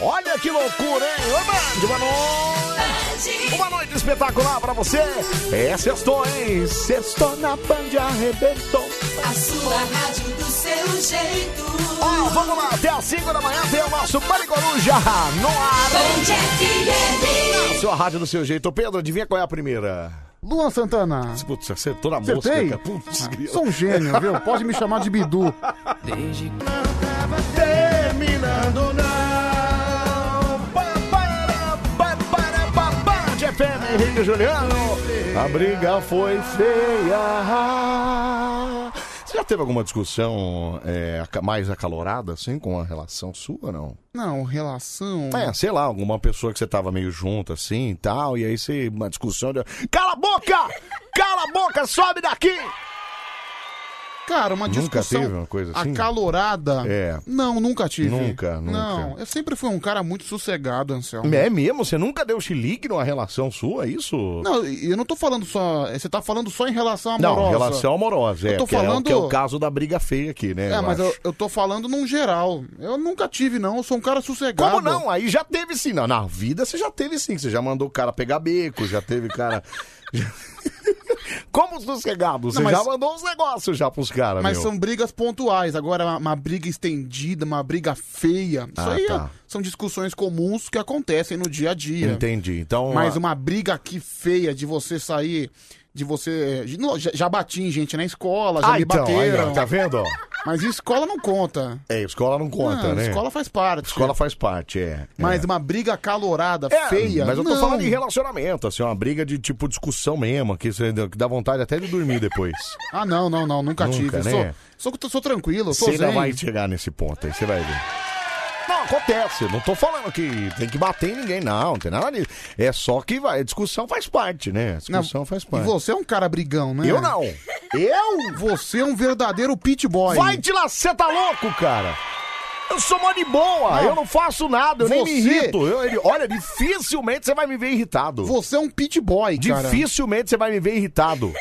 Olha que loucura, hein? Ô, Band, boa noite! Uma noite espetacular pra você! É sextou, hein? Sextou na Band arrebentou! A sua rádio do seu jeito. Ó, vamos lá, até as 5 da manhã tem É o nosso Maricoruja no ar! Band A sua rádio do seu jeito. Ô, Pedro, adivinha qual é a primeira? Luan Santana. Putz, acertou na Acertei? mosca, cara. Putz, grilo. Sou um gênio, viu? Pode me chamar de Bidu. Terminando não. Papara, papara, papá. De FM, Henrique e Juliano. A briga foi feia. Você já teve alguma discussão é, aca- mais acalorada, assim, com a relação sua, não? Não, relação. É, sei lá, alguma pessoa que você tava meio junto, assim, e tal, e aí você, uma discussão de... Cala a boca! Cala a boca, sobe daqui! Cara, uma Nunca discussão teve uma coisa assim? acalorada. É. Não, nunca tive. Nunca, nunca. Não, eu sempre fui um cara muito sossegado, Anselmo. É mesmo? Você nunca deu chilique numa relação sua, é isso? Não, e eu não tô falando só. Você tá falando só em relação amorosa. Não, relação amorosa, é, Eu tô que é o- falando- que é o caso da briga feia aqui, né? É, mas acho. eu, eu tô falando num geral. Eu nunca tive, não. Eu sou um cara sossegado. Como não? Aí já teve sim. Não, na vida você já teve sim. que Você já mandou o cara pegar beco, já teve cara. já- Como sossegado? Você Não, mas- já mandou uns negócios já pros caras, Mas meu. são brigas pontuais. Agora, uma, uma briga estendida, uma briga feia. Isso Ah, aí é- tá. são discussões comuns que acontecem no dia a dia. Entendi. Então. Mas a- uma briga aqui feia de você sair. De você. de- não, já, já bati em gente na escola, já Ah, me então, aí, ó, bateram. tá vendo? Mas escola não conta. É, escola não conta, Não, né? Escola faz parte. Escola faz parte, é. Mas uma briga calorada, É, feia. Mas eu tô não. falando de relacionamento, assim, uma briga de tipo discussão mesmo, que, você- que dá vontade até de dormir depois. Ah, não, não, não. Nunca, Nunca, tive. Eu né? Sou, sou, sou tranquilo, sou Você ainda zen. vai chegar nesse ponto aí, você vai ver. Não, acontece. Não tô falando que tem que bater em ninguém, não. Não tem nada disso. É só que vai. Discussão faz parte, né? Discussão faz E parte. você é um cara brigão, né? Eu não. Eu? Você é um verdadeiro pit boy. Vai te lá, você tá louco, cara? Eu sou mó de boa, eu não faço nada, eu nem me Você- irrito. Eu- ele- olha, dificilmente você vai me ver irritado. Você é um pit boy, cara. Dificilmente você vai me ver irritado.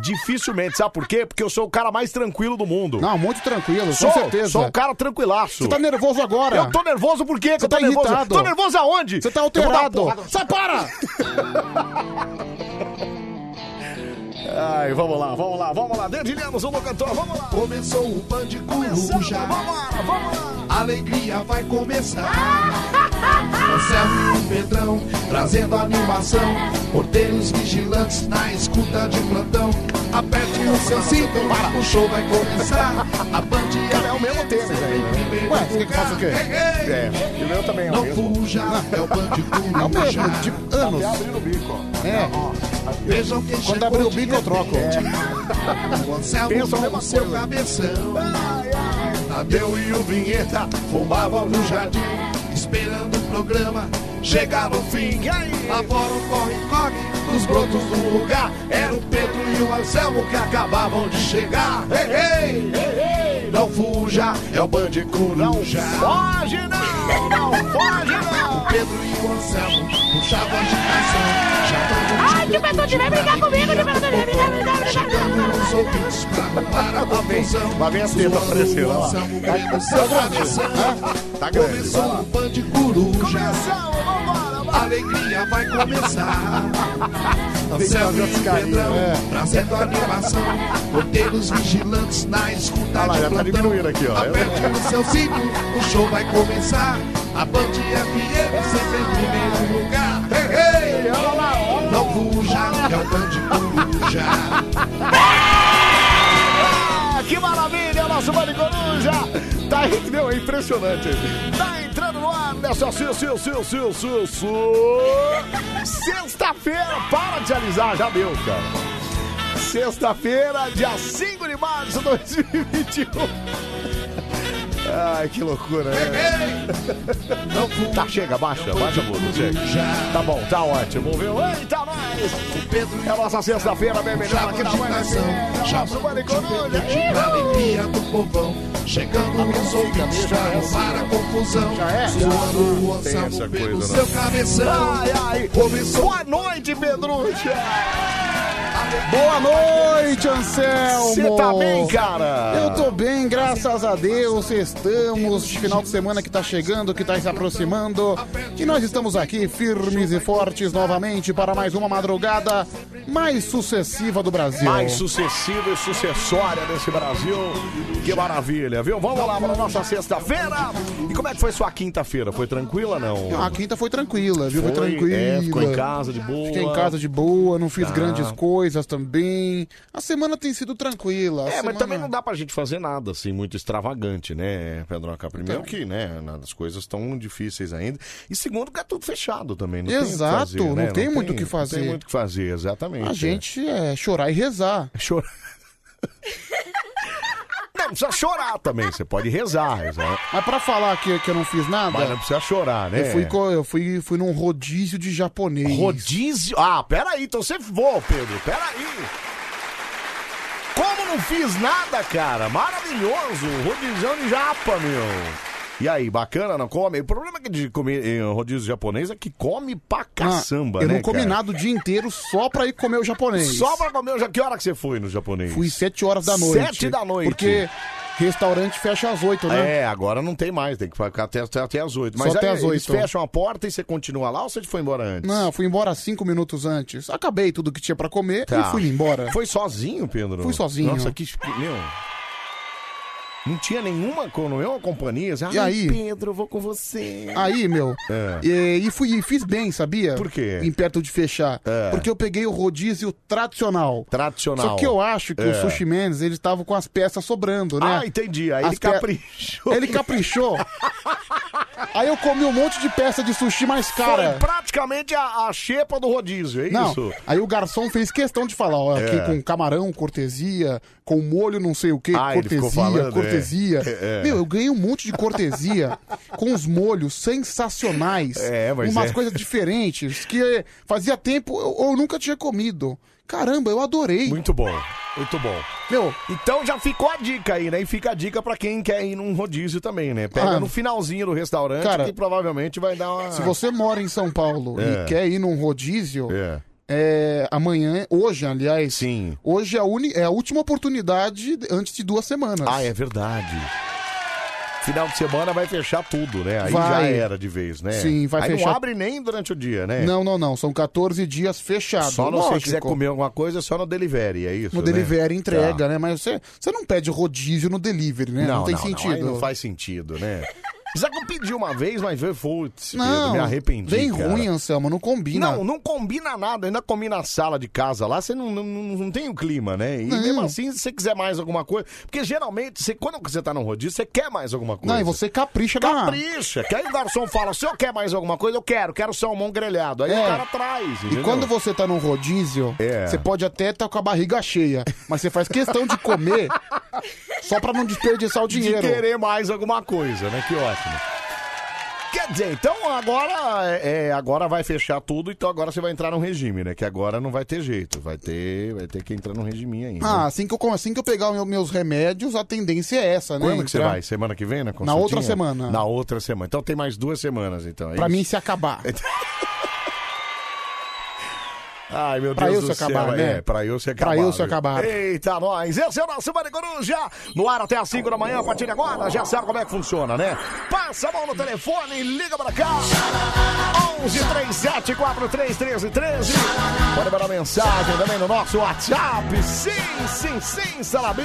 Dificilmente, sabe por quê? Porque eu sou o cara mais tranquilo do mundo. Não, muito tranquilo, sou, com certeza. sou um cara tranquilaço. Você tá nervoso agora. Eu tô nervoso por quê? Que Você eu tô tá nervoso. irritado. Tô nervoso aonde? Você tá Eu vou dar uma alterado. porrada. Sai, para! Ai, vamos lá, vamos lá, vamos lá. Dedilhamos o locutor, vamos lá. Começou o Band Começando, Coruja, vamos lá, vamos lá. a um alegria vai começar. Anselmo e o Pedrão, trazendo animação. Porteiros vigilantes na escuta de plantão. Aperte o seu cinto, o show vai começar. A Band é o mesmo tênis aí, né? Ué, você quer que eu faça o quê? É, o meu também é o Não mesmo. fuja, é o Band É o Coruja. mesmo, de Tá anos. Abrindo o bico, ó. É, Vejam quem quando chegou abrir o de É. bico eu troco. repente. Pensa O a Anselmo com mesma o seu coisa. cabeção. Ai, ai. Tadeu e o Vinheta fumavam no jardim, esperando o programa chegar ao fim. E aí? Agora o corre-corre dos brotos do lugar. Era o Pedro e o Anselmo que acabavam de chegar. Ei, ei, ei, ei, não fuja, é o Band Coruja. Foge não, não foge não. Pedro e o Anselmo puxavam a agitação. Já Ai, que Pedro de vem brigar comigo, de Pedro de vem brigar, brigar, brigar. Chegando os ouvintes pra parar a confusão. Lá vem a teta aparecendo, ó lá. Anselmo grita o seu travessão. Tá grande. Começou o Band Coruja. Começamos, vambora, vai. A alegria vai começar. Anselmo e o carinhas, Pedrão, é. trazendo animação. Roteiros vigilantes na escuta Ah lá, de já tá plantão. diminuindo aqui, ó. Aperte o seu cinto, o show vai começar. A Band FM sempre em primeiro lugar. Ei, ei, Olha lá, olha lá. não fuja, é o Band Coruja. Ah, Que maravilha, nosso Bande Coruja. Tá, en- meu, é impressionante. Tá entrando no ar nessa su, su, su, su, su, su. Sexta-feira, para de alisar, já deu, cara. Sexta-feira, dia 5 de março de 2021. Ai, que loucura, né? Não fuja, Tá, chega, baixa, baixa a música, chega. Tá bom, tá ótimo, viu? Eita, nós! o Pedro É a nossa sexta-feira, bem melhor aqui na agitação, Chama o Bande Coruja. a alegria do povão. Chegando nos ouvintes pra arrumar a confusão. Já é? Zoando o Tem essa Anselmo pelo coisa, né? seu cabeção. Ai, ai. Começou Boa noite, Pedrucha. a Boa noite, Anselmo! Você tá bem, cara? Eu tô bem, graças a Deus, estamos. Final de semana que tá chegando, que tá se aproximando. E nós estamos aqui, firmes e fortes, novamente, para mais uma madrugada mais sucessiva do Brasil. é um Mais sucessiva e sucessória desse Brasil. Que maravilha, viu? Vamos lá para nossa sexta-feira. E como é que foi sua quinta-feira? Foi tranquila não? Ah, A quinta foi tranquila, viu? Foi, Foi, tranquila. é, ficou em casa de boa. Fiquei em casa de boa, não fiz Tá. grandes coisas também. A semana tem sido tranquila. É, a mas semana- também não dá pra gente fazer nada assim muito extravagante, né, Pedroca? Primeiro Então. que, né, nada- as coisas estão difíceis ainda. E segundo que é tudo fechado também. Não tem o que Exato, fazer, não né? tem muito o que Não fazer. tem muito o que fazer, exatamente. A é. gente é chorar e rezar. Chorar. Não precisa chorar também, você pode rezar. exato. Mas pra falar que, que eu não fiz nada, Mas não precisa chorar, né? eu, fui, co- eu fui, fui num rodízio de japonês. Rodízio. Ah, peraí, então você voa, Pedro, peraí. Como não fiz nada, cara? Maravilhoso! Rodizão de japa, meu! E aí, bacana, não come? O problema que de comer eh, rodízio japonês é que come pra caçamba, Ah, eu né? não comi cara? nada o dia inteiro só pra ir comer o japonês. Só pra comer. já- Que hora que você foi no japonês? Fui sete horas da noite. Sete da noite. Porque restaurante fecha às oito, né? É, agora não tem mais, tem que ficar até, até, até as oito. Só Mas até aí, às eles oito. fecham a porta e você continua lá ou você foi embora antes? Não, eu fui embora cinco minutos antes. Acabei tudo que tinha pra comer Tá. e fui embora. Foi sozinho, Pedro? Fui sozinho. Nossa, que. que- Meu. Não tinha nenhuma, co- nenhuma companhia. Você, "Ah, E "Ai, aí? Pedro, eu vou com você. Aí, meu, É. e, e fui, e fiz bem, sabia? Por quê? É. Em perto de fechar. Porque eu peguei o rodízio tradicional. Tradicional. Só que eu acho que É. o Sushi Mendes, ele tava com as peças sobrando, né? Ah, entendi. Aí As ele pe- caprichou. Ele caprichou. Aí eu comi um monte de peça de sushi mais cara. Foi praticamente a, a xepa do rodízio, é Não, isso? aí o garçom fez questão de falar, ó, aqui É. com camarão, cortesia, com molho não sei o que, Ah, ele ficou cortesia, falando, é. cortesia. É, é. Meu, eu ganhei um monte de cortesia com uns molhos sensacionais, É, mas umas é. coisas diferentes que fazia tempo eu, eu nunca tinha comido. Caramba, eu adorei. Muito bom, muito bom. Meu, Então já ficou a dica aí, né? E fica a dica pra quem quer ir num rodízio também, né? Pega Ah. no finalzinho do restaurante Cara, que provavelmente vai dar uma. se você mora em São Paulo É. e quer ir num rodízio, É. é, amanhã, hoje, aliás, Sim. hoje é a, uni- é a última oportunidade antes de duas semanas. Ah, é verdade. Final de semana vai fechar tudo, né? Aí já Vai. era de vez, né? Sim, vai Aí não fechar- abre nem durante o dia, né? Não, não, não. São 14 dias fechados. Só não se você Lógico. quiser comer alguma coisa, só no delivery, é isso? No né? delivery entrega, Tá. né? Mas você, você não pede rodízio no delivery, né? Não, Não, tem não, não, aí sentido. Não, faz sentido, né? Já que eu pedi uma vez, mas foi putz, Pedro, Não, me arrependi. Bem cara. ruim, Anselmo, não combina. Não, não combina nada. Eu ainda comi na sala de casa lá, você não, não, não- não tem o clima, né? E mesmo assim, se você quiser mais alguma coisa. Porque geralmente, você, quando você tá no rodízio, você quer mais alguma coisa. Não, e você capricha na. Capricha. Que aí o garçom fala, se eu quer mais alguma coisa, eu quero, quero salmão grelhado. Aí É. o cara traz, E entendeu? quando você tá num rodízio, É. você pode até estar com a barriga cheia, mas você faz questão de comer só pra não desperdiçar o De dinheiro. querer mais alguma coisa, né? Que ótimo. Quer dizer, então agora, é, é, agora vai fechar tudo, então agora você vai entrar num regime, né? Que agora não vai ter jeito, vai ter, vai ter que entrar num regime ainda. Ah, assim que eu, com- assim que eu pegar o meu- meus remédios, a tendência é essa, né? Quando que você Entrar- vai? Semana que vem, né? Na outra semana. Na outra semana. Então tem mais duas semanas, então. é Pra isso? mim se acabar. Ai, meu Pra Deus eu do se céu. acabar, né? É, pra eu se acabar. Pra eu se acabar. Eita, nós. Esse é o nosso Mari Coruja. No ar até as 5 da manhã, a partir de agora. Já sabe como é que funciona, né? Passa a mão no telefone e liga pra cá. 11 37 43 13 13. Pode mandar mensagem também no nosso WhatsApp. Sim, sim, sim, Salabim.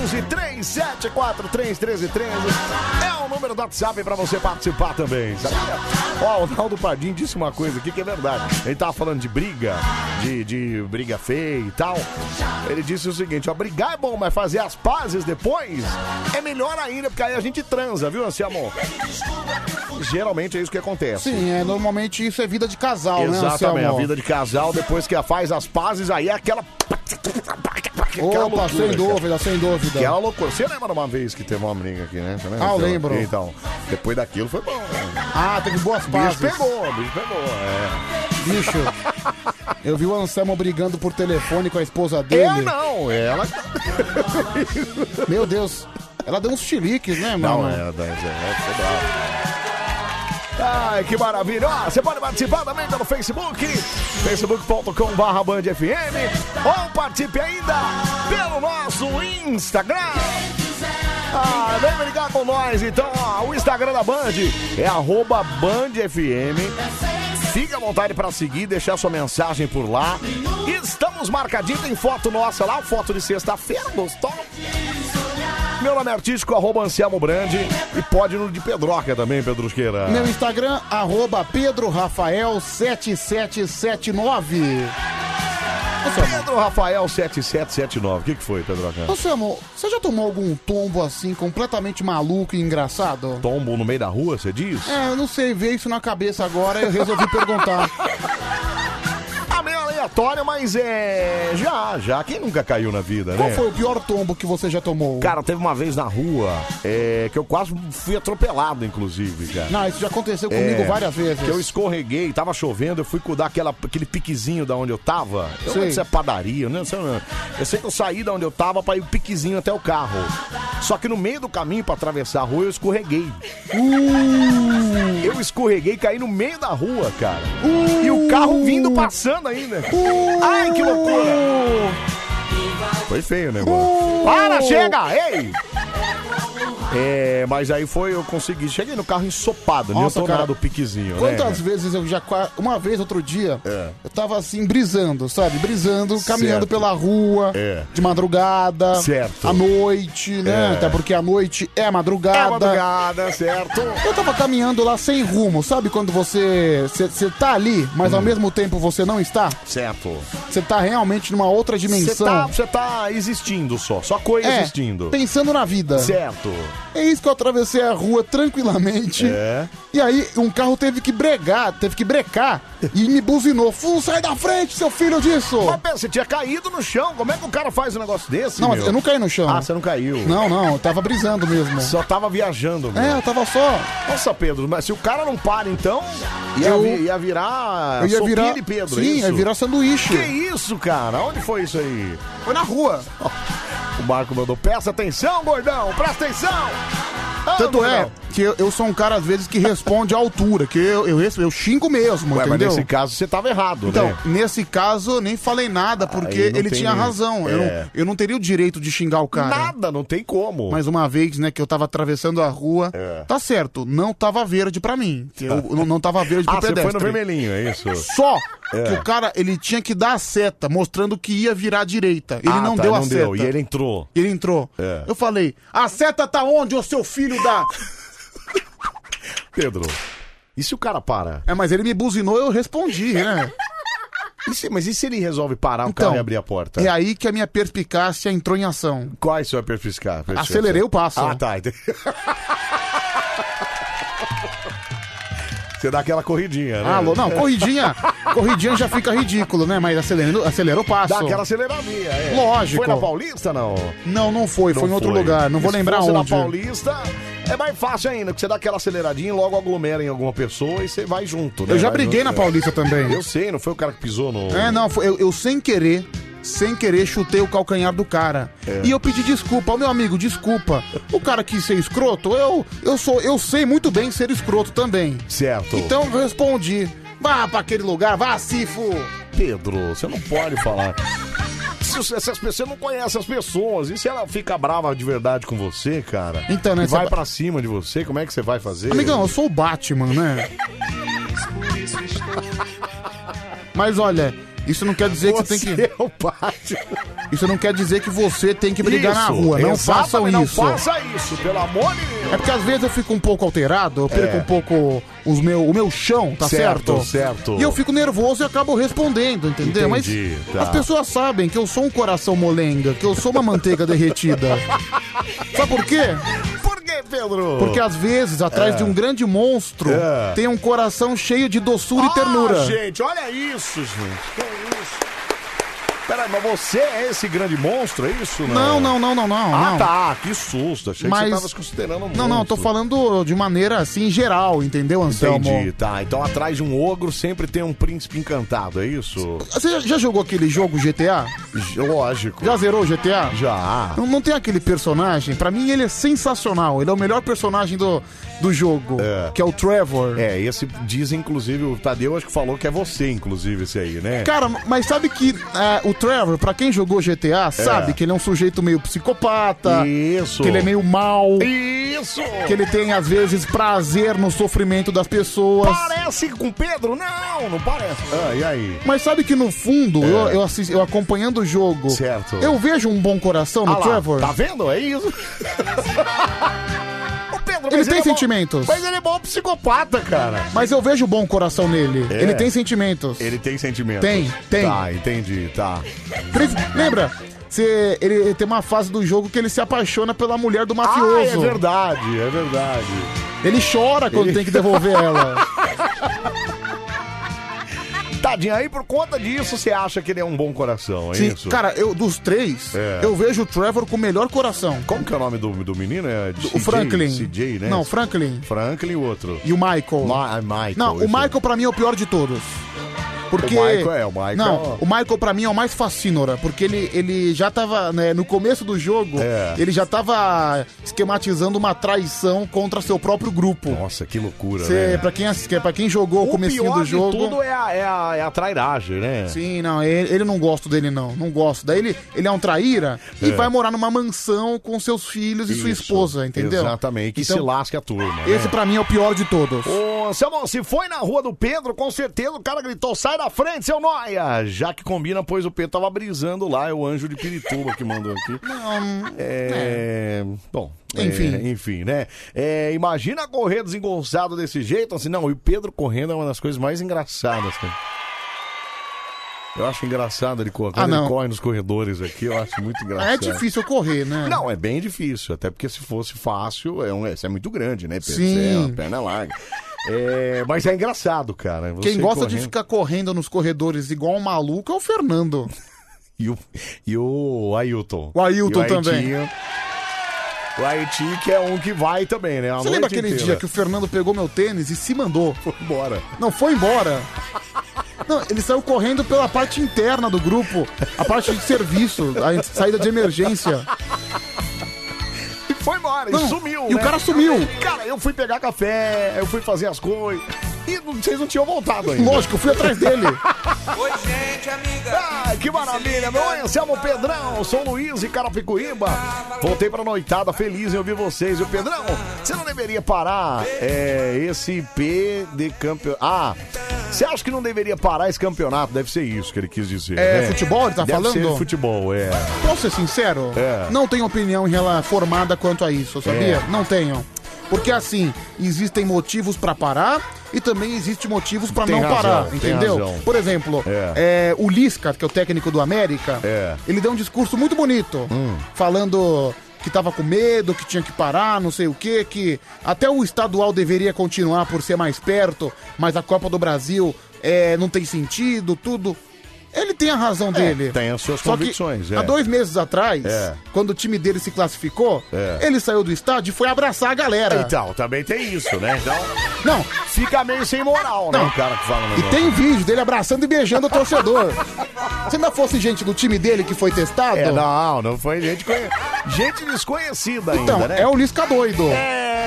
11 37 43 13 13. É o número do WhatsApp pra você participar também. Sabia? Ó, o Naldo Padim disse uma coisa aqui que é verdade. Ele tava falando de briga, de, de briga feia e tal. Ele disse o seguinte: ó, brigar é bom, mas fazer as pazes depois é melhor ainda, porque aí a gente transa, viu, Anselmo? Geralmente é isso que acontece. Sim, é, normalmente isso é vida de casal, né, Anselmo? Exatamente, a vida de casal, depois que faz as pazes, aí é aquela. aquela Opa, sem é cara. dúvida, sem dúvida. Aquela loucura. Você lembra de uma vez que teve uma briga aqui, né? Você lembra? Ah, eu lembro. Então, depois daquilo foi bom. né? Ah, teve boas O bicho pazes. pegou, o bicho pegou. É. Bicho. Eu vi o Anselmo brigando por telefone com a esposa Eu dele. É, não, ela. tá- Meu Deus. Ela deu uns chiliques, né, mano? Não, é, é, é, é, é, é, Ai, que maravilha. Ó, você pode participar também pelo Facebook, facebook.com.br bandfm, ou participe ainda pelo nosso Instagram. Ah, vem brincar com nós, então, ó, o Instagram da Band é arroba bandfm. Fique à vontade para seguir, deixar sua mensagem por lá. Estamos marcadinhos, tem foto nossa lá, foto de sexta-feira, gostou? Meu nome é artístico, arroba Anselmo Brandi. E pode ir no de Pedroca também, Pedrusqueira. Meu Instagram, arroba Pedro PedroRafael7779. Rafael 7779. O que, que foi, Pedroca? Ô Samu, você já tomou algum tombo assim, completamente maluco e engraçado? Tombo no meio da rua, você diz? É, eu não sei, veio isso na cabeça agora e eu resolvi perguntar. Ah, meio aleatório, mas é. Já, já. Quem nunca caiu na vida, Qual né? foi o pior tombo que você já tomou? Cara, teve uma vez na rua é, que eu quase fui atropelado, inclusive, cara. Não, Ah, isso já aconteceu comigo É, várias vezes. Que eu escorreguei, tava chovendo, eu fui dar aquela, aquele piquezinho da onde eu tava. Eu não sei se é padaria, né? Sei lá. Eu sei que eu saí da onde eu tava pra ir o piquezinho até o carro. Só que no meio do caminho pra atravessar a rua eu escorreguei. Uh! Eu escorreguei, caí no meio da rua, cara. E o carro vindo passando ainda. Ai, que loucura! Foi feio o negócio. Para, chega! Ei! É, mas aí foi, eu consegui. Cheguei no carro ensopado, nem eu Nossa, tô cara. nada do piquezinho, né? É. Quantas vezes eu já. qua- Uma vez, outro dia, eu tava assim, brisando, sabe? Brisando, caminhando Certo. pela rua, É. de madrugada, Certo. à noite, né? É. Até porque a noite é madrugada. É madrugada, certo? Eu tava caminhando lá sem rumo, sabe? Quando você. Você tá ali, Hum. mas ao mesmo tempo você não está. Certo. Você tá realmente numa outra Você dimensão. tá, você tá existindo só, só coexistindo. É, pensando na vida. Certo. É isso que eu atravessei a rua tranquilamente. É. E aí um carro teve que bregar, teve que brecar e me buzinou. Fu, sai da frente, seu filho disso! Mas pensa, você tinha caído no chão. Como é que o cara faz um negócio desse? Não, mas meu? eu não caí no chão. Ah, você não caiu. Não, não, eu tava brisando mesmo. Só tava viajando, meu. É, eu tava só. Nossa, Pedro, mas se o cara não para, então, ia, Eu- vi- ia virar Eu ia sopinha virar. de Ah, Pedro, é sim, isso? ia virar sanduíche. Que isso, cara? Onde foi isso aí? Foi na rua. O Marco mandou, presta atenção, gordão, presta atenção! Ah, Tanto é gordão. que eu, eu sou um cara, às vezes, que responde à altura, que eu, eu, res- eu xingo mesmo, Ué, mas entendeu? nesse caso você tava errado, Então, né? nesse caso, eu nem falei nada, porque Aí não ele tem tinha nem- razão. Eu, É. não, eu não teria o direito de xingar o cara. Nada, não tem como. Mais uma vez, né, que eu tava atravessando a rua. É. Tá. Tá certo, não tava verde pra mim. que Eu não, não tava verde pro Ah, você pedestre. foi no É. vermelhinho, é isso? Só que o cara, ele tinha que dar a seta, mostrando que ia virar à direita. Ele Ah, não tá, deu a não seta. deu. E ele entrou. Ele entrou. É. Eu falei, a seta tá onde, ô seu filho da... Pedro, e se o cara para? É, mas ele me buzinou, eu respondi, né? E se- mas e se ele resolve parar o Então, carro e abrir a porta? É aí que a minha perspicácia entrou em ação. Quais são a perfiscar? Acelerei o passo. né? Ah, tá. entendi. Você dá aquela corridinha, né? Ah, Lô, não, corridinha, corridinha já fica ridículo, né? Mas acelerando, acelerou o passo. Dá aquela aceleradinha, é. Lógico. Foi na Paulista, não? Não, não foi, foi em outro lugar, não vou Se lembrar fosse onde. na Paulista, é mais fácil ainda, porque você dá aquela aceleradinha e logo aglomera em alguma pessoa e você vai junto, né? Eu já Vai briguei junto, na é. Paulista também. Eu sei, não foi o cara que pisou no... É, não, foi- eu, eu sem querer, sem querer chutei o calcanhar do cara. É. E eu pedi desculpa, ao meu amigo, desculpa. O cara quis ser escroto, eu eu sou, eu sei muito bem ser escroto também. Certo. Então eu respondi. Vá pra aquele lugar, vá, Sifo! Pedro, você não pode falar. Se, se essas pessoas não conhecem as pessoas, e se ela fica brava de verdade com você, cara? Então, né, E vai você- pra cima de você, como é que você vai fazer? Amigão, eu sou o Batman, né? Mas olha, isso não quer dizer que você você tem que. é o pátio. Isso não quer dizer que você tem que brigar na Isso, rua. Não exatamente, façam Não isso. faça isso, pelo amor de Deus. É porque às vezes eu fico um pouco alterado, eu perco É. um pouco os meu, o meu chão, tá certo? Certo, certo. E eu fico nervoso e acabo respondendo, entendeu? Entendi, Mas tá. as pessoas sabem que eu sou um coração molenga, que eu sou uma manteiga derretida. Sabe por quê? Por que, Pedro? Porque às vezes, atrás de um grande monstro, É. tem um coração cheio de doçura e ternura. Ah, gente, olha isso, gente. Que isso? Peraí, mas você é esse grande monstro, é isso? Não, não, não, não, não. Ah, não. tá. Que susto. Achei que Mas- você tava se considerando um Não, não, eu monstro. tô falando de maneira assim geral, entendeu, Anselmo? Entendi, tá. Então atrás de um ogro sempre tem um príncipe encantado, é isso? Você já- já jogou aquele jogo GTA? J- Lógico. Já zerou o GTA? Já. Ah. Não, não tem aquele personagem, pra mim ele é sensacional. Ele é o melhor personagem do do jogo, que é o Trevor. É, esse diz, inclusive, o Tadeu acho que falou que é você, inclusive, esse aí, né? Cara, mas sabe que é, o Trevor, pra quem jogou GTA, sabe que ele é um sujeito meio psicopata. Isso. Que ele é meio mal. Isso. Que ele tem, às vezes, prazer no sofrimento das pessoas. Parece assim com Pedro? Não, não parece. Ah, e aí? Mas sabe que no fundo, eu, eu, assisti- eu acompanhando o jogo, É. Certo. eu vejo um bom coração no Ah lá, Trevor. Tá vendo? É isso. Ô, Pedro, Ele mas tem é bom- sentimentos. mas ele é bom psicopata, cara. Mas eu vejo bom coração nele. É. Ele tem sentimentos. Ele tem sentimentos. Tem, tem. Tá, entendi, tá. Pris- Lembra? Cê- ele tem uma fase do jogo que ele se apaixona pela mulher do Ah, é mafioso. verdade, é verdade. ele chora Tá quando Ele- tem que devolver ela. Tadinho, aí por conta disso você acha que ele é um bom coração, é Sim, isso? cara, eu, dos três, É. eu vejo o Trevor com o melhor coração. Como que é o nome do, do menino? É O Franklin. CJ, né? Não, Franklin. Franklin e o outro. E o Michael. Ma- ah, Michael. Não, isso. o Michael pra mim é o pior de todos. Porque... O Michael é, o Michael- Não, o Michael pra mim é o mais fascínora, porque ele, ele já tava, né, no começo do jogo, É. ele já tava esquematizando uma traição contra seu próprio grupo. Nossa, que loucura, Cê, né? pra, quem, assi- pra quem jogou o, O comecinho pior do jogo... de tudo é a, é a, é a trairagem, né? Sim, não, ele, ele não gosto dele, não. Não gosto. Daí ele, ele é um traíra e É. vai morar numa mansão com seus filhos e sua Isso, esposa, entendeu? Exatamente, que se Então, lasca a turma. Esse né? pra mim é o pior de todos. Ô, Anselmo, se foi na rua do Pedro, com certeza o cara gritou, sai da frente, seu noia! Já que combina, pois o Pedro tava brisando lá, é o anjo de Pirituba que mandou aqui. É... Bom, é, Enfim. enfim, né? É, imagina correr desengonçado desse jeito, assim, não, e o Pedro correndo é uma das coisas mais engraçadas, cara. Eu acho engraçado ele correr, Ah, quando ele não. corre nos corredores aqui, eu acho muito engraçado. É difícil correr, né? Não, é bem difícil, até porque se fosse fácil, é, um, é, isso é muito grande, né? Pedro? Sim. Você É uma perna larga. É, mas é engraçado, cara. você Quem gosta de correndo. ficar correndo nos corredores igual um maluco é o Fernando. E o, e o Ailton. O Ailton E também. Aitinho. O Aitinho, que é um que vai também, né? A Você lembra noite aquele inteira. dia que o Fernando pegou meu tênis e se mandou? Foi embora. Não, foi embora. Não, ele saiu correndo pela parte interna do grupo, a parte de serviço, a saída de emergência. E foi embora, Não, e sumiu. e o né? cara sumiu. Cara, eu fui pegar café, eu fui fazer as coisas. E não- vocês não tinham voltado ainda. Lógico, eu fui atrás dele. Oi, gente, amiga. Ah, que maravilha, meu Oi, Anselmo Pedrão, sou Luiz e Carapicuíba. Voltei pra noitada, feliz em ouvir vocês. E o Pedrão, você não deveria parar é, esse IP de campeonato. Ah, você acha que não deveria parar esse campeonato? Deve ser isso que ele quis dizer. É, né? futebol, ele tá Deve falando? Ser futebol, é. Posso ser sincero? É. Não tenho opinião em rela- formada quanto a isso, sabia? É. Não tenho. Porque assim, existem motivos pra parar e também existem motivos pra Tem não razão, parar, tem entendeu? razão. Por exemplo, É. é, o Lisca, que é o técnico do América, É. Hum. ele deu um discurso muito bonito, falando que tava com medo, que tinha que parar, não sei o quê, que até o estadual deveria continuar por ser mais perto, mas a Copa do Brasil é, não tem sentido, tudo. Ele tem a razão dele. É, tem as suas Só que convicções, é. Há dois meses atrás, É. quando o time dele se classificou, É. ele saiu do estádio e foi abraçar a galera. Então, também tem isso, né? Então, Não, fica meio sem moral, né? Não. O cara que fala um e negócio. tem vídeo dele abraçando e beijando o torcedor. Se ainda fosse gente do time dele que foi testado, É, não, não foi gente, conhe- gente desconhecida ainda, então, né? é o Lisca doido. É,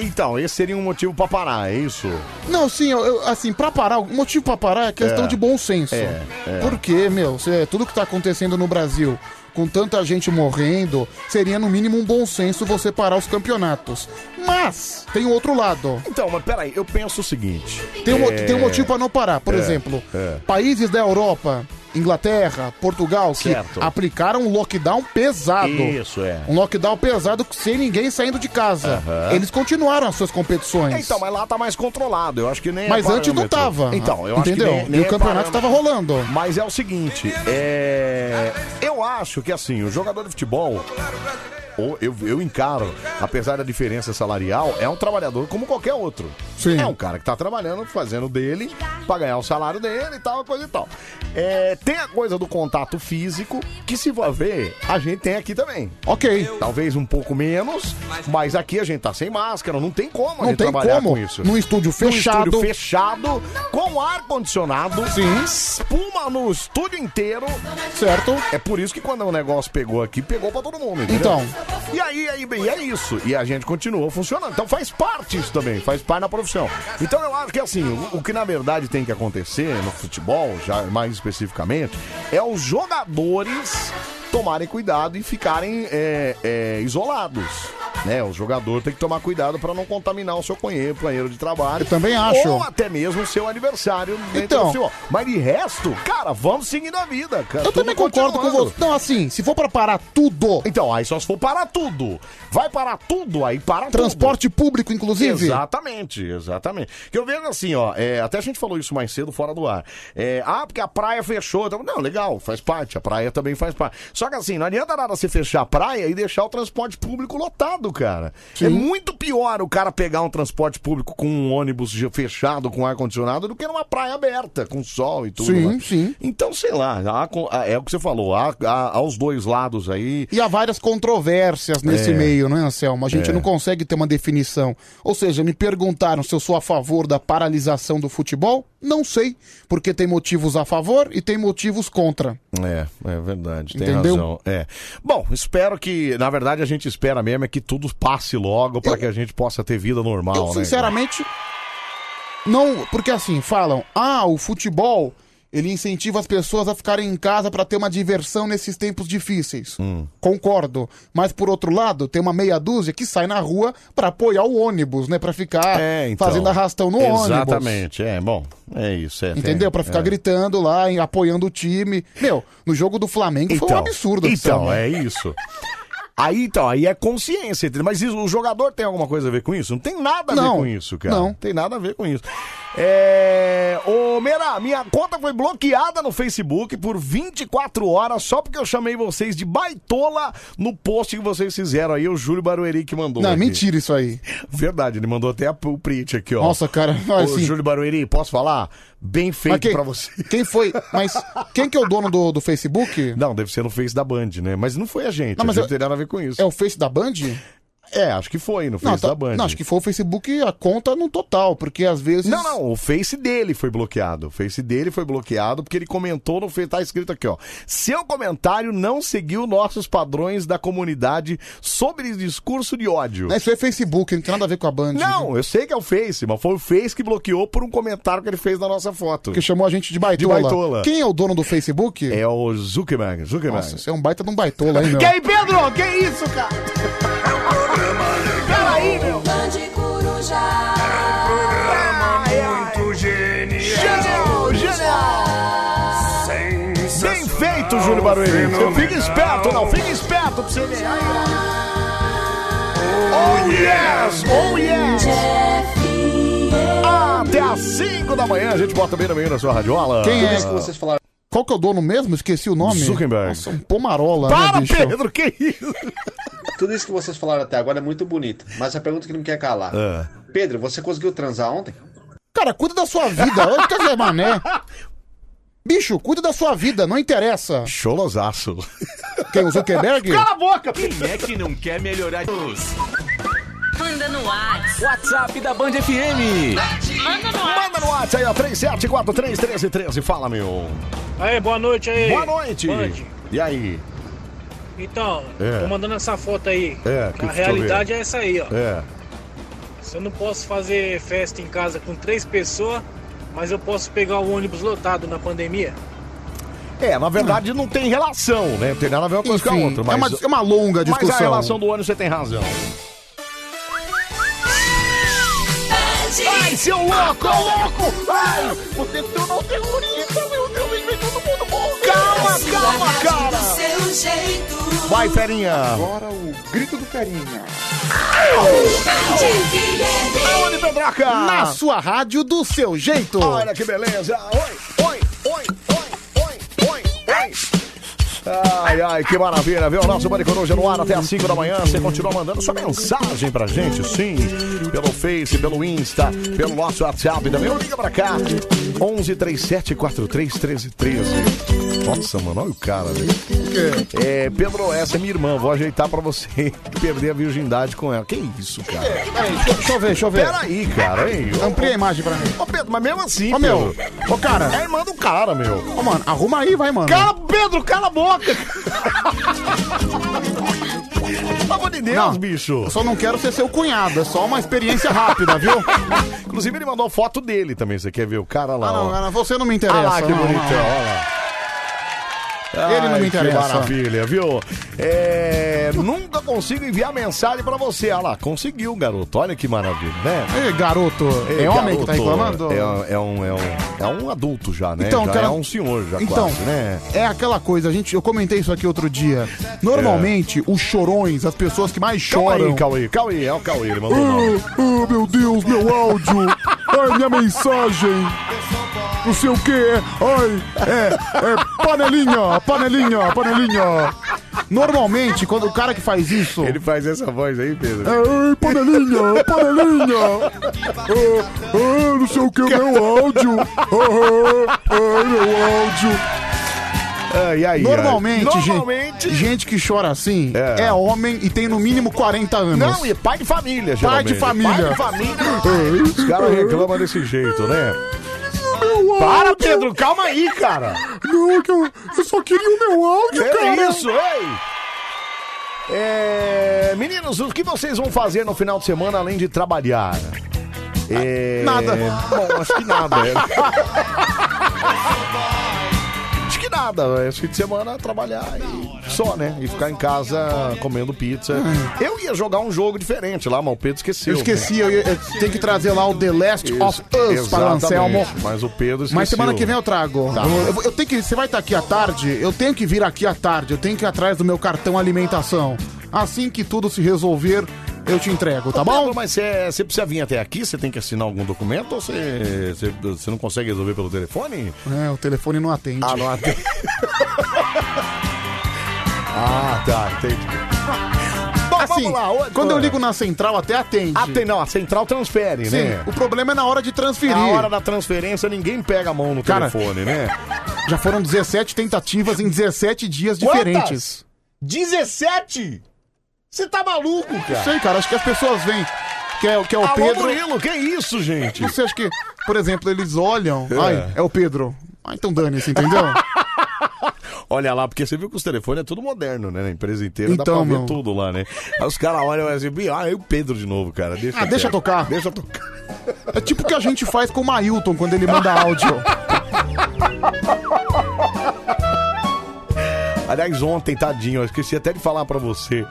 Então, esse seria um motivo pra parar, é isso? Não, sim, eu- eu, assim, pra parar, o motivo pra parar é questão É. de bom senso. É, é. Porque, meu, cê- tudo que tá acontecendo no Brasil, com tanta gente morrendo, seria no mínimo um bom senso você parar os campeonatos. Mas, tem o outro lado. Então, mas peraí, eu penso o seguinte. Tem um, É, tem um motivo para não parar. Por É, exemplo, é. países da Europa, Inglaterra, Portugal, que Certo. aplicaram um lockdown pesado. Isso, é. Um lockdown pesado sem ninguém saindo de casa. Aham. Eles continuaram as suas competições. É, Então, mas lá tá mais controlado, eu acho que nem. é mas antes não parâmetro. tava. Então, eu Entendeu? acho que. nem- nem e o é parâmetro. campeonato estava rolando. Mas é o seguinte, é. Eu acho que assim, o jogador de futebol. ou Eu, eu encaro, apesar da diferença salarial, é um trabalhador como qualquer outro. Sim. É um cara que tá trabalhando, fazendo dele, pra ganhar o salário dele e tal, coisa e tal. É, tem a coisa do contato físico, que se for ver, a gente tem aqui também. Ok. Talvez um pouco menos, mas aqui a gente tá sem máscara, não tem como a Não gente tem trabalhar como. com isso. Num estúdio Num estúdio fechado. fechado, com ar-condicionado, Sim. espuma no estúdio inteiro. Certo? um É por isso que quando o negócio pegou aqui, pegou pra todo mundo. entendeu? Então, E aí, aí, bem, é isso. E a gente continua funcionando. Então faz parte isso também, faz parte da profissão. Então eu acho que assim, o, o que na verdade tem que acontecer no futebol, já mais especificamente, é os jogadores tomarem cuidado e ficarem é, é, isolados. Né? O jogador tem que tomar cuidado para não contaminar o seu companheiro, companheiro de trabalho. Eu também acho. Ou até mesmo o seu adversário dentro Então. do futebol. Mas de resto, cara, vamos seguindo a vida, cara. Eu também concordo com você. Não, assim, se for pra parar tudo. Então, aí só se for parar tudo. Vai parar tudo, aí para Transporte público, inclusive. Exatamente, exatamente. Que eu vejo assim, ó, é, até a gente falou isso mais cedo fora do ar. É, ah, porque a praia fechou. Então, não, legal, faz parte, a praia também faz parte. Só que assim, não adianta nada você fechar a praia e deixar o transporte público lotado, cara. É muito pior o cara pegar um transporte público com um ônibus já fechado, com ar-condicionado, do que numa praia aberta, com sol e tudo. Sim, né? sim. Então, sei lá, há co- há- é o que você falou, há, há- há os dois lados aí. E há várias controvérsias nesse É. meio, né, Anselmo? A gente É. não consegue ter uma definição. Ou seja, me perguntaram se eu sou a favor da paralisação do futebol? Não sei, porque tem motivos a favor e tem motivos contra. É, é verdade, tem Entendeu? razão. É. Bom, espero que, na verdade, a gente espera mesmo é que tudo passe logo pra que a gente possa ter vida normal, Eu, né? Então, sinceramente, não. Porque assim, falam, ah, o futebol ele incentiva as pessoas a ficarem em casa pra ter uma diversão nesses tempos difíceis. Hum. Concordo. Mas por outro lado, tem uma meia dúzia que sai na rua pra apoiar o ônibus, né? Pra ficar É, então. fazendo arrastão no ônibus. Exatamente, é, bom, é isso. É, Entendeu? Pra ficar gritando. gritando lá, e apoiando o time. Meu, no jogo do Flamengo foi um absurdo. Então, Anselmo. é isso. Aí, então, aí é consciência, entendeu? Mas isso, o jogador tem alguma coisa a ver com isso? Não tem nada a Não, ver com isso, cara. não. tem nada a ver com isso. É... Ô, Mera, minha conta foi bloqueada no Facebook por 24 horas só porque eu chamei vocês de baitola no post que vocês fizeram aí. O Júlio Barueri que mandou. Não, é aqui. mentira isso aí. Verdade, ele mandou até a- o print aqui, ó. Nossa, cara, Ô, assim- Júlio Barueri, posso falar? Bem feito Mas quem- pra você. Quem foi? Mas quem que é o dono do, do Facebook? Não, deve ser no Face da Band, né? Mas não foi a gente. Não, a mas gente eu- não tem nada a ver com isso. É o Face da Band? É, acho que foi no Face Não, tá- da Band. não, acho que foi o Facebook a conta no total, porque às vezes. Não, não, o Face dele foi bloqueado. O Face dele foi bloqueado porque ele comentou no Face. Tá escrito aqui, ó. Seu comentário não seguiu nossos padrões da comunidade sobre discurso de ódio. Não, Isso é Facebook, não tem nada a ver com a Band. né? Não, eu sei que é o Face, mas foi o Face que bloqueou por um comentário que ele fez na nossa foto. Porque chamou a gente de baitola. De baitola. Quem é o dono do Facebook? É o Zuckerberg. Zuckerberg. Nossa, você é um baita de um baitola, hein, meu? Que aí, Pedro? Que isso, cara? Peraí, meu. Bande Coruja. Genial, genial. Bem feito, Júlio Barueri. Você fica esperto, não. Fica esperto pra você ver. Aí, ó. Oh, yes! Oh, yes! Até às 5 da manhã a gente bota bem no meio da sua radiola. Quem é? Qual que é o dono mesmo? Esqueci o nome. Zuckerberg. Nossa, um Pomarola, né, Para, bicho? Pedro, que isso? Tudo isso que vocês falaram até agora é muito bonito, mas a pergunta que não quer calar. É. Pedro, você conseguiu transar ontem? Cara, cuida da sua vida. Olha que Zé Mané. Bicho, cuida da sua vida, não interessa. Cholosaço. Quem? O Zuckerberg? Cala a boca! Quem é que não quer melhorar os Manda no WhatsApp. WhatsApp da Band FM? Manda no WhatsApp. Manda no WhatsApp aí, ó. 37431313. Fala, meu. Aí, boa noite aí. Boa noite. Band. E aí? Então, É. tô mandando essa foto aí. É, que A deixa eu realidade é essa aí, ó. É. Se eu não posso fazer festa em casa com três pessoas, mas eu posso pegar o ônibus lotado na pandemia. É, na verdade não tem relação, né? Não tem nada a ver uma coisa com a Enfim, outra. Mas... é, uma, é uma longa discussão. Mas a relação do ônibus você tem razão. Ai, seu louco, louco! Ai, você tornou terrorista, um meu Deus, vem ver todo mundo né? morrer! Calma, calma, Do cara! seu jeito. Vai, ferinha! Agora o grito do carinha. Band FM. Aonde, Pedroca? Na sua rádio do seu jeito. Olha que beleza! Oi, oi, oi, oi, oi, oi, oi! Ai, ai, que maravilha, viu? Nosso Bande Coruja no ar até às 5 da manhã. Você continua mandando sua mensagem pra gente, sim. Pelo Face, pelo Insta, pelo nosso WhatsApp também. Ou liga pra cá. 11 37 43 13 13. Nossa, mano, olha o cara, velho. É, Pedro, essa é minha irmã. Vou ajeitar pra você perder a virgindade com ela. Que isso, cara? Peraí, deixa, deixa eu ver, deixa eu ver. Peraí, cara, hein? Amplia a imagem pra mim. Ô, Pedro, mas mesmo assim, Ô, meu. Pedro. Ô, cara. É a irmã do cara, meu. Ô, mano, arruma aí, vai, mano. Cala, Pedro, cala a boca. Pelo amor de Deus, bicho. Eu só não quero ser seu cunhado, é só uma experiência rápida, viu? Inclusive, ele mandou foto dele também. Você quer ver o cara lá? Ah, não, ó. cara, você não me interessa, Ah, lá, que não, bonitão, não. olha lá. Ele não me Ai, interessa. Que maravilha, viu? É, nunca consigo enviar mensagem pra você. Olha lá, conseguiu, garoto. Olha que maravilha, né? Ei, garoto, Ei, é homem que tá garoto, reclamando? É, um- é um, é, um, é um adulto já, né? Então, já cara- é um senhor já Então, quase, né? é aquela coisa, a gente, eu comentei isso aqui outro dia. Normalmente, os chorões, as pessoas que mais Calma aí, choram. Cauê. Cauê, é o Cauê, ele mandou não. Ah, ah, meu Deus, meu áudio! Ai, minha mensagem! Não sei o que é. Ai, é, é panelinha, panelinha, panelinha. Normalmente, quando o cara que faz isso. É, Ele faz essa voz aí, Pedro. Ai, panelinha, panelinha! Ah, ah, não sei o que, meu áudio! Ah, ah, ai, meu áudio! Ah, e aí? Normalmente, aí? gente- Normalmente- Gente, que chora assim É. é. homem e tem no mínimo 40 anos. Não, e pai de família, Pai de geralmente. família. Pai de É família. Os caras reclamam desse jeito, né? Meu Para, áudio. Pedro, calma aí, cara. Não, é que eu, eu só queria o meu áudio, É cara. isso, ei! É, meninos, o que vocês vão fazer no final de semana além de trabalhar? É, Nada. Bom, acho que nada. é. acho que nada. é, Esse fim de semana trabalhar e só, né? E ficar em casa comendo pizza. Eu ia jogar um jogo diferente lá, mas o Pedro esqueceu. Eu esqueci, eu, eu tenho que trazer lá o The Last of Us para o Anselmo. Exatamente, Mas o Pedro esqueceu. Mas semana que vem eu trago. Tá. Eu, eu- eu tenho que. Você vai estar aqui à tarde? Eu tenho que vir aqui à tarde. Eu tenho que ir atrás do meu cartão alimentação. Assim que tudo se resolver, eu te entrego, tá bom? Pedro, mas você você precisa vir até aqui? Você tem que assinar algum documento ou você, você, você não consegue resolver pelo telefone? É, o telefone não atende. Ah, não atende. ah, tá, entendi. Bom, Assim, vamos lá. ô- quando eu ligo na central, até atende. Ah, tem, não, a central transfere, Sim, né? o problema é na hora de transferir. Na hora da transferência, ninguém pega a mão no Cara, telefone, né? Já foram 17 tentativas em 17 dias diferentes. 17? Você tá maluco, Não cara? sei, cara, acho que as pessoas veem que é, que é o Alô, Pedro. Murilo, que isso, gente? Não sei, acho que, por exemplo, eles olham. É. Ai, é o Pedro. Ah, então dane-se, entendeu? Olha lá, porque você viu que os telefones é tudo moderno, né? Na empresa inteira dá pra Então, ver meu. tudo lá, né? Aí os caras olham e assim, ah, é o Pedro de novo, cara. Deixa Ah, deixa quieto." tocar. Deixa tocar. É tipo o que a gente faz com o Mailton quando ele manda áudio. Aliás, ontem, tadinho, eu esqueci até de falar pra você.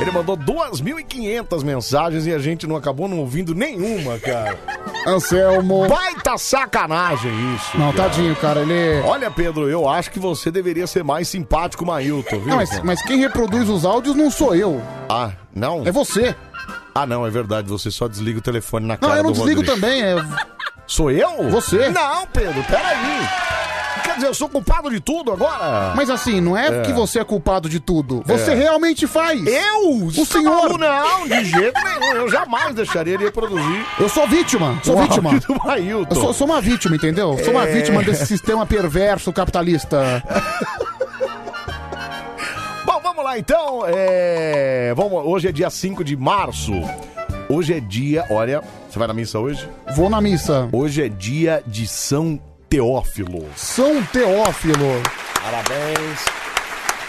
Ele mandou 2.500 mensagens e a gente não acabou não ouvindo nenhuma, cara. Anselmo. Baita sacanagem isso. Não, cara. tadinho, cara, ele. Olha, Pedro, eu acho que você deveria ser mais simpático, Mailton, viu? Não, mas, cara? mas quem reproduz os áudios não sou eu, Ah, não? é você. Ah, não, é verdade. Você só desliga o telefone na Não, cara eu não do desligo Rodrigo. também, é. Sou eu? Você. Não, Pedro, peraí. Quer dizer, eu sou culpado de tudo agora? Mas assim, não é, que você é culpado de tudo. Você É. realmente faz. eu? O senhor. Não, de jeito nenhum. Eu jamais deixaria ele reproduzir. Eu sou vítima, sou o vítima. áudio do Mailton. Eu sou, sou uma vítima, entendeu? Sou uma É. vítima desse sistema perverso capitalista. Bom, vamos lá então. É... Vamos... Hoje é dia 5 de março. Hoje é dia. Olha, você vai na missa hoje? Vou na missa. Hoje é dia de São Teófilo. São Teófilo. Parabéns.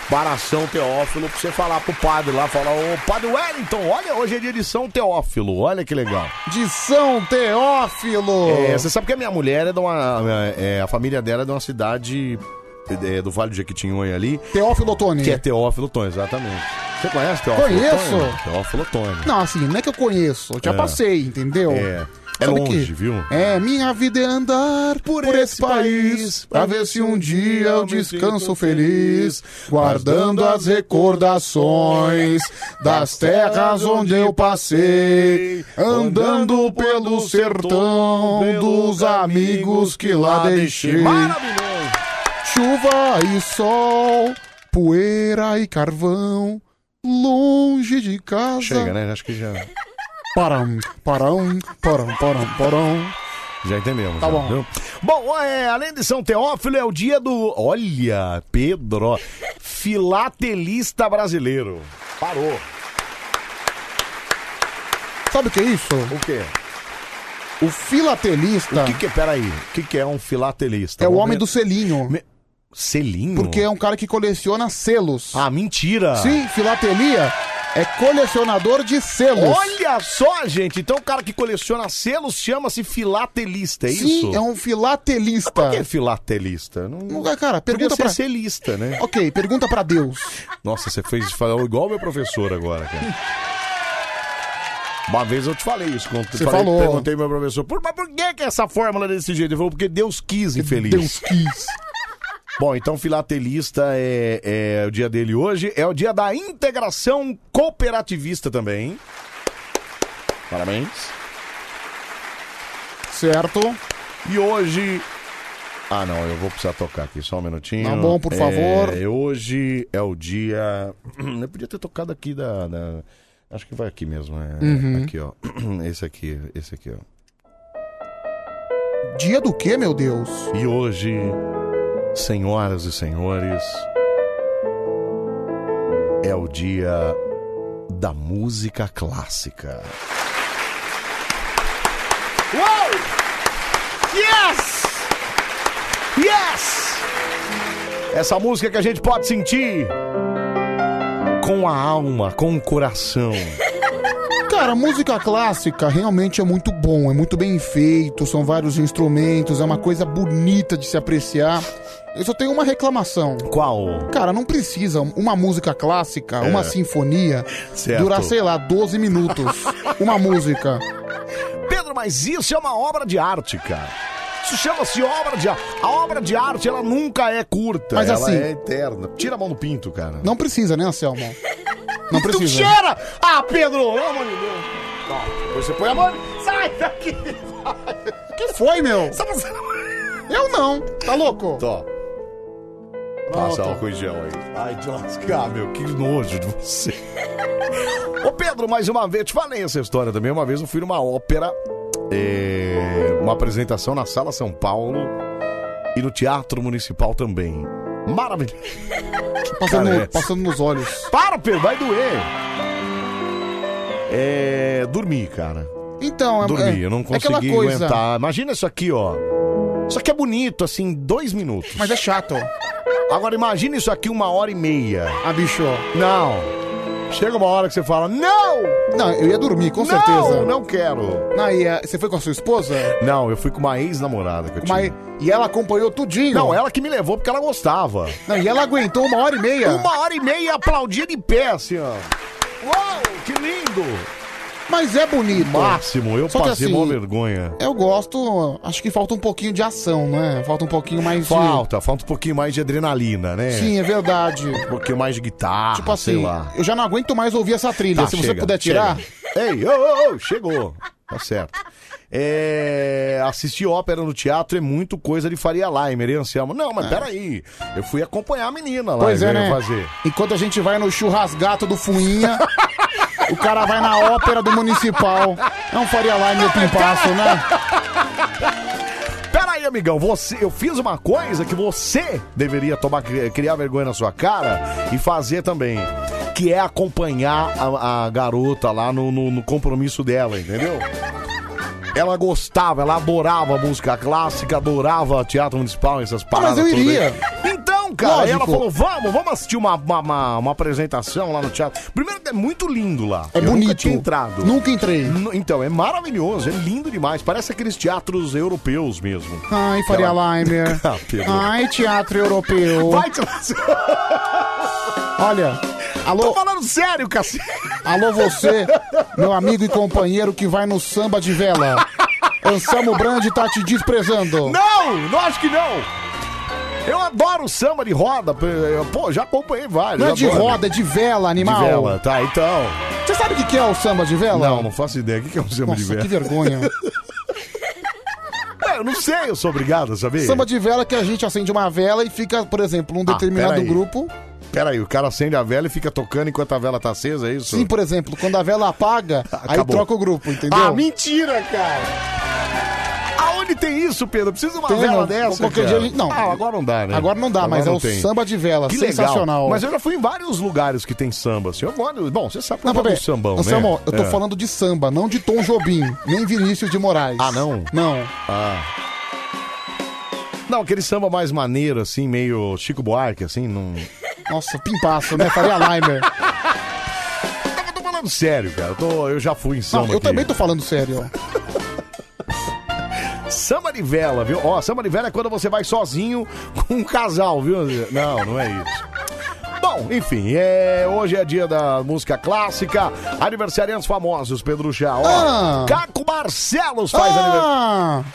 Para São Teófilo, pra você falar pro padre lá, falar, ô padre Wellington, olha, hoje é dia de São Teófilo, olha que legal. De São Teófilo. É, você sabe que a minha mulher é de uma. é, a família dela é de uma cidade é, do Vale do Jequitinhonha ali, Teófilo Tony. que é Teófilo Otoni, exatamente. Você conhece Teófilo Conheço. Otoni? Teófilo Otoni. Não, assim, não é que eu conheço. Eu já É. passei, entendeu? É. É Sabe longe, que- viu? É, minha vida é andar por, esse país, pra ver se um dia eu descanso feliz, guardando as recordações das terras onde eu passei, andando pelo sertão dos amigos que lá deixei. Maravilhoso. Chuva e sol, poeira e carvão, longe de casa. Chega, né? Acho que já, Param, param, param, param, param. já entendemos. Tá já, bom. viu? Bom, é, além de São Teófilo, é o dia do. Olha, Pedro, ó, filatelista brasileiro. Parou. Sabe o que é isso? O quê? O filatelista O que, que é? Peraí. O que, que é um filatelista? é o Vamos homem ver. do selinho. Me- Selinho? Porque é um cara que coleciona selos. Ah, mentira! Sim, filatelia É colecionador de selos. Olha só, gente. Então o cara que coleciona selos chama-se filatelista, é isso? Sim, é um filatelista. Por que é filatelista? Não... Nunca, cara, pergunta Podia pra... ser celista, né? Ok, pergunta pra Deus. Nossa, você fez falar igual meu professor agora, cara. Uma vez eu te falei isso. quando Você falei- falou. Perguntei pro meu professor, por, mas por que, que essa fórmula é desse jeito? Ele falou, porque Deus quis, infeliz. Deus quis. Bom, então filatelista é, é o dia dele hoje. É o dia da integração cooperativista também. Parabéns. Certo? E hoje... Ah, não, eu vou precisar tocar aqui, só um minutinho. Tá bom, por favor. É, hoje é o dia... Eu podia ter tocado aqui da... da- Acho que vai aqui mesmo. é, Uhum. Aqui, ó. Esse aqui, esse aqui, ó. Dia do quê, meu Deus? E hoje, senhoras e senhores, é o dia da música clássica. Uou! Yes! Yes! Essa música que a gente pode sentir com a alma, com o coração. Cara, música clássica realmente é muito bom, é muito bem feito, são vários instrumentos, é uma coisa bonita de se apreciar. Eu só tenho uma reclamação. Qual? Cara, não precisa uma música clássica, É. uma sinfonia, Certo. durar, sei lá, 12 minutos. uma música. Pedro, mas isso é uma obra de arte, cara. Isso chama-se obra de arte. A obra de arte, ela nunca é curta. Mas ela assim- é eterna. Tira a mão do pinto, cara. Não precisa, né, Anselmo? Não Tu precisa. cheira! Ah, Pedro, pelo amor de Deus. Não, depois você põe a mão. Sai daqui! que foi, meu? Só você- tá Eu não. Tá louco? Tó. Passa álcool em gel aí. Ai, de lascar, meu. Que nojo de você. Ô, Pedro, mais uma vez, te falei essa história também. Uma vez eu fui numa ópera, é, uma apresentação na Sala São Paulo e no Teatro Municipal também. Maravilhoso. Passando, Cara, é. passando nos olhos. Para, Pedro, vai doer. É. Dormi, cara. Então, é Dormi, é, eu não é aquela consegui coisa, aguentar. Imagina isso aqui, ó. Isso aqui é bonito, assim, dois minutos. Mas é chato. Agora imagina isso aqui uma hora e meia. Ah, bicho. Não. Chega uma hora que você fala, não! Não, eu ia dormir, com não, certeza. não quero. Não, e, eh, você foi com a sua esposa? Não, eu fui com uma ex-namorada que eu Mas- tinha. e ela acompanhou tudinho. Não, ela que me levou porque ela gostava. Não, e ela aguentou uma hora e meia. Uma hora e meia aplaudia de pé, assim, ó. Uau, que lindo! Mas é bonito. Máximo, eu Só que passei assim, mó vergonha. Eu gosto, acho que falta um pouquinho de ação, né? Falta um pouquinho mais de- Falta, falta um pouquinho mais de adrenalina, né? Sim, é verdade. Um pouquinho mais de guitarra, Tipo Tá, sei assim, lá. eu já não aguento mais ouvir essa trilha. Tá, Se você chega, puder tirar. chega. Ei, ô, ô, ô, chegou. Tá certo. É, assistir ópera no teatro é muito coisa de Faria Limer, hein, Anselmo? Não, mas peraí. Eu fui acompanhar a menina lá. Pois eu é, ia né? Fazer. Enquanto a gente vai no churrasgato do Fuinha, o cara vai na ópera do Municipal. Não faria lá meu pimpaço, né? Peraí, amigão. Você, eu fiz uma coisa que você deveria tomar, cri- criar vergonha na sua cara e fazer também. Que é acompanhar a, a garota lá no- no- no compromisso dela, entendeu? Ela gostava, ela adorava música clássica, adorava teatro municipal, essas paradas. eu todas. iria. Então, cara, Lógico. ela falou: vamos, vamos assistir uma, uma, uma- uma apresentação lá no teatro. Primeiro, que é muito lindo lá. É eu bonito. Nunca tinha entrado. Nunca entrei. N- Então, é maravilhoso, é lindo demais. Parece aqueles teatros europeus mesmo. Ai, Faria Limer. Ah, Pedro. Ai, teatro europeu. Vai te lascar. Olha, Tô alô, falando sério, cacete. alô você, meu amigo e companheiro que vai no samba de vela. Anselmo Brandi tá te desprezando. Não, não acho que não. Eu adoro samba de roda. Pô, já acompanhei vários. Não é eu de adoro. roda, é de vela, De animal. vela, tá, então. Você sabe o que que é o samba de vela? Não, não faço ideia. O que que é um samba de Nossa, vela? que vergonha. É, eu não sei, eu sou obrigado a saber. samba de vela é que a gente acende uma vela e fica, por exemplo, num Ah, determinado peraí. grupo. Peraí, o cara acende a vela e fica tocando enquanto a vela tá acesa, é isso? Sim, por exemplo, quando a vela apaga, aí Acabou. troca o grupo, entendeu? Ah, mentira, cara! Aonde tem isso, Pedro? Precisa de uma Tem, vela não. dessa, Qualquer cara. dia a gente- não. Ah, agora não dá, né? Agora não dá, mas é o tem. samba de vela, Que legal. sensacional. Mas eu já fui em vários lugares que tem samba, assim. Eu gosto... Bom, você sabe que eu Não, gosto Pepe, do sambão, Anselmo, né? eu tô É. falando de samba, não de Tom Jobim, nem Vinícius de Moraes. Ah, não? Não. Ah. Não, aquele samba mais maneiro, assim, meio Chico Buarque, assim, não... Nossa, pimpaço, né? Faria Limer. falando sério, cara. Eu, tô- eu já fui em samba. eu aqui. também tô falando sério. Samba de vela, viu? Ó, samba de vela é quando você vai sozinho com um casal, viu? Não, não é isso. Bom, enfim, é... hoje é dia da música clássica. Aniversariantes famosos, Pedro Chá. Ó, Ah. Caco Barcelos faz aniversário.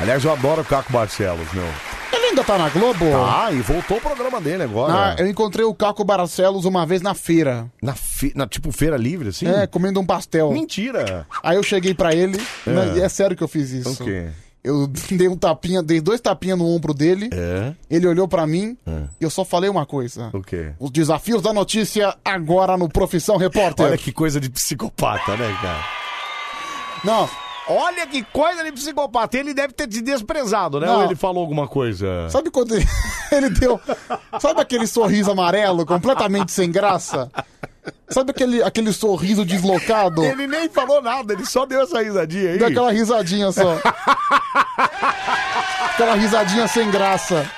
Aliás, eu adoro o Caco Barcelos, meu. Ele ainda tá na Globo? Ah, e voltou o programa dele agora. Ah, eu encontrei o Caco Barcelos uma vez na feira. Na, fe- na tipo feira livre, assim? É, comendo um pastel. Mentira. Aí eu cheguei pra ele, É. né, e é sério que eu fiz isso. O quê? Eu dei um tapinha, dei dois tapinhas no ombro dele, É. ele olhou pra mim É. e eu só falei uma coisa. O quê? Os desafios da notícia agora no Profissão Repórter. Olha que coisa de psicopata, né, cara? Não, Olha que coisa de psicopata. Ele deve ter te desprezado, né? Não. Ou ele falou alguma coisa? sabe quando ele, ele deu. Sabe aquele sorriso amarelo completamente sem graça? Sabe aquele, aquele sorriso deslocado? Ele nem falou nada, ele só deu essa risadinha aí. Deu aquela risadinha só. aquela risadinha sem graça.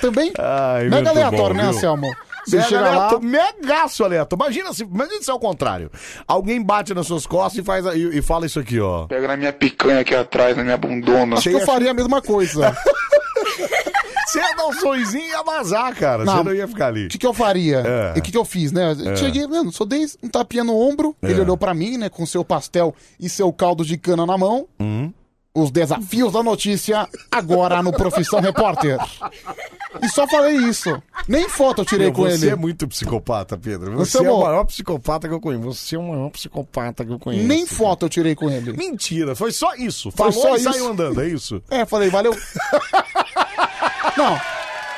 Também? Ai, muito Mega aleatório, bom, né, viu? Anselmo? Você Mega chega lá. aleatório, Megaço aleatório. Imagina se, imagina se é o contrário. Alguém bate nas suas costas e, faz, a- e, e fala isso aqui, ó. Pega na minha picanha aqui atrás, na minha bundona. Acho que eu faria a mesma coisa. Você ia dar um sorrisinho e ia vazar, Ah, cara. Você Não. não ia ficar ali. O que, que eu faria? É. E o que, que eu fiz, né? Eu Cheguei, mano, só dei um tapinha no ombro. É. Ele olhou pra mim, né, com seu pastel e seu caldo de cana na mão. Os desafios da notícia, agora no Profissão Repórter. E só falei isso. Nem foto eu tirei Meu, com você ele. é muito psicopata, Pedro. Você Você, é é o bom. maior psicopata que eu conheço. Você é o maior psicopata que eu conheço. Nem foto eu tirei com ele. Mentira, foi só isso. Foi Falou só e isso. saiu andando, é isso? É, falei, valeu. não,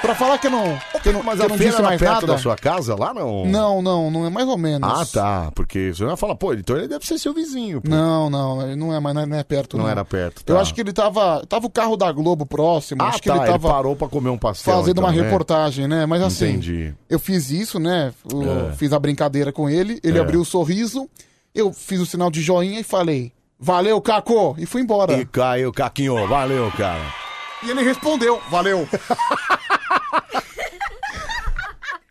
pra falar que eu não, que eu não, Mas que eu a não feira disse era mais perto da nada. sua casa lá, não? Não, não, não é mais ou menos. Ah, tá. Porque você não ia falar, pô, então ele deve ser seu vizinho. pô. Não, não, ele não é mais não é perto. Não era perto, Eu tá. acho que ele tava. Tava o carro da Globo próximo, Ah, acho que tá. ele Ele, tava parou pra comer um pastel. fazendo então, uma né? reportagem, né? Mas assim, Entendi. eu fiz isso, né? Eu É. Fiz a brincadeira com ele, ele É. abriu o sorriso, eu fiz o sinal de joinha e falei, valeu, Caco! E fui embora. E caiu, Caquinho. Valeu, cara. E ele respondeu, valeu.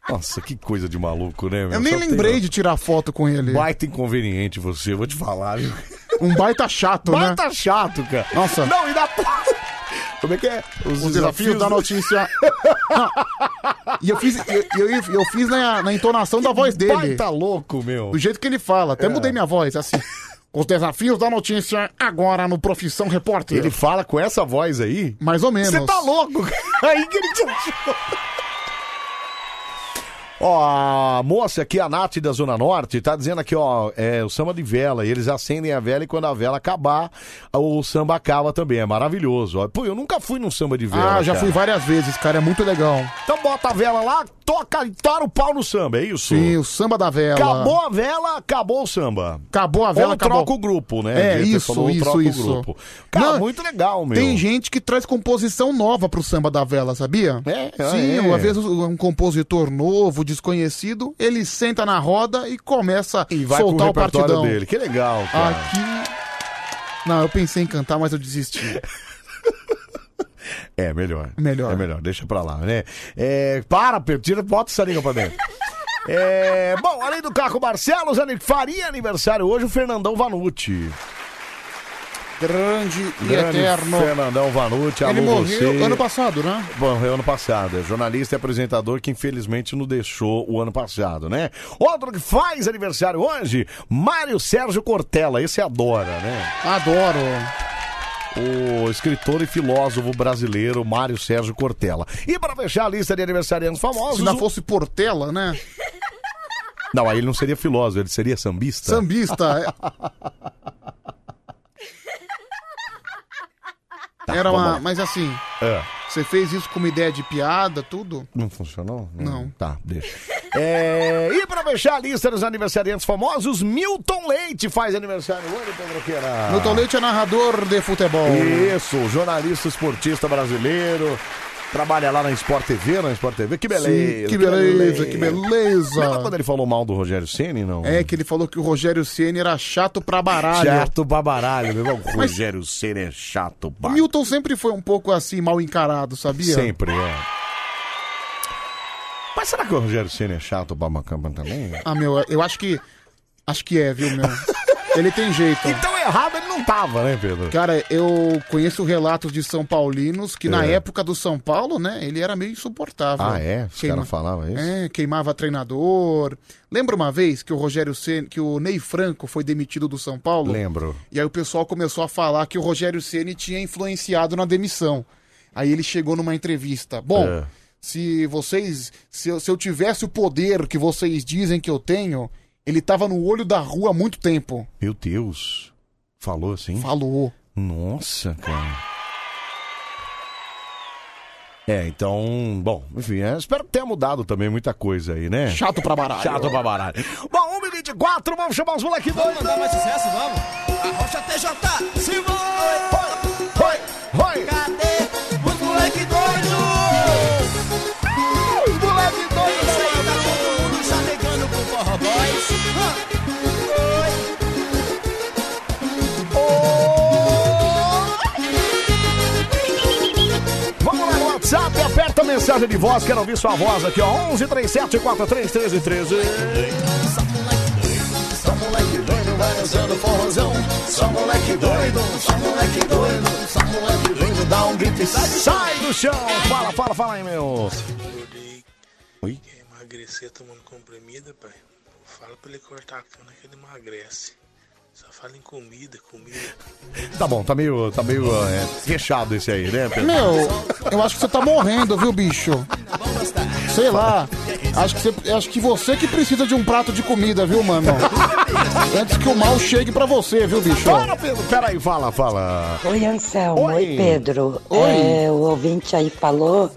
Nossa, que coisa de maluco, né, meu? Eu nem Só tem lembrei de tirar foto com ele. um Baita inconveniente você, vou te falar. viu? Um baita chato, né? Baita chato, cara. Nossa. Não, e da Como é que é? Os, O desafio da notícia. Não. E eu fiz, eu, eu, eu fiz na, na entonação da voz dele. Baita louco, É. meu. Do jeito que ele fala. Até mudei minha voz, assim. Os desafios da notícia agora no Profissão Repórter. Ele fala com essa voz aí? Mais ou menos. Você tá louco? cara. Aí que ele te achou. Ó, a moça aqui, a Nath da Zona Norte, tá dizendo aqui, ó, é o samba de vela. E eles acendem a vela e quando a vela acabar, o samba acaba também. É maravilhoso. ó. Pô, eu nunca fui num samba de vela. Ah, já cara. fui várias vezes, cara. É muito legal. Então bota a vela lá, toca e tora o pau no samba, é isso? Sim, o samba da vela. Acabou a vela, acabou o samba. Acabou a Ou vela, acabou. troca o grupo, né? É, Você isso, falou, ou isso, troca o isso. grupo. Cara, Não, muito legal, meu. Tem gente que traz composição nova pro samba da vela, sabia? É, Sim, é. uma vez um um compositor novo, desconhecido, ele senta na roda e começa E vai a com o soltar o repertório partidão. dele. Que legal, cara. Aqui. Não, eu pensei em cantar, mas eu desisti. É, melhor. Melhor. É melhor, deixa pra lá, né? É, para, Pedro, tira, bota essa língua pra dentro. É, bom, além do Caco Barcelos, ani- faria aniversário hoje o Fernandão Vanucci. Grande e Grande eterno. Fernandão Vanucci, Ele alô morreu você. ano passado, né? Morreu ano passado, é jornalista e apresentador que infelizmente não deixou o ano passado, né? Outro que faz aniversário hoje, Mário Sérgio Cortella, esse adora, né? Adoro. O escritor e filósofo brasileiro Mário Sérgio Cortella. E para fechar a lista de aniversariantes famosos, Se não o- fosse Portela, né? Não, aí ele não seria filósofo, ele seria sambista. Sambista. é. Era uma. Mas assim, Tá É. você fez isso com uma ideia de piada, tudo? Não funcionou? Não. Tá, deixa. É, E pra fechar a lista dos aniversariantes famosos, Milton Leite faz aniversário hoje, Pedro Queira. Milton Leite é narrador de futebol. Isso, jornalista esportista brasileiro. Trabalha lá na Sport TV, na Sport TV. Que beleza. Sim, que beleza, que beleza. Lembra quando ele falou mal do Rogério Ceni, não? É que ele falou que o Rogério Ceni era chato pra baralho. chato pra baralho, meu irmão. O Rogério Ceni é chato O pra Milton sempre foi um pouco assim, mal encarado, sabia? Sempre, é. Mas será que o Rogério Senna é chato pra macamba também? Ah, meu, eu acho que. Acho que é, viu, meu? Ele tem jeito. Então errado ele não tava, né, Pedro? Cara, eu conheço relatos de São Paulinos que na É. época do São Paulo, né, ele era meio insuportável. Ah, é? Os Queima- caras falavam isso? É, queimava treinador. Lembra uma vez que o Rogério Ceni, que o Ney Franco foi demitido do São Paulo? Lembro. E aí o pessoal começou a falar que o Rogério Ceni tinha influenciado na demissão. Aí ele chegou numa entrevista. Bom, É. se vocês, se eu, se eu tivesse o poder que vocês dizem que eu tenho, ele tava no olho da rua há muito tempo. Meu Deus. Falou assim? Falou. Nossa, cara. É, então, bom, enfim, é, espero que tenha mudado também muita coisa aí, né? Chato pra baralho. Chato pra baralho. Bom, 1 24 vamos chamar os moleque doido. Vamos mandar mais sucesso, vamos. A Rocha TJ, Simão. Oi, oi, oi. Cadê os moleque doido? Ah, Os moleque doido. Isso aí, tá todo mundo chamegando pro Forró Boys. Vamos lá no WhatsApp, aperta a mensagem de voz, quero ouvir sua voz aqui, ó. 11 37 43 13 13. Só moleque doido vai dançando forrozão. Só moleque doido, só moleque doido, só moleque doido dá um grito e Sai do chão, fala, fala, fala aí, meu. Oi? Emagrecer tomando comprimida, pai. Fala pra ele cortar a cana que ele emagrece. Só fala em comida, comida. Tá bom, tá meio, tá meio é, fechado esse aí, né, Pedro? Meu, eu acho que você tá morrendo, viu, bicho? Sei lá. Acho que, você, acho que você que precisa de um prato de comida, viu, mano? Antes que o mal chegue pra você, viu, bicho? Para, Pedro, peraí, fala, fala. Oi, Anselmo. Oi, Pedro. Oi. Hum. É, o ouvinte aí falou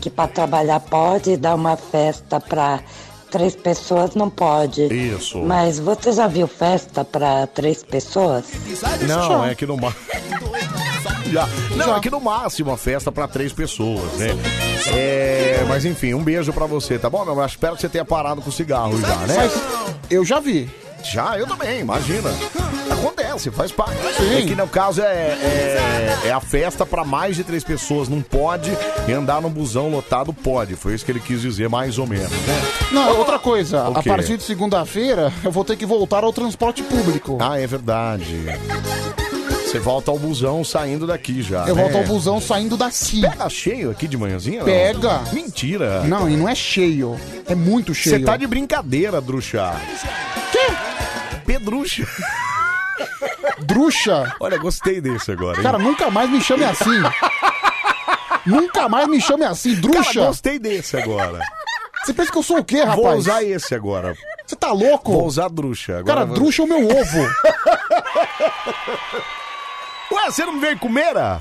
que para trabalhar pode dar uma festa para três pessoas, não pode. Isso. Mas você já viu festa para três pessoas? Não, é que no máximo. Não, é que no máximo a festa é pra três pessoas, né? É, mas enfim, um beijo pra você, tá bom, meu? Mas espero que você tenha parado com o cigarro já, né? Mas eu já vi. Já, eu também, imagina. Acontece, faz parte. É que no caso é, é, é a festa pra mais de três pessoas, não pode. E andar num busão lotado pode. Foi isso que ele quis dizer, mais ou menos, né? Não, outra coisa. O A quê? partir de segunda-feira, eu vou ter que voltar ao transporte público. Ah, é verdade. Você volta ao busão saindo daqui já. Eu né? volto ao busão saindo daqui. Pega cheio aqui de manhãzinha? não? Pega. Mentira. Não, e não é cheio. É muito cheio. Você tá de brincadeira, Druxa. Quê? Pedruxa. Druxa? Olha, gostei desse agora. hein? Cara, nunca mais me chame assim. nunca mais me chame assim, druxa. Cara, gostei desse agora. Você pensa que eu sou o quê, rapaz? Vou usar esse agora. Você tá louco? Vou usar Druxa. Agora Cara, vou- druxa é o meu ovo. Ué, você não veio comer? ah?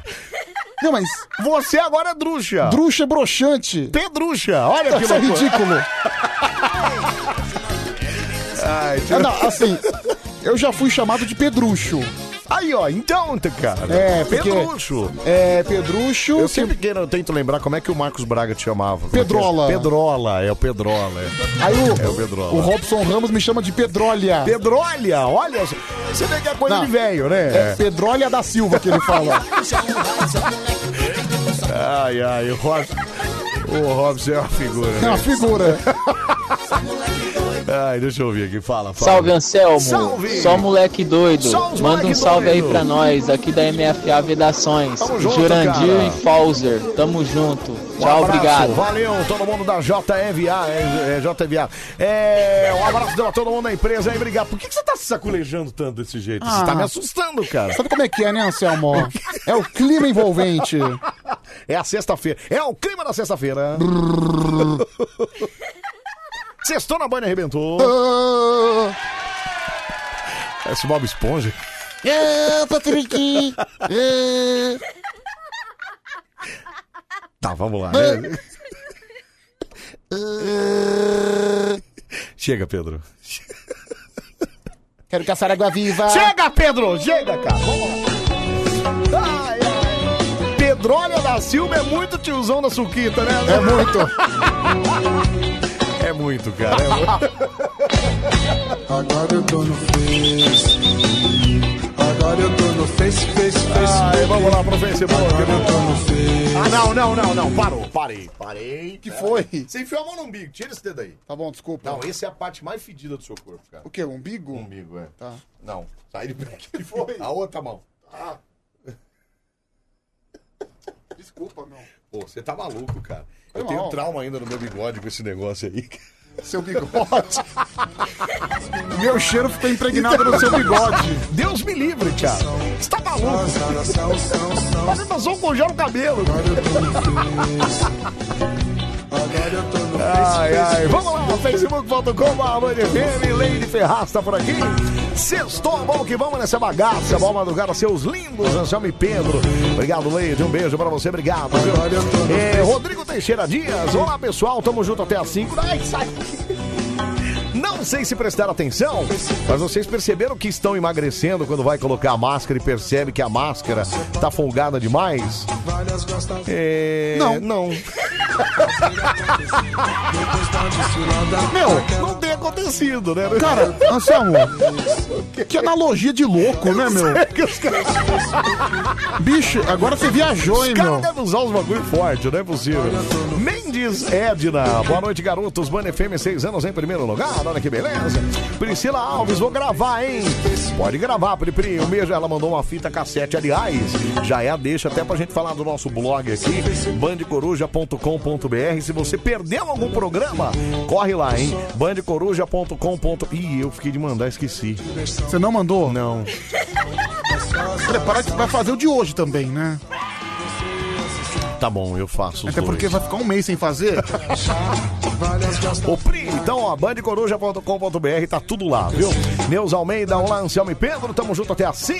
Não, mas. Você agora é Druxa. Druxa é broxante. Pedruxa, olha que Isso é loucura. ridículo. Ai, Ah, não, assim, eu já fui chamado de pedrucho. Aí, ó, então, cara. É, porque- Pedrucho. É, pedrucho. Eu sempre que... eu tento lembrar como é que o Marcos Braga te chamava. Como é que é? Pedrola. Pedrola, é o Pedrola. é. Aí É o o, Pedrola. o Robson Ramos me chama de Pedrolha. Pedrolha, olha. Você vê que é coisa Não. de velho, né? É Pedrolha da Silva que ele fala. Ai, ai, o Robson. O Robson é uma figura. É uma né? figura. Ai, deixa eu ouvir aqui. Fala, fala. Salve Anselmo, Salve. só um moleque doido. Só os Manda um moleque salve aí doido. pra nós, aqui da MFA Vedações. Tamo junto, Jurandir cara. e Fauser, tamo junto. Um Tchau, abraço, obrigado. Valeu, todo mundo da JVA, é, é, JVA. É, um abraço a todo mundo da empresa aí, obrigado. Por que, que você tá se saculejando tanto desse jeito? Você tá Ah. me assustando, cara. Sabe como é que é, né, Anselmo? É o clima envolvente. É a sexta-feira. É o clima da sexta-feira. Sextou na banha arrebentou. Esse Bob Esponja. É, Patrick. É. Tá, vamos lá. É. né? Chega, Pedro. Quero caçar água viva. Chega, Pedro! Chega, cara! Vamos lá. Ai, ai. Pedrolha da Silva é muito tiozão da Suquita, né? É muito. É muito, cara. É muito. É Agora eu tô no Face. Agora eu tô no Face. Face, face, face. Ai, vamos lá pro Facebook. Ah, não, não, não, não. Parou, parei, parei. Que foi? Você enfiou a mão no umbigo, tira esse dedo aí. Tá bom, desculpa. Não, essa é a parte mais fedida do seu corpo, cara. O quê? O umbigo? Umbigo, é. Tá. Não, sai de perto. Que foi? A outra mão. Ah. Desculpa, meu. Pô, você tá maluco, cara. Foi Eu tenho mal. trauma ainda no meu bigode com esse negócio aí. Seu bigode. Meu cheiro ficou impregnado no seu bigode. Deus me livre, cara. Você tá maluco? Você passou um congel no cabelo. Ai, ai, vamos lá, facebook.com, Armand FM, Lady Ferraz tá por aqui. Sextou, bom que vamos nessa bagaça. Boa madrugada, seus lindos, Anselmo e Pedro. Obrigado, Leide, um beijo pra você, obrigado. viu? É, Rodrigo Teixeira Dias, olá pessoal, tamo junto até às 5. Ai, sai. Não sei se prestaram atenção, mas vocês perceberam que estão emagrecendo quando vai colocar a máscara e percebe que a máscara tá folgada demais? É... Não. Não. Meu, não tem acontecido, né? Cara, Anselmo, que analogia de louco, né, meu? Bicho, agora você viajou, hein, Os caras meu? devem usar uns bagulho forte, não é possível. Mendes Edna. Boa noite, garotos. Band FM, seis anos em primeiro lugar. Olha que beleza. Priscila Alves, vou gravar, hein? Pode gravar, Pri Pri. Um beijo. Ela mandou uma fita cassete, aliás. Já é a deixa até pra gente falar do nosso blog aqui, bandecoruja.com.br. Se você perdeu algum programa, corre lá, hein? bandecoruja.com.br. Ih, eu fiquei de mandar, esqueci. Você não mandou? Não. Prepara que vai fazer o de hoje também, né? Tá bom, eu faço os Até porque dois. vai ficar um mês sem fazer. Ô, Pri, então, ó, bandecoruja.com.br, tá tudo lá, viu? Neus Almeida, olá, Anselmo e Pedro, tamo junto até às 5.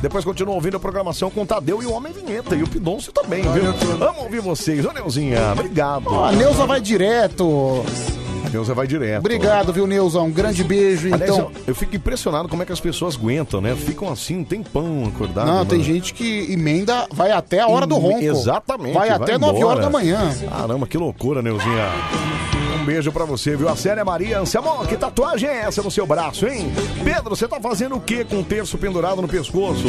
Depois continua ouvindo a programação com o Tadeu e o Homem Vinheta, e o Pidoncio também, viu? Amo ouvir vocês. Ô, Neuzinha, obrigado. Ó, a Neuza vai direto. A Neuza vai direto. Obrigado, viu, Neuza? Um grande beijo. Aliás, Então, eu, eu fico impressionado como é que as pessoas aguentam, né? Ficam assim um tempão acordado. não, tem mano. gente que emenda, vai até a hora do ronco. Exatamente. Vai até 9 embora. horas da manhã. Caramba, que loucura, Neuzinha. Um beijo pra você, viu? A Célia Maria Anselmo, que tatuagem é essa no seu braço, hein? Pedro, você tá fazendo o que com o terço pendurado no pescoço?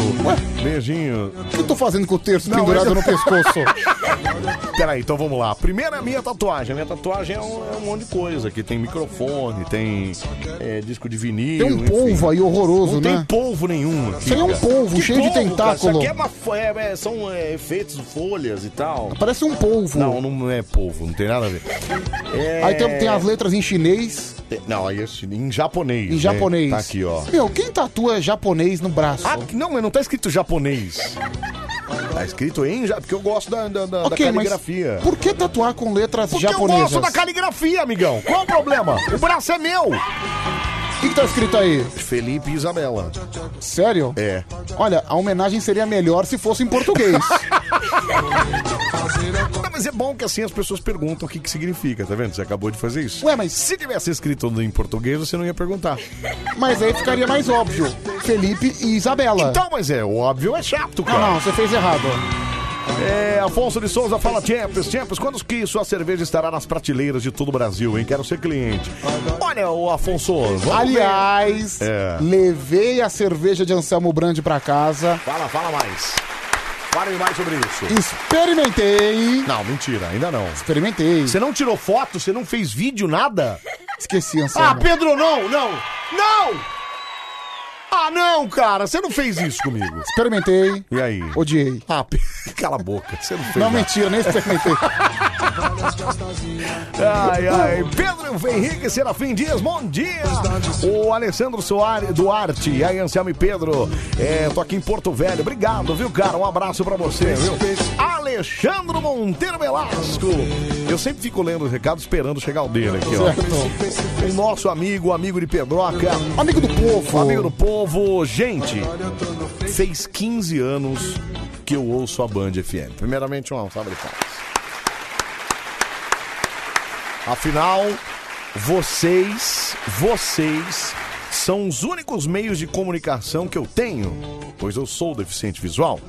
Beijinho. O que eu tô fazendo com o terço pendurado no pescoço? Peraí, então vamos lá. Primeiro é a minha tatuagem. A minha tatuagem é um, é um monte de coisa. Aqui tem microfone, tem é, disco de vinil. Tem um enfim. polvo aí horroroso, Não né? tem polvo nenhum. Aqui, Isso aí é um cara. polvo, Que cheio de polvo, cara? Isso tentáculo. aqui é uma fo- é- é- são é, efeitos, folhas e tal. Parece um polvo. Não, não é polvo, não tem nada a ver. É- Aí tem, tem as letras em chinês, Não, aí é chi- em japonês. em né? japonês. Tá aqui, ó. Meu, quem tatua japonês no braço? Ah, não, mas não tá escrito japonês. Tá escrito em japonês, porque eu gosto da, da, da- da Ok, mas caligrafia. Por que tatuar com letras Porque japonesas? eu gosto da caligrafia, amigão. Qual o problema? O braço é meu. O que, que tá escrito aí? Felipe e Isabela. Sério? É. Olha, a homenagem seria melhor se fosse em português. Não, mas é bom que assim as pessoas perguntam o que, que significa, tá vendo? Você acabou de fazer isso. Ué, mas, Se tivesse escrito em português, você não ia perguntar. mas aí ficaria mais óbvio. Felipe e Isabela. Então, mas é óbvio, é chato, Não, cara. não, você fez errado. É, Afonso de Souza fala, Champions, Champions, quando que sua cerveja estará nas prateleiras de todo o Brasil, hein? Quero ser cliente. Olha, o Afonso, vamos Aliás, ver. É. levei a cerveja de Anselmo Brandi pra casa, Fala, fala mais. Falem mais sobre isso. experimentei. Não, mentira, ainda não. Experimentei. Você não tirou foto? Você não fez vídeo, nada? Esqueci, Ah, Anselmo. Pedro, não, não, não! Ah, não, cara, você não fez isso comigo. Experimentei, E aí? odiei. Ah, Pe- cala a boca, você não fez Não, nada. mentira, nem experimentei. Ai, ai, Pedro Henrique Serafim Dias, bom dia! O Alessandro Soares Duarte, e aí, Anselmo e Pedro, é, tô aqui em Porto Velho, obrigado, viu, cara? Um abraço pra você, viu? Alexandro Monteiro Velasco, eu sempre fico lendo os recados esperando chegar o dele aqui, ó. O nosso amigo, amigo de Pedroca, Amigo do povo. amigo do povo, gente, fez 15 anos que eu ouço a Band FM. Primeiramente, um salve de palmas. Afinal, vocês, vocês são os únicos meios de comunicação que eu tenho, pois eu sou deficiente visual.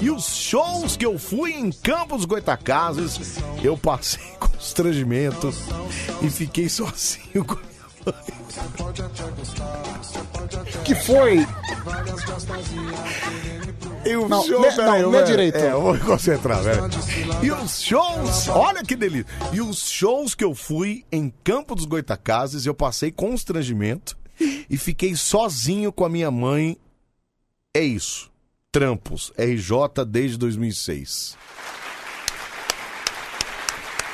E os shows que eu fui em Campos Goitacazes, eu passei constrangimento e fiquei sozinho com a minha Que foi? E o Não, show, né- peraí, não, eu- não é direito. É, eu vou me concentrar, velho. E os shows, olha que delícia. E os shows que eu fui em Campo dos Goitacazes, eu passei constrangimento e fiquei sozinho com a minha mãe. É isso. Trampos, RJ desde 2006.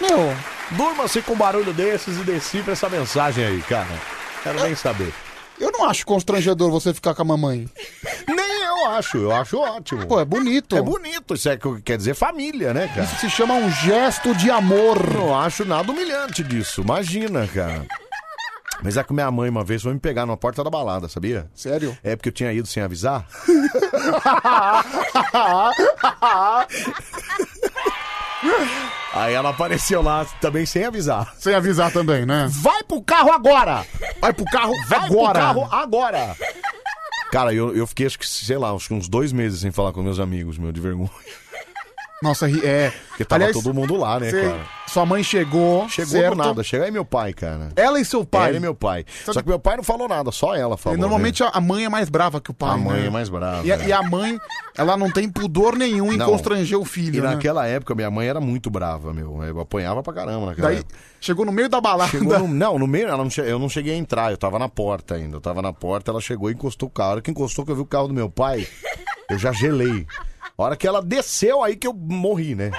Meu, durma-se com um barulho desses e decifra essa mensagem aí, cara. Quero nem saber. Eu não acho constrangedor você ficar com a mamãe. Nem eu acho, eu acho ótimo. Pô, é bonito. É bonito, isso é que quer dizer família, né, cara? Se chama um gesto de amor. Não acho nada humilhante disso, imagina, cara. Mas é que minha mãe uma vez foi me pegar na porta da balada, sabia? Sério? É porque eu tinha ido sem avisar. Aí ela apareceu lá também sem avisar. Sem avisar também, né? Vai pro carro agora! Vai pro carro Vai agora! pro carro agora! Cara, eu, eu fiquei, acho que, sei lá, acho que uns dois meses sem falar com meus amigos, meu, de vergonha. Nossa, ri- é. Porque tava todo mundo lá, né, cê- cara? Sua mãe chegou. Chegou certo? do nada, chegou aí meu pai, cara. Ela e seu pai. Ela e meu pai. Só que meu pai não falou nada, só ela E falou. né? normalmente a- a mãe é mais brava que o pai. A mãe né? é mais brava, E a, é. e a mãe, ela não tem pudor nenhum em Não. constranger o né? filho. E né? naquela época minha mãe era muito brava, meu. Eu apanhava pra caramba naquela Daí época. chegou no meio da balada. Chegou no- não, no meio, ela não che- eu não cheguei a entrar, eu tava na porta ainda. Eu tava na porta, ela chegou e encostou o carro. A hora que encostou, que eu vi o carro do meu pai, eu já gelei. A hora que ela desceu, aí que eu morri, né?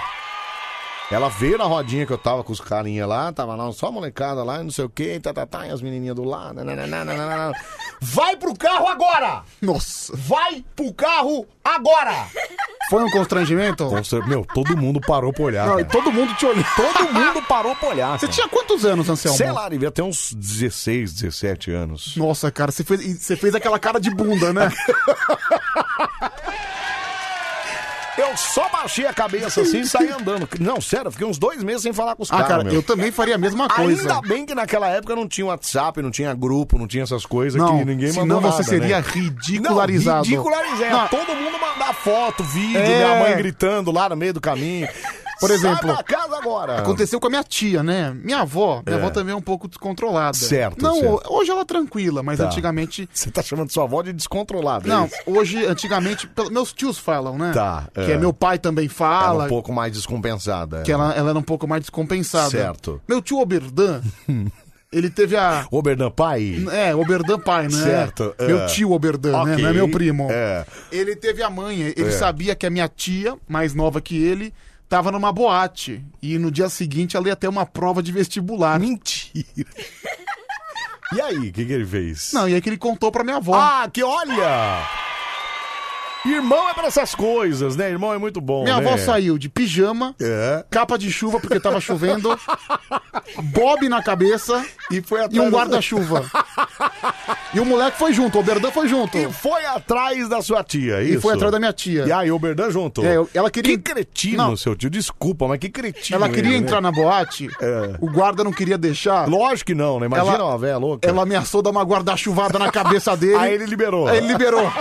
Ela veio na rodinha que eu tava com os carinha lá, tava lá só a molecada lá, não sei o quê, tá, tá, tá, e as menininhas do lado. nananana, nananana. Vai pro carro agora! Nossa. Vai pro carro agora! Foi um constrangimento? Constra- Meu, todo mundo parou pra olhar. Não, e cara. todo mundo te olhou. Todo mundo parou pra olhar. Você é um cara. tinha quantos anos, Anselmo? Sei lá, devia ter uns 16, 17 anos. Nossa, cara, você fez, e você fez aquela cara de bunda, né? Eu só baixei a cabeça assim e saí andando. Não, sério, eu fiquei uns dois meses sem falar com os Ah, caras. cara, meu. eu também faria a mesma coisa. Ainda bem que naquela época não tinha WhatsApp, não tinha grupo, não tinha essas coisas Não, que ninguém senão mandou você nada, seria né? ridicularizado. Não, ridicularizado. Não. Todo mundo mandar foto, vídeo, É. minha mãe gritando lá no meio do caminho. Por exemplo, Sai da casa agora. Aconteceu com a minha tia, né? Minha avó. Minha Ah. É. avó também é um pouco descontrolada. Certo, Não, certo. hoje ela é tranquila, mas Tá. antigamente. Você tá chamando sua avó de descontrolada. é Não, isso? hoje, antigamente, pelo- meus tios falam, né? Tá, é. Que é meu pai também Ela fala. um pouco mais descompensada. Que ela, ela era um pouco mais descompensada. Certo. Meu tio Oberdan, ele teve a. Oberdan pai? É, Oberdan pai, né? Certo, é. Meu tio Oberdan, né? Ok, Não é meu primo. é. Ele teve a mãe, ele É. sabia que a minha tia, mais nova que ele, tava numa boate. E no dia seguinte ela ia ter uma prova de vestibular. Mentira! E aí, o que, que ele fez? Não, e aí que ele contou pra minha avó. Ah, que olha! Irmão é pra essas coisas, né? Irmão é muito bom. minha né? avó saiu de pijama, É. capa de chuva porque tava chovendo, bob na cabeça e, foi e um do- guarda-chuva. e o moleque foi junto, o Oberdan foi junto. E foi atrás da sua tia, E isso? foi atrás da minha tia. E aí, o Berdan junto. É, eu- ela queria- Que cretino, Não. seu tio. Desculpa, mas que cretino. Ela queria ele, né? entrar na boate, É. o guarda não queria deixar. Lógico que não, né? Imagina Ela- uma velha louca. Ela ameaçou dar uma guarda-chuvada na cabeça dele. Aí ele liberou. Aí ele liberou.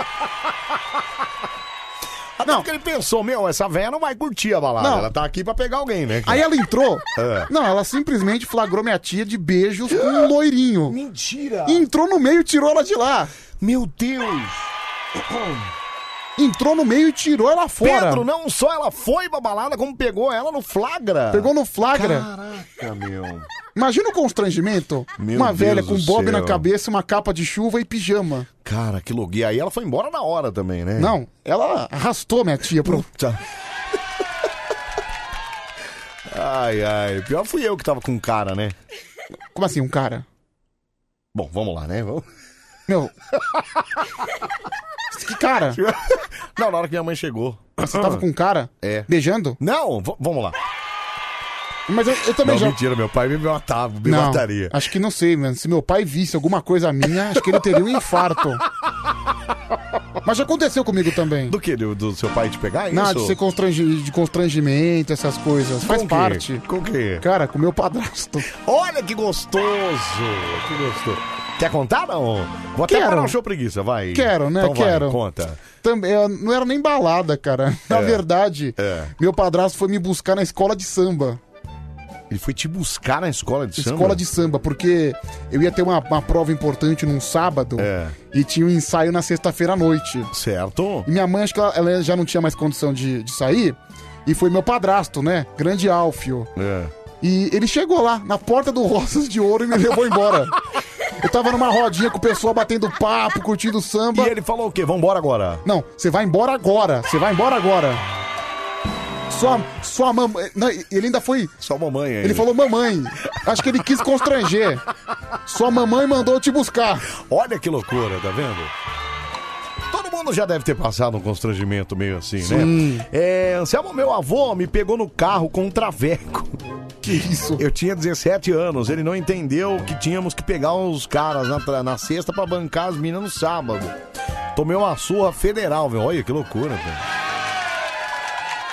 Até porque ele pensou, meu, essa velha não vai curtir a balada. Não. Ela tá aqui pra pegar alguém, né? cara? Aí ela entrou. É. Não, ela simplesmente flagrou minha tia de beijos com um loirinho. Mentira! E entrou no meio e tirou ela de lá. Meu Deus! Entrou no meio e tirou ela fora. Pedro, não só ela foi pra balada, como pegou ela no flagra. Pegou no flagra. Caraca, meu. Imagina o constrangimento. Meu uma Deus velha com do bob na céu. cabeça, uma capa de chuva e pijama. Cara, que logueira. Aí ela foi embora na hora também, né? Não, ela arrastou minha tia pro. Puta. Ai, ai. Pior fui eu que tava com o cara, né? Como assim, um cara? Bom, vamos lá, né? Vamos. Meu. que cara? Não, na hora que minha mãe chegou. Você tava com um cara? É. Beijando? Não, v- vamos lá. Mas eu, eu também não, já. mentira, meu pai me matava, me Não, mataria. Acho que não sei, mano. Se meu pai visse alguma coisa minha, acho que ele teria um infarto. Mas já aconteceu comigo também. Do que? Do, do seu pai te pegar? Nada de É isso? ser constrangi- de constrangimento, essas coisas. Faz Com o quê? parte. Com o quê? Cara, com meu padrasto. Olha que gostoso! Que gostoso. Quer contar, não? Vou até Quero. parar o show preguiça, vai. Quero, né? Então vai, Quero. conta. Também, eu não era nem balada, cara. Na É. verdade, É. meu padrasto foi me buscar na escola de samba. Ele foi te buscar na escola de samba? Escola de samba, porque eu ia ter uma, uma prova importante num sábado e tinha um ensaio na sexta-feira à noite. É. Certo. E minha mãe, acho que ela, ela já não tinha mais condição de, de sair. E foi meu padrasto, né? Grande Alfio. É. E ele chegou lá, na porta do Rosas de Ouro e me levou embora. Eu tava numa rodinha com o pessoal batendo papo, curtindo samba. E ele falou o quê? Vambora agora. Não, você vai embora agora. Você vai embora agora. Sua, sua mamãe. Não, ele ainda foi. Sua mamãe Ele falou, mamãe. Acho que ele quis constranger. Sua mamãe mandou eu te buscar. Olha que loucura, tá vendo? Todo mundo já deve ter passado um constrangimento meio assim, né? É, Anselmo, meu avô me pegou no carro com um traveco. Que isso? Eu tinha 17 anos, ele não entendeu que tínhamos que pegar os caras na, tra- na sexta pra bancar as minas no sábado. Tomei uma surra federal, velho. Olha que loucura, velho.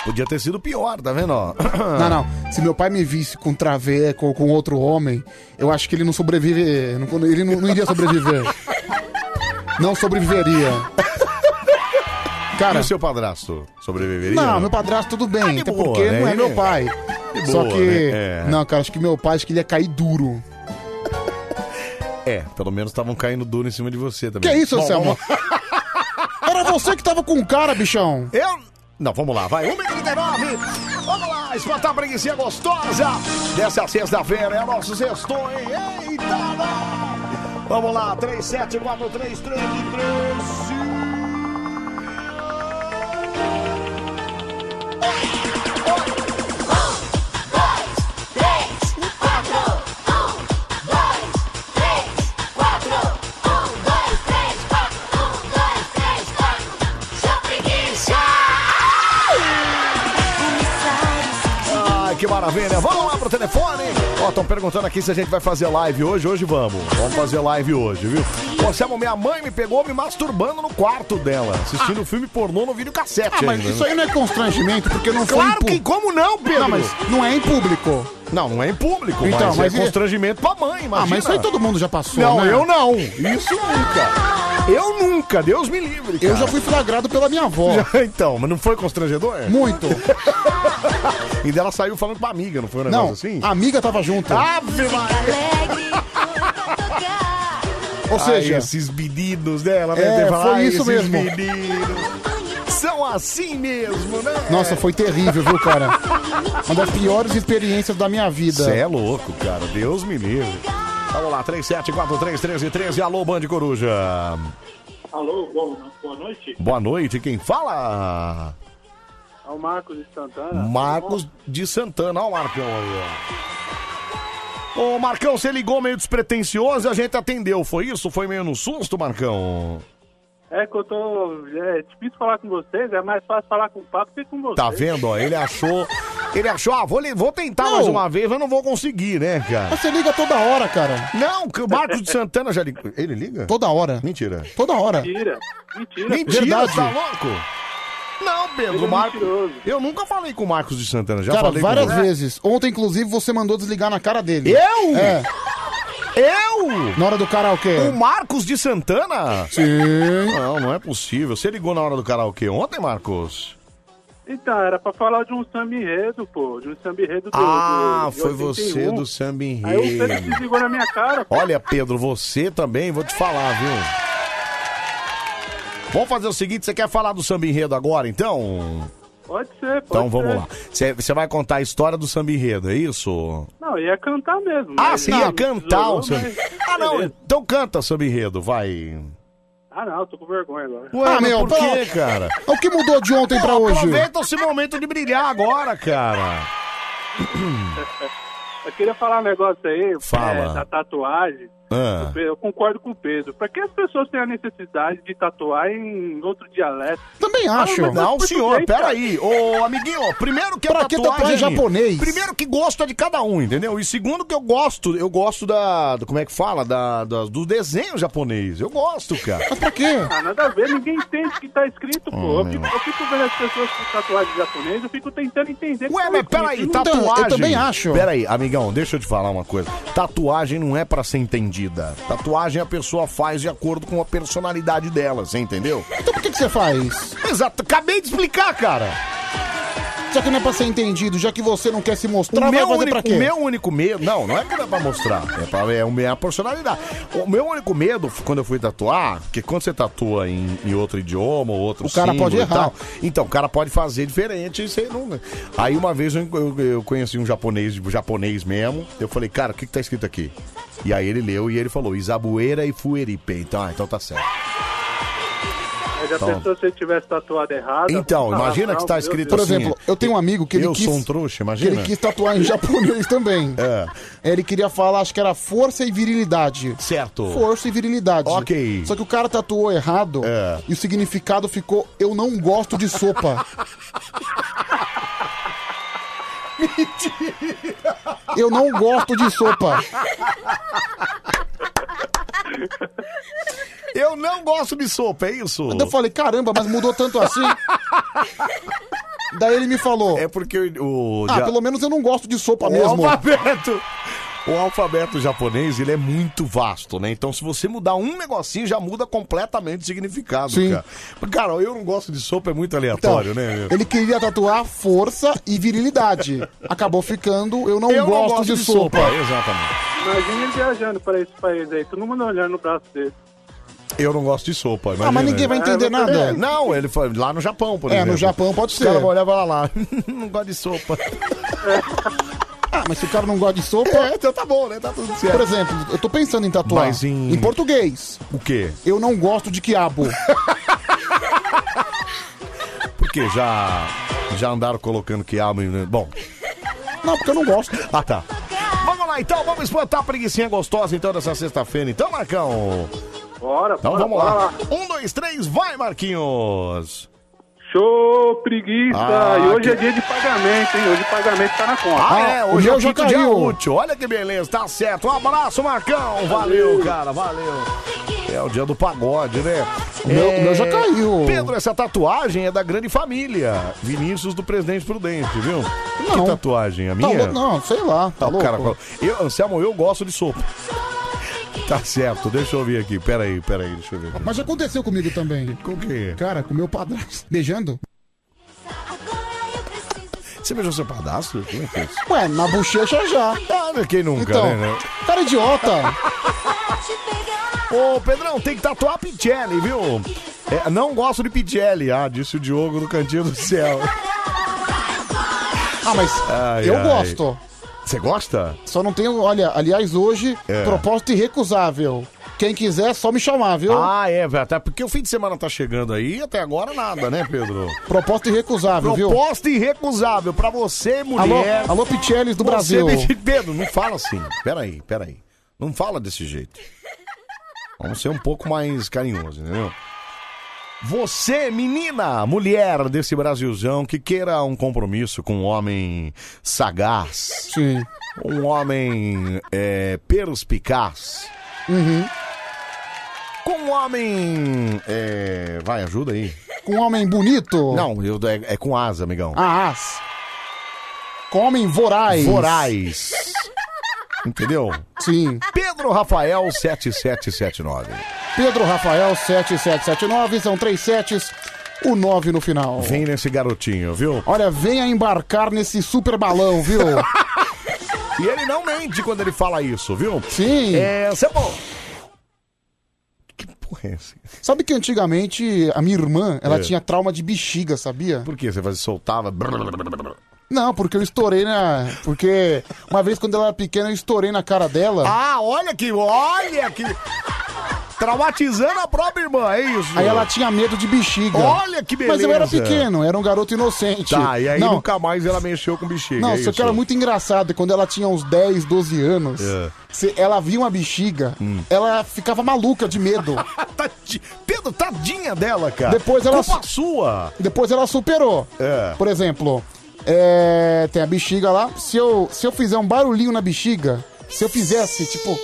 Podia ter sido pior, tá vendo? Ó? Não, não. Se meu pai me visse com traveco ou com outro homem, eu acho que ele não sobrevive. não- ele não, não iria sobreviver. Não sobreviveria. Cara. E o seu padrasto sobreviveria? Não, meu padrasto tudo bem, até boa, porque né? não é meu pai. De Só boa, que. né? É. Não, cara, acho que meu pai acho que ele ia cair duro. É, pelo menos estavam caindo duro em cima de você também. Que isso, Bom, Anselmo? vamos- Era você que tava com o cara, bichão. Eu? Não, vamos lá, vai. 1h39. Vamos lá, espantar a preguiça gostosa. Dessa sexta-feira é o nosso sexto, hein? Eita, nós! Vamos lá, 37433313. Ai, que maravilha. Vamos lá pro telefone. Ó, estão perguntando aqui se a gente vai fazer live hoje. Hoje vamos. Vamos fazer live hoje, viu? Ô, Selma, minha mãe me pegou me masturbando no quarto dela, assistindo filme pornô no videocassete. Ah, mas ainda, isso né? aí não é constrangimento, porque não foi. Claro que como não, Pedro? Não, mas não é em público. Não, não é em público, Então, mas, mas é e- constrangimento pra mãe, imagina. Ah, mas isso aí todo mundo já passou. Não, né? eu não. Isso nunca. Eu nunca, Deus me livre. Eu já fui flagrado pela minha avó. Já- então, mas não foi constrangedor? Muito. e dela saiu falando pra amiga, não foi um negócio Não, Ah, assim? a amiga tava junto. Ave Ou Ai, seja- Ah, esses meninos dela, né? É, Deve foi "Ai, isso esses mesmo." meninos São assim mesmo, né? Nossa, foi terrível, viu, cara? Uma das piores experiências da minha vida. Você é louco, cara. Deus me livre. Vamos lá, 37431313. Alô, Band Coruja. Alô, bom, boa noite. Boa noite, quem fala? É o Marcos de Santana. Marcos de Santana. Olha o Marcão aí, ó. Ô, Marcão, você ligou meio despretensioso e a gente atendeu. Foi isso? Foi meio no susto, Marcão? É que eu tô. É difícil falar com vocês, é mais fácil falar com o papo que com vocês. Tá vendo, ó? Ele achou... Ele achou, ah, vou, li- vou tentar Não. mais uma vez, mas não vou conseguir, né, cara? Você liga toda hora, cara. Não, que o Marcos de Santana já ligou. Ele liga? Toda hora. Mentira. Toda hora. Mentira. Mentira. Mentira, Verdade. tá louco? Não, Ele Pedro, é Marcos... Eu nunca falei com o Marcos de Santana, já cara, falei com várias ele. vezes. Ontem, inclusive, você mandou desligar na cara dele. Eu? É. Eu? Na hora do karaokê. O Marcos de Santana? Sim. Não, não é possível. Você ligou na hora do karaokê ontem, Marcos? Então, era pra falar de um samba enredo, pô. De um samba enredo do. Ah, do- de foi 81. você do samba Aí o Pedro enredo. desligou na minha cara. Olha, Pedro, você também, vou te falar, viu? Vamos fazer o seguinte, você quer falar do samba enredo agora, então? Pode ser, pode Então vamos ser. lá. Você- Você vai contar a história do samba enredo, é isso? Não, ia cantar mesmo. Ah, mas você ele ia não cantar o deslogou, samba... mas- Ah, não, então canta samba enredo, vai. Ah, não, tô com vergonha agora. Ué, ah, mas meu, por pô, quê, cara? O que mudou de ontem Pô, pra hoje? Aproveita esse momento de brilhar agora, cara. Eu queria falar um negócio aí Fala. é, da tatuagem. Ah. Eu concordo com o Pedro. Pra que as pessoas têm a necessidade de tatuar em outro dialeto? Ah, Também Ah, acho. Não, senhor, Português, cara. peraí. Ô, amiguinho, primeiro que a Pra que tatuagem... tatuagem japonês? Primeiro que gosto é de cada um, entendeu? E segundo que eu gosto, eu gosto da... do- Como é que fala? Da, da- do desenho japonês. Eu gosto, cara. Pra quê? Ah, nada a ver, ninguém entende o que tá escrito, pô. Ah, Eu fico, eu fico vendo as pessoas com tatuagem japonesa, eu fico tentando entender. é Ué, mas peraí, tatuagem... Peraí, amigão, deixa eu te falar uma coisa. Tatuagem não é pra ser entendida. Tatuagem a pessoa faz de acordo com a personalidade dela, você entendeu? Então por que, que você faz? Exato, acabei de explicar, cara. Você Já que não é pra ser entendido, já que você não quer se mostrar, O vai meu, fazer único, pra quê? o meu único medo. Não, não é que dá pra mostrar. É, pra, é a minha personalidade. O meu único medo, f- quando eu fui tatuar, porque quando você tatua em, em outro idioma, ou outro O cara símbolo pode e errar. tal, então, o cara pode fazer diferente e você não. Aí uma vez eu, eu- eu conheci um japonês, tipo, japonês mesmo. Eu falei, cara, o que, que tá escrito aqui? E aí ele leu e ele falou, Isabueira e Fueripe. Então, ah, então tá certo. Mas a Então. pessoa, se ele tivesse tatuado errado... Então, ah, imagina que não, está meu escrito Deus. assim. Por exemplo, tá eu tenho um amigo que ele eu quis- sou um trouxa, Que imagina. ele quis tatuar em japonês também. É, Ele queria falar, acho que era força e virilidade. Certo. Força e virilidade. Ok. É. Só que o cara tatuou errado e o significado ficou eu não gosto de sopa. eu não gosto de sopa. Eu não gosto de sopa, é isso? Então eu falei, caramba, mas mudou tanto assim. Daí ele me falou. É porque o. Ah, já- pelo menos eu não gosto de sopa O mesmo. alfabeto. O alfabeto japonês, ele é muito vasto, né? Então, se você mudar um negocinho, já muda completamente o significado, Sim. cara. Mas, Cara, eu não gosto de sopa, é muito aleatório, né? meu? Então, Ele queria tatuar força e virilidade. Acabou ficando, eu não, Eu não gosto, gosto de, de sopa. sopa, Exatamente. Imagina ele viajando para esse país aí, todo mundo olhando no braço dele. Eu não gosto de sopa. imagina. Ah, mas ninguém vai entender É, mas- nada. Não, ele foi lá no Japão, por É, no exemplo. Japão pode Os ser. caras vão olhar e falar lá, não gosto de sopa. Ah, mas se o cara não gosta de sopa. É, então tá bom, né? Tá tudo certo. Por exemplo, eu tô pensando em tatuar. Mas em- português. O quê? Eu não gosto de quiabo. Porque já, já andaram colocando quiabo em... Bom... Não, porque eu não gosto. Ah, tá. Vamos lá, então. Vamos espantar a preguicinha gostosa, então, dessa sexta-feira. Então, Marcão... Bora, Então bora, vamos bora lá. Um, dois, três, vai, Marquinhos! Show, preguiça! Ah, e hoje que- é dia de pagamento, hein? Hoje o pagamento tá na conta. Ah, é, hoje é o quinto dia útil. Olha que beleza, tá certo. Um abraço, Marcão. Valeu, cara, valeu. É o dia do pagode, né? É, O meu- o meu já caiu. Pedro, essa tatuagem é da grande família. Vinícius do Presidente Prudente, viu? Que tatuagem? A Tá minha? lou- não, sei lá. Tá Ah, o louco. cara falou, eu, Anselmo, eu gosto de sopa. Tá certo, deixa eu ver aqui. Pera aí, pera aí, deixa eu ver. aqui. Mas aconteceu comigo também. Com o quê? Cara, com meu padrasto. Beijando? Você beijou seu padastro? Como é que é isso? Ué, na bochecha já. Ah, quem nunca, então, né? Cara idiota. Ô, Pedrão, tem que tatuar Pichelli, viu? É, não gosto de Pichelli. Ah, disse o Diogo do Cantinho do Céu. Ah, mas Ai, eu ai. gosto. Você gosta? Só não tenho, olha, aliás, hoje, É. propósito irrecusável. Quem quiser, só me chamar, viu? Ah, é, velho. Até porque o fim de semana tá chegando aí e até agora nada, né, Pedro? Proposta irrecusável, viu? Proposta irrecusável pra você, mulher. Alô, alô Pichelis do Você, Brasil. Pedro, não fala assim. Peraí, peraí. Não fala desse jeito. Vamos ser um pouco mais carinhoso, entendeu? Você, menina, mulher desse Brasilzão que queira um compromisso com um homem sagaz. Sim. Um homem é, perspicaz. Uhum. Com um homem. é, vai, ajuda aí. Com um homem bonito? Não, eu- é, é com asa, amigão. Ah, as. Com homem voraz. Vorais. Entendeu? Sim. Pedro Rafael 7779. Pedro Rafael 7779, são três sets, o nove no final. Vem nesse garotinho, viu? Olha, venha embarcar nesse super balão, viu? E ele não mente quando ele fala isso, viu? Sim. É, você bom. Porra, é essa? Sabe que antigamente a minha irmã, ela É. tinha trauma de bexiga, sabia? Por que você fazia, soltava? brrr, brrr, brrr, brrr. Não, porque eu estourei na. Porque uma vez quando ela era pequena, eu estourei na cara dela. Ah, olha que, olha que. Traumatizando a própria irmã, é isso? Aí ela tinha medo de bexiga. Olha que Mas eu era beleza. pequeno, era um garoto inocente. Tá, e aí não, nunca mais ela mexeu com bexiga. Não, é só isso? que era muito engraçado. Quando ela tinha uns 10, 12 anos, É. Hum. se ela via uma bexiga, ela ficava maluca de medo. Tadi- Pedro, tadinha dela, cara. Depois ela- Culpa sua. Depois ela superou. É. Por exemplo, é, tem a bexiga lá. Se eu, se eu fizer um barulhinho na bexiga, se eu fizesse, tipo.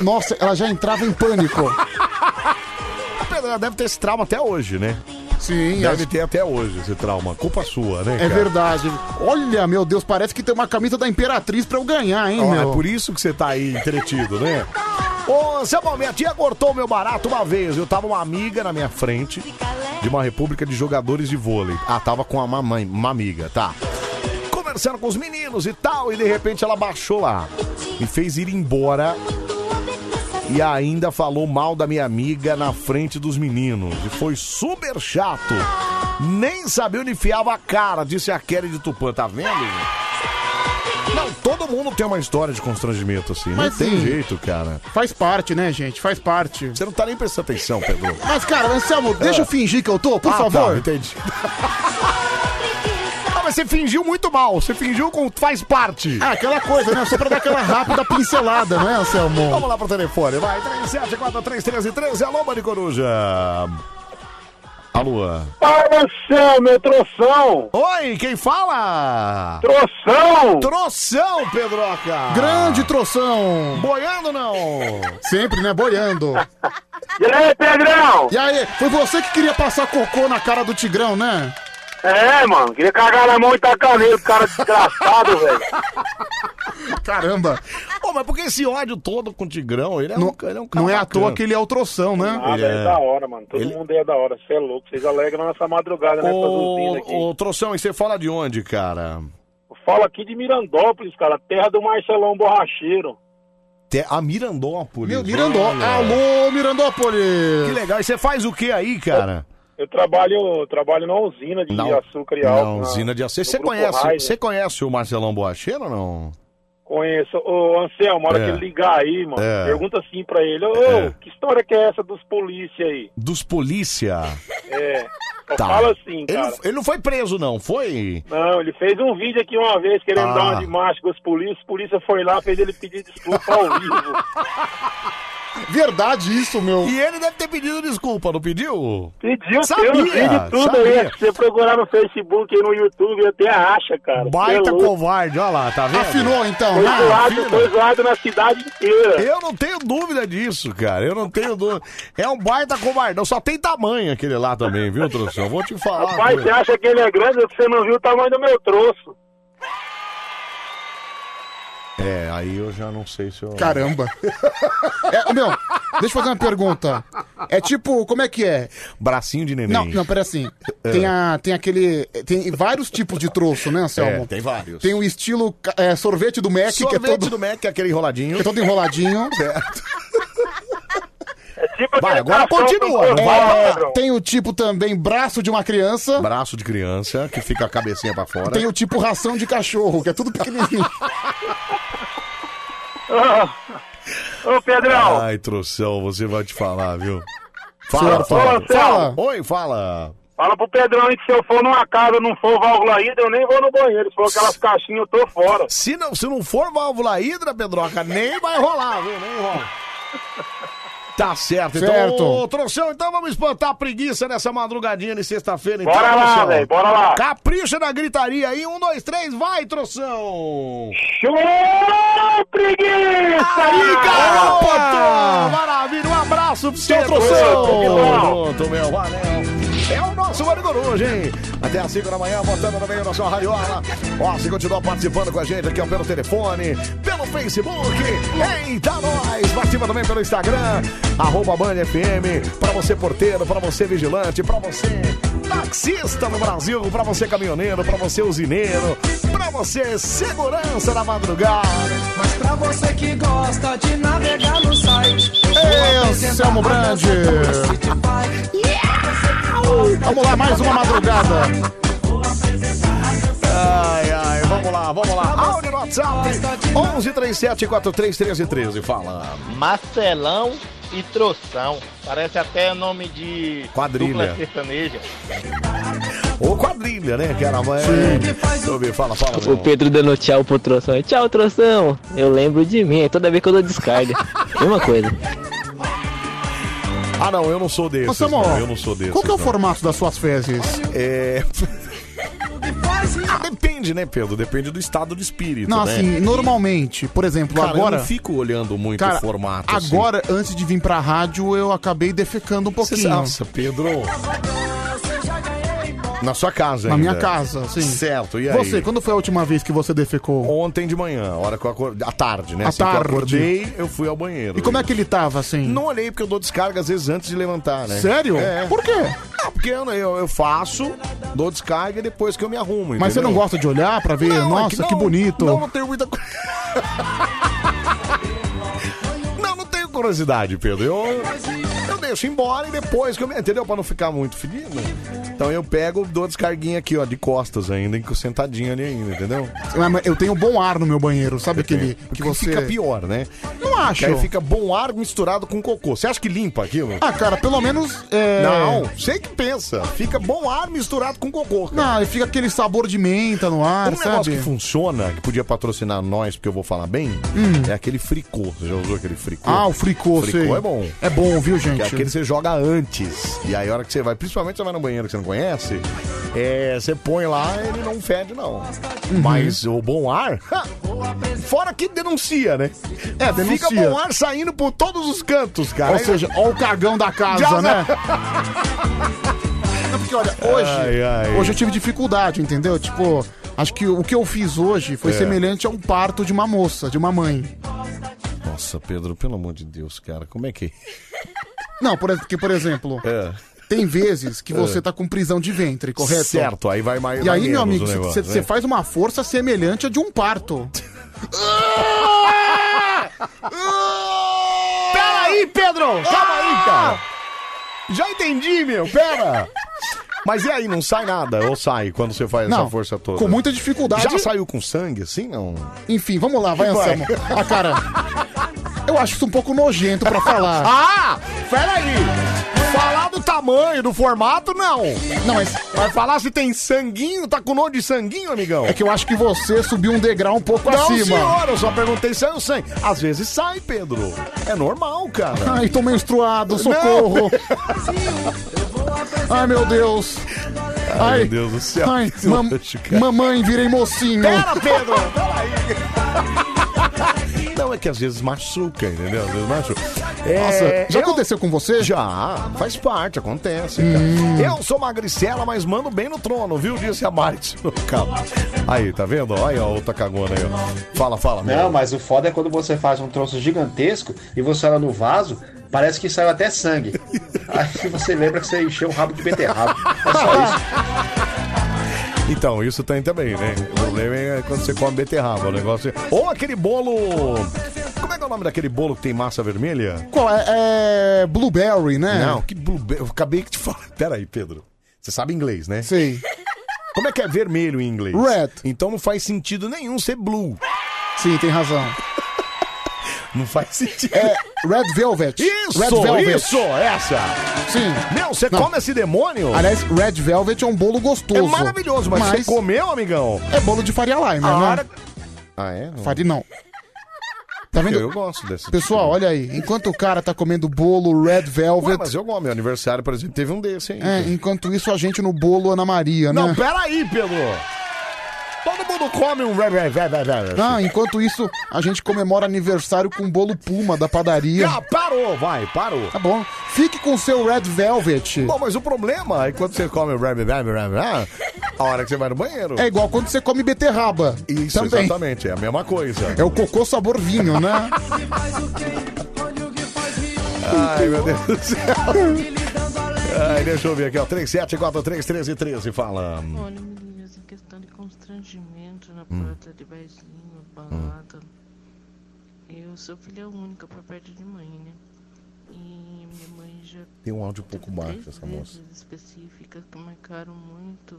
Nossa, ela já entrava em pânico. A Pedro ela deve ter esse trauma até hoje, né? Sim, Deve acho- ter até hoje esse trauma. Culpa sua, né? É cara? verdade. Olha, meu Deus, parece que tem uma camisa da Imperatriz pra eu ganhar, hein, Ó, meu? é por isso que você tá aí entretido, né? é Ô, seu bom, minha tia cortou meu barato uma vez. Eu tava uma amiga na minha frente. de uma república de jogadores de vôlei. Ah, tava com a mamãe, uma amiga, tá. Conversando com os meninos e tal, e de repente ela baixou lá. Me fez ir embora e ainda falou mal da minha amiga na frente dos meninos. E foi super chato. Nem sabia onde enfiava a cara, disse a Kelly de Tupã, tá vendo? gente? Não, todo mundo tem uma história de constrangimento assim. Mas Não tem sim. jeito, cara. Faz parte, né, gente? Faz parte. Você não tá nem prestando atenção, Pedro. Mas, cara, Anselmo, deixa É. eu fingir que eu tô, por Ah, favor. tá, entendi. Ah, mas você fingiu muito mal. Você fingiu com faz parte. Ah, aquela coisa, né? Só pra dar aquela rápida pincelada, não é, Anselmo? Vamos lá pro telefone, vai. 37431313, alô, Mari Coruja. Alô. Para o céu, meu troção! Oi, quem fala? Troção! Troção, Pedroca! Grande troção! Boiando não! Sempre, né? Boiando. E aí, Pedrão? E aí, foi você que queria passar cocô na cara do Tigrão, né? É, mano, queria cagar na mão e tacar nele, cara desgraçado, velho. Caramba! Ô, mas por que esse ódio todo com o Tigrão? Ele é um, Não- ele é um cara Não é à bacana. toa que ele é o troção, né? Ah, Ele velho, é- da hora, mano. Todo ele- mundo aí é da hora. Você é louco. Vocês alegram nossa madrugada nessa usina Tá aqui. Ô, ô, Troção, e você fala de onde, cara? Fala aqui de Mirandópolis, cara. Terra do Marcelão Borracheiro. Te- A Mirandópolis. Meu, Mirandó- Olha. Alô, Mirandópolis! Que legal. E você faz o que aí, cara? Eu trabalho, eu trabalho na usina de Não. açúcar e álcool. Não, na- usina de açúcar. no Você Grupo conhece, Raizen. você conhece o Marcelão Boacheiro ou não? Conheço. Ô, Anselmo, a hora É. que ele ligar aí, mano, É. pergunta assim pra ele, ô, É. que história que é essa dos polícia aí? Dos polícia. É. Só Tá. Fala assim, Ele, cara. não- ele não foi preso, não, foi? Não, ele fez um vídeo aqui uma vez querendo Ah. dar uma de macho com os polícias, os polícia foi lá, fez ele pedir desculpa ao vivo. Verdade isso, meu. E ele deve ter pedido desculpa, não pediu? Pediu Sabia, pelo vídeo tudo aí. sabia. Se você procurar no Facebook e no YouTube, até acha, cara. é Baita Pelo- covarde, olha lá, tá vendo? Afinou, então, Foi né? zoado, Afina. foi zoado na cidade inteira. Eu não tenho dúvida disso, cara. Eu não tenho dúvida. É um baita covardão. Só tem tamanho aquele lá também, viu, Troção? Vou te falar. Rapaz, viu? você acha que ele é grande? Você não viu o tamanho do meu troço. É, aí eu já não sei se eu. Caramba. É, meu, deixa eu fazer uma pergunta. É tipo, como é que é? Bracinho de neném. É. Não, não, pera assim. Tem, a, tem aquele. Tem vários tipos de troço, né, Anselmo? É, tem vários. Tem o estilo ca- é, sorvete do Mac, Sorvete que é todo, do Mac, aquele enroladinho. que é todo enroladinho. Vai, agora continua. Não vai É, parar. tem o tipo também braço de uma criança. Braço de criança, que fica a cabecinha pra fora. Tem o tipo ração de cachorro, que é tudo pequenininho. Ô, ô, Pedrão. Ai, Troção, você vai te falar, viu? Fala, Fala, fala. fala, Anselmo. Oi, fala. Fala pro Pedrão aí que se eu for numa casa não for válvula ainda, eu nem vou no banheiro. Se for aquelas caixinhas, eu tô fora. Se não, se não for válvula hidra, Pedroca, nem vai rolar, viu? Nem rola. Tá certo, Certo. então. Ô, Troção, então vamos espantar a preguiça nessa madrugadinha de sexta-feira, então. Bora lá, Troção. velho, bora lá. Capricha na gritaria aí. Um, dois, três, vai, Troção. Show, preguiça! Aí, garoto! Opa! Maravilha, um abraço pro seu Troção. Pronto, meu, valeu. É o nosso Mário Coruja, hein? Até às 5 da manhã, botando no meio da sua radiola. Ó, você continua participando com a gente aqui ó, pelo telefone, pelo Facebook. Eita, nós! Participa também pelo Instagram, arroba Band FM, pra você porteiro, pra você vigilante, pra você taxista no Brasil, pra você caminhoneiro, pra você usineiro, pra você segurança na madrugada. Mas pra você que gosta de navegar no site, é Ei, Anselmo Brandi. Vamos lá, mais uma madrugada. Ai, ai, vamos lá, vamos lá. Áudio no WhatsApp 1137431313, fala. Marcelão e Troção. Parece até nome de Quadrilha. dupla sertaneja. Ô quadrilha, né, cara? Mas... Deixa eu ver, fala, fala. O meu. Pedro dando tchau pro Troção. é, Tchau, Troção. Eu lembro de mim, é toda vez que eu dou descarga. Mesma coisa. Ah, não, eu não sou desse. Nossa, amor, eu não sou desse. qual que é o formato das suas fezes? É. Ah, depende, né, Pedro? Depende do estado de espírito, Não, né? assim, normalmente, por exemplo, Cara, agora. eu não fico olhando muito Cara, o formato. assim. agora, antes de vir pra rádio, eu acabei defecando um Você- pouquinho. Nossa, Pedro. Na sua casa, Na ainda. minha casa, sim. Certo, e aí? Você, quando foi a última vez que você defecou? Ontem de manhã, a hora que eu acordei. À tarde, né? À que eu tarde. acordei, eu fui ao banheiro. E como é que ele tava, assim? Não olhei, porque eu dou descarga às vezes antes de levantar, né? Sério? É. Por quê? Ah, porque eu, eu, eu faço, dou descarga e depois que eu me arrumo. Mas você não entendeu? gosta de olhar pra ver? né? Não, é Nossa, que que, não- bonito. não, não tenho muita coisa. Não, não tenho curiosidade, Pedro. Eu, eu deixo embora e depois que eu me. Entendeu? Pra não ficar muito fedido. Então eu pego, dou a descarguinha aqui, ó, de costas ainda, em- sentadinho ali ainda, entendeu? Mas- mas Eu tenho bom ar no meu banheiro, sabe aquele Porque que você... fica pior, né? Não acho. Aí fica bom ar misturado com cocô. Você acha que limpa aquilo? Ah, cara, pelo menos... É... Não, sei que pensa. Fica bom ar misturado com cocô. Cara. Não, e fica aquele sabor de menta no ar, Um negócio sabe? que funciona, que podia patrocinar nós, porque eu vou falar bem, é aquele fricô. Você já usou aquele fricô? Hum. Ah, o fricô, fricô sei. é bom. É bom, viu, Que gente? é aquele que você joga antes. E aí a hora que você vai, principalmente você vai no banheiro que você não conhece, é, você põe lá ele não fede, não. Uhum. Mas o bom ar. ha, Fora que denuncia, né? É, denuncia. Fica bom ar saindo por todos os cantos, cara. Ou seja, ó o cagão da casa, Já- né? Não, porque olha, hoje, Ai, ai. hoje eu tive dificuldade, entendeu? Tipo, acho que o que eu fiz hoje foi É. semelhante a um parto de uma moça, de uma mãe. Nossa, Pedro, pelo amor de Deus, cara, como é que. Não, por, ex- que, por exemplo, É. tem vezes que É. você tá com prisão de ventre, correto? Certo, aí vai mais. E vai aí, meu menos amigo, o negócio, você né? faz uma força semelhante a de um parto. Pera aí, Pedro! Calma aí, cara! Já entendi, meu, pera! Mas e aí, não sai nada? Ou sai quando você faz essa Não, força toda? com muita dificuldade. Já saiu com sangue, assim, não? Enfim, vamos lá, vai, Anselmo. Ah, cara, eu acho isso um pouco nojento pra falar. Ah! Pera aí! Falar do tamanho, do formato, não! Não, mas vai falar se tem sanguinho, tá com nome de sanguinho, amigão? É que eu acho que você subiu um degrau um pouco Não, acima. senhor, eu só perguntei se saiu sangue. Às vezes sai, Pedro. É normal, cara. Ai, tô menstruado, socorro. Ai, meu Deus. Ai, meu Deus do céu. Ai, que mam- nojo, cara. mamãe, virei mocinho. Pera, Pedro! Não, é que às vezes machuca, entendeu? Às vezes machuca. Nossa, já aconteceu com você? Hum. Já, faz parte, acontece, cara. Eu sou magricela, mas mando bem no trono, viu? Disse a Marte. Calma. Aí, tá vendo? Olha a outra cagona aí, ó. Fala, fala, meu. Não, mas o foda é quando você faz um troço gigantesco e você olha no vaso, parece que saiu até sangue. Aí você lembra que você encheu um rabo de beterraba. É só isso. Então, isso tem também, né? O problema é quando você come beterraba, o negócio. Ou aquele bolo. Como é que é o nome daquele bolo que tem massa vermelha? Qual é? É Blueberry, né? Não, que blueberry. Eu acabei de falar. Pera aí, Pedro. Você sabe inglês, né? Sei. Como é que é vermelho em inglês? Red. Então não faz sentido nenhum ser blue. Sim, tem razão. Não faz sentido. É Red Velvet. Isso, Red Velvet. isso, essa. Sim. Meu, você Não. come esse demônio? Aliás, Red Velvet é um bolo gostoso. é maravilhoso, mas, você comeu, amigão? É bolo de Faria Lime, Ah, né? Ah, é? Faria não. Tá vendo? Eu gosto desse. tipo. Pessoal, olha aí. Enquanto o cara tá comendo bolo Red Velvet... Ué, mas eu gosto. Meu aniversário, por exemplo, teve um desse aí. É, enquanto isso, a gente no bolo Ana Maria, né? Não, peraí, Pedro. Todo mundo come um... Red, red, red, red, red. Ah, enquanto isso, a gente comemora aniversário com um bolo Puma da padaria. Ah, parou, vai, parou. Tá bom. Fique com seu Red Velvet. Bom, mas o problema é que quando você come o red, red, red, red, a hora que você vai no banheiro. É igual quando você come beterraba. Isso, também. exatamente, é a mesma coisa. É o cocô sabor vinho, né? Ai, meu Deus do céu. Ai, deixa eu ver aqui, ó. 37431313, fala. Olha, meninas, em questão de constrangimento na Hum. porta de barzinho, balada. Eu sou filha única por perto de mãe, né? E minha mãe já Tem um áudio um pouco baixo, três essa moça. vezes específicas que marcaram muito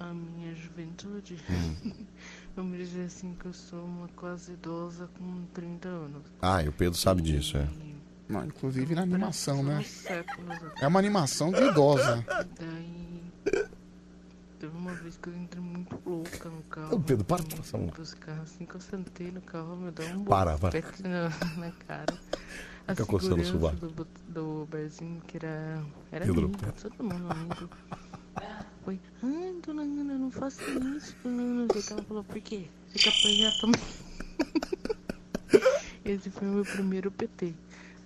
a minha juventude. Hum. Vamos dizer assim que eu sou uma quase idosa com 30 anos. Ah, e o Pedro sabe disso, é. Não, inclusive na animação, né? Séculos É uma animação de idosa. Tá Daí. Teve uma vez que eu entrei muito louca no carro. Ô, Pedro, para de fui passar a mão. buscar. Assim que eu sentei no carro, me deu um Para, para. bofete Na, na cara. A Fica coçando o segurança sovaco. do, bo- do barzinho, que era. Era Pedro, amigo, pera. todo mundo amigo. Foi, ai, dona Ana, não faça isso, dona Ana. Daí que Ela falou, por quê? Você quer apanhar também? Esse foi o meu primeiro PT.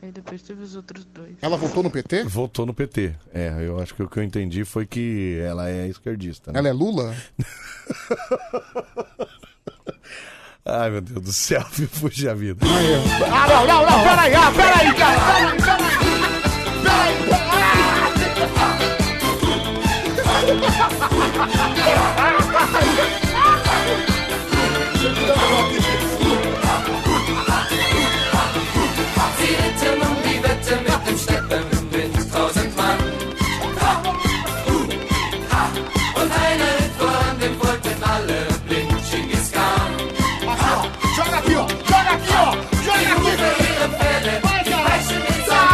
Aí depois teve os outros dois. Ela votou no PT? Votou no PT. É, eu acho que o que eu entendi foi que ela é esquerdista. né? Ela é Lula? Ai, meu Deus do céu, me fugi a vida. é. Ah, não, não, não, peraí, ah, peraí, cara, peraí, peraí. Peraí, Joga aqui, ó, joga aqui, ó, joga aqui, Felipe. Vai,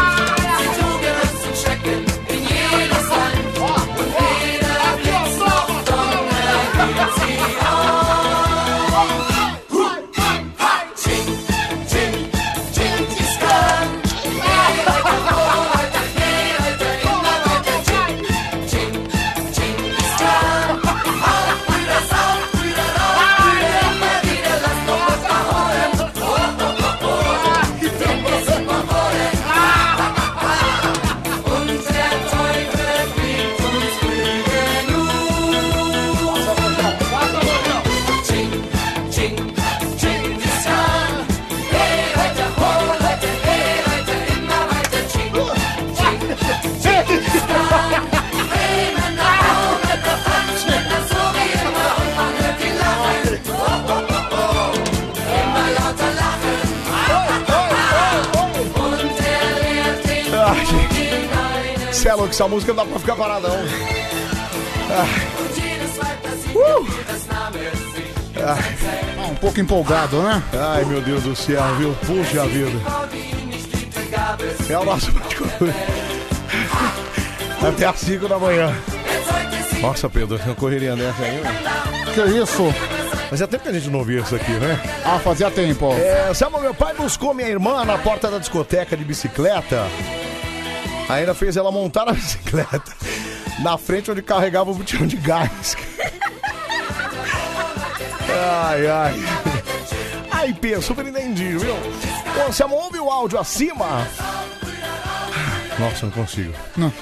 Ah, gente. Cê é louco, essa música não dá pra ficar parada, não. Ah, um pouco empolgado, né? Ai, meu Deus do céu, viu? Puxa vida. É o nosso Bate Coruja. Até às 5 da manhã. Nossa, Pedro, eu correria nessa aí, né? Que isso? Mas é tempo que a gente não ouvia isso aqui, né? Ah, fazia tempo. É, Samuel, meu pai buscou minha irmã na porta da discoteca de bicicleta. Ainda fez ela montar na bicicleta. Na frente onde carregava o botão de gás. Ai, ai. Ai, P, super entendi, viu? Ô, Samuel, ouve o áudio acima. Nossa, não consigo. Não.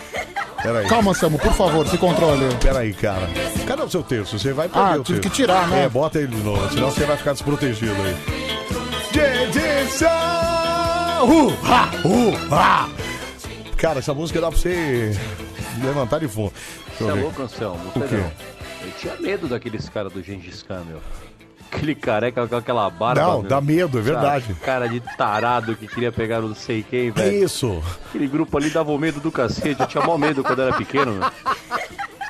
Peraí. Calma, Samu, por favor, se controle. Peraí, cara. Cadê o seu texto? Você vai perder Ah, o tive texto. que tirar, né? É, bota ele de novo, senão você vai ficar desprotegido aí. DJ Sam! Uh, ha, uh, ha. Cara, essa música dá pra você levantar de fundo. Deixa Você é eu ver. louco, Anselmo? O quê? Pedrão, Eu tinha medo daqueles caras do Gengis Khan, meu. Aquele careca com aquela barba. Não, meu. dá medo, Sabe? é verdade. Cara de tarado que queria pegar não sei quem, É velho. isso. Aquele grupo ali dava o medo do cacete. Eu tinha mó medo quando era pequeno, meu.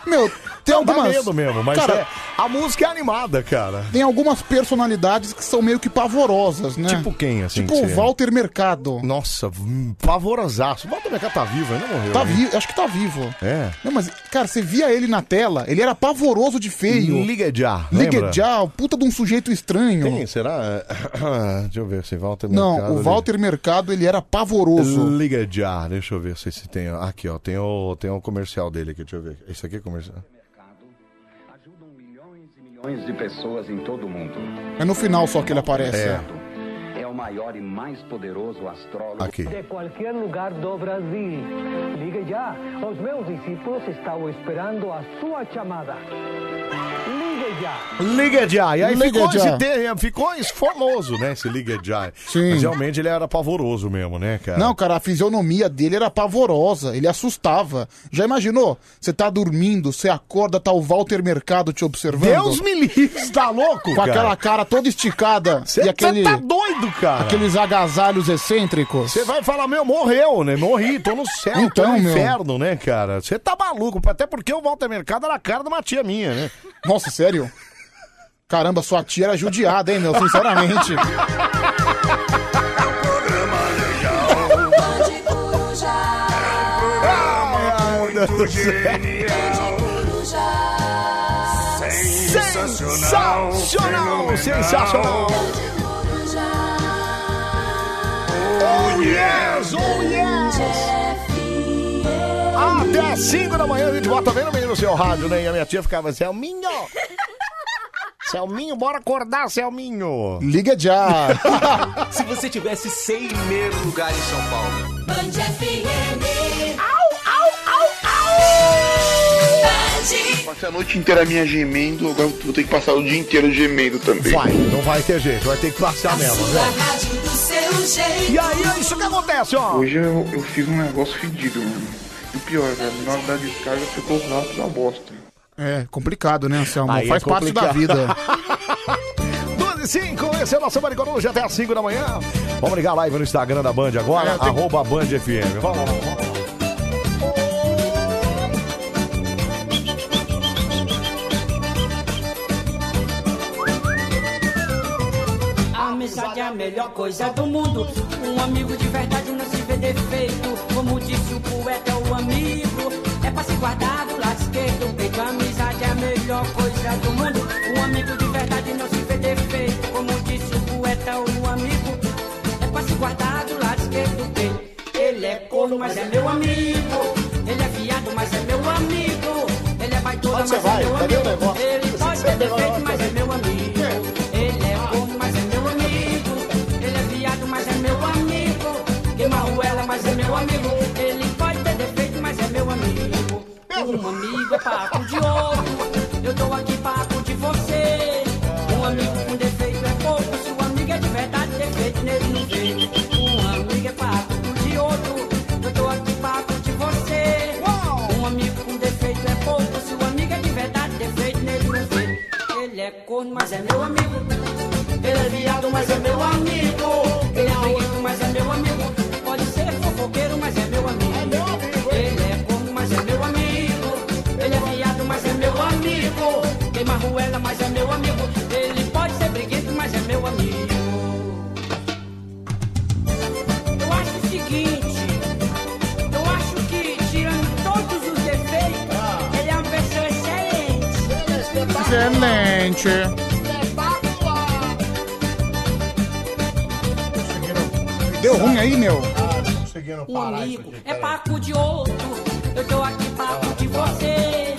Meu, Dá tem algumas. medo mesmo, mas Cara, é- a música é animada, cara. Tem algumas personalidades que são meio que pavorosas, né? Tipo quem, assim? Tipo o Walter Mercado. Nossa, hum, pavorosaço. O Walter Mercado tá vivo, ainda morreu. Tá hein? vivo, acho que tá vivo. É. Não, mas, cara, você via ele na tela, ele era pavoroso de feio. Liguejá. lembra? Liguejá, o puta de um sujeito estranho. Tem, será? Deixa eu ver se Walter Não, Mercado, né? o Walter Mercado, ele era pavoroso. Liga já, deixa eu ver se, se tem. Aqui, ó, tem o, tem o comercial dele aqui, deixa eu ver. Isso aqui é comercial. Milhões de pessoas em todo o mundo. É no final só que ele aparece. É. É o maior e mais poderoso astrólogo. Aqui. De qualquer lugar do Brasil. Ligue já. Os meus discípulos estavam esperando a sua chamada. Ligue já. Liga já. E aí Liga ficou, já. esse te- é, ficou esse famoso, né? Esse Liga já. Sim. Mas realmente ele era pavoroso mesmo, né, cara? Não, cara, a fisionomia dele era pavorosa, ele assustava. Já imaginou? Você tá dormindo, você acorda, tá o Walter Mercado te observando. Deus me livre, tá louco, Com cara? aquela cara toda esticada. Você e aquele, tá doido, cara. aqueles agasalhos excêntricos. Você vai falar, meu, morreu, né? Morri, tô no céu, tô Então, no meu. inferno, né, cara? Você tá maluco, até porque o Walter Mercado era a cara de uma tia minha, né? Nossa, sério? Caramba, sua tia era judiada, hein, meu? Sinceramente. É um É um Muito genial. tá Sensacional. Sensacional. Sensacional. Oh yes, oh yes. Ah, Até 5 da manhã a gente bota bem no meio do seu rádio, né? E a minha tia ficava assim, é o minho. Selminho, bora acordar, Selminho. Liga já. Se você tivesse 100 primeiro lugar em São Paulo. Band FM. Passei a noite inteira minha gemendo, agora vou ter que passar o dia inteiro gemendo também. Vai, então. não vai ter jeito, vai ter que passar mesmo, Sua velho. rádio do seu jeito. E aí, é isso que acontece, ó. Hoje eu, eu fiz um negócio fedido, mano. E pior, velho, na hora da descarga ficou o rato da bosta. É complicado, né, Anselmo? Aí é Faz parte da vida. 12 e 5, esse é o nosso Maricoruja até as 5 da manhã. Vamos ligar a live no Instagram da Band agora, É, tem- arroba Band FM. Vamos, vamos, vamos. A amizade é a melhor coisa do mundo. Um amigo de verdade não se vê defeito. Como disse o poeta, o amigo é pra se guardar do lado esquerdo. Peito, a amizade é a melhor coisa do mundo. Um amigo de verdade não se vê defeito. Como disse o poeta, o amigo é pra se guardar do lado esquerdo. Peito, ele é corno, mas é meu amigo. Ele é viado, mas é meu amigo. Ele é baitola, mas você vai? é meu Cadê o amigo. negócio? Ele pode Você ter pegou defeito, lá, mas é meu amigo. Ele é corno, mas é meu amigo. Ele é viado, mas é meu amigo. Queima ruela, mas é meu amigo. Ele pode ter defeito, mas é meu amigo. Um amigo é papo de outro. Eu tô aqui papo de você. Um amigo com defeito é pouco. Se o amigo é de verdade, defeito nele não vê. Um amigo é papo de outro. Eu tô aqui papo de você. Um amigo com defeito é pouco. Se o amigo é de verdade, defeito nele não vê. Ele é corno, mas é meu amigo. Ele é viado, mas é meu amigo. Ele é bonito, mas é meu amigo. Pode ser fofoqueiro, mas é meu amigo. Ele é corno, mas é meu amigo. Ele é viado, mas é meu amigo. Queima ruela, mas é meu amigo. Ele pode ser briguento, mas é meu amigo. Eu acho o seguinte. Eu acho que, tirando todos os defeitos, ele é uma pessoa excelente. Excelente. Deu ruim aí, meu? Um amigo é papo de outro, eu tô aqui papo de você.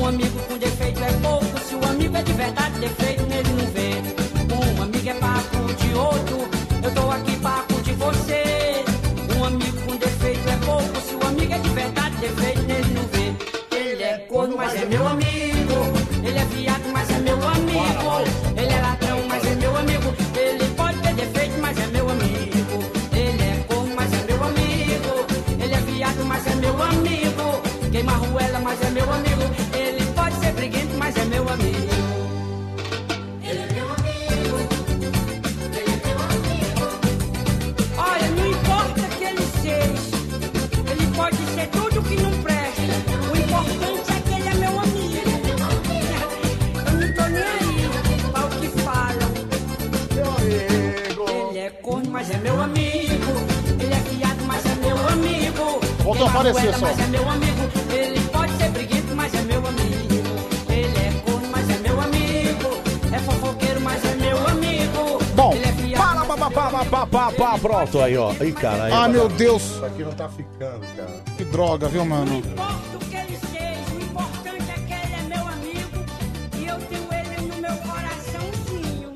Um amigo com defeito é pouco, se o amigo é de verdade, defeito nele não vê. Um amigo é papo de outro, eu tô aqui papo de você. Um amigo com defeito é pouco, se o amigo é de verdade, defeito nele não vê. Ele é corno, mas é meu amigo. Ele é viado, mas é meu amigo. Ele é ladrão, mas é meu amigo. Ele pode ter defeito, mas é meu amigo. Ele é corno, mas é meu amigo. Ele é viado, mas é meu amigo. Queima ruela, mas é meu amigo. Ele pode ser briguento, mas é meu amigo. Olha, não importa que ele seja, ele pode ser tudo que não presta. O importante é que ele é meu amigo. Eu não tô nem aí para o que falam. Ele é corno, mas é meu amigo. Ele é viado, mas é meu amigo. Voltou a Ele é aparecer arruela, só. Mas é meu amigo. Ele pode ser briguento, mas é meu amigo. Ele é corno, mas é meu amigo. É fofoqueiro, mas é meu amigo. Bom, ele é viado, para, pá, pá, pá, pá, pá, pá, pronto aí, ó. Ih, cara, aí, Ah, vai meu dar. Deus. Isso aqui não tá ficando, cara. Que droga, viu, mano? do que ele seja, o importante é que ele é meu amigo e eu tenho ele no meu coraçãozinho.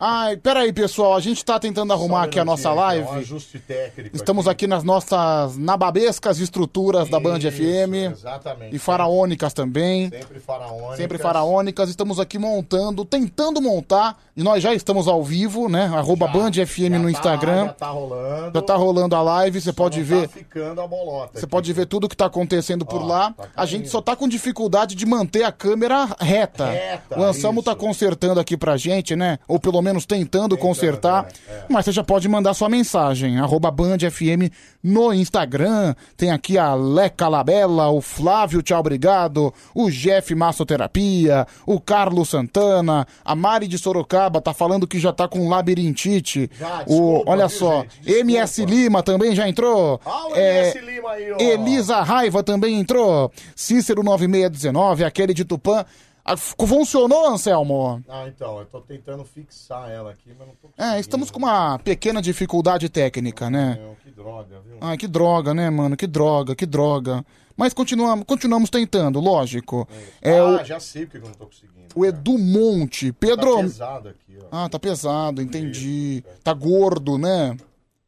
Ai, peraí, pessoal. A gente tá tentando arrumar aqui a nossa É um live. ajuste técnico. Estamos aqui nas nossas nababescas estruturas da Band FM. exatamente. E faraônicas também. Sempre faraônicas. Sempre faraônicas, estamos aqui montando, tentando montar, e nós já estamos ao vivo, né? Arroba Band FM no Instagram. Já tá rolando. tá Já tá rolando a live, você pode ver. ficando a bolota. Você pode ver tudo que tá acontecendo por lá. a gente só tá com dificuldade de manter a câmera reta. Reta, o Anselmo tá consertando aqui pra gente, né? Ou pelo menos É, tentando consertar. Mas você já pode mandar sua mensagem. Arroba Band FM no Instagram. Tem aqui a Leca Labella, o Flávio Tchau Obrigado, o Jeff Massoterapia, o Carlos Santana, a Mari de Sorocaba tá falando que já tá com labirintite. Já, o, olha só, MS Lima também já entrou. É, Ah, o MS Lima aí, ó. Elisa Raiva também entrou. Cícero 9619, aquele de Tupã. Ah, f- Funcionou, Anselmo? Ah, então, eu tô tentando fixar ela aqui, mas não tô. É, estamos com uma pequena dificuldade técnica, né? É, Que droga, viu? Ai, que droga, né, mano? Que droga, que droga. Mas continuamos, continuamos tentando, lógico. É, ah, o, já sei porque eu não tô conseguindo. o Edu Monte. Pedro. Tá pesado aqui, ó. é. Ah, tá pesado, entendi. Tá gordo, né?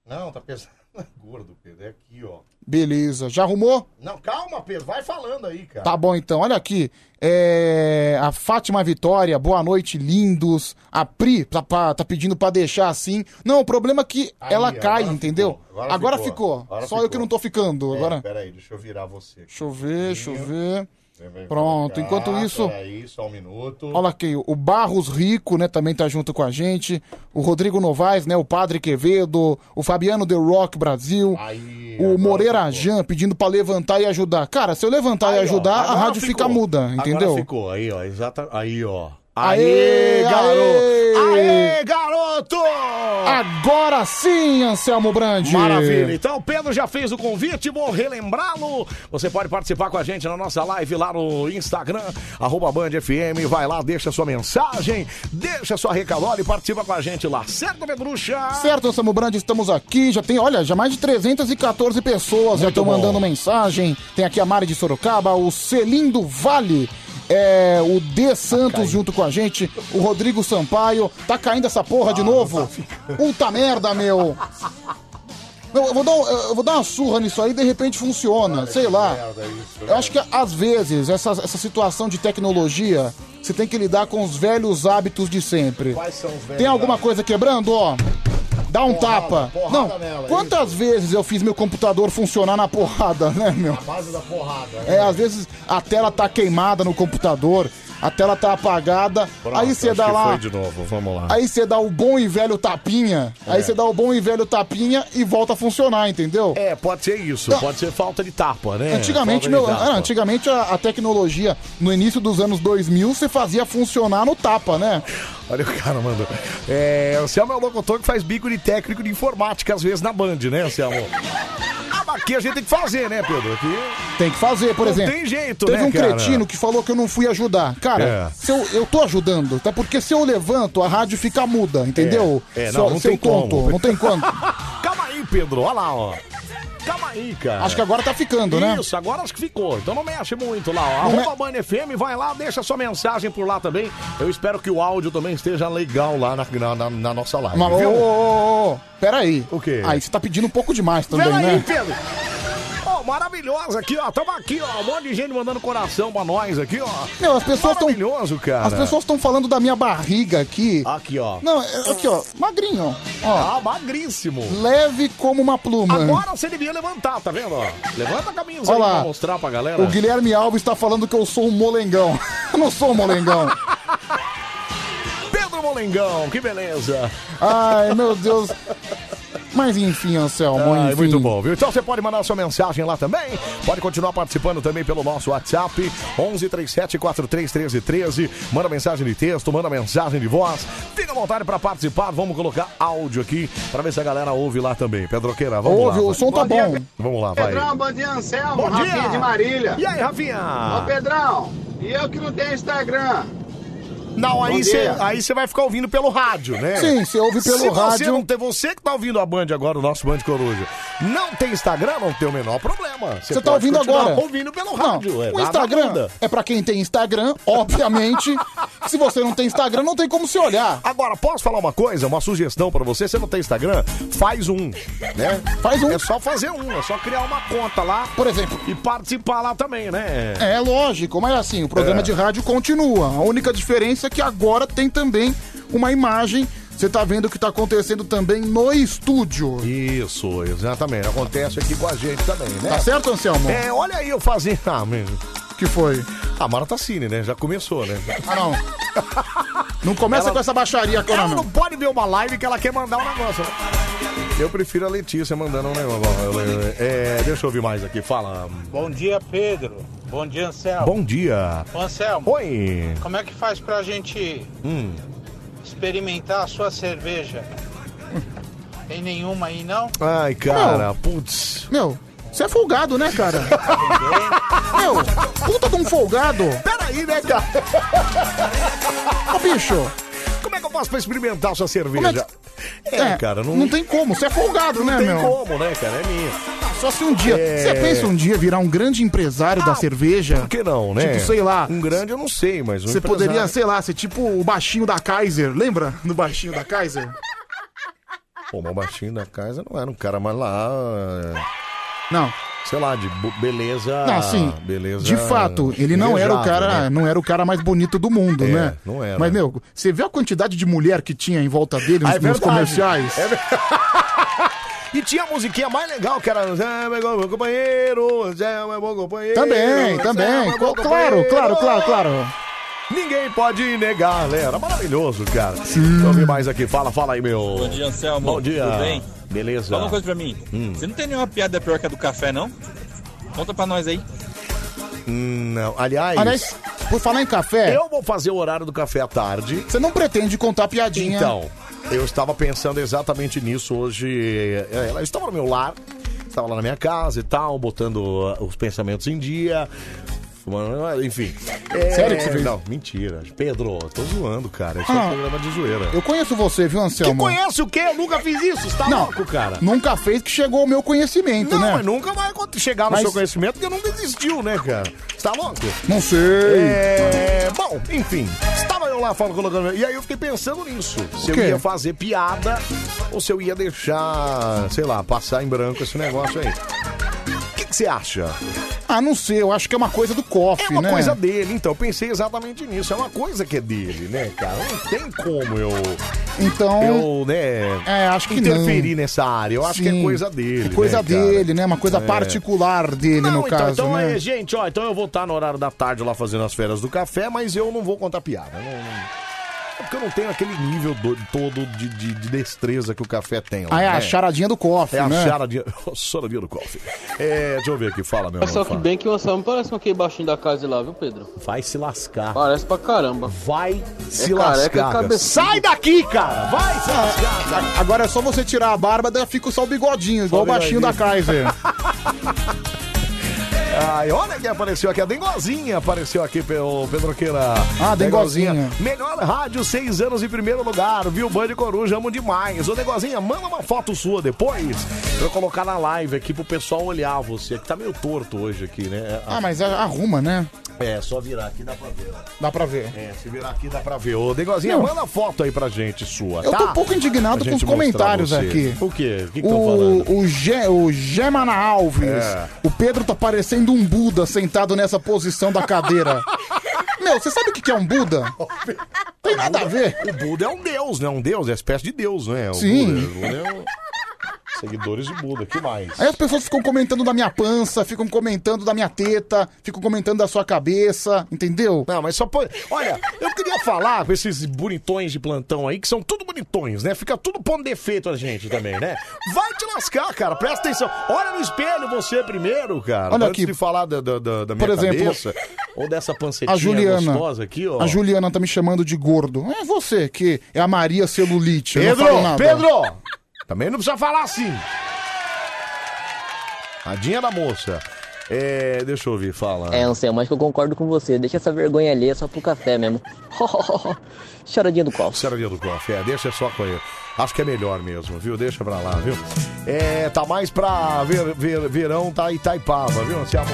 Não, tá pesado. Não é gordo, Pedro. É aqui, ó. Beleza. Já arrumou? Não, calma, Pedro. Vai falando aí, cara. Tá bom então, olha aqui. É, A Fátima Vitória, boa noite, lindos. A Pri tá, pa- tá pedindo pra deixar assim. Não, o problema é que ela agora cai, ficou, entendeu? agora Agora, ficou, ficou. agora Só ficou. eu que não tô ficando. É, agora. Peraí, deixa eu virar você. aqui. Deixa eu ver, deixa eu ver. Vem, vem Pronto, pra cá, enquanto isso- Peraí, só um minuto. Olha aqui, o Barros Rico, né, também tá junto com a gente. O Rodrigo Novaes, né, o Padre Quevedo, o Fabiano The Rock Brasil. o Moreira Jan pedindo pra levantar e ajudar. Cara, se eu levantar e ajudar, a Agora rádio fica ficou. muda, entendeu? Agora ficou, aí, ó. Exata... Aí, ó. Aê, garoto! Aê, garoto! Agora sim, Anselmo Brandi! Maravilha. Então, o Pedro já fez o convite, vou relembrá-lo. Você pode participar com a gente na nossa live lá no Instagram, arroba Band FM. Vai lá, deixa sua mensagem, deixa sua recalora e participa com a gente lá. Certo, Pedrucha? Certo, Anselmo Brandi, estamos aqui. Já tem, olha, já mais de 314 pessoas já estão bom. mandando mensagem. Tem aqui a Mari de Sorocaba, o Celindo Vale. É, o D Tá Santos junto com a gente, o Rodrigo Sampaio. Tá caindo essa porra Ah, de tá novo? Puta merda, meu! Não, eu, vou dar, um- eu vou dar uma surra nisso aí de repente funciona, sei lá. Merda, isso. Eu acho que às vezes essa, essa situação de tecnologia você tem que lidar com os velhos hábitos de sempre. Quais são os velhos Tem alguma coisa quebrando, ó? Dá um Porrada, tapa. porrada Não, nela, é quantas vezes eu fiz meu computador funcionar na porrada, né, meu? A base da porrada. né? né? É, às vezes a tela tá queimada no computador, a tela tá apagada, aí você acho dá que lá. Foi de novo, vamos lá. É. Aí você dá o bom e velho tapinha, aí você dá o bom e velho tapinha e volta a funcionar, entendeu? É, pode ser isso, Não. pode ser falta de tapa, né? Antigamente, Falta de meu, tapa. ah, antigamente a, a tecnologia, no início dos anos 2000, você fazia funcionar no tapa, né? Olha o cara, mano. É, o Anselmo é o locutor que faz bico de técnico de informática, às vezes, na Band, né, Anselmo? Ah, mas aqui a gente tem que fazer, né, Pedro? Aqui... Tem que fazer, por Não exemplo. tem jeito, Teve né, um cara? cretino que falou que eu não fui ajudar. Cara, É. se eu, eu tô ajudando, até porque se eu levanto, a rádio fica muda, entendeu? É, é, não, Seu- não seu tem tonto, como. não tem quanto. Calma aí, Pedro, olha lá, ó. Calma aí, cara. Acho que agora tá ficando, né? Isso, agora acho que ficou. Então não mexe muito lá, ó. Não Arroba Band FM, vai lá, deixa sua mensagem por lá também. Eu espero que o áudio também esteja legal lá na, na, na- na nossa live, Mas, ô, viu? ô, ô, ô, peraí. O quê? Aí você tá pedindo um pouco demais também, Pera aí, né? Pedro. Ó, maravilhosa aqui, ó. Tamo aqui, ó. Um monte de gente mandando coração pra nós aqui, ó. Meu, as pessoas tão- Maravilhoso, cara. As pessoas estão falando da minha barriga aqui. Aqui, ó. Não, é- aqui, ó. Magrinho, ó. Ah, magríssimo. Leve como uma pluma. Agora você devia levantar, tá vendo? ó? Levanta a camisa Olha aí lá. pra mostrar pra galera. O Guilherme Alves tá falando que eu sou um molengão. Eu não sou um molengão. Pedro Molengão, que beleza. Ai, meu Deus. Mas enfim, Anselmo, Ah, é enfim. muito bom, viu? Então você pode mandar sua mensagem lá também. Pode continuar participando também pelo nosso WhatsApp 11 37 43 13 13. Manda mensagem de texto, manda mensagem de voz. Fica à vontade para participar. Vamos colocar áudio aqui para ver se a galera ouve lá também. Pedroqueira, vamos Ouve, lá. o vai. som tá bom. Vamos lá, vai. Pedrão, bom dia, Anselmo. Bom dia. Rafinha de Marília. E aí, Rafinha? Ô, Pedrão, e eu que não tenho Instagram? Não, Bom aí você dia. aí você vai ficar ouvindo pelo rádio, né? Sim, você ouve pelo Se Você, rádio. não tem, você que tá ouvindo a Band agora, o nosso Band Coruja, não tem Instagram, não tem o menor problema. Você tá ouvindo agora? ouvindo pelo rádio. é, o nada Instagram muda. é pra quem tem Instagram, obviamente. Se você não tem Instagram, não tem como se olhar. Agora, posso falar uma coisa? Uma sugestão pra você? Você não tem Instagram? Faz um, né? Faz um. É só fazer um, é só criar uma conta lá. Por exemplo. E participar lá também, né? É lógico, mas assim, o programa É. de rádio continua. A única diferença é que agora tem também uma imagem. Você tá vendo o que tá acontecendo também no estúdio. Isso, exatamente. Acontece aqui com a gente também, né? Tá certo, Anselmo? É, olha aí eu fazendo. Ah, mesmo. Que foi? A Mara Tassini, né? Já começou, né? Ah, não. Não começa Ela- com essa baixaria né, agora, Ela não. não pode ver uma live que ela quer mandar um negócio. né? Eu prefiro a Letícia mandando um negócio. É, deixa eu ouvir mais aqui. Fala. Bom dia, Pedro. Bom dia, Anselmo. Bom dia. Ô, Anselmo. Oi. Como é que faz pra gente Hum. experimentar a sua cerveja? Tem nenhuma aí, não? Ai, cara, putz. Meu, você é folgado, né, cara? Meu, puta de um folgado. Peraí, né, cara? Ô, bicho, Como é que eu faço pra experimentar sua como é cerveja? que... É, cara, não, tem como, você é folgado, não né, tem meu? como, né, cara? É minha. Só se um dia. É. Ah, Você pensa um dia virar um grande empresário da cerveja? Por que não, né? Tipo, sei lá. Um grande eu não sei, mas um Você poderia, empresário. sei lá, ser tipo o baixinho da Kaiser. Lembra do baixinho da Kaiser? Pô, mas o baixinho da casa não era um cara, mas lá. Não. Sei lá, de bo- beleza. Não, sim. Ah, Beleza. De fato, ele não era o invejável, cara, né? não era o cara mais bonito do mundo, É, né? não era. Mas meu, você viu a quantidade de mulher que tinha em volta dele nos, Ah, é nos verdade. comerciais? É verdade. E tinha a musiquinha mais legal, que era Zé é meu companheiro, Zé é meu companheiro. Também, também. Zé é meu Co- companheiro. claro, claro, claro, claro. Ninguém pode negar, né? Era maravilhoso, cara. Deixa eu ouvir mais aqui. Fala, fala aí, meu. Bom dia, Anselmo. Bom dia. Tudo bem? Beleza. Fala uma coisa pra mim. Hum. Você não tem nenhuma piada pior que a do café, não? Conta pra nós aí. Hum, Não, aliás... Aliás, por falar em café, Eu vou fazer o horário do café à tarde. você não pretende contar piadinha. Então, eu estava pensando exatamente nisso hoje. É, Ela estava no meu lar, estava lá na minha casa e tal, botando ah, os pensamentos em dia. Mano, Enfim. É, Sério que você fez? Não, mentira. Pedro, tô zoando, cara. Isso é Ah. um programa de zoeira. Eu conheço você, viu, Anselmo? Que conhece o quê? Eu nunca fiz isso, você tá Não. louco, cara? Nunca fez que chegou ao meu conhecimento, Não, né? mas nunca vai acon- chegar no Mas- seu conhecimento porque nunca existiu, né, cara? Você tá louco? Não sei. É, bom, enfim, estava eu lá falando, colocando. E aí eu fiquei pensando nisso. Se eu quê? ia fazer piada ou se eu ia deixar, sei lá, passar em branco esse negócio aí. O que que você acha? Ah, não sei, eu acho que é uma coisa do cofre, É uma né? coisa dele, então. Eu pensei exatamente nisso. É uma coisa que é dele, né, cara? Não tem como eu. Então. Eu, né? É, acho que interferir não. nessa área. Eu acho que é Sim. coisa dele. É coisa né, cara? dele, né? Uma coisa É. particular dele, Não, no então, caso, então né? é, gente, ó, então eu vou estar no horário da tarde lá fazendo as férias do café, mas eu não vou contar piada. Não, não- É porque eu não tenho aquele nível do- todo de, de- de destreza que o café tem lá. Ah, é né? a charadinha do cofre, É a né? charadinha, charadinha do coffee. É, deixa eu ver aqui, fala, meu Mas só irmão. que fala. bem que o Anselmo parece com aquele baixinho da casa lá, viu, Pedro? Vai se lascar. Parece pra caramba. Vai é Se careca, lascar, é cara. cabeçudo. Sai daqui, cara! Vai Ah. se lascar! cara. A- Agora é só você tirar a barba, daí fica só o bigodinho, igual o baixinho da Kaiser. Ai, olha quem apareceu aqui, a Dengozinha apareceu aqui, pelo Pedroqueira. Ah, Dengozinha. Melhor rádio, seis anos em primeiro lugar, viu? Band Coruja, amo demais. Ô, Dengozinha, manda uma foto sua depois pra eu colocar na live aqui pro pessoal olhar você, que tá meio torto hoje aqui, né? ah, mas a- arruma, né? É, só virar aqui dá pra ver. ó. Dá pra ver. É, se virar aqui dá pra ver. Ô, Dengozinha, Não. manda foto aí pra gente sua, Eu tá? tô um pouco indignado Pra com os gente mostrar comentários você. aqui. O quê? O que que estão falando? O, o, Ge, o Gemana Alves. É. O Pedro tá parecendo um Buda sentado nessa posição da cadeira. Meu, você sabe o que que é um Buda? Tem nada a ver. O Buda é um deus, né? Um deus, é espécie de deus, né? O Sim. Buda, o Buda é um- Seguidores de Buda, que mais? Aí as pessoas ficam comentando da minha pança, ficam comentando da minha teta, ficam comentando da sua cabeça, entendeu? Não, mas só pode. Olha, eu queria falar com esses bonitões de plantão aí, que são tudo bonitões, né? Fica tudo pondo defeito a gente também, né? Vai te lascar, cara, presta atenção. Olha no espelho você primeiro, cara. Olha antes aqui. de falar da, da, da- da minha Por exemplo, cabeça, ou dessa pancetinha A Juliana. gostosa aqui, ó. A Juliana tá me chamando de gordo. É você que é a Maria Celulite. eu não Pedro, falo nada. Pedro! Também não precisa falar assim. Tadinha da moça. É, deixa eu ouvir, fala. É, Anselmo, acho que eu concordo com você. Deixa essa vergonha ali, é só pro café mesmo. Charadinha do copo. Charadinha do copo, é, deixa só com ele. Acho que é melhor mesmo, viu? Deixa pra lá, viu? É, tá mais pra ver, ver- verão, tá Itaipava, viu, Anselmo?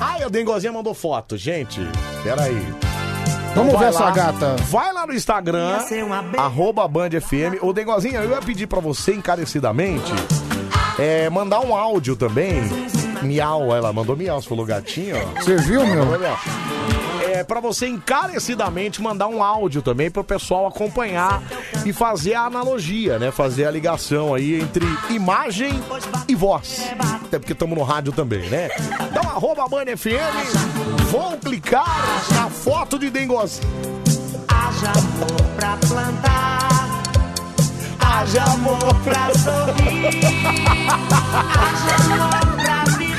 Ai, a Dengozinha mandou foto, gente. Peraí. Então Vamos vai ver essa gata. Vai lá no Instagram, arroba Band FM. Ô, Dengozinha, eu ia pedir pra você encarecidamente é, mandar um áudio também. Miau, ela mandou miau, você falou gatinho. Você viu, meu? É, pra você encarecidamente mandar um áudio também pro pessoal acompanhar e fazer a analogia, né? Fazer a ligação aí entre imagem e voz. Até porque estamos no rádio também, né? Então, arroba Band FM, vou clicar na foto de Dengozinho. Haja amor pra plantar, haja amor pra sorrir, haja amor pra viver.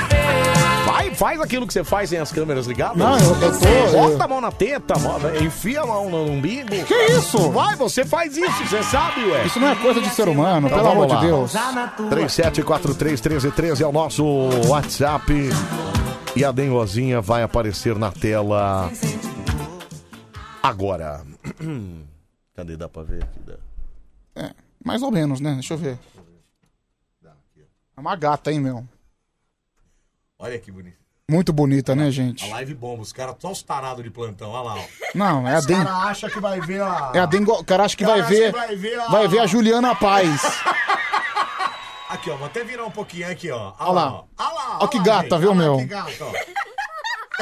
Vai, faz aquilo que você faz sem as câmeras ligadas. Não, eu- eu tô- Bota eu- a mão na teta, mo- enfia a mão no umbigo. Que isso? Vai, você faz isso, você sabe, ué. Isso não é coisa de ser humano, Então pelo amor vamos de lá. Deus. 37431313 é o nosso WhatsApp. E a Dengozinha vai aparecer na tela agora. Cadê? Dá pra ver aqui? Dá. É, mais ou menos, né? Deixa eu ver. É uma gata, hein, meu? Olha que bonito. Muito bonita, né, A gente? live bomba, os caras só os tarados de plantão, olha lá, ó. Não, é a Os Den. cara acha que vai ver a... É a Dengo. O cara acha que vai Cara, acha ver. que vai ver a- Vai ver a Juliana Paz. Aqui, ó, vou até virar um pouquinho aqui, ó. Olha Olha lá, lá. ó. Olha lá, Olha que lá, gata, gente. viu, Olha lá meu? Que gata, ó.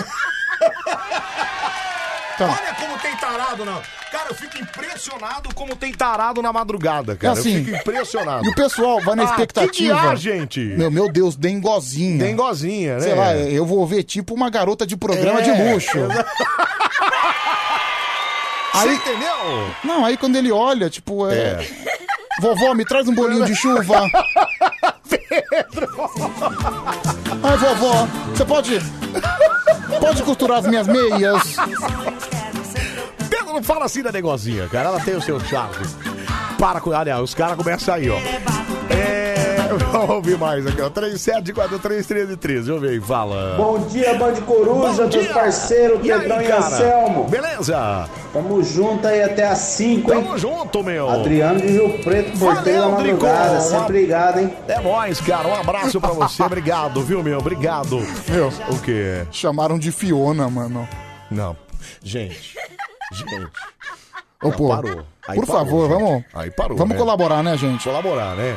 Tá. Olha como tem tarado, não. Cara, eu fico impressionado como tem tarado na madrugada, cara. eu Assim, fico impressionado. E o pessoal vai na Ah, expectativa. Que que há, gente? Meu, meu Deus, dengozinha. Dengozinha, né? Sei lá, eu vou ver tipo uma garota de programa É, de luxo. exa- Aí- entendeu? Não, aí quando ele olha, tipo, é. Vovó, me traz um bolinho de chuva. Ai, vovó, você pode. Pode costurar as minhas meias. Pedro, não fala assim da negozinha, cara. Ela tem o seu charme. Para com. Aliás, os caras começam aí, ó. É. Vamos ouvir mais aqui, ó. 37431313. Deixa eu ver aí, fala. Bom dia, Band Coruja, meus Bom dia. parceiros, E aí, Pedrão e, cara? Anselmo. Beleza? Tamo junto aí até as 5, hein? Tamo junto, meu. Adriano de Rio Preto, porteiro da Valeu, Drico. madrugada, sempre ligado, hein? É nóis, cara. Um abraço pra você. Obrigado, viu, meu? Obrigado. Meu. O quê? Chamaram de Fiona, mano. Não. Gente. Gente. Ô, Não, pô, parou. Aí por parou, favor, gente. vamos. Aí parou, Vamos né? colaborar, né, gente? Colaborar, né?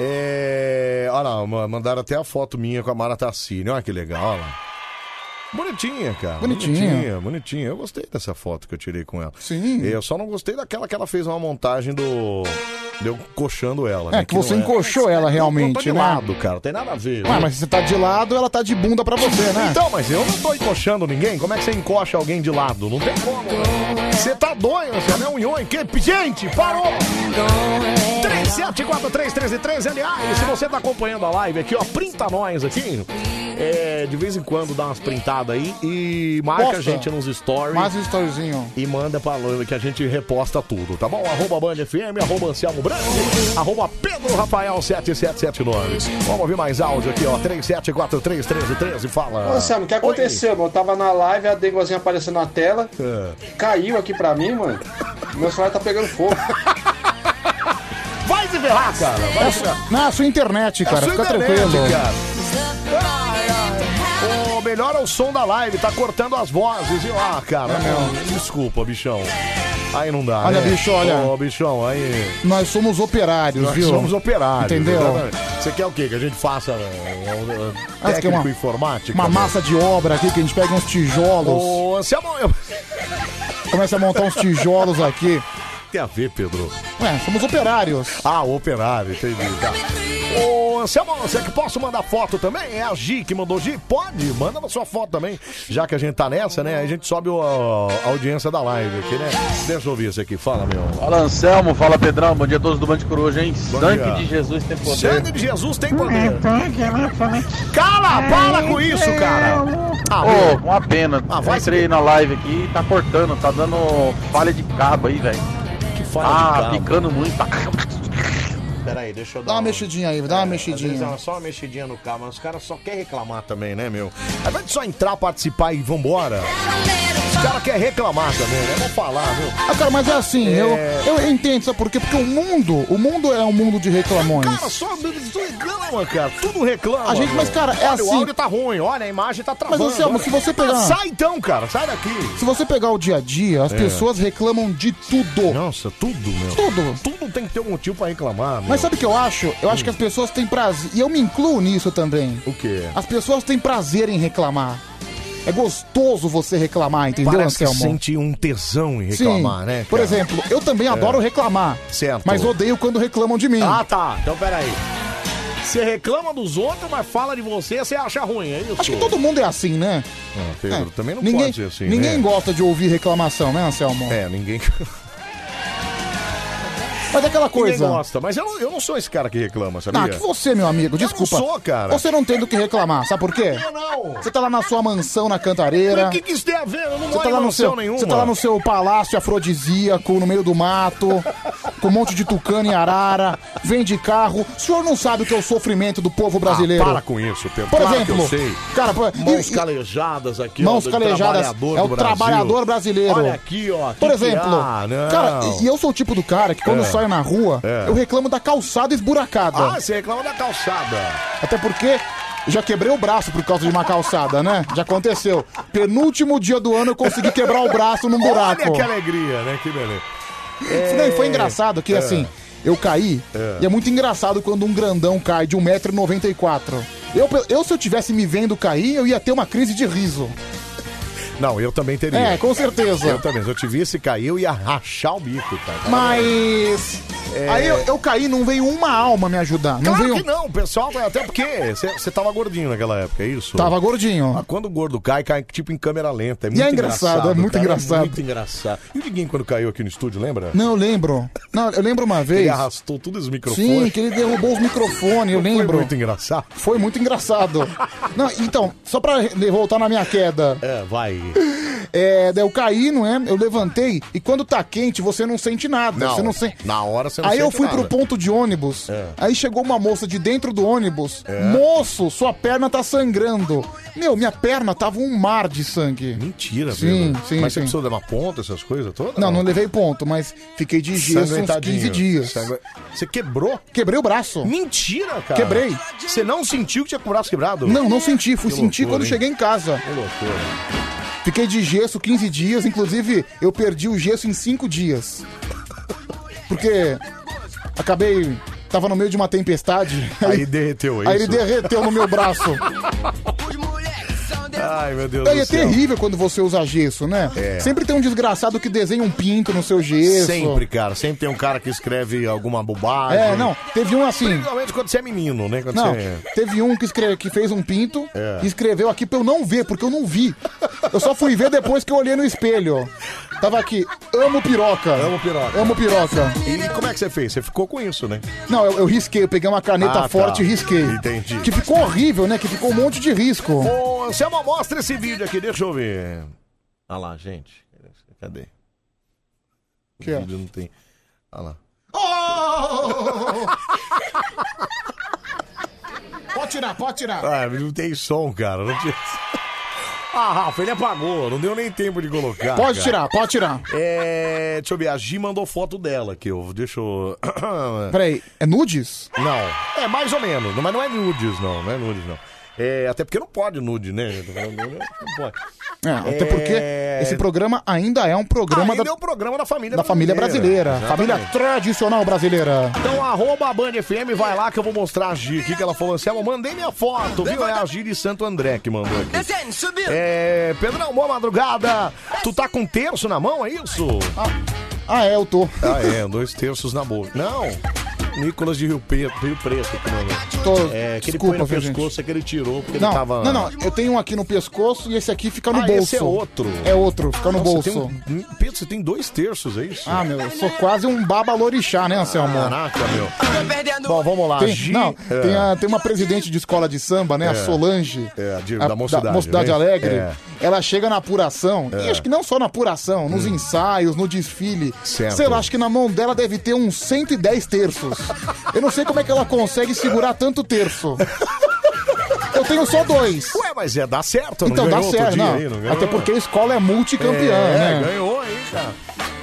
É... Olha lá, ma- mandaram até a foto minha com a Mara Tassini. Olha que legal, olha lá. Bonitinha, cara. Bonitinha. Bonitinha, bonitinha. Eu gostei dessa foto que eu tirei com ela. Sim. Eu só não gostei daquela que ela fez uma montagem do... Deu coxando ela. né? É que você encoxou ela Tô realmente, de né? lado, cara. Tem nada a ver. Ué, mas se você tá de lado, ela tá de bunda pra você, né? Então, mas eu não tô encoxando ninguém. Como é que você encoxa alguém de lado? Não tem como. né? Você tá doido, você não é um nhoi. Que... Gente, parou! 374333, aliás, se você tá acompanhando a live aqui, ó, printa nós aqui. É, de vez em quando dá umas printadas aí e marca Posta. a gente nos stories. Mais um storyzinho. E manda pra Lana que a gente reposta tudo, tá bom? Arroba Band FM, arroba Anselmo Branco, arroba Pedro Rafael 7779. Vamos ouvir mais áudio aqui, ó. 37431313, Ô, fala. Anselmo, o que aconteceu, mano? Eu tava na live, a dengozinha apareceu na tela, É. caiu aqui pra mim, mano. Meu celular tá pegando fogo. Vai se ferrar, cara. É su- Não, é a sua internet, cara. sua Fica internet, tranquilo. cara. Ô, melhor é o som da live, tá cortando as vozes. E ó, cara, desculpa, bichão. Aí não dá. Olha, né? bicho, olha. Ô, bichão, aí. Nós somos operários, Nós viu? somos operários. Entendeu? exatamente. Você quer o quê? Que a gente faça é, um, um, Ah, você quer técnico uma- informático? Uma massa de obra aqui que a gente pega uns tijolos. Ô, Anselmo, eu... Começa a montar uns tijolos aqui. Tem a ver, Pedro. Ué, somos operários. Ah, operário, entendi. Tá. Ô, Anselmo, você que posso mandar foto também? É a Gi que mandou. Gi, pode, manda a sua foto também. Já que a gente tá nessa, né? Aí a gente sobe o- a audiência da live aqui, né? Deixa eu ouvir isso aqui. Fala, meu. Fala Anselmo, fala Pedrão, bom dia a todos do Band Coruja, hein? Bom dia. Sangue de Jesus tem poder. Sangue de Jesus tem poder. Cala, para com isso, cara. Ah, Ô, meu. uma pena. Ah, vai Entrei se- na live aqui e tá cortando, tá dando falha de cabo aí, velho. Que falha ah, de cabo? picando muito. Tá... Pera aí, deixa eu um- É, Dá uma mexidinha aí, dá uma Às vezes mexidinha. ela só uma mexidinha no carro, mas os caras só querem reclamar também, né, meu? Ao invés de só entrar, participar e vambora, os caras querem reclamar também, né? Vou falar, viu? Ah, cara, mas é assim, eu, eu entendo, sabe por quê? Porque o mundo, o mundo é um mundo de reclamões. Cara, só só reclama, cara. Tudo reclama. A gente- mas, meu. cara, é olha, assim- O áudio tá ruim, olha, a imagem tá travando. Mas, Anselmo, olha. se você pegar- Ah, sai então, cara, sai daqui. Se você pegar o dia a dia, as É. pessoas reclamam de tudo. Nossa, tudo, meu. Tudo. Tudo tem que ter um motivo pra reclamar, meu. Mas sabe o que eu acho? Eu acho que as pessoas têm prazer. E eu me incluo nisso também. Hum. O quê? As pessoas têm prazer em reclamar. É gostoso você reclamar, entendeu, Parece que Anselmo? sente um tesão em reclamar, Sim. né? Por cara? exemplo, eu também É. adoro reclamar. Certo. Mas odeio quando reclamam de mim. Ah, tá. Então peraí. Você reclama dos outros, mas fala de você, você acha ruim, é isso? Acho que todo mundo é assim, né? Ah, Pedro, também não ninguém pode ser assim, ninguém né? gosta de ouvir reclamação, né, Anselmo? É, ninguém... Mas é aquela coisa. Ninguém gosta, mas eu, não- eu não sou esse cara que reclama, sabia? Ah, que você, meu amigo, desculpa. sou, cara. Você não tem do que reclamar, sabe por quê? Eu não. Você tá lá na sua mansão na cantareira. Mas o que, que isso tem a ver? Eu não Você moro tá, em lá no mansão seu, nenhuma. você tá lá no seu palácio afrodisíaco, no meio do mato, com um monte de tucano e arara, vende carro. O senhor não sabe o que é o sofrimento do povo brasileiro. Ah, para com isso, Pedro. Por Claro que exemplo, eu sei. cara, por- mãos e- e- calejadas aqui, Mãos ó, do calejadas. trabalhador É do o Brasil. trabalhador brasileiro. Olha aqui, ó. que Por que né? exemplo, há? Não. cara, e- e eu sou o tipo do cara que quando É. eu saio na rua, É. eu reclamo da calçada esburacada. Ah, você reclama da calçada. Até porque Já quebrei o braço por causa de uma calçada, né? Já aconteceu. Penúltimo dia do ano eu consegui quebrar o braço num buraco. Olha que alegria, né? Que beleza. Isso daí foi engraçado que É. assim, eu caí, É. e é muito engraçado quando um grandão cai de 1,94m. Eu, eu, se eu tivesse me vendo cair, eu ia ter uma crise de riso. Não, eu também teria. É, com certeza. Eu também. Se eu te visse cair, eu ia rachar o bico, cara. Mas. É. Aí eu, eu caí, não veio uma alma me ajudar. Não Claro veio. que não, pessoal, até porque você tava gordinho naquela época, é isso? Tava gordinho. Mas quando o gordo cai, cai tipo em câmera lenta. É E muito é engraçado, é muito cara, engraçado. muito engraçado. E o Diguinho quando caiu aqui no estúdio, lembra? Não, eu lembro. Não, eu lembro uma vez. Ele arrastou todos os microfones. Sim, que ele derrubou os microfones, eu Foi lembro. muito engraçado. Foi muito engraçado. Não, então, só pra re- voltar na minha queda. É, vai. É, daí eu caí, não é? Eu levantei e quando tá quente você não sente nada. Não, você não sente. na hora você não Aí eu sente fui nada. pro ponto de ônibus. Aí chegou uma moça de dentro do ônibus. É. Moço, sua perna tá sangrando. Meu, minha perna tava um mar de sangue. Mentira, Sim, Pedro. sim, né? Mas você sim. precisou levar ponta, essas coisas todas? Não, não levei ponto, mas fiquei de gesso uns 15 Sanguentadinho. dias. Sangue- Você quebrou? Quebrei o braço. Mentira, cara. Quebrei. Você não sentiu que tinha com o braço quebrado? Não, não senti. Fui Que sentir loucura, quando hein? cheguei em casa. Que loucura. Fiquei de gesso 15 dias, inclusive eu perdi o gesso em 5 dias. Porque acabei. Tava no meio de uma tempestade. Aí derreteu, é Aí ele isso? derreteu no meu braço. Ai, meu Deus Daí do é céu. terrível quando você usa gesso, né? É. Sempre tem um desgraçado que desenha um pinto no seu gesso. Sempre, cara. Sempre tem um cara que escreve alguma bobagem. É, não. Teve um assim. Principalmente quando você é menino, né? Quando Não, você é... teve um que, escreve, que fez um pinto É. e escreveu aqui pra eu não ver, porque eu não vi. Eu só fui ver depois que eu olhei no espelho. Tava aqui, amo piroca. Amo piroca. Amo piroca. E como é que você fez? Você ficou com isso, né? Não, eu, eu risquei, eu peguei uma caneta Ah, tá. forte e risquei. Entendi. Que ficou horrível, né? Que ficou um monte de risco. Ô, Anselmo, mostra esse vídeo aqui, deixa eu ver. Olha lá, gente. Cadê? O Que é? vídeo não tem. Olha lá. Oh! pode tirar, pode tirar. Ah, não tem som, cara. Não tinha... Ah, Rafa, ele apagou, não deu nem tempo de colocar. Pode cara. tirar, pode tirar. É, deixa eu ver, a Gi mandou foto dela aqui, eu, deixa eu... Peraí, é nudes? Não, é mais ou menos, não- mas não é nudes não, não é nudes não. É, até porque não pode nude, né? Eu tô falando, Não pode. É, até porque É. esse programa ainda é um programa Ainda da, é um programa da família da família brasileira. Exatamente. Família tradicional brasileira. Então, arroba a Band FM, vai lá que eu vou mostrar a Gi aqui, que ela falou assim, "Ah, mandei minha foto, viu? É a Gi de Santo André que mandou aqui. É, Pedrão, boa madrugada. Tu tá com um terço na mão, é isso? Ah, é, eu tô. Ah, é, dois terços na boca. Não, Nicolas de Rio Preto, Rio Preto que mandou. Tô- É, aquele desculpa, põe no viu, pescoço é que ele tirou, porque Não, ele tava... não, não, eu tenho um aqui no pescoço e esse aqui fica no Ah, bolso. esse é outro. É outro, fica no Nossa, bolso. tem um- Pedro, você tem dois terços, é isso? Ah, meu, eu sou quase um babalorixá, né, Anselmo? Caraca, meu. Bom, vamos lá. Tem, Gi- não, É. tem, a- tem uma presidente de escola de samba, né? É. A Solange. É, de- a- da Mocidade, né? Alegre. É. Ela chega na apuração, e acho que não só na apuração, nos ensaios, no desfile. Hum. Certo. Sei lá, acho que na mão dela deve ter uns 110 terços. Eu não sei como é que ela consegue segurar tanto terço. Eu tenho só dois. Ué, mas é, dá certo, não Então dá ganhou outro certo, dia não. aí, não ganhou? Até porque a escola é multicampeã, É, né? ganhou aí, cara.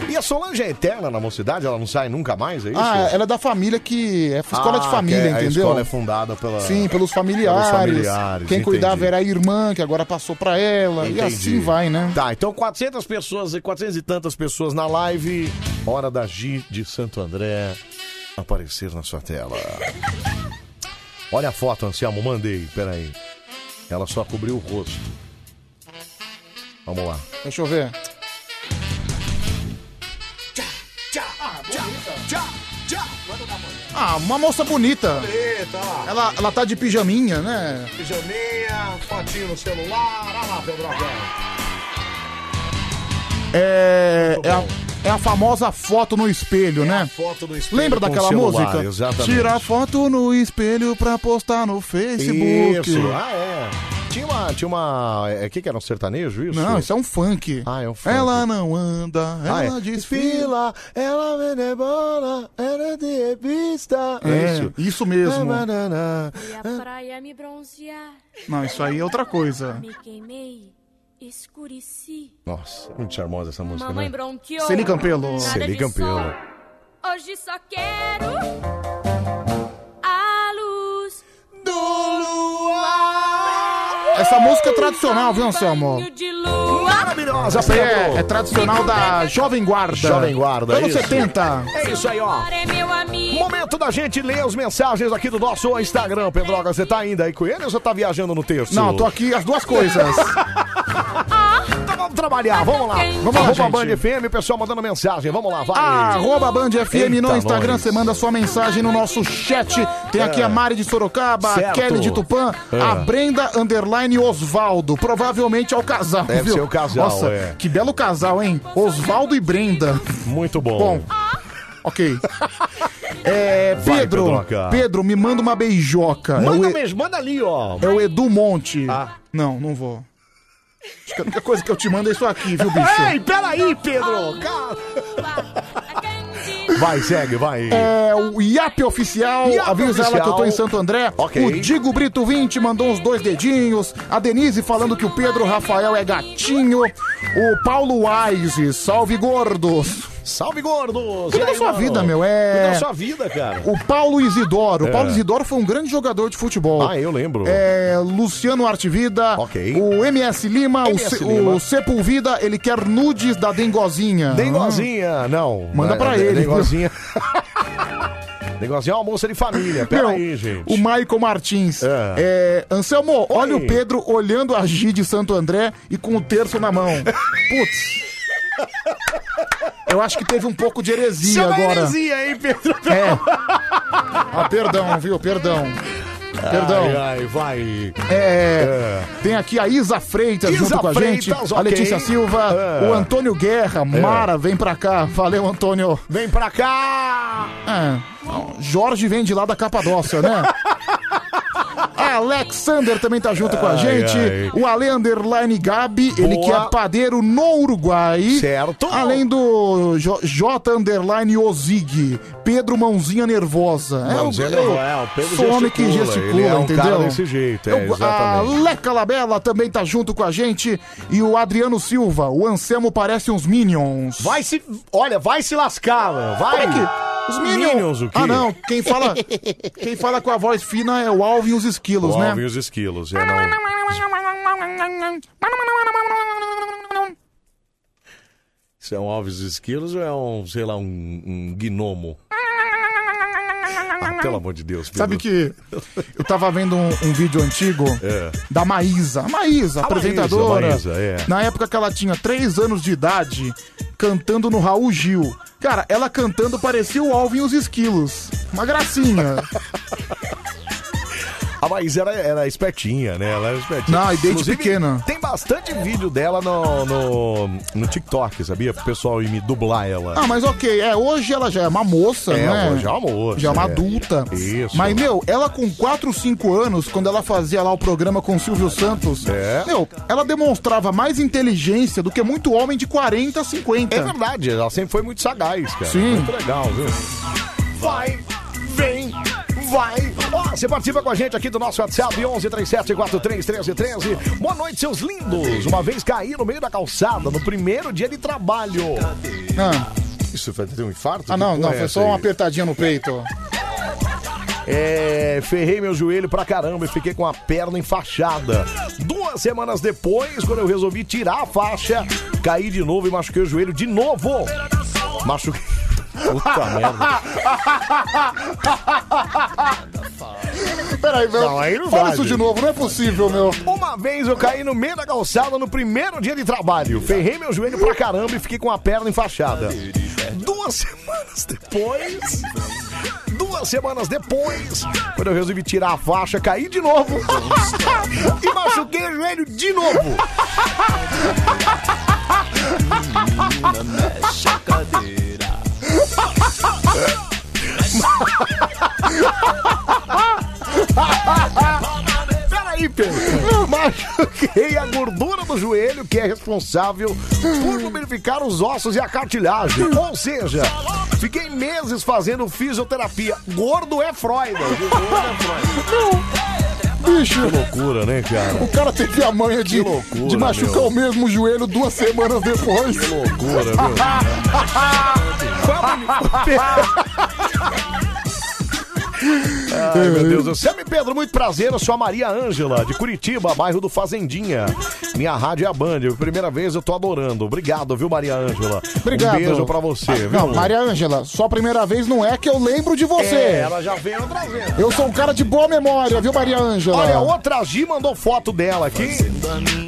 E a Solange é eterna na mocidade? Ela não sai nunca mais, é isso? Ah, ela é da família que. É escola de Ah, família, que entendeu? A escola é fundada pela... Sim, pelos familiares. Pelos familiares, Quem entendi. cuidava era a irmã, que agora passou pra ela. E Entendi. assim vai, né? Tá, então 400 pessoas e 400 e tantas pessoas na live. Hora da Gi de Santo André aparecer na sua tela. Olha a foto, Anselmo, mandei. Peraí. Ela só cobriu o rosto. Vamos lá. Deixa eu ver. Ah, uma moça bonita. Ela, ela tá de pijaminha, né? Pijaminha, fotinho no celular. Olha lá, Pedro É, é, a, é a famosa foto no espelho, né? É foto no espelho Lembra com daquela celular, música? exatamente. Tira foto no espelho pra postar no Facebook. Isso. Ah, é. Tinha uma. Tinha uma. É que que era um sertanejo isso? Não, isso é um funk. Ah, é um funk. Ela não anda, Ah, ela é. desfila. ela venebola, ela de revista. É, isso mesmo. E a praia me bronzear, Não, isso aí é outra coisa. me queimei, escureci. Nossa, muito charmosa essa música. Mamãe né? bronqueou. Celi Campelo. Nada Celi de Campelo. sol. Hoje só quero a luz do luar. Essa música é tradicional, viu, Anselmo? Maravilhosa, Essa aí Pedro. é, é tradicional da Jovem Guarda. Jovem Guarda, Anos isso. 70. É isso aí, ó. Momento da gente ler as mensagens aqui do nosso Instagram, Pedroga. Você tá ainda aí com ele ou você tá viajando no texto? Não, tô aqui as duas coisas. Então vamos trabalhar, vamos lá. Vamos lá, Arroba gente. Band FM, pessoal mandando mensagem. Vamos lá, vai. Arroba Band FM no Eita, Instagram, nós. você manda sua mensagem no nosso chat. Tem aqui É. a Mari de Sorocaba, a Certo. Kelly de Tupã, É. a Brenda Underline Osvaldo. Provavelmente é o casal. Deve viu? ser o casal, Nossa, é. que belo casal, hein? Osvaldo e Brenda. Muito bom. Bom. Ok. É, Vai, Pedro, Pedroca. Pedro, me manda uma beijoca. É o Manda um E- mesmo, manda ali, ó. é o Edu Monte. Ah. Não, não vou. Acho que a única coisa que eu te mando é isso aqui, viu, bicho? Ah. Ei, peraí, Pedro! Calma. Vai, segue, vai. É, o IAP Oficial, IAP avisa ela que eu tô Oficial. em Santo André. Ok. O Digo Brito 20 mandou uns dois dedinhos. A Denise falando que o Pedro Rafael é gatinho. O Paulo Aizes, salve gordos. Salve, gordos! Cuida E da aí, sua mano? vida, meu, é- Cuida da sua vida, cara. O Paulo Isidoro. É. O Paulo Isidoro foi um grande jogador de futebol. Ah, eu lembro. É, Luciano Artivida. O MS Lima. o, MS Se- Lima. o Sepulvida, ele quer nudes da Dengozinha. Hum. Dengozinha, não. Manda É, pra é, ele. Dengozinha. Dengozinha é uma moça de família. Pera Meu, aí, gente. O Michael Martins. É, Anselmo, olha o Pedro olhando a Gi de Santo André e com o terço na mão. Putz. Eu acho que teve um pouco de heresia Chama agora. é heresia, hein, Pedro? É. Ah, perdão, viu? Perdão. Perdão. Ai, ai, vai. É, Tem aqui a Isa Freitas Isa junto com a gente, Freitas, a ok. Letícia Silva, É. o Antônio Guerra, Mara, vem pra cá. Valeu, Antônio. Vem pra cá! É, Jorge vem de lá da Capadócia, né? Alexander também tá junto com a Ai, gente. ai. O Ale Underline Gabi, ele Boa. que é padeiro no Uruguai. Certo. Além do J, J Underline Ozig. Pedro Mãozinha Nervosa. É, Mãozinha eu- Nervosa, é, o Pedro sou homem que gesticula, gesticula, ele é um entendeu? cara desse jeito, é, Eu- ah, a exatamente. Leca Labella também tá junto com a gente. E o Adriano Silva. O Anselmo parece uns Minions. Vai se. Olha, vai se lascar, mano. Vai. Como é que- Os Minions. o quê? Ah, não. Quem fala, quem fala com a voz fina é o Alvin e os O esquilos, alvo né? e os esquilos. É, não. Isso é um Alves Esquilos ou é um, sei lá, um, um gnomo? Ah, pelo amor de Deus, Pedro. Sabe que eu tava vendo um, um vídeo antigo É. da Maísa. A Maísa, A apresentadora. Maísa, a Maísa, é. Na época que ela tinha 3 anos de idade, cantando no Raul Gil. Cara, ela cantando parecia o Alvin e os esquilos. Uma gracinha. A Maísa era, era espertinha, né? Ela era espertinha. Não, e desde pequena. Tem bastante vídeo dela no, no, no TikTok, sabia? Pro pessoal ir me dublar ela. Ah, mas ok, é, hoje ela já é uma moça, É, né? hoje é uma moça, Já é uma é. adulta. Isso. Mas, meu, ela com 4, 5 anos, quando ela fazia lá o programa com o Silvio Santos, É. meu, ela demonstrava mais inteligência do que muito homem de 40, 50. É verdade, ela sempre foi muito sagaz, cara. Sim. Muito legal, viu? Vai, vem, vai. Ó, você participa com a gente aqui do nosso WhatsApp 1137431313. Boa noite, seus lindos. Uma vez caí no meio da calçada no primeiro dia de trabalho. Ah, Isso foi ter um infarto? ah, não, não, foi só uma uma apertadinha no peito. É, ferrei meu joelho pra caramba e fiquei com a perna enfaixada. Duas semanas depois, quando eu resolvi tirar a faixa, caí de novo e machuquei o joelho de novo. Machuquei. Puta merda. Peraí, meu. Não, aí não Fala vai, isso de gente. novo, não é possível, meu. Uma vez eu caí no meio da calçada no primeiro dia de trabalho. Ferrei meu joelho pra caramba e fiquei com a perna enfaixada. Duas semanas depois. Duas semanas depois, quando eu resolvi tirar a faixa, caí de novo. e machuquei o joelho de novo. Peraí, Pedro. Eu Machuquei a gordura do joelho, que é responsável por lubrificar os ossos e a cartilagem. Ou seja, fiquei meses fazendo fisioterapia. Gordo é Freud. é Bicho, Tá Que loucura, né, cara? o cara teve a manha de, loucura, de machucar meu. o mesmo joelho duas semanas depois. Que loucura, viu? Ai, É. meu Deus do céu. Me Pedro, muito prazer. Eu sou a Maria Ângela, de Curitiba, bairro do Fazendinha. Minha rádio é a Band. Primeira vez eu tô adorando. Obrigado, viu, Maria Ângela? Obrigado. Um beijo pra você, Ah, viu? Não, Maria Ângela, sua primeira vez não é que eu lembro de você. É, ela já veio outra vez. Eu sou um cara de boa memória, viu, Maria Ângela? Olha, outra Gi mandou foto dela aqui.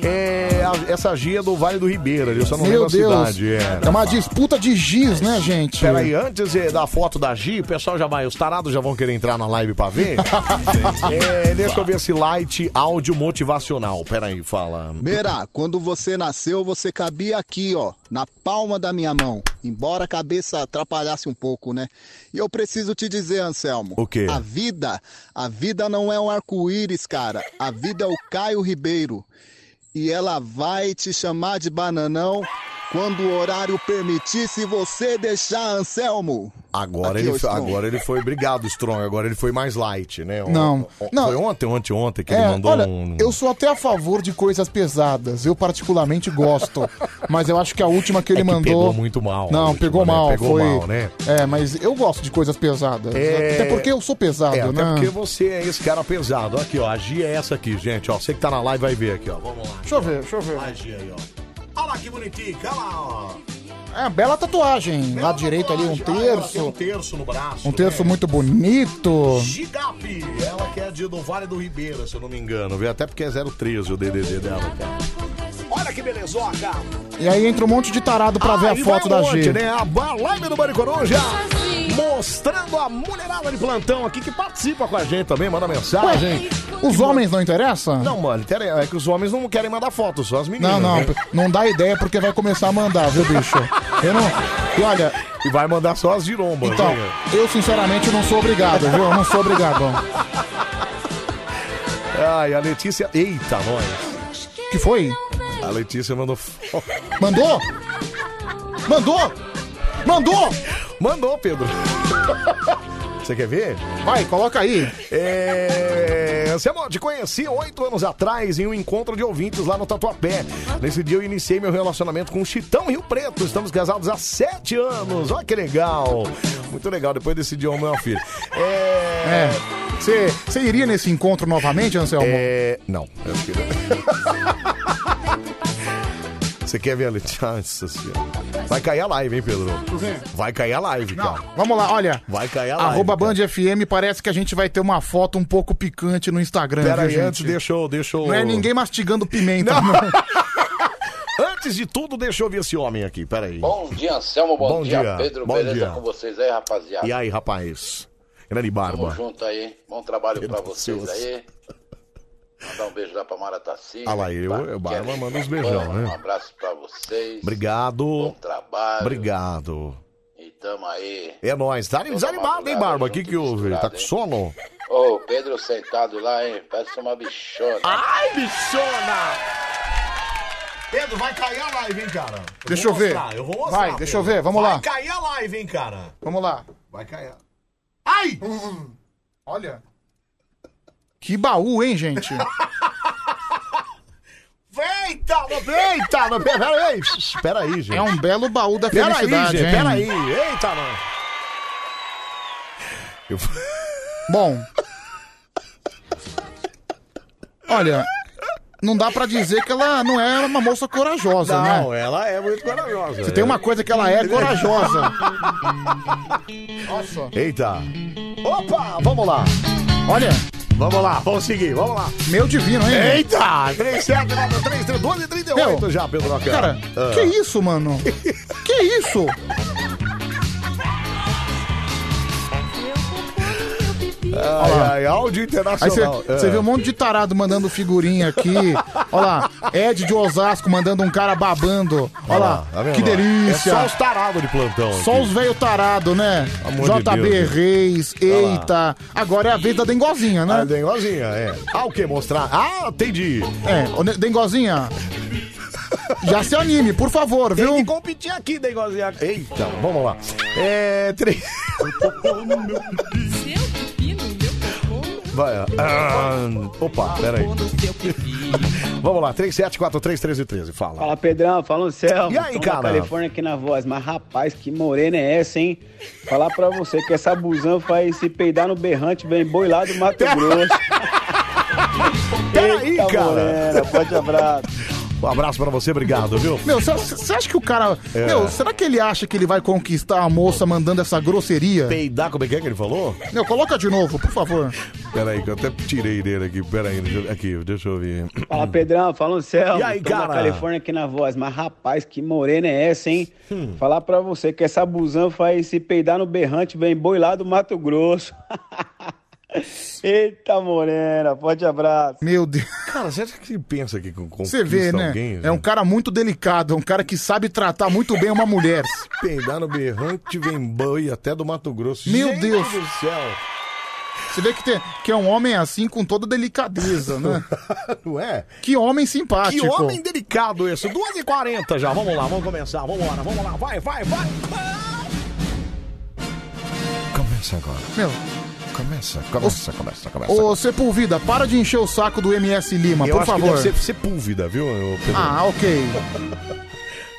É, a- essa Gi é do Vale do Ribeira, eu só não Meu lembro a Deus. cidade. É. É uma disputa de giz, né, gente? Peraí, antes eh, da foto da Gi, o pessoal já vai, os tarados já vão querer entrar na live pra ver. é, deixa eu ver esse light áudio motivacional. Peraí, fala. Beira, quando você nasceu, você cabia aqui, ó, na palma da minha mão. Embora a cabeça atrapalhasse um pouco, né? E eu preciso te dizer, Anselmo. O quê? A vida, a vida não é um arco-íris, cara. A vida é o Caio Ribeiro. E ela vai te chamar de bananão quando o horário permitir, se você deixar, Anselmo. Agora, Aqui, ele, ô, Strong. agora ele foi, obrigado, Strong. Agora ele foi mais light, né? O- Não, o- não. Foi ontem, ontem, ontem que É, ele mandou olha, um. eu sou até a favor de coisas pesadas. Eu particularmente gosto. mas eu acho que a última que ele É que mandou. pegou muito mal, a Não, última, pegou né? mal. Pegou foi... mal, né? É, mas eu gosto de coisas pesadas. É. Até porque eu sou pesado, É, até né? porque você é esse cara pesado. Aqui, ó, a Gi é essa aqui, gente. Ó, você que tá na live vai ver aqui, ó. Vamos lá. Deixa eu ver, deixa eu ver. Olha lá que bonitinho, olha lá, ó. É, bela tatuagem. Lá direito ali, um Ela tem um terço. terço no braço. Um terço muito bonito. Gigap, ela que é de do Vale do Ribeira, se eu não me engano, viu? Até porque é 013 o DDD dela, cara. Olha que belezoca! E aí entra um monte de tarado pra ver a Aí foto vai da um monte, G. né? A ba- live do Bande Coruja mostrando a mulherada de plantão aqui que participa com a gente também, manda mensagem. Os homens não interessam? Não, mano, intere- é que os homens não querem mandar foto, só as meninas. Não, não, né? p- não dá ideia porque vai começar a mandar, viu, bicho? Eu não. E olha. E vai mandar só as girombas, Então, né? eu sinceramente não sou obrigado, viu? Eu não sou obrigado. Ai, a Letícia. Eita, nós. Que foi? A Letícia mandou. foto. Mandou? Mandou? Mandou? Mandou, Pedro. Você quer ver? Vai, coloca aí. É... Anselmo, te conheci oito anos atrás em um encontro de ouvintes lá no Tatuapé. Nesse dia eu iniciei meu relacionamento com o Chitão Rio Preto. Estamos casados há sete anos. Olha que legal. Muito legal. Depois decidiu o meu filho. É. Você você iria nesse encontro novamente, Anselmo? É. Não, eu acho que não. Você quer ver a Letícia? Nossa Senhora. Vai cair a live, hein, Pedro? quê? Vai cair a live, cara. Vamos lá, olha. Vai cair a live. Arroba Band FM, parece que a gente vai ter uma foto um pouco picante no Instagram. Pera aí, viu, gente? antes deixou, deixou. Não é ninguém mastigando pimenta, não. Antes de tudo, deixa eu ver esse homem aqui, peraí. Bom dia, Anselmo. Bom, Bom dia, dia, Pedro. bom Beleza dia. com vocês aí, rapaziada? E aí, rapaz? Grande Tamo barba. junto aí. Bom trabalho pra vocês Deus. aí. Mandar um beijo lá pra Marataci. Olha Ah, lá, eu, eu barba, manda uns beijão, Um né? abraço pra vocês. Obrigado. Bom trabalho. Obrigado. E tamo aí. É nóis. Tá desanimado, hein, Barba? O que que houve? Tá com sono? Ô, o Pedro sentado lá, hein? Parece uma bichona. Ai, bichona! Pedro, vai cair a live, hein, cara? Deixa eu ver. Vai, deixa eu ver, vamos lá. cair a live, hein, cara? Vamos lá. Vai cair. Ai! Olha. Que baú, hein, gente? Eita, eita, não, peraí, peraí, gente. É um belo baú da Peraí, felicidade, gente, hein? peraí. Eita, mano. Eu... Bom. Olha, não dá pra dizer que ela não é uma moça corajosa, né? Não, ela é muito corajosa. Se tem uma coisa que ela é, é corajosa. Eita. Opa, vamos lá. Olha. Vamos lá, vamos seguir, vamos lá. Meu divino, hein? Eita! né, 379332 e 38 Meu, já, Pedro Roca. Cara, Ah. que isso, mano? que isso? Ai, ai, áudio Aí internacional. você Ah. vê um monte de tarado mandando figurinha aqui. Olha lá, Ed de Osasco mandando um cara babando. Olha lá, tá vendo? que delícia. É só os tarados de plantão. Só Então, aqui. os velho tarado, né? Amor de JB Deus. Reis, Olha lá. eita. Agora é a vez da Dengozinha, né? A dengozinha, é. Ah, o que? Mostrar? Ah, entendi. É, ô, Ne- Dengozinha, já se anime, por favor, viu? Tem que competir aqui, Dengozinha. Eita, Então, vamos lá. É. Três. Vai, ah, opa, peraí. Vamos lá, 37431313, fala. Fala, Pedrão. Fala, Anselmo. E aí, Tom da cara? Califórnia aqui na voz. Mas, rapaz, que morena é essa, hein? Falar pra você que essa busão faz se peidar no berrante, vem boi lá do Mato Grosso. Tá Peraí, Eita, cara. morena. Forte abraço. Um abraço pra você, obrigado, viu? Meu, você acha que o cara. É. Meu, será que ele acha que ele vai conquistar a moça mandando essa grosseria? Peidar, como é que é que ele falou? Meu, coloca de novo, por favor. Peraí, que eu até tirei dele aqui. Peraí, deixa eu- aqui, deixa eu ver. Fala, Pedrão. Fala, Anselmo. E aí, Tom da cara? Califórnia aqui na voz. Mas, rapaz, que morena é essa, hein? Hum. Falar pra você que essa busão faz se peidar no berrante, vem boi lá do Mato Grosso. Eita, morena. Forte abraço. Meu Deus. Cara, você acha que ele pensa que com Você vê, né? alguém? É um cara muito delicado, é um cara que sabe tratar muito bem uma mulher. Peidar Tá no berrante vem boi até do Mato Grosso. Meu Gente Deus. do céu. Você vê que, tem, que é um homem assim com toda delicadeza, né? Não é? Que homem simpático. Que homem delicado esse. 2h40 Então já. Vamos lá, vamos começar. Vamos lá, vamos lá. Vai, vai, vai. Começa agora. Meu. Começa, começa, começa, começa. Ô, Sepulvida, para de encher o saco do MS Lima, Eu por acho que favor. deve ser Sepúlveda, viu, ô, Pedro? Ah, ok.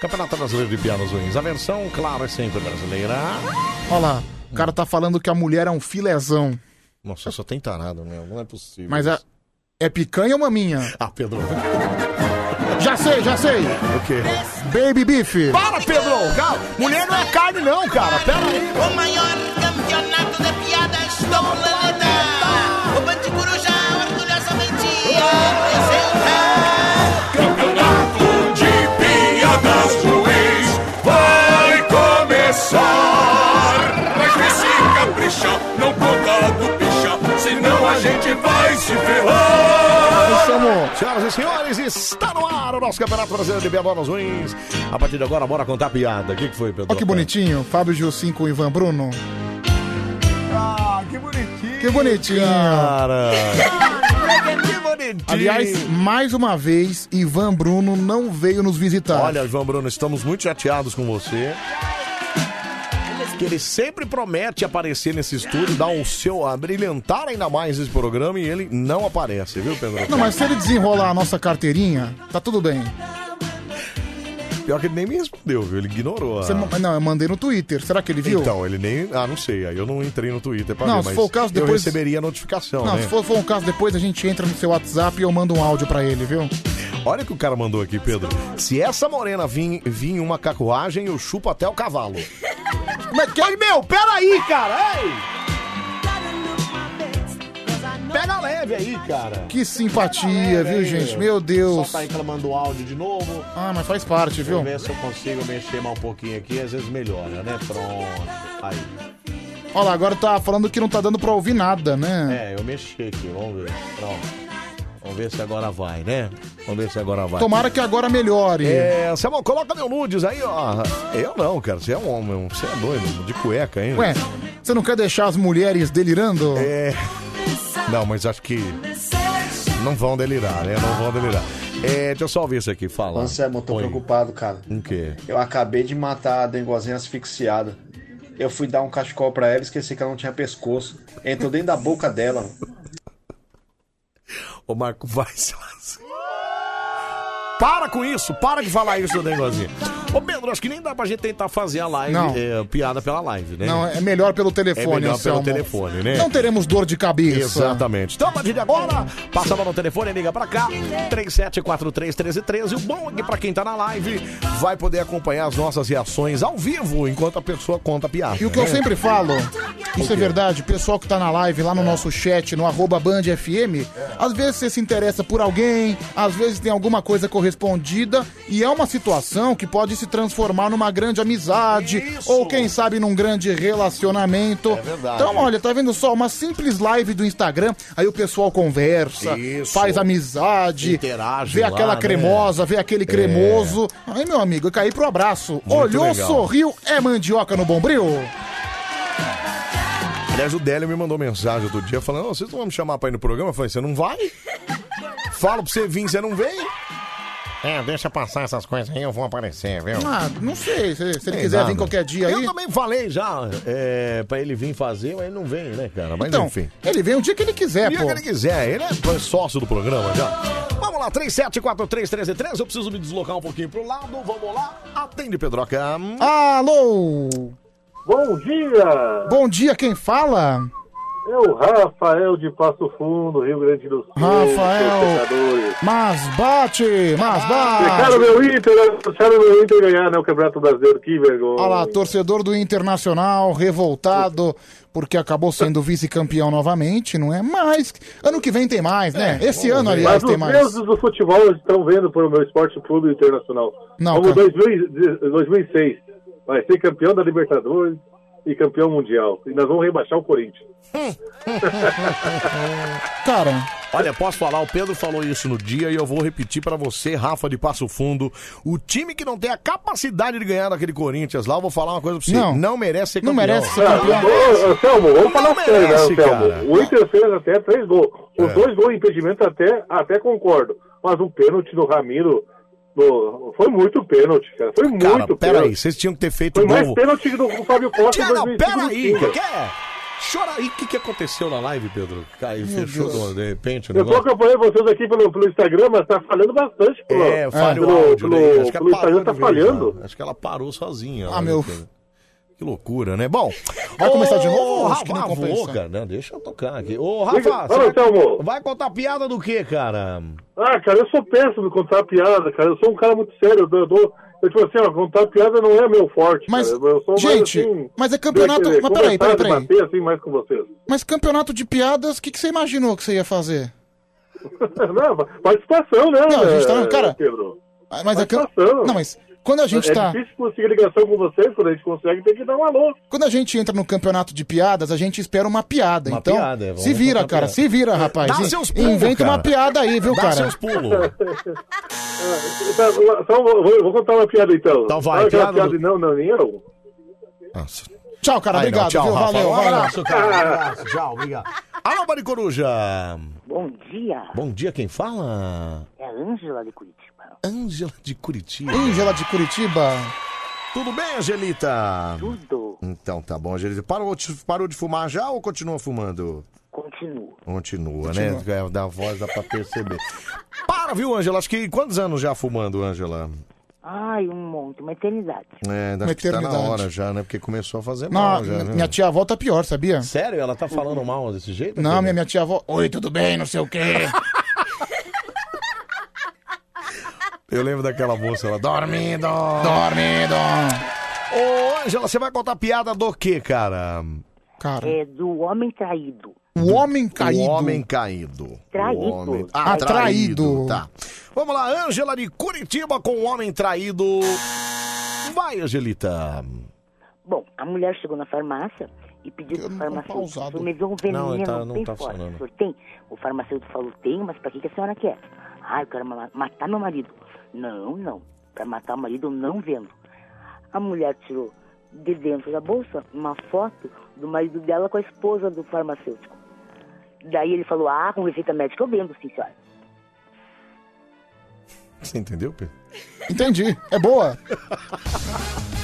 Campeonato Brasileiro de Pianos Ruins. A versão, claro, é sempre brasileira. Olha lá, o cara tá falando que a mulher é um filézão. Nossa, só tem tarado, meu. Não é possível. Mas é, é picanha ou maminha? Ah, Pedro. Já sei, já sei. O quê? Baby beef. Para, Pedro! Calma. Mulher não é carne, não, cara. Pera aí. O maior campeonato de piadas do planeta. O Bande Coruja orgulhosamente apresenta. Campeonato de piadas ruins vai começar. Mas vê se capricha, não conta do picha, senão a gente vai se ferrar. Senhoras e senhores, está no ar o nosso Campeonato Brasileiro de Pianos Ruins. A partir de agora, bora contar piada. O que, que foi, Pedro? Ó que bonitinho, Fábio Gilcim com o Ivan Bruno. Ah, que bonitinho. Que bonitinho. Cara. Que bonitinho. Aliás, mais uma vez, Ivan Bruno não veio nos visitar. Olha, João Bruno, estamos muito chateados com você. Que ele sempre promete aparecer nesse estúdio, dar o seu, a brilhantar ainda mais esse programa e ele não aparece, viu, Pedro? Não, mas se ele desenrolar a nossa carteirinha, tá tudo bem. Pior que ele nem me respondeu, viu? Ele ignorou. a- Você ma- não, eu mandei no Twitter. Será que ele viu? Então, ele nem. Ah, não sei. Aí eu não entrei no Twitter pra Não, ver, se mas for o caso, eu depois- receberia a notificação. não, né? se for, for um caso, depois a gente entra no seu WhatsApp e eu mando um áudio pra ele, viu? Olha o que o cara mandou aqui, Pedro. Se essa morena vir, vir em uma cacuagem, eu chupo até o cavalo. é Mas que, meu, peraí, cara! Ei! Pega leve aí, cara. Que simpatia, viu, gente? Meu Deus. Só tá reclamando o áudio de novo. Ah, mas faz parte, Deixa eu viu? ver se eu consigo mexer mais um pouquinho aqui, às vezes melhora, né? Pronto. Aí. Olha lá, agora tá falando que não tá dando pra ouvir nada, né? É, eu mexi aqui, vamos ver. Pronto. Vamos ver se agora vai, né? Vamos ver se agora vai. Tomara que agora melhore. É, Samuel, coloca meu nudes aí, ó. Eu não, cara. Você é um homem, você é doido, de cueca ainda. Ué, você não quer deixar as mulheres delirando? É. Não, mas acho que. Não vão delirar, né? Não vão delirar. É, deixa eu só ouvir isso aqui, fala. é Anselmo, eu tô Oi. é preocupado, cara. O quê? Eu acabei de matar a dengozinha asfixiada. Eu fui dar um cachecol pra ela e esqueci que ela não tinha pescoço. Entrou dentro da boca dela. Ô, Marco, vai se Para com isso, para de falar isso, negocinho. Ô, Pedro, acho que nem dá pra gente tentar fazer a live, Não. é, piada pela live, né? Não, é melhor pelo telefone, É melhor Anselmo. pelo telefone, né? Não teremos dor de cabeça. Exatamente. Então, a partir de agora, passa a mão no telefone, liga pra cá, 37431313. O bom é que pra quem tá na live, vai poder acompanhar as nossas reações ao vivo, enquanto a pessoa conta a piada. E o que eu né? sempre falo, isso é quê? É. verdade, o pessoal que tá na live lá no nosso chat, no arroba Band FM, às vezes você se interessa por alguém, às vezes tem alguma coisa correspondida, e é uma situação que pode se transformar numa grande amizade, ou quem sabe num grande relacionamento. É verdade. Então, olha, tá vendo só? Uma simples live do Instagram, aí o pessoal conversa, Isso. faz amizade, Interage vê lá, aquela né? cremosa, vê aquele cremoso. Aí, meu amigo, eu caí pro abraço. Olhou, legal. sorriu, é mandioca no bombril? Aliás, o Délio me mandou mensagem outro dia falando: "Ô, vocês não vão me chamar pra ir no programa? Eu falei: você não vai? Falo pra você vir, você não vem? É, deixa passar essas coisas aí, eu vou aparecer, viu? Ah, não sei, se, se ele quiser vir qualquer dia eu aí. Eu também falei já é, pra ele vir fazer, mas ele não vem, né, cara? Mas Então, enfim. ele vem o dia que ele quiser, O dia pô. que ele quiser, ele é sócio do programa já. Vamos lá, 374333, eu preciso me deslocar um pouquinho pro lado, vamos lá. Atende, Pedroca. Alô! Bom dia! Bom dia, quem fala? É o Rafael de Passo Fundo, Rio Grande do Sul. Rafael. seus pecadores. Mas bate, mas Ah, bate. Deixaram meu Inter, deixaram meu Inter ganhar, né? O Campeonato Brasileiro, que vergonha. Olha lá, torcedor do Internacional, revoltado, porque acabou sendo vice-campeão novamente, não é? Mas ano que vem tem mais, É, né? Esse ano, aliás, Mas tem os mais. deuses do futebol estão vendo para o meu esporte clube internacional. Não, Como cara. 2000 2006. Vai ser campeão da Libertadores e campeão mundial. E nós vamos rebaixar o Corinthians. Cara. Olha, posso falar, o Pedro falou isso no dia e eu vou repetir pra você, Rafa de Passo Fundo. O time que não tem a capacidade de ganhar daquele Corinthians lá, eu vou falar uma coisa pra você. Não. Não, merece ser Não campeão. merece ser campeão. Ah, ô, ô, Anselmo, vamos falar sério, né, merece, Anselmo? cara. O Inter fez até três gols. Os É. dois gols de impedimento até, até concordo. Mas o pênalti do Ramiro no- foi muito pênalti, cara. Foi Cara, muito peraí, pênalti. vocês tinham que ter feito Foi o mais gol. pênalti que do do Fábio Costa em Tiago, 2005. peraí, o que é? Chora aí, o que, que aconteceu na live, Pedro? Caiu, Meu fechou Deus. do- de repente o Eu tô negócio. acompanhando vocês aqui pelo, pelo Instagram, mas tá falhando bastante. Pelo, É, falha o pelo, áudio, pelo, né? Acho é que pelo ela parou Instagram tá de vez, falhando. né? Acho que ela parou sozinha. Ah, lá, né, meu. Pedro? Que loucura, né? Bom, Vai começar de ô, novo? Acho Rafa, que não vou, compensa. cara, né? Deixa eu tocar aqui. Ô, Diga, Rafa, fala, você então, Anselmo. vai, vai contar piada do quê, cara? Ah, cara, eu sou péssimo em contar piada, cara. Eu sou um cara muito sério. Eu, dou- eu, dou- eu tipo assim, ó, contar piada não é meu forte. Mas, cara. Eu sou mais, gente, assim, mas é campeonato- de- de mas peraí, peraí, conversar, peraí. debater, assim mais com vocês. Mas campeonato de piadas, o que, que você imaginou que você ia fazer? não, participação, né? Não, a gente tá- eh, cara, Pedro? Mas a cam- Participação. Não, mas quando a gente é tá. difícil conseguir ligação com vocês, quando a gente consegue, tem que dar um alô. Quando a gente entra no campeonato de piadas, a gente espera uma piada. Uma então, piada, é, vamos se vira, contar cara, piada. se vira, rapaz. Dá In- seus pulos, Inventa cara. uma piada aí, viu, Dá cara? seus pulos. Ah, tá, só vou, vou- vou contar uma piada então. Então vai, Sabe aquela piada do- piada e não, não, nem eu. Tchau, cara, Aí não, obrigado, tchau, viu? Rafa. Valeu, Um valeu. abraço, cara. Um abraço, tchau, obrigado. Alô, Mari Coruja. Bom dia, Bom dia, quem fala? é a Ângela de Curitiba. Ângela de Curitiba. Ângela de Curitiba. Tudo bem, Angelita? Tudo. Então tá bom, Angelita. Parou, de- parou de fumar já ou continua fumando? Continuo. Continua, Continua. né? É, Da voz dá pra perceber. Para, viu, Ângela? Acho que quantos anos já fumando, Ângela? Ai, um monte, uma eternidade. É, acho que tá na eternidade. hora já, né? Porque começou a É fazer Não, mal já, né? minha tia avó tá pior, sabia? Sério? Ela tá falando mal desse é jeito? Não, minha, minha tia avó. Oi, tudo bem? Não sei o quê. Eu lembro daquela moça lá. Dormindo! Dormindo! Ô, Ângela, você vai contar piada do quê, cara? Cara. É do homem traído. O homem caído. O homem caído. Traído. O homem... Ah, Atraído. Tá. Vamos lá, Ângela de Curitiba com o homem traído. Vai, Angelita. Bom, a mulher chegou na farmácia e pediu pro farmacêutico, "O senhor me deu um veneno Não, tá- não bem tá forte. funcionando. O senhor tem? O farmacêutico falou, tenho, mas pra que, que a senhora quer? Ah, eu quero ma- matar meu marido. Não, não. Pra matar o marido, eu não vendo. A mulher tirou de dentro da bolsa uma foto do marido dela com a esposa do farmacêutico. Daí ele falou, ah, com receita médica eu vendo, sim, senhora. Você entendeu, Pedro? Entendi. É boa.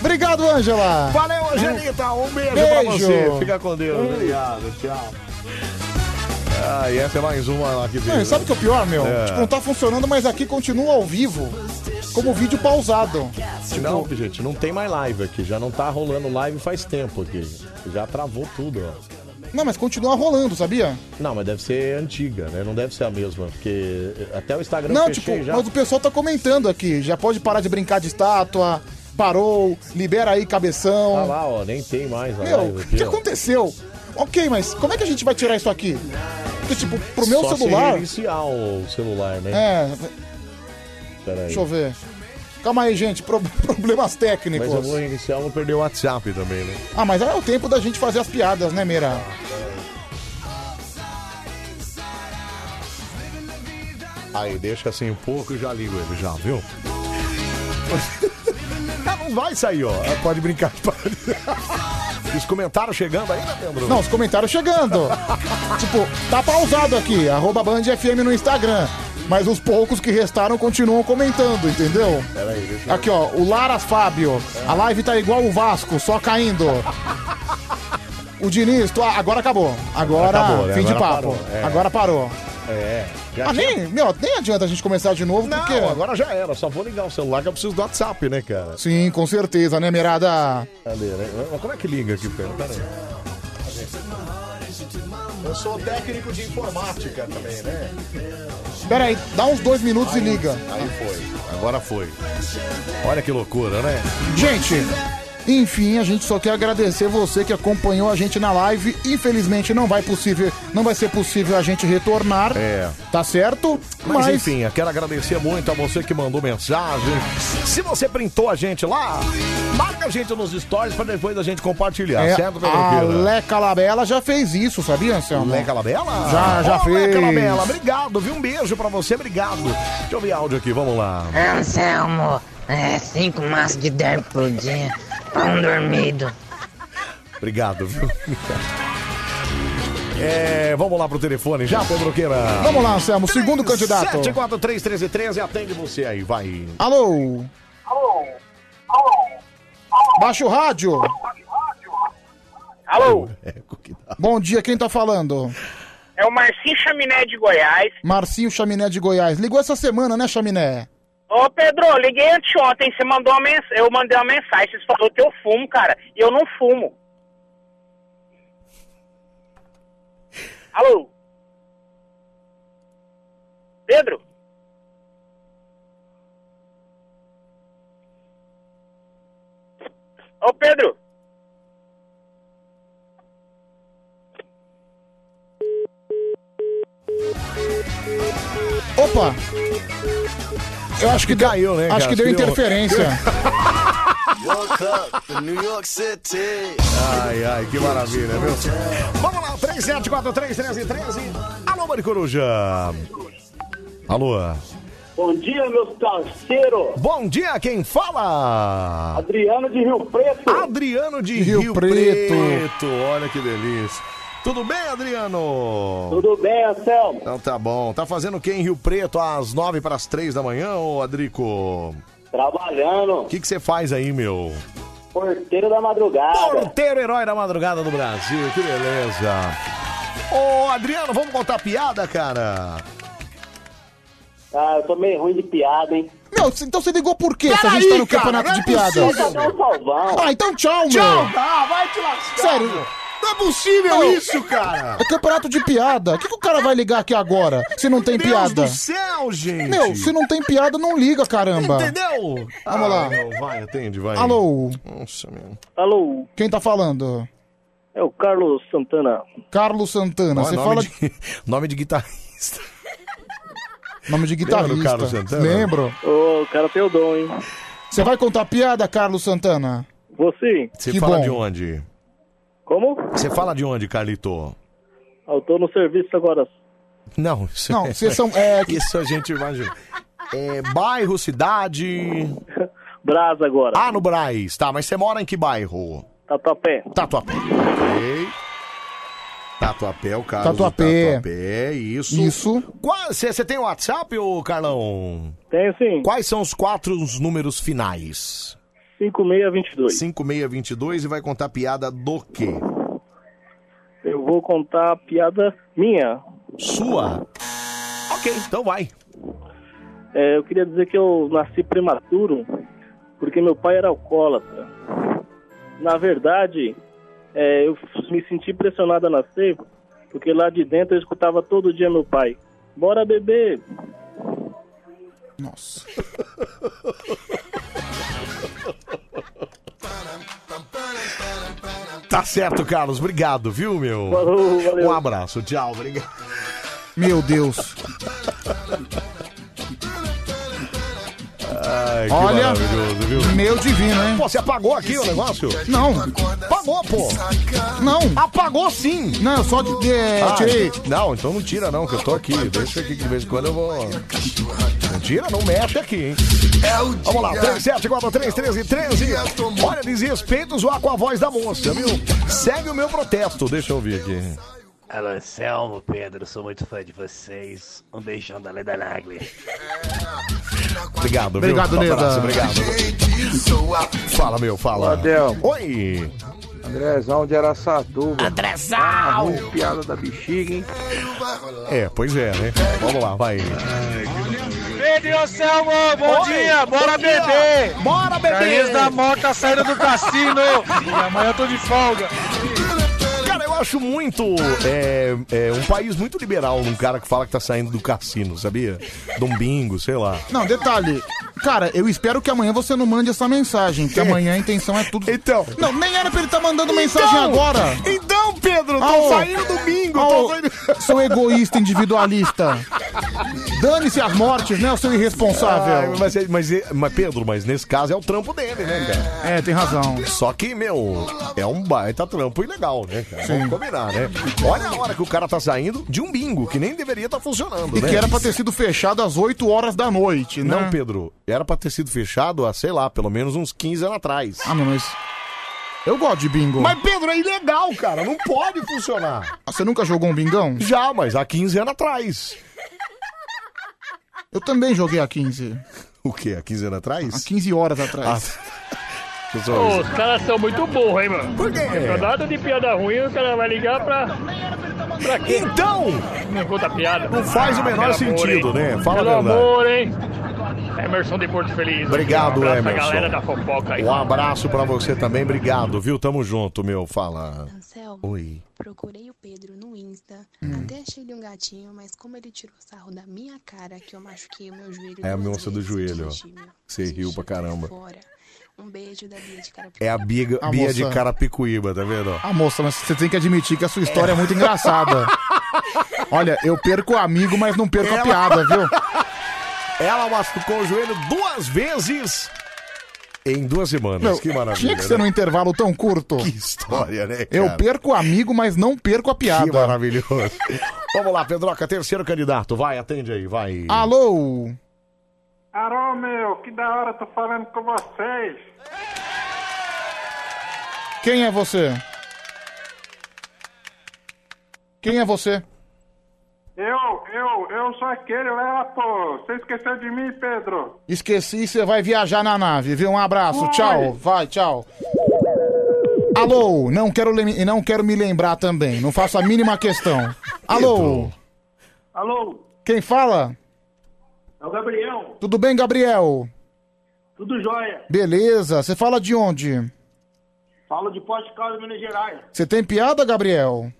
Obrigado, Ângela. É. Valeu, Angelita. Um beijo, pra Beijo. você. Fica com Deus. Obrigado. Tchau. Ah, e essa é mais uma lá que Não, veio. e sabe o que é o pior, meu? É. Tipo, não tá funcionando, mas aqui continua ao vivo. Como vídeo pausado. Não, gente, não tem mais live aqui. Já não tá rolando live faz tempo aqui. Já travou tudo, ó. Não, mas continua rolando, sabia? Não, mas deve ser antiga, né? Não deve ser a mesma, porque até o Instagram Não, tipo, fechei um já. mas o pessoal tá comentando aqui. Já pode parar de brincar de estátua. Parou, libera aí cabeção. Tá lá, ó, nem tem mais a Meu, live o aqui. que ó. aconteceu? Ok, mas como é que a gente vai tirar isso aqui? Porque, tipo, pro meu Só Se celular. reiniciar o celular, né? É, Peraí. deixa eu ver. Calma aí, gente. pro- problemas técnicos. Mas eu vou reiniciar, eu vou perder o WhatsApp também, né? Ah, mas é o tempo da gente fazer as piadas, né, Meira? Aí, deixa assim um pouco e já ligo ele já, viu? Tá, Ah, não vai sair, ó. Ah, Pode brincar. pode. Os comentários chegando né, ainda, Pedro? Não, os comentários chegando. tipo, tá pausado aqui. Arroba Band FM no Instagram. Mas os poucos que restaram continuam comentando, entendeu? Peraí, deixa eu- Aqui, ó, o Lara Fábio. É. A live tá igual o Vasco, só caindo. O Diniz, tu- ah, agora acabou. Agora, Acabou, né? fim de Agora papo. parou, é. Agora parou. É. já Ah, tinha- nem, meu, nem adianta a gente começar de novo, porque... Não, agora já era. Só vou ligar o celular que eu preciso do WhatsApp, né, cara? Sim, com certeza, né, Mirada? Cadê, né? Mas Como é que liga aqui, Pedro? Pera aí. Eu sou técnico de informática também, né? Pera aí, dá uns dois minutos e liga. Aí foi. Agora foi. Olha que loucura, né? Gente, enfim, a gente só quer agradecer você que acompanhou a gente na live. Infelizmente não vai possível, não vai ser possível a gente retornar. É. Tá certo? Mas, enfim, eu quero agradecer muito a você que mandou mensagem. Se você printou a gente lá, marca a gente nos stories pra depois a gente compartilhar, É, certo, a Pedro? Lé Calabella já fez isso, sabia, Anselmo? Lé Calabella? Já, já Ô, Lé fez. Calabella, obrigado, viu? Um beijo pra você, obrigado. Deixa eu ver áudio aqui, vamos lá. Anselmo, é cinco maços de derby por dia, pão dormido. Obrigado, viu? É, vamos lá pro telefone já, Pedro Queira. Vamos lá, Anselmo, segundo candidato. 7431313, atende você aí, vai. Alô? Alô? Baixa o rádio. Alô? É, Bom dia, quem tá falando? É o Marcinho Chaminé de Goiás. Marcinho Chaminé de Goiás. Ligou essa semana, né, Chaminé? Ô Pedro, eu liguei anteontem, você mandou uma mensagem, eu mandei uma mensagem, você falou que eu fumo, cara, e eu não fumo. Alô? Pedro? Ô Pedro? Opa! Eu acho que caiu, né, Acho cara? que deu Acho que deu- interferência. Ai, ai, que maravilha, viu? Vamos lá, 37431313. Alô, Maricoruja. Alô. Bom dia, meus parceiros. Bom dia, quem fala? Adriano de Rio Preto. Adriano de Rio, Preto. Olha que delícia. Tudo bem, Adriano? Tudo bem, Anselmo. Então tá bom. Tá fazendo o que em Rio Preto às nove para as três da manhã, ô Adrico? Trabalhando. O que que você faz aí, meu? Porteiro da madrugada. Porteiro herói da madrugada do Brasil, que beleza. Ô, Adriano, vamos contar piada, cara? Ah, eu tô meio ruim de piada, hein? Não, c- então você ligou por quê? se a gente tá no campeonato de é piada. Ah, então tchau, Tchau, meu. tá, vai te lascar. Sério. meu. Não é possível Não. isso, cara. É campeonato de piada. O que, que o cara vai ligar aqui agora se não tem piada? do céu, gente. Meu, se não tem piada, não liga, caramba. Entendeu? Ah, Vamos lá. meu, vai, atende, vai. Hum, Alô? Nossa, meu. Alô? Quem tá falando? É o Carlos Santana. Carlos Santana. Ó, Você nome fala. de- nome de guitarrista. Nome de Lembra do guitarrista. Carlos Santana? Lembro. Ô, o cara tem o dom, hein? Você vai contar piada, Carlos Santana? Você? Você Que fala bom. de onde? Como? Você fala de onde, Carlito? Eu tô no serviço agora. Não, isso Não, vocês são- é, que- Isso a gente imagina. É, bairro, cidade. Brás agora. Ah, no Braz. Tá, mas você mora em que bairro? Tatuapé. Tatuapé. Ok. Tatuapé, o Carlos. do Tatuapé. Tatuapé, isso. Isso. Você tem WhatsApp, ô Carlão? Tenho sim. Quais são os quatro os números finais? 5622. 5622 e vai contar piada do quê? Eu vou contar a piada minha. Sua? Ok, então vai. É, eu queria dizer que eu nasci prematuro porque meu pai era alcoólatra. Na verdade, é, eu f- me senti pressionado a nascer porque lá de dentro eu escutava todo dia meu pai: Bora beber! Nossa. Tá certo, Carlos. Obrigado, viu, meu? Falou, valeu. Um abraço, tchau, obrigado. Meu Deus. Ai, que Olha, maravilhoso, viu? Meu divino, hein? Pô, você apagou aqui o negócio? Não. Apagou, pô. Não. Apagou sim. Não, É, eu só de, de- Ah, tirei. Não, então não tira não, que eu tô aqui. Deixa aqui que de vez em quando eu vou... Não tira, não mexe aqui, hein? Vamos lá, 37431313. Olha, desrespeito zoar com a voz da moça, viu? Segue o meu protesto, deixa eu ouvir aqui. Alô, Anselmo, Pedro, sou muito fã de vocês. Um beijão da Leda Nagli. Obrigado, viu? Obrigado, Um Neda. abraço, Obrigado. Fala, meu, fala. Adelmo. Oi. Andrezão de Araçatuba. Andrezão! Ah, ruim, piada da bexiga, hein? É, pois é, né? Vamos lá, vai. Pedro Anselmo, bom Oi, dia, bom bora dia. beber! Bora beber. Carlinhos da Mota saindo do cassino! e amanhã eu tô de folga! Cara, eu acho muito. É, é um país muito liberal um cara que fala que tá saindo do cassino, sabia? De um bingo, sei lá. Não, detalhe. Cara, eu espero que amanhã você não mande essa mensagem, que amanhã a intenção é tudo. Então. Não, nem era pra ele estar mandando mensagem agora. Então, Pedro, tô Ah, ô. saindo domingo, Ah, tô ô, saindo. Seu egoísta individualista. Dane-se as mortes, né, o seu irresponsável. Ai, mas, é- mas, é- mas, Pedro, mas nesse caso é o trampo dele, né, cara? É, tem razão. Só que, meu, é um baita trampo ilegal, né, cara? Vamos combinar, né? Olha a hora que o cara tá saindo de um bingo, que nem deveria estar funcionando, E né? que era pra ter sido fechado às 8 horas da noite, né? Não, Pedro, era pra ter sido fechado há, sei lá, pelo menos uns 15 anos atrás. Ah, não, mas. Eu gosto de bingo. Mas, Pedro, é ilegal, cara. Não pode funcionar. Ah, Você nunca jogou um bingão? Já, mas há 15 anos atrás. Eu também joguei há 15. O quê? Há 15 anos atrás? Ah, Há 15 horas atrás. Pessoal, os caras são muito burros, hein, mano? Por quê? Nada de piada ruim, o cara vai ligar pra. pra quê? Então! Não conta piada. Não faz o menor sentido, né? Fala a Pelo verdade. amor, hein? Emerson de Porto Feliz. Obrigado, um abraço pra Emerson. galera da fofoca aí. Um abraço pra você também, obrigado, viu? Tamo junto, meu. Fala. Anselmo. Oi. Procurei o Pedro no Insta, até achei ele um gatinho, mas como ele tirou sarro da minha cara, É que eu machuquei o meu joelho. É a duas moça do vezes, joelho. que time. Você riu pra caramba. Fora. Um beijo da Bia de cara. É a Bia, A Bia moça. de Carapicuíba, tá vendo? Ah, moça, mas você tem que admitir que a sua história é muito engraçada. Olha, eu perco o amigo, mas não perco a piada, viu? Ela machucou o joelho duas vezes em duas semanas. Meu, que maravilha. Tinha que ser num né? intervalo tão curto. Que história, né? Eu cara? perco o amigo, mas não perco a piada. Que maravilhoso. Vamos lá, Pedroca, terceiro candidato. Vai, atende aí, vai. Alô? Arô, meu, que da hora, tô falando com vocês. Quem é você? Quem é você? Eu, eu, eu sou aquele né, lá, pô. Você esqueceu de mim, Pedro? Esqueci, você vai viajar na nave, viu? Um abraço, tchau, vai, tchau. Alô, não quero, lem- não quero me lembrar também, não faço a mínima questão. Alô, Alô, quem fala? é o Gabriel, Tudo bem, Gabriel? tudo jóia. Beleza, você fala de onde? Falo de Pote Caldas, Minas Gerais. Você tem piada, Gabriel?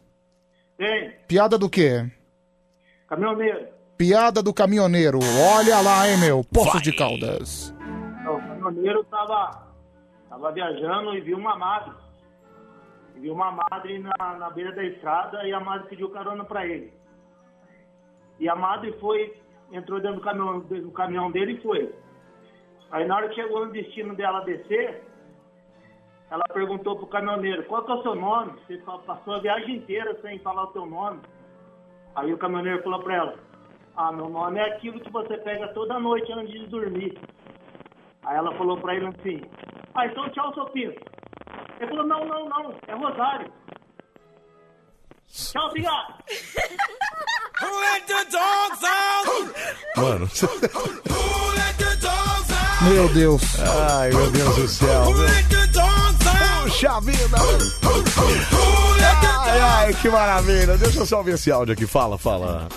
Tem, Piada do quê? caminhoneiro. Piada do caminhoneiro, olha lá, hein, meu, Poços de Caldas. O caminhoneiro tava, tava viajando e viu uma madre. E Viu uma madre na, na beira da estrada e a madre pediu carona pra ele. E a madre foi, entrou dentro do caminhão, do caminhão dele e foi. Aí na hora que chegou no destino dela descer, ela perguntou pro caminhoneiro, qual que é o seu nome? Você fa- passou a viagem inteira sem falar o seu nome. Aí o caminhoneiro falou pra ela, ah, meu nome é aquilo que você pega toda noite antes de dormir. Aí ela falou pra ele assim, ah, então tchau, seu Pinto. Ele falou, não, não, não, é Rosário. Tchau, obrigado. Mano. Meu Deus. Ai, meu Deus do céu. Puxa vida. Ai, ai, que maravilha. Deixa eu só ouvir esse áudio aqui. Fala, fala.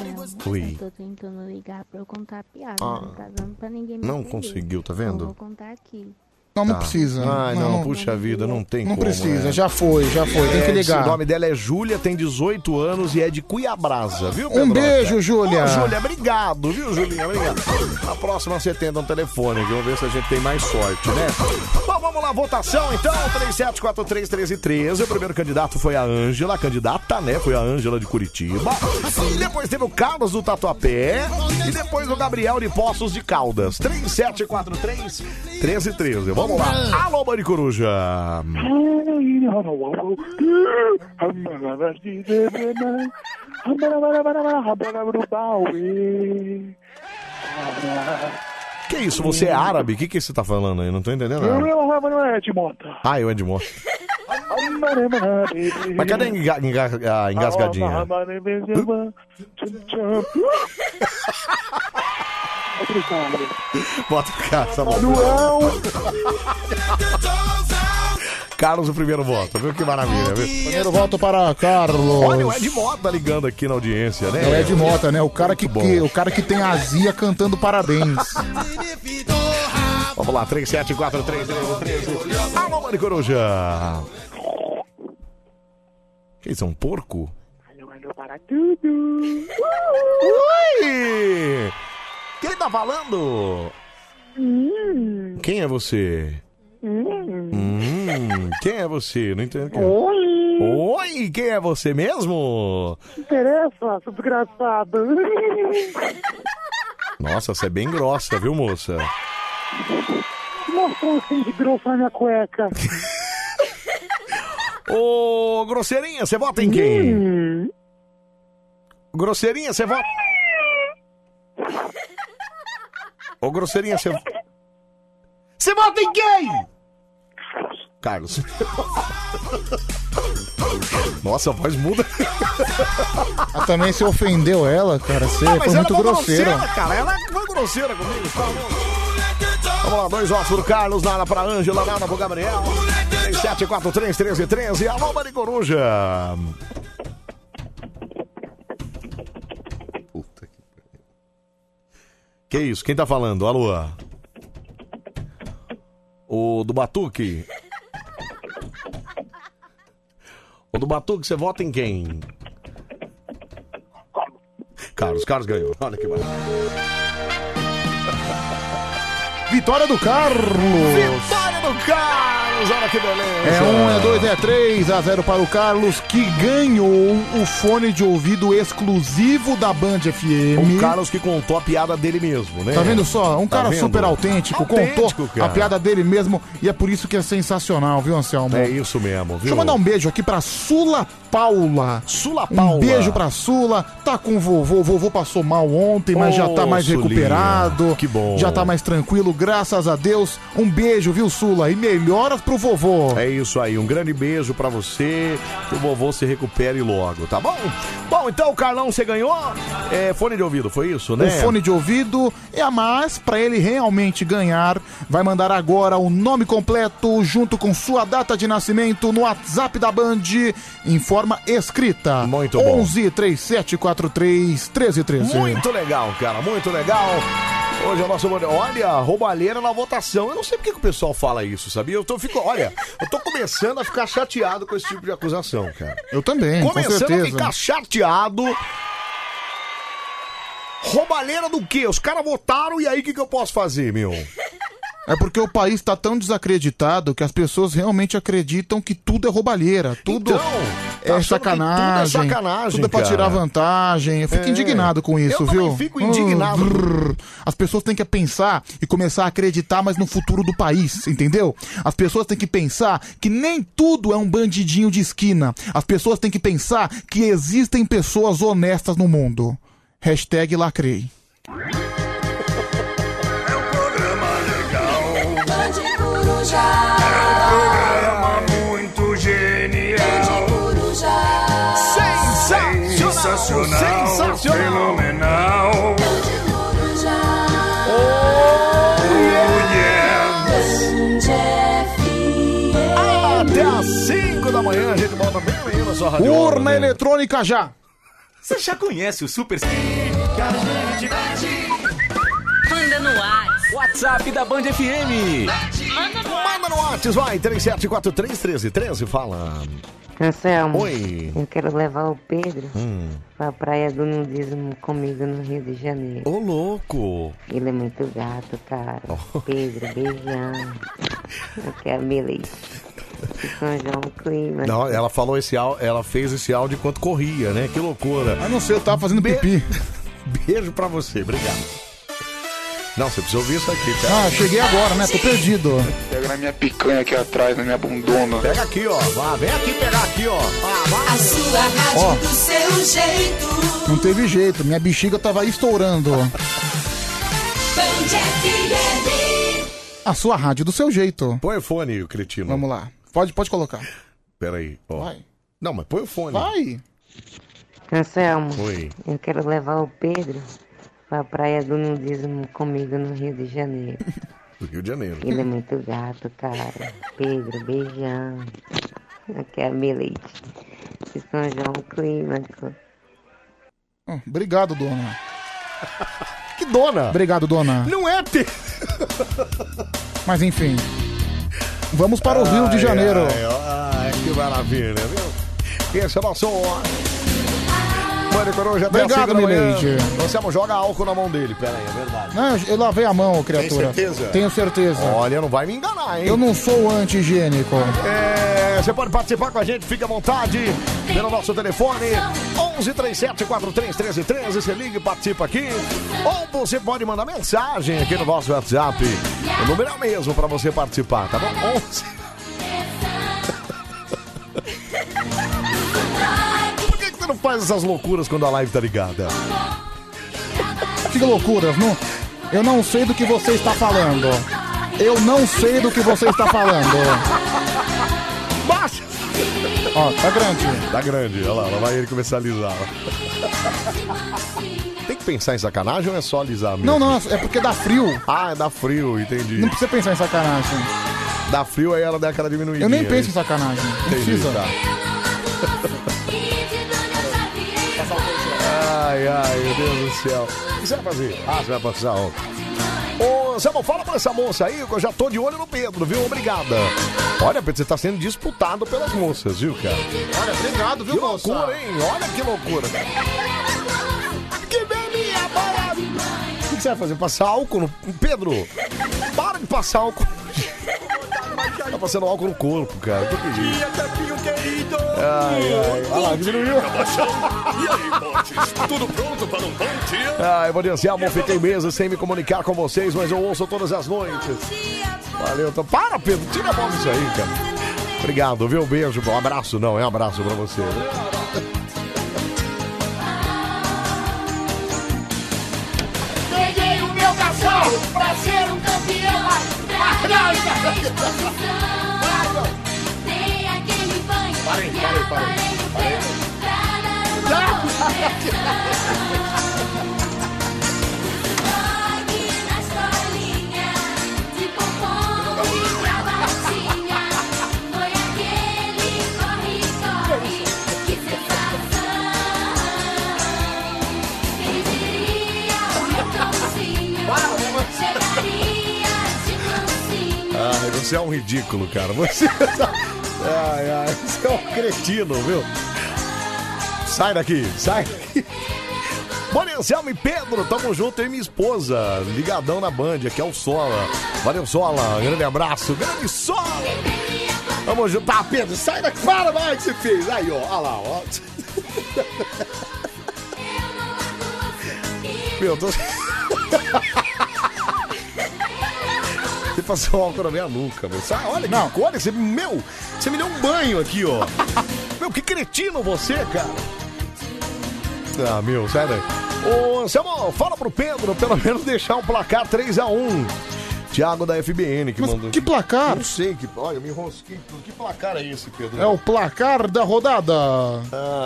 Oi. Eu tô tentando ligar pra eu contar piada. Ah. Não tá dando pra ninguém me Não atender. conseguiu, tá vendo? Então eu vou contar aqui. Não, não Tá. precisa. Ai, não, Não, não. puxa vida, não tem Não como. precisa, né? já foi, já foi, tem que É, ligar. O nome dela é Júlia, tem 18 anos e é de Cuiabrasa, viu, Um beijo, Júlia. Ô, Júlia, obrigado, viu, Julinha? Obrigado. Na próxima você tenta um telefone, que vamos ver se a gente tem mais sorte, né? Bom, vamos lá, votação então, 37431313. O primeiro candidato foi a Ângela, a candidata, né? Foi a Ângela de Curitiba. Depois teve o Carlos do Tatuapé e depois o Gabriel de Poços de Caldas. 3743 1313. Vamos lá. Alô, Maricoruja. Que isso? Você é árabe? O que, que você tá falando aí? Não tô entendendo nada. Ah, eu é de Monte. Mas cadê a, enga- enga- a engasgadinha? Bota o tá cara, essa bola. Carlos, o primeiro voto, viu? Que maravilha, viu? Primeiro voto para Carlos. Olha o Ed Mota ligando aqui na audiência, né? É o Ed Mota, né? O cara que, Muito bom. que- o cara que tem azia cantando parabéns. Vamos lá, 374313. Alô, Mari Coruja. Que isso, é um porco? Para tudo. Ui! Quem tá falando? Hum, Quem é você? hum. Hum, quem é você? Não entendo. quem é. Oi. Oi, quem é você mesmo? Não interessa, seu desgraçado. Nossa, você é bem grossa, viu, moça? Mostrou um fim de grosso na minha cueca. Ô, grosseirinha, você vota Hum. em quem? Grosseirinha, você vota. Ô, grosseirinha, você. Você vota em quem? Carlos. Nossa, a voz muda. Ah, também você ofendeu Ah, ela, tá cara. Ah, Você foi muito grosseiro. cara. Ela foi grosseira comigo, tá bom? Vamos lá, dois ossos pro Carlos, nada pra Ângela, nada pro Gabriel. 37431313, alô, Mari Coruja. Puta que pariu. Que isso? Quem tá falando? Alô? O do Batuque? O do Batuque, você vota em quem? Carlos, Carlos ganhou. Olha que maravilha. Vitória do Carlos. Vitória do Carlos, olha que beleza. É um, é dois, é três, a zero para o Carlos, que ganhou o fone de ouvido exclusivo da Band FM. O Carlos que contou a piada dele mesmo, né? Uhum. Tá vendo só? Um Tá cara vendo? super autêntico, contou cara. a piada dele mesmo e é por isso que é sensacional, viu, Anselmo? É isso mesmo, Deixa viu? eu mandar um beijo aqui pra Sula Paula. Sula Um Paula. beijo pra Sula. Tá com o vovô. O vovô passou mal ontem, mas já tá Ô, mais Sulinha, recuperado. que bom. Já tá mais tranquilo, graças a Deus. Um beijo, viu, Sula? E melhoras pro vovô. É isso aí, um grande beijo pra você. Que o vovô se recupere logo, tá bom? Bom, então, Carlão, você ganhou é, fone de ouvido, foi isso, né? O fone de ouvido é a mais para ele realmente ganhar. Vai mandar agora o nome completo junto com sua data de nascimento no WhatsApp da Band em forma escrita. Muito bom. 11 3743 1313. Muito legal, cara, muito legal. Hoje é a nossa. Olha, roubalheira na votação. Eu não sei porque que o pessoal fala isso, sabia? Eu tô, fico, olha, eu tô começando a ficar chateado com esse tipo de acusação, cara. Eu também, com começando certeza. a ficar chateado. Roubalheira do quê? Os caras votaram e aí o que, que eu posso fazer, meu? É porque o país tá tão desacreditado que as pessoas realmente acreditam que tudo é roubalheira, tudo Então, tá achando é que sacanagem. tudo é sacanagem, Tudo é pra cara. tirar vantagem. Eu fico É. indignado com isso, Eu também viu? fico Ah, indignado. brrr. as pessoas têm que pensar e começar a acreditar mais no futuro do país, entendeu? As pessoas têm que pensar que nem tudo é um bandidinho de esquina. As pessoas têm que pensar que existem pessoas honestas no mundo. Hashtag lacrei. Bande Coruja. É um programa muito genial. Bande Coruja. Sensacional. Sensacional. Fenomenal. Bande Coruja. Oh, yeah. Até às 5 da manhã a gente volta bem aí na sua rádio. Urna eletrônica já! Você já conhece o Super Manda no ar. WhatsApp da Band FM. Manda Tá no Whats, vai, 37431313, fala. Anselmo, Oi. eu quero levar o Pedro Hum. pra praia do nudismo comigo no Rio de Janeiro. Ô, louco! Ele é muito gato, cara. Oh. Pedro, beijão. Eu quero me leite. São João clima. Não, é. ela falou esse áudio, ela fez esse áudio enquanto corria, né? Que loucura. A não ser eu tava fazendo pipi. Beijo pra você, obrigado. Não, você precisa ouvir isso aqui, cara. Ah, cheguei agora, né? Tô perdido. Pega na minha picanha aqui atrás, na minha bundona. Pega aqui, ó. Vá, vem aqui pegar aqui, ó. A sua rádio Ó. do seu jeito. Não teve jeito, minha bexiga tava estourando. Band FM. A sua rádio do seu jeito. Põe o fone, o cretino. Vamos lá. Pode, pode colocar. Peraí, ó. Não, mas põe o fone. Vai. Anselmo, Oi. eu quero levar o Pedro pra praia do nudismo comigo no Rio de Janeiro. Do Rio de Janeiro. Ele é muito gato, cara. Pedro, beijão. Aqui é a Milite. De São João Clímaco. Hum, Obrigado, dona. Que dona? Obrigado, dona. Não é, Pedro. Mas enfim. Vamos para o Rio de Ai, Janeiro. Ai, ai, que maravilha, viu? Esse é o nosso. Mano, Coruja, é até às Obrigado, cinco da manhã. Milady. Anselmo, joga álcool na mão dele. Pera aí, é verdade. Não, Né, eu lavei a mão, criatura. certeza? Tenho certeza. Olha, não vai me enganar, hein? Eu não sou anti-higiênico. É, você pode participar com a gente, fica à vontade, pelo nosso telefone 11 37 43 13 13, você liga e participa aqui. Ou você pode mandar mensagem aqui no nosso WhatsApp. O número é o mesmo para você participar, tá bom? 11. Por que, que você não faz essas loucuras quando a live tá ligada? Que loucura, não? Eu não sei do que você está falando. Eu não sei do que você está falando. Baixa! Ó, tá grande. Tá grande, olha lá, lá vai ele começar a alisar. Tem que pensar em sacanagem ou é só alisar mesmo? Não, não, é porque dá frio. Ah, dá frio, entendi. Não precisa pensar em sacanagem. Dá frio, aí ela dá aquela diminuída. Eu nem penso em sacanagem. Não precisa. tá. Ai, ai, meu Deus do céu. O é que você vai fazer? Ah, você vai passar ontem. Ô, Samuel, fala pra essa moça aí que eu já tô de olho no Pedro, viu? Obrigada. Olha, Pedro, você tá sendo disputado pelas moças, viu, cara? Olha, obrigado, viu, que moça? loucura, hein? Olha que loucura. O que que você vai fazer? Passar álcool no. Pedro, para de passar álcool. Tá passando álcool no corpo, cara. Que que é isso? Ai, ai. Olha lá, diminuiu. E aí, botes? Tudo pronto para um bom dia? Ai, Ah, vou dizer, amor, fiquei meses sem me comunicar com vocês, mas eu ouço todas as noites. Valeu, então. Para, Pedro, tira a mão disso aí, cara. Obrigado, viu? Beijo, um abraço, não, é um abraço pra você. né? Peguei o meu cachorro pra ser um campeão. Atrás da exposição. Dei aquele banho. Parei, parei, parei. Ai, você é um ridículo, cara. Você. Ai, ai, você é um cretino, viu? Sai daqui, sai daqui. Valeu, Selma e Pedro, tamo junto, eu e minha esposa, ligadão na Band, aqui é o Sola. Valeu, Sola, um grande abraço, grande Sola! Tamo junto, tá, Pedro, sai daqui, para mais que você fez. Aí, ó, olha lá, ó. Meu, tô... Você passou álcool na minha nuca, meu. Sai, olha que cor, você, meu, você me deu um banho aqui, ó. meu, que cretino você, cara. Ah, meu, sai daí. Ô, Anselmo, fala pro Pedro, pelo menos deixar um placar 3x1. Tiago da FBN que mandou. que placar? Não sei, que, olha, eu me enrosquei tudo. Que placar é esse, Pedro? É o placar da rodada.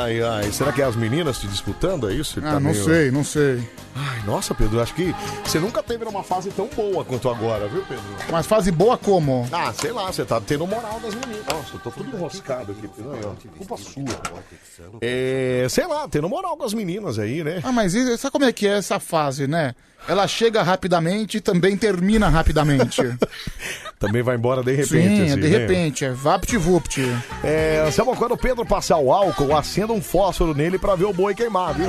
Ai, ai, será que é as meninas te disputando, é isso? Ele Ah, tá não meio- sei, não sei. Ai, nossa, Pedro, acho que você nunca teve numa fase tão boa quanto agora, viu, Pedro? Mas fase boa como? Ah, sei lá, você tá tendo moral das meninas. Nossa, eu tô tudo enroscado aqui, Pedro. Aí, ó, Culpa sua. É, sei lá, tendo moral com as meninas aí, né? Ah, mas isso- sabe como é que é essa fase, né? Ela chega rapidamente e também termina rapidamente. Também vai embora de repente. Sim, assim, de né? repente, é vapt-vupt. É, Anselmo, quando o Pedro passar o álcool, acenda um fósforo nele pra ver o boi queimar, viu?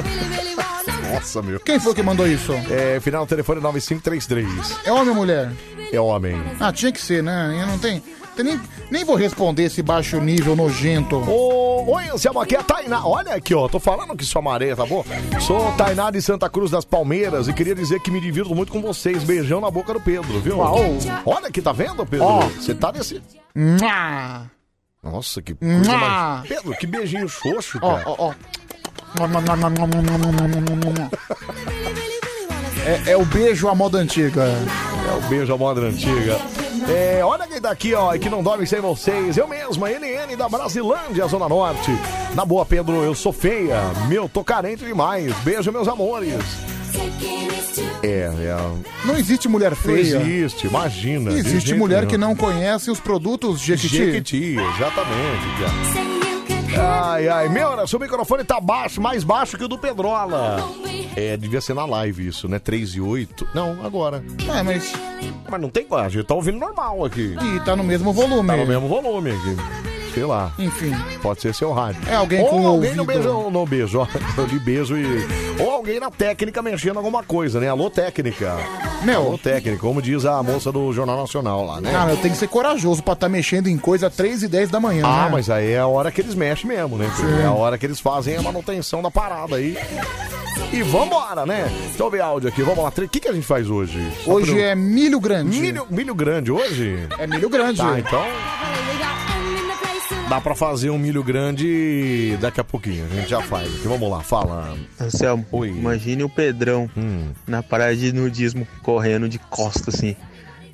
Nossa, meu. Quem foi que mandou isso? É, final do telefone 9533. É homem ou mulher? É homem. Ah, tinha que ser, né? Eu não tem, tem nem, nem vou responder esse baixo nível nojento. Ô, oi, Anselmo, aqui é a Tainá. Olha aqui, ó, tô falando que sou amarela, tá bom? Sou Tainá de Santa Cruz das Palmeiras e queria dizer que me divirto muito com vocês. Beijão na boca do Pedro, viu? Uau. Olha aqui, tá vendo, Pedro? Ó. Você tá nesse... Mua! Nossa, que coisa Mua. mais... Pedro, que beijinho xoxo, Ó, cara. ó, ó. É, é o beijo à moda antiga. É o beijo à moda antiga. É, olha quem tá aqui, ó, e que não dorme sem vocês. Eu mesma, NN da Brasilândia, Zona Norte. Na boa, Pedro, eu sou feia. Meu, tô carente demais. Beijo, meus amores. É, é. Não existe mulher Não feia. existe, imagina. de Existe jeito mulher que nenhum. não conhece os produtos Jequiti. Jequiti, exatamente. cara. Ai, ai, meu, olha, seu microfone tá baixo, mais baixo que o do Pedrola. É, devia ser na live isso, né? 3 e 8. Não, agora. É, mas. Mas não tem quase, a gente tá ouvindo normal aqui. E tá no mesmo volume. Tá no mesmo volume aqui. Sei lá. Enfim. Pode ser seu rádio. É, alguém Ou com o alguém no ouvido- beijo, ou no beijo, ó. Eu li beijo e. Ou alguém na técnica mexendo alguma coisa, né? Alô, técnica. Meu. Ah, Alô, técnica, como diz a moça do Jornal Nacional lá, né? Cara, tem que ser corajoso pra estar mexendo em coisa às 3 e 10 da manhã. Ah, né? mas aí é a hora que eles mexem mesmo, né? Pedro? Sim. É a hora que eles fazem a manutenção da parada aí. E vambora, né? Deixa eu ver áudio aqui, vamos lá. O que, que a gente faz hoje? Só Hoje pra eu- é milho grande. Milho, milho grande hoje? É milho grande. Tá, então. Dá pra fazer um milho grande daqui a pouquinho. A gente já faz aqui. Vamos lá, fala. Anselmo, imagine o Pedrão na praia de nudismo correndo de costas assim.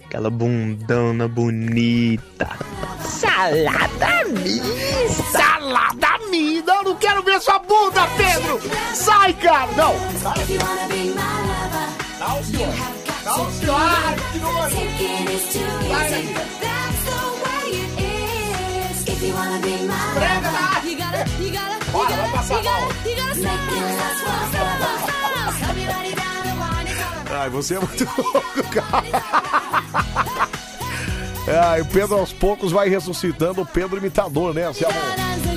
Aquela bundana bonita. Salada minha! Salada minha! Não, não quero ver sua bunda, Pedro! Sai, cara! Não! um Não, senhor! Não, senhor! Ai, que nojo! Sai daqui! Prega lá! Bora, vai passar mal! Ai, você é muito louco, cara. Ai, o Pedro aos poucos vai ressuscitando o Pedro imitador, né? Essa,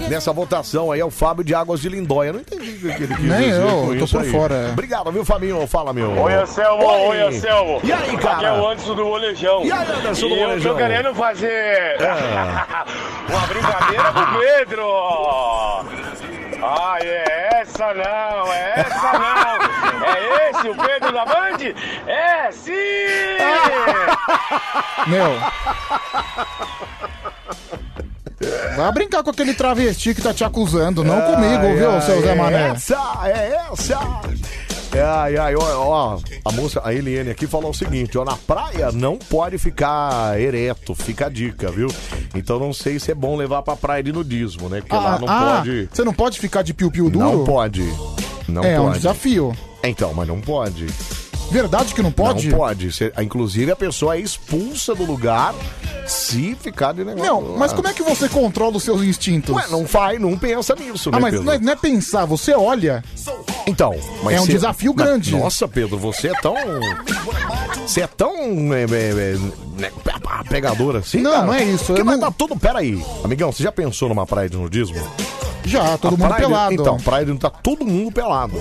nessa votação aí é o Fábio de Águas de Lindóia. Não entendi o que ele quis Nem dizer eu, com tô isso por aí. fora. Obrigado, viu, Fabinho? Fala, meu. Oi, Anselmo, oi, Anselmo. E aí, Aqui é o cara? Anderson do Molejão. E aí, Anderson do E Molejão? eu tô querendo fazer Ah. uma brincadeira com o Pedro. Ah, é essa não, é essa não. É esse o Pedro da Band? É, sim! Meu. Vai brincar com aquele travesti que tá te acusando, não comigo, Ai, viu, ai, seu Zé Mané? É essa, é essa. É, Ai, ai, ó, ó, a moça, a Eliane aqui falou o seguinte, ó, na praia não pode ficar ereto, fica a dica, viu? Então não sei se é bom levar pra praia de nudismo, né? Porque lá não pode... Ah, Você não pode ficar de piu-piu duro? Não pode. Não É, é um pode. desafio. Então, mas não pode. Verdade que não pode? Não pode. Cê- inclusive a pessoa é expulsa do lugar se ficar de negócio. Não, mas como é que você controla os seus instintos? Ué, não faz, não pensa nisso, né, Ah, mas Pedro? não é, não é pensar, você olha. Então, mas É um cê- desafio mas- grande. Nossa, Pedro, você é tão. Você é tão. é, é, é, né, pe- pe- pegador assim? Não, não é isso, Porque vai dar tudo. Peraí, amigão, você já pensou numa praia de nudismo? Já, todo A mundo praia de- pelado. Então, praia de tá todo mundo pelado.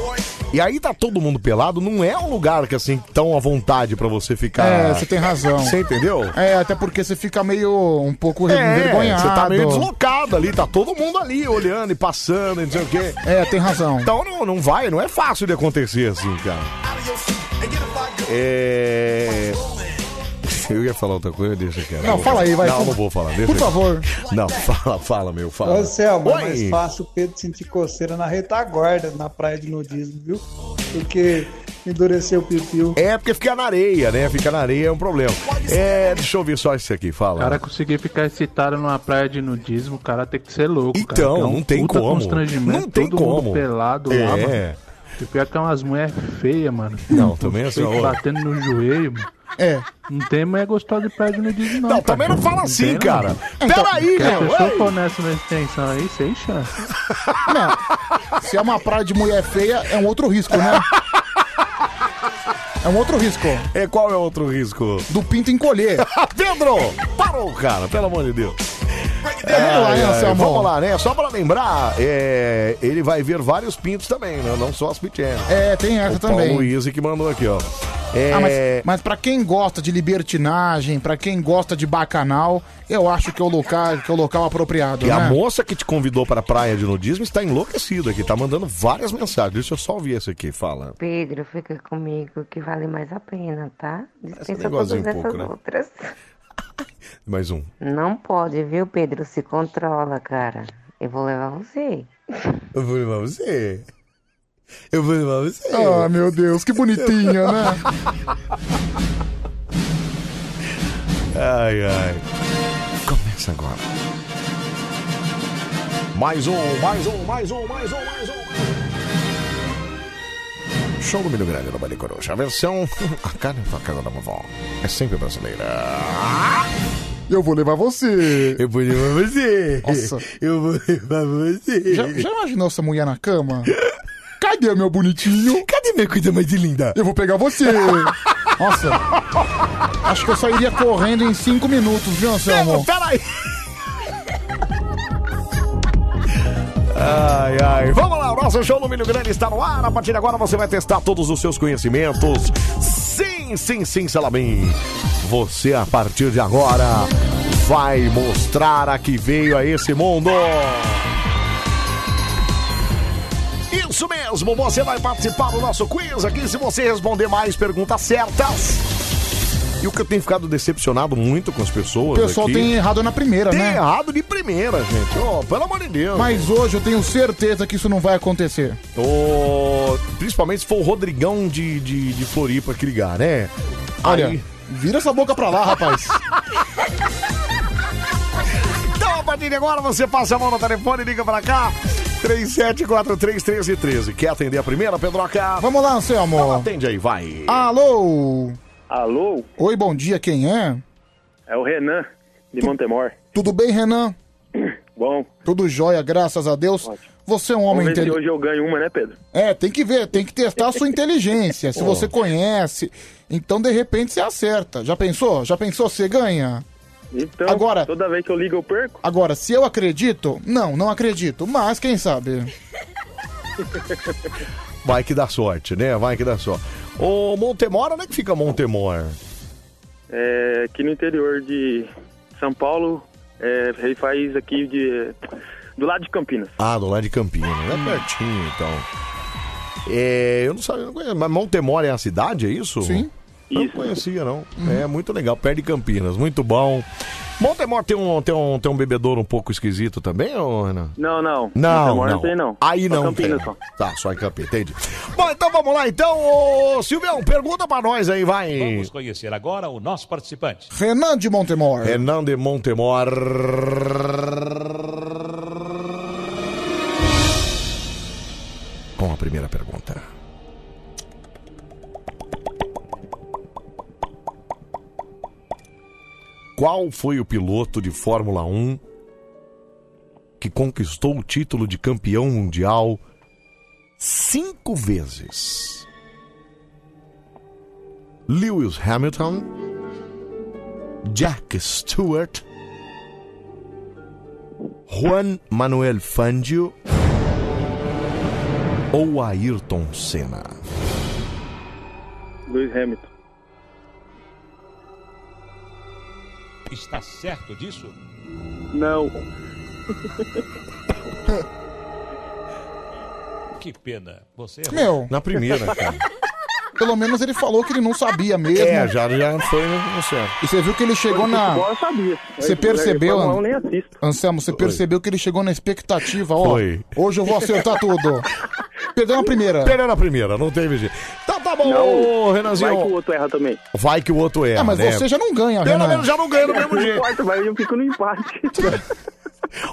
E aí tá todo mundo pelado, não é um lugar que assim, tão à vontade pra você ficar. É, você tem razão. Você entendeu? É, até porque você fica meio um pouco envergonhado. você tá meio deslocado ali, tá todo mundo ali olhando e passando e não sei o quê. É, tem razão. Então não, não vai, não é fácil de acontecer assim, cara. É. Eu ia falar outra coisa, deixa aqui. Não, fala aí, vai, Não, fala. não vou falar, deixa Por aqui. favor. Não, fala, fala, meu, fala. Ô, Selma, é mais Oi. fácil o Pedro sentir coceira na retaguarda, na praia de nudismo, viu? Porque endureceu o pipiu. É, porque fica na areia, né? Fica na areia é um problema. É, deixa eu ver só isso aqui, fala. Cara, conseguir ficar excitado numa praia de nudismo, o cara tem que ser louco. cara. Então, Que é um não tem puta como. constrangimento, Não tem todo mundo como. pelado lá, É. mano. E o pior é que é umas mulheres feias, mano. Não, também é Feio só- Batendo no joelho, mano. É. Não tem mulher gostosa de praia de nudismo, não. Não, também não fala assim, cara. Peraí, Se a meu, pessoa ei. for nessa na extensão aí, sem chance. Se é uma praia de mulher feia, é um outro risco, né? É um outro risco. É, qual é o outro risco? Do pinto encolher. Pedro! Parou, cara, pelo amor de Deus. vamos lá, hein, Anselmo? É, vamos lá, né? Só pra lembrar, é, ele vai ver vários pintos também, né? Não só as pitérias. É, tem essa o também. Paulo Luiz que mandou aqui, ó. É, Ah, mas, mas pra quem gosta de libertinagem, pra quem gosta de bacanal, eu acho que é o local, que é o local apropriado, E né? a moça que te convidou pra praia de nudismo está enlouquecida aqui, tá mandando várias mensagens. Deixa eu só ouvir esse aqui, fala. Pedro, fica comigo que vale mais a pena, tá? Dispensa todas negocinho essas pouco, né? outras. Mais um. Não pode, viu, Pedro? Se controla, cara. Eu vou levar você. Eu vou levar você. Eu vou levar você. Ah, meu Deus, que bonitinha, né? Ai, ai. Começa agora. Mais um, mais um, mais um, mais um, mais um. Show do Milho Grande no Bale Coruja. A versão A Carne da Casa da Vovó. É sempre brasileira. Eu vou levar você. Eu vou levar você. Nossa. Eu vou levar você. Já, já imaginou essa mulher na cama? Cadê meu bonitinho? Cadê minha coisa mais linda? Eu vou pegar você. Nossa. Acho que eu sairia correndo em cinco minutos, viu, Anselmo? Peraí. Ai, ai. Vamos lá, o nosso show no Milho Grande está no ar. A partir de agora você vai testar todos os seus conhecimentos. Sim, sim, sim, Salabim. Você, a partir de agora, vai mostrar a que veio a esse mundo. Isso mesmo, você vai participar do nosso quiz aqui se você responder mais perguntas certas. E o que eu tenho ficado decepcionado muito com as O pessoas. pessoal aqui- tem errado na primeira, Tem né? errado de primeira, gente. Ó, pelo amor de Deus. Mas hoje eu tenho certeza que isso não vai acontecer. Ô, Principalmente se for o Rodrigão de, de, de Floripa que ligar, né? Olha, vira essa boca pra lá, rapaz. então, a partir de agora, você passa a mão no telefone e liga pra cá. 37431313. Quer atender a primeira, Pedroca? Vamos lá, Anselmo. Atende aí, vai. Alô? Alô? Oi, bom dia, quem é? É o Renan, de Montemor. Tudo bem, Renan? Bom, Tudo jóia, graças a Deus. Você é um homem vamos ver se inteligente. hoje eu ganho uma, né, Pedro? É, tem que ver, tem que testar a sua inteligência. Se Oh. você conhece, então de repente você acerta. Já pensou? Já pensou você ganha? Então, Agora- toda vez que eu ligo, eu perco. Agora, se eu acredito, não, não acredito, mas quem sabe? Vai que dá sorte, né? Vai que dá sorte. Ô, Montemor, onde é que fica Montemor? É, aqui no interior de São Paulo, é, ele faz aqui de, do lado de Campinas. Ah, do lado de Campinas. É pertinho, então. É, eu não sabia, não conheço, mas Montemor é a cidade, é isso? Sim. Eu não conhecia, não. É muito legal, perto de Campinas, muito bom. Montemor tem um, tem um, tem um bebedouro um pouco esquisito também, ô Renan? Não, não. Não, Montemor não. tem, não. Aí Só não Campinas tem. só. Tá, só em Campinas, entendi. Bom, então vamos lá, então, ô Silvião, pergunta pra nós aí, vai. Vamos conhecer agora o nosso participante. Renan de Montemor. Renan de Montemor. Com a primeira pergunta. Qual foi o piloto de Fórmula 1 que conquistou o título de campeão mundial cinco vezes? Lewis Hamilton, Jack Stewart, Juan Manuel Fangio ou Ayrton Senna? Lewis Hamilton. Está certo disso? Não. Que pena. Você errou. Meu. Na primeira, cara. Pelo menos ele falou que ele não sabia mesmo. É, já, já foi no certo. E você viu que ele chegou na. Futebol eu sabia. Você Mas, percebeu, Fórmula 1 nem An- assisto. Anselmo, você percebeu que ele chegou na expectativa, ó. Foi. Hoje eu vou acertar tudo. Perdeu na primeira. Perdeu na primeira, não teve jeito. Então tá bom, ô, Renanzinho. Vai que o outro erra também. Vai que o outro erra, Ah, mas né? você já não ganha, Pelo Renan. menos já não ganha do mesmo jeito. Quarto, mas eu fico no empate.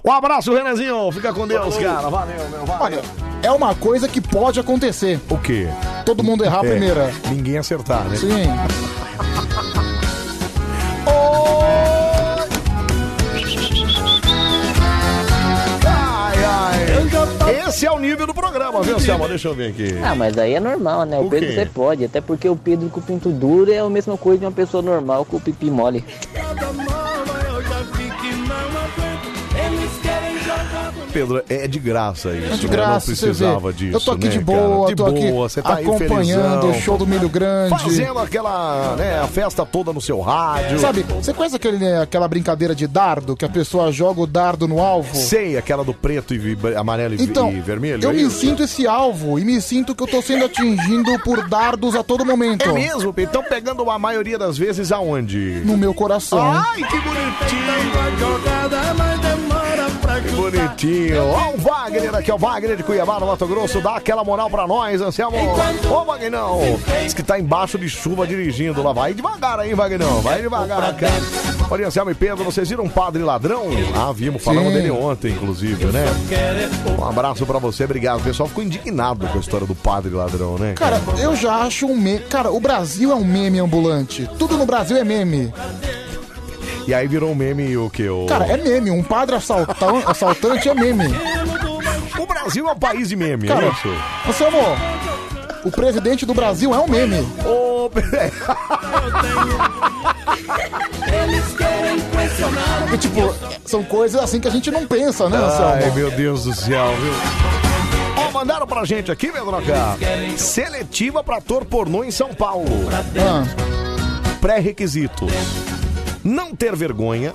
Um abraço, Renanzinho. Fica com Deus, cara. Valeu, meu. Valeu. Olha, é uma coisa que pode acontecer. O quê? Todo mundo errar a É, primeira. Ninguém acertar, né? Sim. Ai, ai. Esse é o nível do programa, viu, Selma? Deixa eu ver aqui. Ah, mas aí é normal, né? O, O Pedro quê? você pode, até porque o Pedro com o pinto duro é a mesma coisa de uma pessoa normal com o pipi mole. Pedro, é de graça isso. É de né? graça, não você precisava vê. disso. Eu tô aqui né, de cara? boa, de tô aqui boa, você tá aí acompanhando felizão. o show do Milho Grande. Fazendo aquela, né, a festa toda no seu rádio. Sabe, você conhece aquele, né, aquela brincadeira de dardo, que a pessoa joga o dardo no alvo? Sei, aquela do preto e vi- amarelo e, vi- Então, e vermelho. eu é me isso? sinto esse alvo e me sinto que eu tô sendo atingido por dardos a todo momento. É mesmo? Então pegando a maioria das vezes aonde? Ah, No meu coração. Ai, que bonitinho! Que bonitinho! Ó o Wagner, aqui é o Wagner de Cuiabá, no Mato Grosso. Dá aquela moral pra nós, Anselmo. Ô, Vagnão! Diz que tá embaixo de chuva dirigindo lá. Vai devagar aí, Vagnão. Vai devagar, cara. Olha, Anselmo e Pedro, vocês viram um Padre Ladrão? Ah, vimos, falamos Sim. dele ontem, inclusive, né? é Um abraço pra você, obrigado. O pessoal ficou indignado com a história do Padre Ladrão, né? Cara, eu já acho um meme. Cara, o Brasil é um meme ambulante. Tudo no Brasil é meme. E aí virou um meme o que? O... Cara, é meme. Um padre assaltan- assaltante é meme. O Brasil é um país de meme, Cara, é isso? Você amor, o presidente do Brasil é um meme. Ô, Eles querem pressionar. E, tipo, são coisas assim que a gente não pensa, né, Ai, Anselmo? meu Deus do céu, viu? Ó, mandaram pra gente aqui, Medroca. Seletiva pra ator pornô em São Paulo. Ah. Pré-requisitos. Não ter vergonha.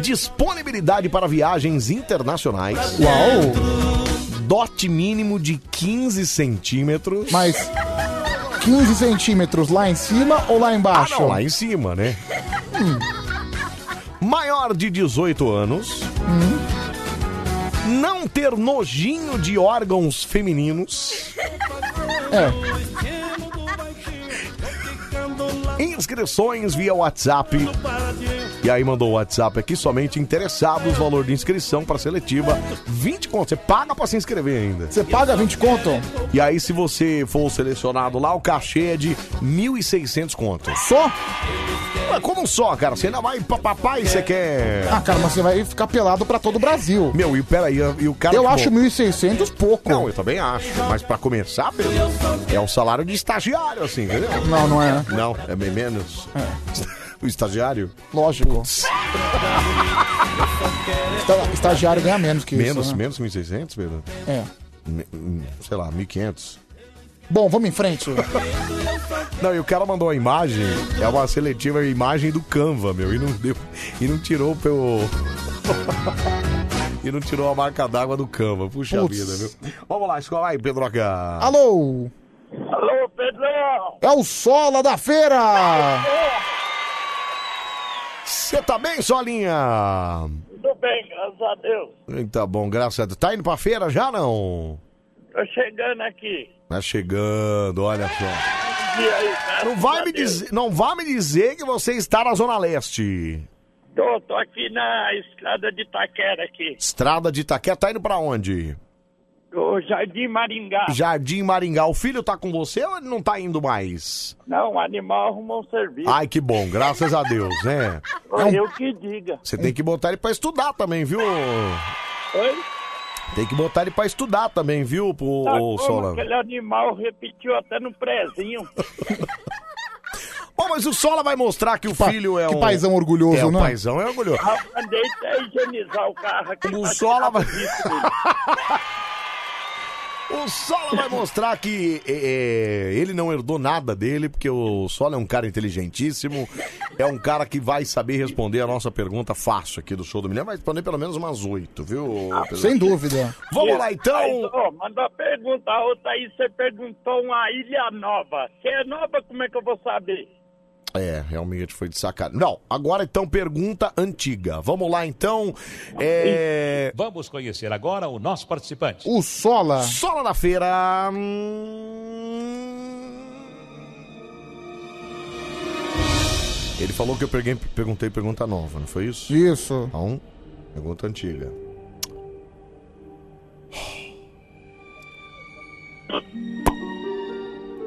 Disponibilidade para viagens internacionais. Uau! Dote mínimo de 15 centímetros. Mas 15 centímetros lá em cima ou lá Ah, embaixo? não, lá em cima, né? Hum. Maior de 18 anos. Hum. Não ter nojinho de órgãos femininos. É. Inscrições via WhatsApp. E aí mandou o WhatsApp aqui, somente interessados, valor de inscrição para seletiva, 20 conto. Você paga para se inscrever ainda. Você paga 20 conto? E aí, se você for selecionado lá, o cachê é de 1.600 conto. Só? Mas como um só, cara? Você ainda vai pra papai, você quer... Ah, cara, mas você vai ficar pelado pra todo o Brasil. Meu, e peraí, e o cara... Eu que acho bom. 1.600 pouco. Não, eu também acho. Mas pra começar, Pedro, é um salário de estagiário, assim, entendeu? Não, não é. Não, é bem menos. O estagiário? Lógico. Esta- Tá Estagiário ganha menos que menos, isso. né? menos 1.600, Pedro? É. Me- hum, Sei lá, 1.500. Bom, vamos em frente. Não, e o cara mandou a imagem, é uma seletiva imagem do Canva, meu, e não deu, e não tirou pelo e não tirou a marca d'água do Canva. Puxa Putz. vida, meu. Vamos lá, escola aí, Pedroca. Alô? Alô, Pedrão! É o Sola da Feira! Você tá bem, Solinha? Tudo bem, graças a Deus. Tá bom, graças a Deus. Tá indo pra feira já não? Tô chegando aqui. Tá chegando, olha só. E aí, graças Não vai a me Deus. dizer, não vai me dizer que você está na zona leste. Tô, tô aqui na estrada de Taquera aqui. Estrada de Itaquera, tá indo pra onde? Do Jardim Maringá. Jardim Maringá. O filho tá com você ou ele não tá indo mais? Não, o animal arrumou um serviço. Ai, que bom, graças a Deus, né? Foi eu que diga. Você tem que botar ele pra estudar também, viu? Oi? Tem que botar ele pra estudar também, viu, pô, Tá ô, como Solano? aquele animal repetiu até no prezinho. Bom, mas o Sola vai mostrar que o filho é que um... paizão orgulhoso, é, né? o paizão é orgulhoso. Ah, Mandei até higienizar o carro aqui. O Sola vai... O Sola vai mostrar que é, é, ele não herdou nada dele, porque o Sola é um cara inteligentíssimo, é um cara que vai saber responder a nossa pergunta fácil aqui do show do Milhão, vai responder pelo menos umas oito, viu? Pedro? Ah, Sem dúvida. Vamos lá, então. Mas, ó, manda uma pergunta a outra aí. Você perguntou uma ilha nova. Se é nova, como é que eu vou saber? É, realmente foi de sacanagem. Não, agora então pergunta antiga. Vamos lá então. É... Vamos conhecer agora o nosso participante. O Sola. Sola na feira. Ele falou que eu perguei- perguntei pergunta nova, não foi isso? Isso. Então, pergunta antiga.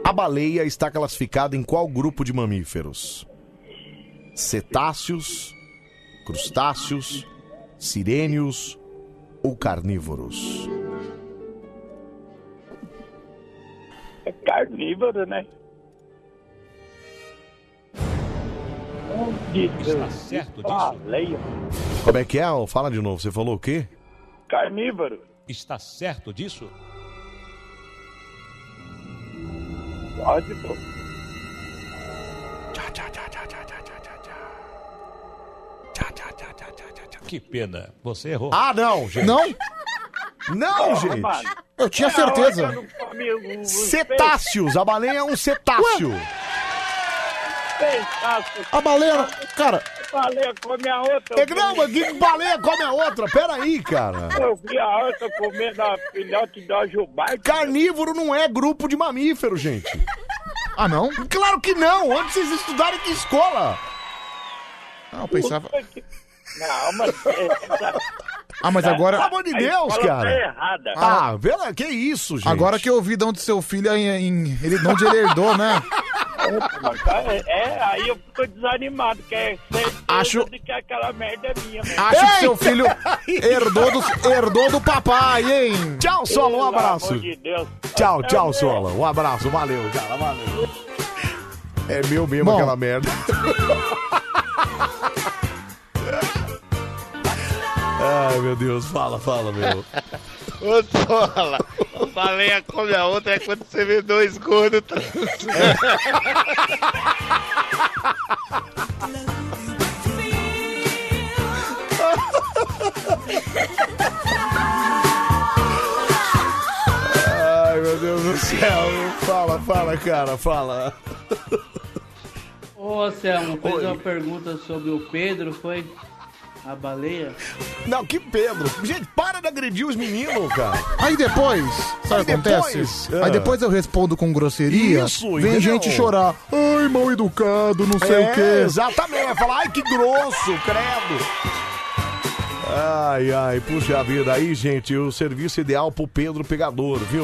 A baleia está classificada em qual grupo de mamíferos? Cetáceos, crustáceos, sirênios ou carnívoros? É carnívoro, né? Está certo disso? Baleia. Como é que é? Al? Fala de novo. Você falou o quê? Carnívoro. Está certo disso? Pode, pô. Que pena, você errou. Ah, não, gente. Não? Não, gente. Eu tinha certeza. tá Cetáceos. A baleia é um cetáceo. A baleia, cara. Baleia come a outra. É, não, mas que baleia come a outra? Peraí, cara. Eu vi a outra comendo a filhote de ajubar. Carnívoro não é grupo de mamífero, gente. Ah, não? Claro que não. Onde vocês estudaram em que escola? Ah, eu pensava. Não, mas. é, tá- Ah, mas agora. Pelo amor de Deus, cara. errada. Ah, Ah, pela... que isso, gente. Agora que eu vi de onde seu filho é em, em- ele, de onde ele herdou, né? É, aí eu fico desanimado, que é certeza Acho- de que aquela merda é minha. mesmo. Acho que seu filho herdou do, herdou do papai, hein? Tchau, Sola, um abraço. amor de Deus. É Tchau, tchau, Sola. Um abraço, valeu, cara, valeu. É meu mesmo aquela merda. Ai, meu Deus, fala, fala, meu. Ô, Tola, falei a come a outra é quando você vê dois gordos transando. Ai, meu Deus do céu. Fala, fala, cara, fala. Ô, Selmo, fez Oi. uma pergunta sobre o Pedro, foi? A baleia? Não, que Pedro. Gente, para de agredir os meninos, cara. Aí depois, sabe o que Aí depois? acontece? Ah. Aí depois eu respondo com grosseria. Isso, vem entendeu? gente chorar. Ai, mal educado, não sei É, o quê. Exatamente, vai falar, ai que grosso, credo. Ai, ai, puxa vida. Aí, gente, o serviço ideal pro Pedro Pegador, viu?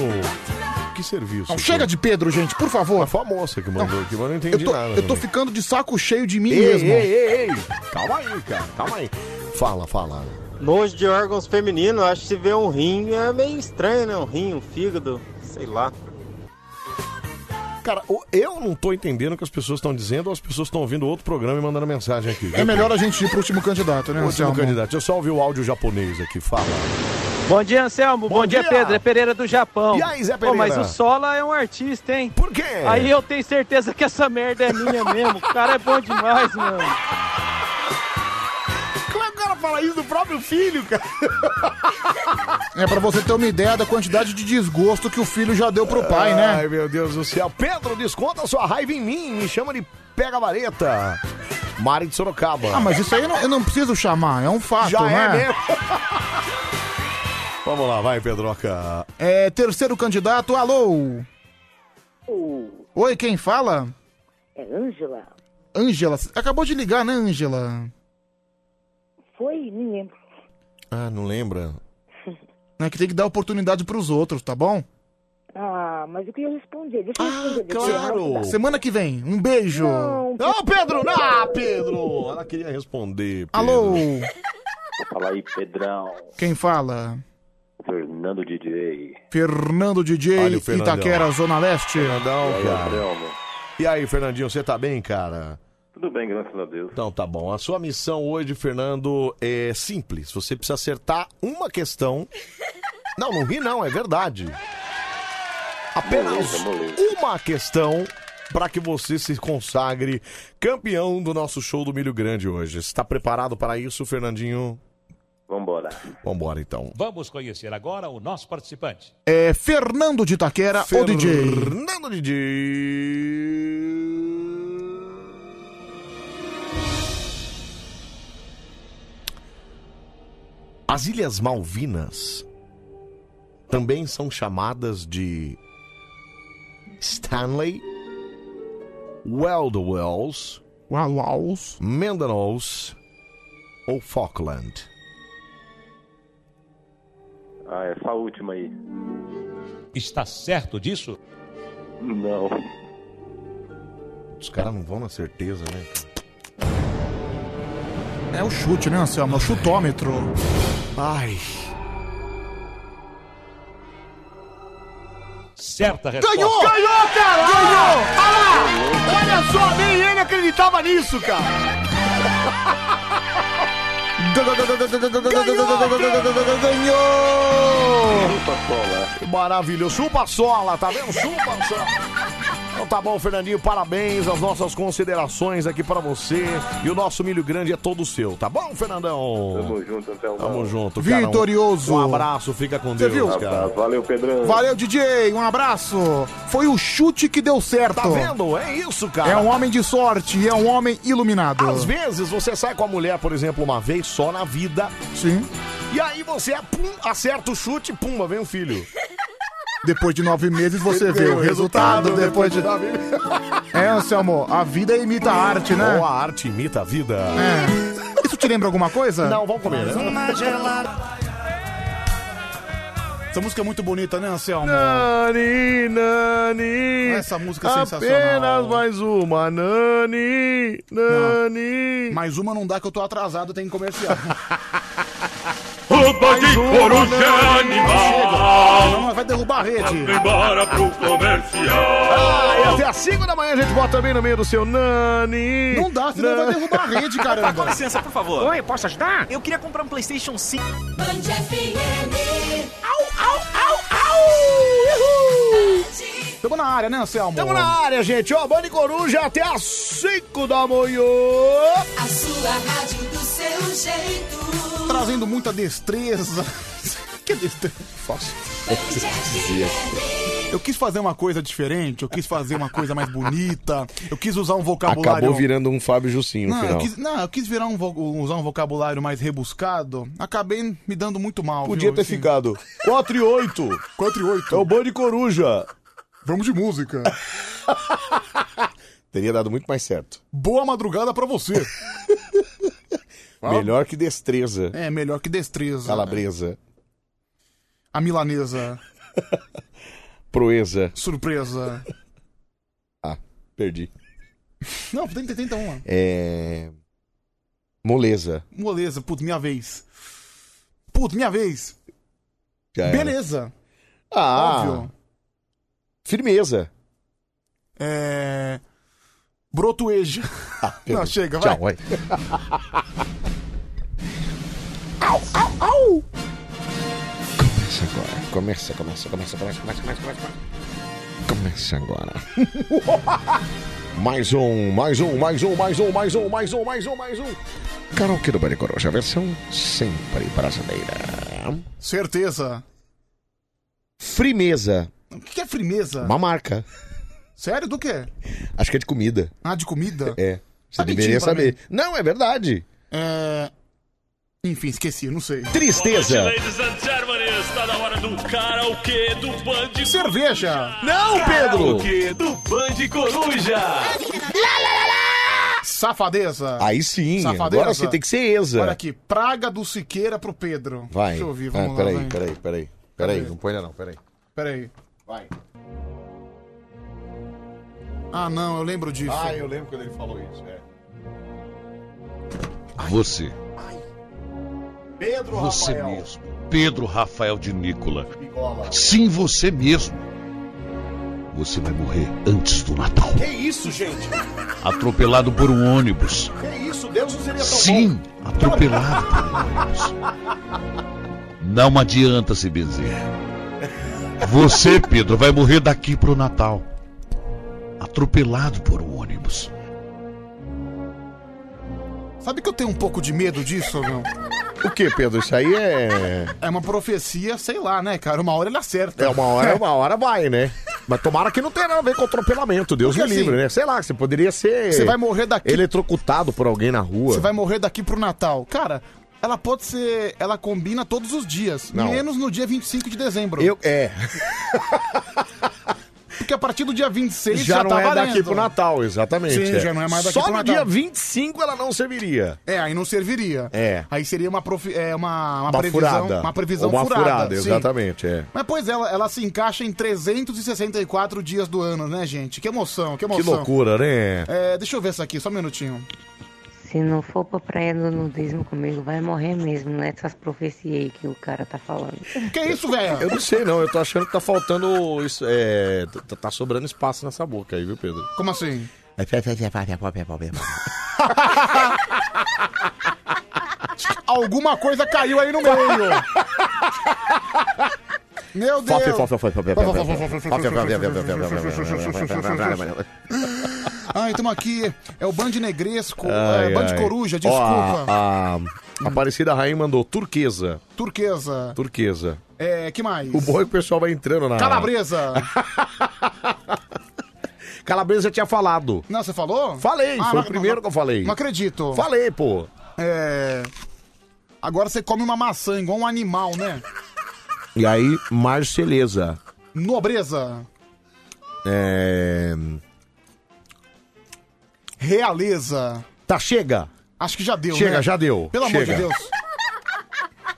Que serviço? Não, chega de Pedro, gente, por favor. Foi a moça que mandou aqui, mas eu não entendi Eu tô, nada. eu tô também. ficando de saco cheio de mim ei, mesmo. ei, ei, ei, calma aí, cara, calma aí. Fala, fala. Nojo de órgãos femininos, acho que se vê um rim é meio estranho, né? Um rim, um fígado, sei lá. Cara, o- eu não tô entendendo o que as pessoas estão dizendo ou as pessoas estão ouvindo outro programa e mandando mensagem aqui. É melhor a gente ir pro último candidato, né, Último Anselmo? candidato. Deixa eu só ouvir o áudio japonês aqui, fala. Bom dia, Anselmo. Bom, dia, Pedro. É Pereira do Japão. E aí, Zé Pô, mas Pereira? o Sola é um artista, hein? Por quê? Aí eu tenho certeza que essa merda é minha mesmo. O cara é bom demais, mano. Como é que o cara fala isso do próprio filho, cara? É pra você ter uma ideia da quantidade de desgosto que o filho já deu pro pai, né? Ai, meu Deus do céu. Pedro, desconta a sua raiva em mim. Me chama de pega vareta. Mari de Sorocaba. Ah, mas isso aí eu não, eu não preciso chamar, é um fato, Já né? é mesmo. Vamos lá, vai, Pedroca. É, terceiro candidato, alô? Oi, quem fala? É Ângela? Ângela, você acabou de ligar, né, Ângela? Foi? Nem lembro. Ah, não lembra? É que tem que dar oportunidade pros outros, tá bom? Ah, mas eu queria responder. Deixa eu responder. depois. claro. Semana que vem, um beijo. Não, Ô, Pedro! Ah, Pedro! Ela queria responder. Pedro. Alô? Fala aí, Pedrão. Quem fala? Fernando DJ. Fernando DJ, Olha o Fernandão. Itaquera, Zona Leste. Fernandão, E aí, cara. Anselmo? E aí, Fernandinho, você tá bem, cara? Tudo bem, graças a Deus. Então tá bom. A sua missão hoje, Fernando, é simples. Você precisa acertar uma questão. Não, não ri não, é verdade. Apenas Beleza, beleza. uma questão para que você se consagre campeão do nosso show do Milho Grande hoje. Está preparado para isso, Fernandinho? Vambora. Vambora então. Vamos conhecer agora o nosso participante. É Fernando de Itaquera, o DJ. Fernando DJ. As Ilhas Malvinas também são chamadas de Stanley, Weldwells, Wallows, Mandanaus ou Falkland. Ah, essa última aí. Está certo disso? Não. Os caras não vão na certeza, né? É o chute, né, Anselmo? É o chutômetro. Ai. Certa resposta. Ganhou! Ganhou, cara! Ganhou! Olha lá! Olha só, nem ele acreditava nisso, cara! Ganhou! Maravilhoso. Chupa a sola, tá vendo? Chupa a sola. Então tá bom, Fernandinho, parabéns. As nossas considerações aqui pra você. E o nosso milho grande é todo seu, tá bom, Fernandão? Tamo junto, Anselmo. Tamo junto, cara. Um- Vitorioso. Um, abraço, fica com Você Deus, viu? cara. Valeu, Pedrão. Valeu, DJ, um abraço. Foi o chute que deu certo. Tá vendo? É isso, cara. É um homem de sorte, é um homem iluminado. Às vezes você sai com a mulher, por exemplo, uma vez só na vida. Sim. é, E aí você pum, acerta o chute e pumba, vem um filho. Depois de nove meses você vê o resultado. Depois de. nove É, Anselmo, a vida imita a arte, né? Ou a arte imita a vida. É. Isso te lembra alguma coisa? Não, vamos comer, né? Essa música é muito bonita, né, Anselmo? Nani, Nani. Essa música é sensacional. Apenas mais uma, Nani, Nani. Mais uma não dá que eu tô atrasado, tem que comercial. Rouba de coruja animal. Não, mas vai derrubar a rede. Embora pro comercial. Ah, e até às 5 da manhã a gente bota também no meio do seu Nani. Não dá, senão vai derrubar a rede, caramba. Com licença, por favor. Oi, posso ajudar? Eu queria comprar um PlayStation 5. Band FM. Tamo na área, né, Anselmo? Tamo na área, gente. Ó, Bande Coruja até às 5 da manhã. A sua rádio do seu jeito. Trazendo muita destreza. que destreza? Fácil. Eu quis fazer uma coisa diferente, eu quis fazer uma coisa mais bonita, eu quis usar um vocabulário. Acabou virando um Fábio Jussim no Não, eu final. quis, não, eu quis virar um vo- usar um vocabulário mais rebuscado, acabei me dando muito mal. Assim, Podia ter ficado 4 e 8. 4 e 8. É o Bande Coruja. Vamos de música. Teria dado muito mais certo. Boa madrugada pra você. Melhor que destreza. É, melhor que destreza. Calabresa. A milanesa. Proeza. Surpresa. Ah, perdi. Não, tenta, tenta uma. É. Moleza. Moleza, puto, minha vez. Puto, minha vez. Já era. Beleza. Ah. Óbvio. Firmeza. É. Brotueja. Não, Perdi. chega, vai. Ah, Tchau, vai. Au, au, au. Começa agora. Começa, começa, começa, começa, começa, começa, começa. Começa agora. Mais um, mais um, mais um, mais um, mais um, mais um, mais um, mais um. Karaokê do Bande Coruja, versão sempre brasileira. Certeza. Frimeza, O que é frimeza? uma marca. Sério, do quê? Acho que é de comida. Ah, de comida? É. Você Tá mentindo deveria pra saber. mim. Não, é verdade. É. Enfim, esqueci, não sei. Tristeza. Ladies and gentlemen, está na hora do karaokê do Band Cerveja. Não, Pedro. Karaokê do Band Coruja. Safadeza. Aí sim, Safadeza. agora você tem que ser exa. Olha aqui, praga do Siqueira pro Pedro. Vai. Deixa eu ouvir, Ah, vamos lá. peraí, vai. peraí, peraí. Peraí, não põe ainda não, peraí. Peraí. Vai. Ah, não, eu lembro disso. Ah, eu lembro quando ele falou isso, é. Você, Pedro você Rafael. mesmo. Pedro Rafael de Nicola. Bigola. Sim, você mesmo. Você vai morrer antes do Natal. Que isso, gente? Atropelado por um ônibus. Que isso? Deus não seria tão Sim, atropelado por um ônibus. Não adianta se benzer. Você, Pedro, vai morrer daqui pro Natal. Atropelado por um ônibus. Sabe que eu tenho um pouco de medo disso, não? O que, Pedro? Isso aí é. É uma profecia, sei lá, né, cara? Uma hora ele acerta. É uma hora, uma hora vai, né? Mas tomara que não tenha nada a ver com atropelamento, Deus Porque me livre, assim, né? Sei lá, você poderia ser. você vai morrer daqui. Eletrocutado por alguém na rua. Você vai morrer daqui pro Natal. Cara, ela pode ser. Ela combina todos os dias, Não. menos no dia 25 de dezembro. Eu, é, Porque a partir do dia 26 já, já, não tá é valendo. daqui pro Natal, exatamente. Sim, já não é mais daqui Só pro no Natal. dia 25 ela não serviria. É, aí não serviria. É. Aí seria uma, profi- é, uma, uma Uma, previsão, furada. uma previsão Ou uma furada. sim. exatamente, é. Mas pois é, ela, ela se encaixa em 364 dias do ano, né, gente? Que emoção, que Que emoção. loucura, né? É, deixa eu ver isso aqui, só um minutinho. Se não for pra praia do nudismo comigo, vai morrer mesmo, não é essas profecias aí que o cara tá falando. Que é isso, velho? Eu não sei, não. Eu tô achando que tá faltando. Isso, é, tá, tá sobrando espaço nessa boca aí, viu, Pedro? Como assim? Alguma coisa caiu aí no meio. Meu Deus. Ai, estamos Ah, aqui. É o Band Negresco, é, Band Coruja, desculpa. a, a Aparecida Rainha mandou turquesa. Turquesa. Turquesa. É, que mais? O bom é que o pessoal vai entrando na. Calabresa. Calabresa já tinha falado. Não, você falou? Ah, Falei, foi não- o primeiro não- que eu falei. Não acredito. Falei, pô. É. Agora você come uma maçã igual um animal, né? E aí, Marceleza. Nobreza. É... Realeza. Tá, chega. Acho que já deu, Chega, né? já deu, Pelo amor de chega. Deus.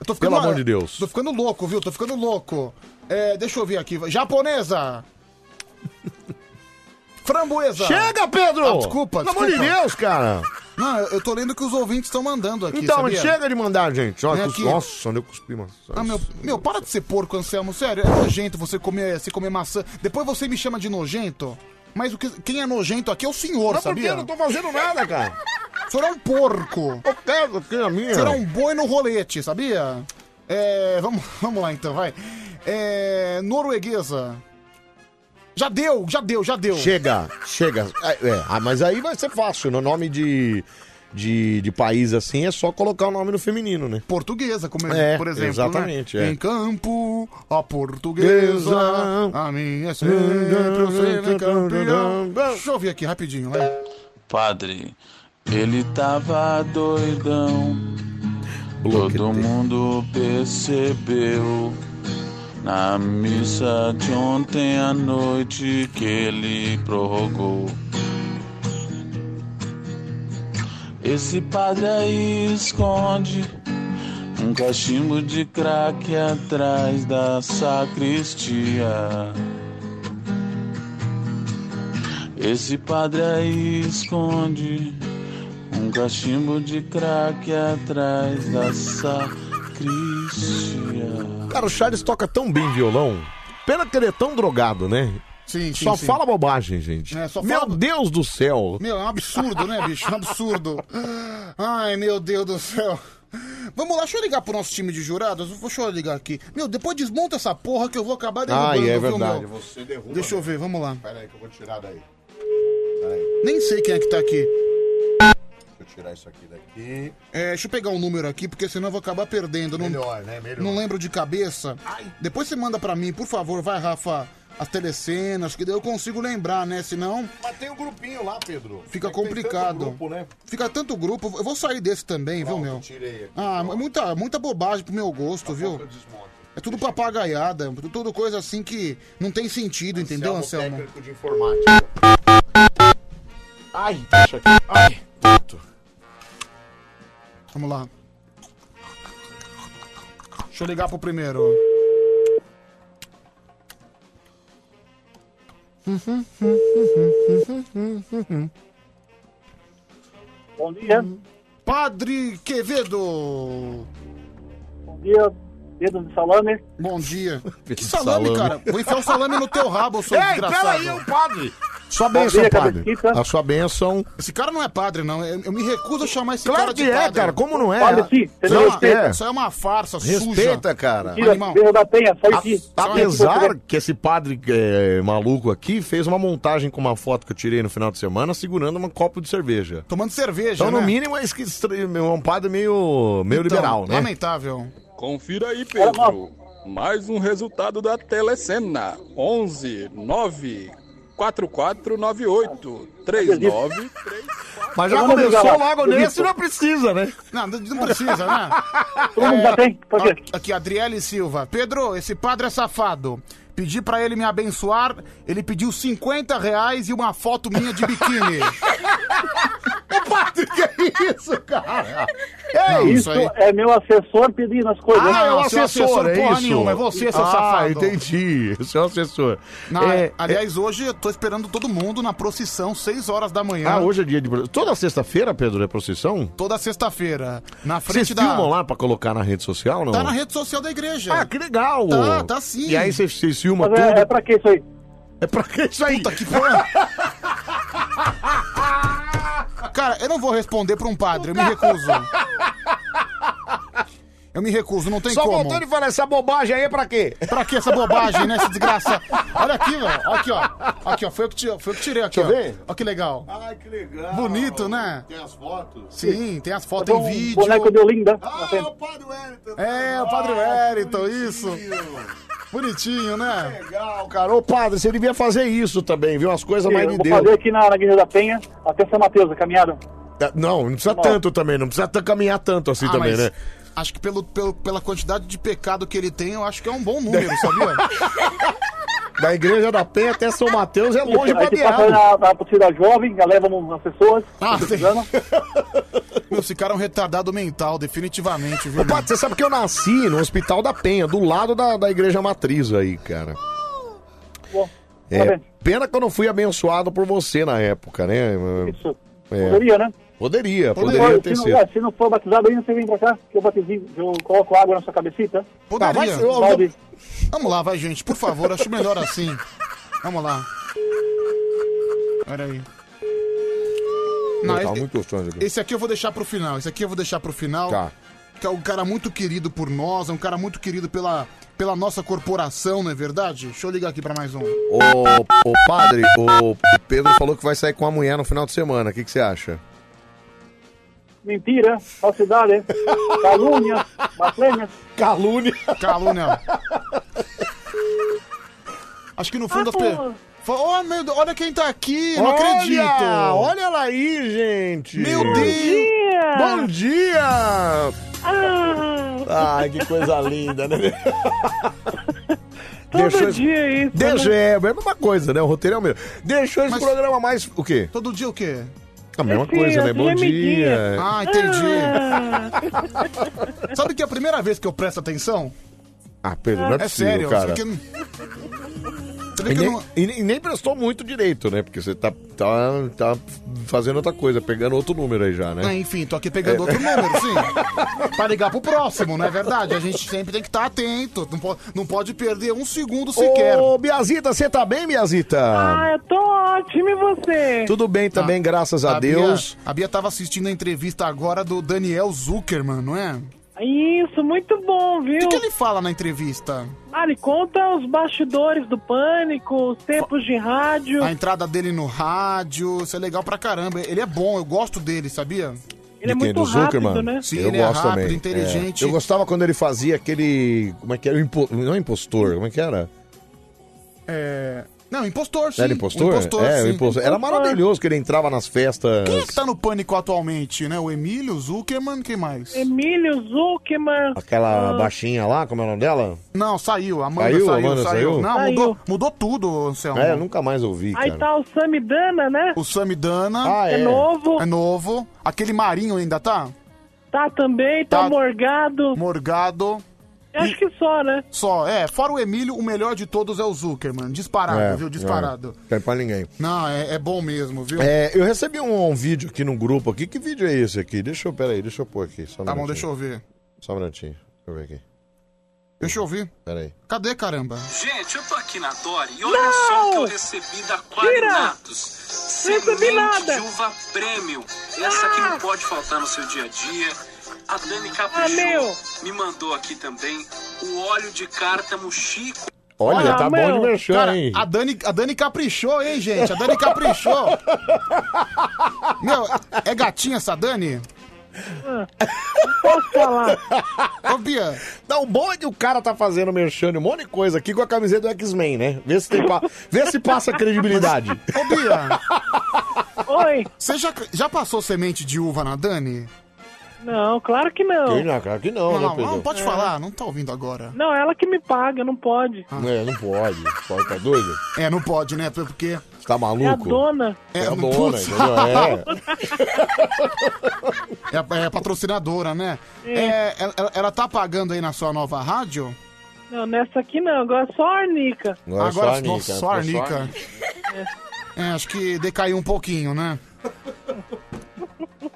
Eu tô Pelo ma- amor de Deus. Tô ficando louco, viu? Tô ficando louco. É, deixa eu ver aqui. Japonesa. Framboesa. Chega, Pedro! Ah, desculpa, desculpa. Pelo amor de Deus, cara. Não, eu eu tô lendo o que os ouvintes estão mandando aqui, então, sabia? chega de mandar, gente. Olha, É cus- que- Nossa, onde eu cuspi, mano. Ah, meu, meu, para de ser porco, Anselmo. Sério, é nojento você comer, você comer maçã. Depois você me chama de nojento. Mas o que, quem é nojento aqui é o senhor, Mas por que sabia? eu não tô fazendo nada, cara? O senhor é um porco. Eu quero aqui a minha. O senhor é um boi no rolete, sabia? É, vamos, vamos lá então, vai. É, norueguesa. Já deu, já deu, já deu. Chega, chega. Ah, é, ah, mas aí vai ser fácil. No nome de, de, de país assim é só colocar o nome no feminino, né? Portuguesa, como É, por exemplo. né? exatamente, é. Em campo, a portuguesa, a minha sempre eu serei campeã. Deixa eu ouvir aqui rapidinho, vai. Padre, ele tava doidão. Todo mundo percebeu na missa de ontem à noite que ele prorrogou. Esse padre aí esconde um cachimbo de craque atrás da sacristia. Esse padre aí esconde um cachimbo de craque atrás da sacristia. Cara, o Charles toca tão bem violão. Pena que ele é tão drogado, né? Sim, sim, Só sim. fala bobagem, gente. É, só Meu fala- Deus do céu. Meu, é um absurdo, né, bicho? É um absurdo. Ai, meu Deus do céu. Vamos lá, deixa eu ligar pro nosso time de jurados. Deixa eu ligar aqui. Meu, depois desmonta essa porra que eu vou acabar derrubando. Ai, é viu, verdade. meu? Você derruba. né? Deixa eu ver, vamos lá. Pera aí que eu vou tirar daí. Nem sei quem é que tá aqui. Deixa eu tirar isso aqui daqui. É, deixa eu pegar um número aqui, porque senão eu vou acabar perdendo. Eu Não, Melhor, né? Melhor. Não lembro de cabeça. Depois você manda pra mim, por favor, vai, Rafa, as telecenas, que daí eu consigo lembrar, né? Senão Mas tem um grupinho lá, Pedro. É fica complicado. né? Fica tanto grupo. Eu vou sair desse também, viu, meu? Tirei aqui. Tá Ah, é muita, muita bobagem pro meu gosto, viu? É tudo papagaiada, tudo coisa assim que não tem sentido, entendeu, Anselmo? é um Técnico de informática. Ai, deixa aqui. Ai, puto. Vamos lá. Deixa eu ligar pro primeiro. uhum. Bom dia. Padre Quevedo! Bom dia, Pedro de Salame. Bom dia. Que salame, salame. cara? Vou enfiar o salame no teu rabo, seu Ei, desgraçado. peraí, o padre! Sua Bom benção, dia, tá padre. né? cabecita. A sua benção. Esse cara não é padre, não. Eu, eu me recuso a chamar esse Claro cara de que é, padre. cara. Como não é? Olha aqui, você Não, me respeita. Isso é uma farsa suja. Respeita, cara. Tá Mentira, Animal. Pedro da Penha, sai aqui. Apesar que esse padre é, maluco aqui fez uma montagem com uma foto que eu tirei no final de semana segurando um copo de cerveja. Tomando cerveja, Então, no né? mínimo, é esqui- estra- é um padre meio, meio Então, liberal, né? Lamentável. Confira aí, Pedro. Mais um resultado da Telecena. 11, 9, 4498, 39, Mas já Eu vou começou logo, ligar lá. Eu nesse, ligo. não precisa, né? Não, não- não precisa, né? Todo mundo já tem? Por quê? a- Aqui, Adriele Silva. Pedro, esse padre é safado. Pedi pra ele me abençoar, ele pediu 50 reais e uma foto minha de biquíni. Ô, padre, que é isso, cara? É isso, é meu assessor pedindo as coisas. Ah, é o assessor, seu assessor, é porra isso. nenhuma, é você, seu ah, safado. entendi. O seu assessor. Na- É, aliás, hoje eu tô esperando todo mundo na procissão, 6 horas da manhã. Ah, hoje é dia de... pro- Toda sexta-feira, Pedro, é procissão? Toda sexta-feira. Na Vocês frente da. filmam lá pra colocar na rede social, não? Tá na rede social da igreja. Ah, que legal! Tá, tá sim. E aí vocês vocês filmam Mas é- tudo? é pra que isso aí? É pra que isso aí? Puta que porra! Cara, eu não vou responder pra um padre, eu me recuso. Eu me recuso, não tem Só como. voltando e falando, essa bobagem aí é pra quê? Pra que essa bobagem, né, essa desgraça? Olha aqui, velho. Aqui, ó. Aqui, ó. Foi eu que, ti- foi eu que tirei aqui, Deixa eu ó. ver. Ó que legal. Ai, que legal. Bonito, né? Tem as fotos? Sim, tem as fotos em vídeo. boneco de Olinda. É, o Padre Wellington, isso. Bonitinho, né? Legal, cara. Ô, padre, você devia fazer isso também, viu? As coisas mais Eu de vou Deus. fazer aqui na, na Igreja da Penha, até São Mateus, a caminhada. Tá, Não, não precisa tanto também, não precisa t- caminhar tanto assim Ah, também, mas né? Acho que pelo, pelo- pela quantidade de pecado que ele tem, eu acho que é um bom número, sabia? Da Igreja da Penha até São Mateus Tá é longe pra Aí você passa diabo. na, na torcida jovem, já leva Tá umas pessoas. Ah, Meu, esse cara é um retardado mental, definitivamente, viu? Ô, Pato, você sabe que eu nasci no Hospital da Penha, do lado da, da Igreja Matriz aí, cara. Bom, tá É, pena que eu não fui abençoado por você na época, né? Isso. É. Poderia, né? Poderia, Olha, poderia olha, ter se, sido. não, é, se não for batizado ainda, você vem pra cá, que eu batizinho, eu coloco água na sua cabecita. Poderia. Tá, vai- Valde. Vamos lá, vai, gente, por favor, acho melhor assim. Vamos lá. Pera aí. Não, Tá esse, muito sonho aqui. esse aqui eu vou deixar pro final, esse aqui eu vou deixar pro final. Tá. Que é um cara muito querido por nós, é um cara muito querido pela, pela nossa corporação, não é verdade? Deixa eu ligar aqui pra mais um. Ô, ô, padre, o Pedro falou que vai sair com a mulher no final de semana. O que, que você acha? Mentira, falsidade, calúnia, blasfêmia. Calúnia. Calúnia. Acho que no fundo as pessoas. Oh, meu Deus, olha quem tá aqui, não Olha, acredito. olha ela aí, gente. Meu Bom Deus. dia. Bom dia. Ah, Ai, que coisa linda, né? Todo dia isso. né? Deixa, é a mesma coisa, né? O roteiro é o mesmo. Deixou esse programa mais. O quê? Todo dia o quê? A mesma É coisa, né? Bom dia. assim, Ah, entendi. Sabe que é a primeira vez que eu presto atenção? Ah, Pedro, não é, possível, sério, cara. só que eu não- Você vê E que nem, eu não... e nem- nem prestou muito direito, né? Porque você tá, tá, tá fazendo outra coisa, pegando outro número aí já, Ah, né? enfim, tô aqui pegando outro número, sim. pra ligar pro próximo, não é verdade? A gente sempre tem que estar atento. Não pode, não pode perder um segundo sequer. Ô, Biazita, você tá bem, Biazita? Ah, eu tô ótimo e você? Tudo bem também, graças a, Deus. Tá. Bia, a Bia tava assistindo a entrevista agora do Daniel Zuckerman, não é? Isso, muito bom, viu? O que, que ele fala na entrevista? Ah, ele conta os bastidores do pânico, os tempos de rádio. A entrada dele no rádio, isso é legal pra caramba. Ele é bom, eu gosto dele, sabia? Ele é De quem? do Zuckerman? né? Sim, eu ele gosto é rápido, também. inteligente. É. Eu gostava quando ele fazia aquele. Como é que era? O impo- Não é impostor, como é que era? É... Não, impostor, sim. era impostor? O é, impostor, o sim. Então impostor. Era maravilhoso que ele entrava nas festas. Quem é que tá no pânico atualmente, né? O Emílio, o Zuckerman, quem mais? Emílio Zuckerman. Aquela Ah. baixinha lá, como é o nome dela? Não, saiu. A Amanda Saiu? saiu, A Amanda saiu. saiu? Não, Saiu. Mudou, mudou tudo, Anselmo. É, eu nunca mais ouvi, Aí cara. tá o Samidana, né? O Samidana. Ah, É é. novo. É novo. Aquele Marinho ainda tá? Tá também, tá, morgado. Morgado. Eu acho que só, né? Só, é. Fora o Emílio, o melhor de todos é o Zuckerman. Disparado, É, viu? Disparado. É. Cai pra ninguém. Não, é, é bom mesmo, viu? É, eu recebi um, um vídeo aqui no grupo aqui. Que vídeo é esse aqui? Deixa eu, peraí, deixa eu pôr aqui. Só um Tá bom, minutinho. deixa eu ver. Só um minutinho. Deixa eu ver aqui. Deixa eu ouvir. Peraí. Cadê, caramba? Gente, eu tô aqui na Dori e olha só o que eu recebi da Qualinatos. Semente de uva premium. Essa aqui não pode faltar no seu dia a dia. A Dani Caprichou meu. me mandou aqui também o óleo de cártamo Chico. Ah, Olha, tá bom de merchan, Cara, hein? A Dani, a Dani caprichou, hein, gente? A Dani caprichou. Meu, é gatinha essa Dani? Posso falar? Ô, Bia. Não, o bom é que o cara tá fazendo merchan e um monte de coisa aqui com a camiseta do X-Men, né? Vê se, tem pa- Vê se passa credibilidade. Ô, Bia. Oi. Você já, já passou semente de uva na Dani? Não, claro que não. Eu não, claro que não, né, não, Pedro? não, pode É. falar, não tá ouvindo agora. Não, ela que me paga, não pode. É, não pode. Pode, tá doido? É, não pode, né? Porque. Você tá É a maluco? dona. É a não- dona, putz. entendeu? É. É, a- é a patrocinadora, né? É, ela- ela, ela tá pagando aí na sua nova rádio? Não, nessa aqui não, agora é só a Arnica. Agora, nossa, só a Arnica. É, acho que decaiu um pouquinho, né?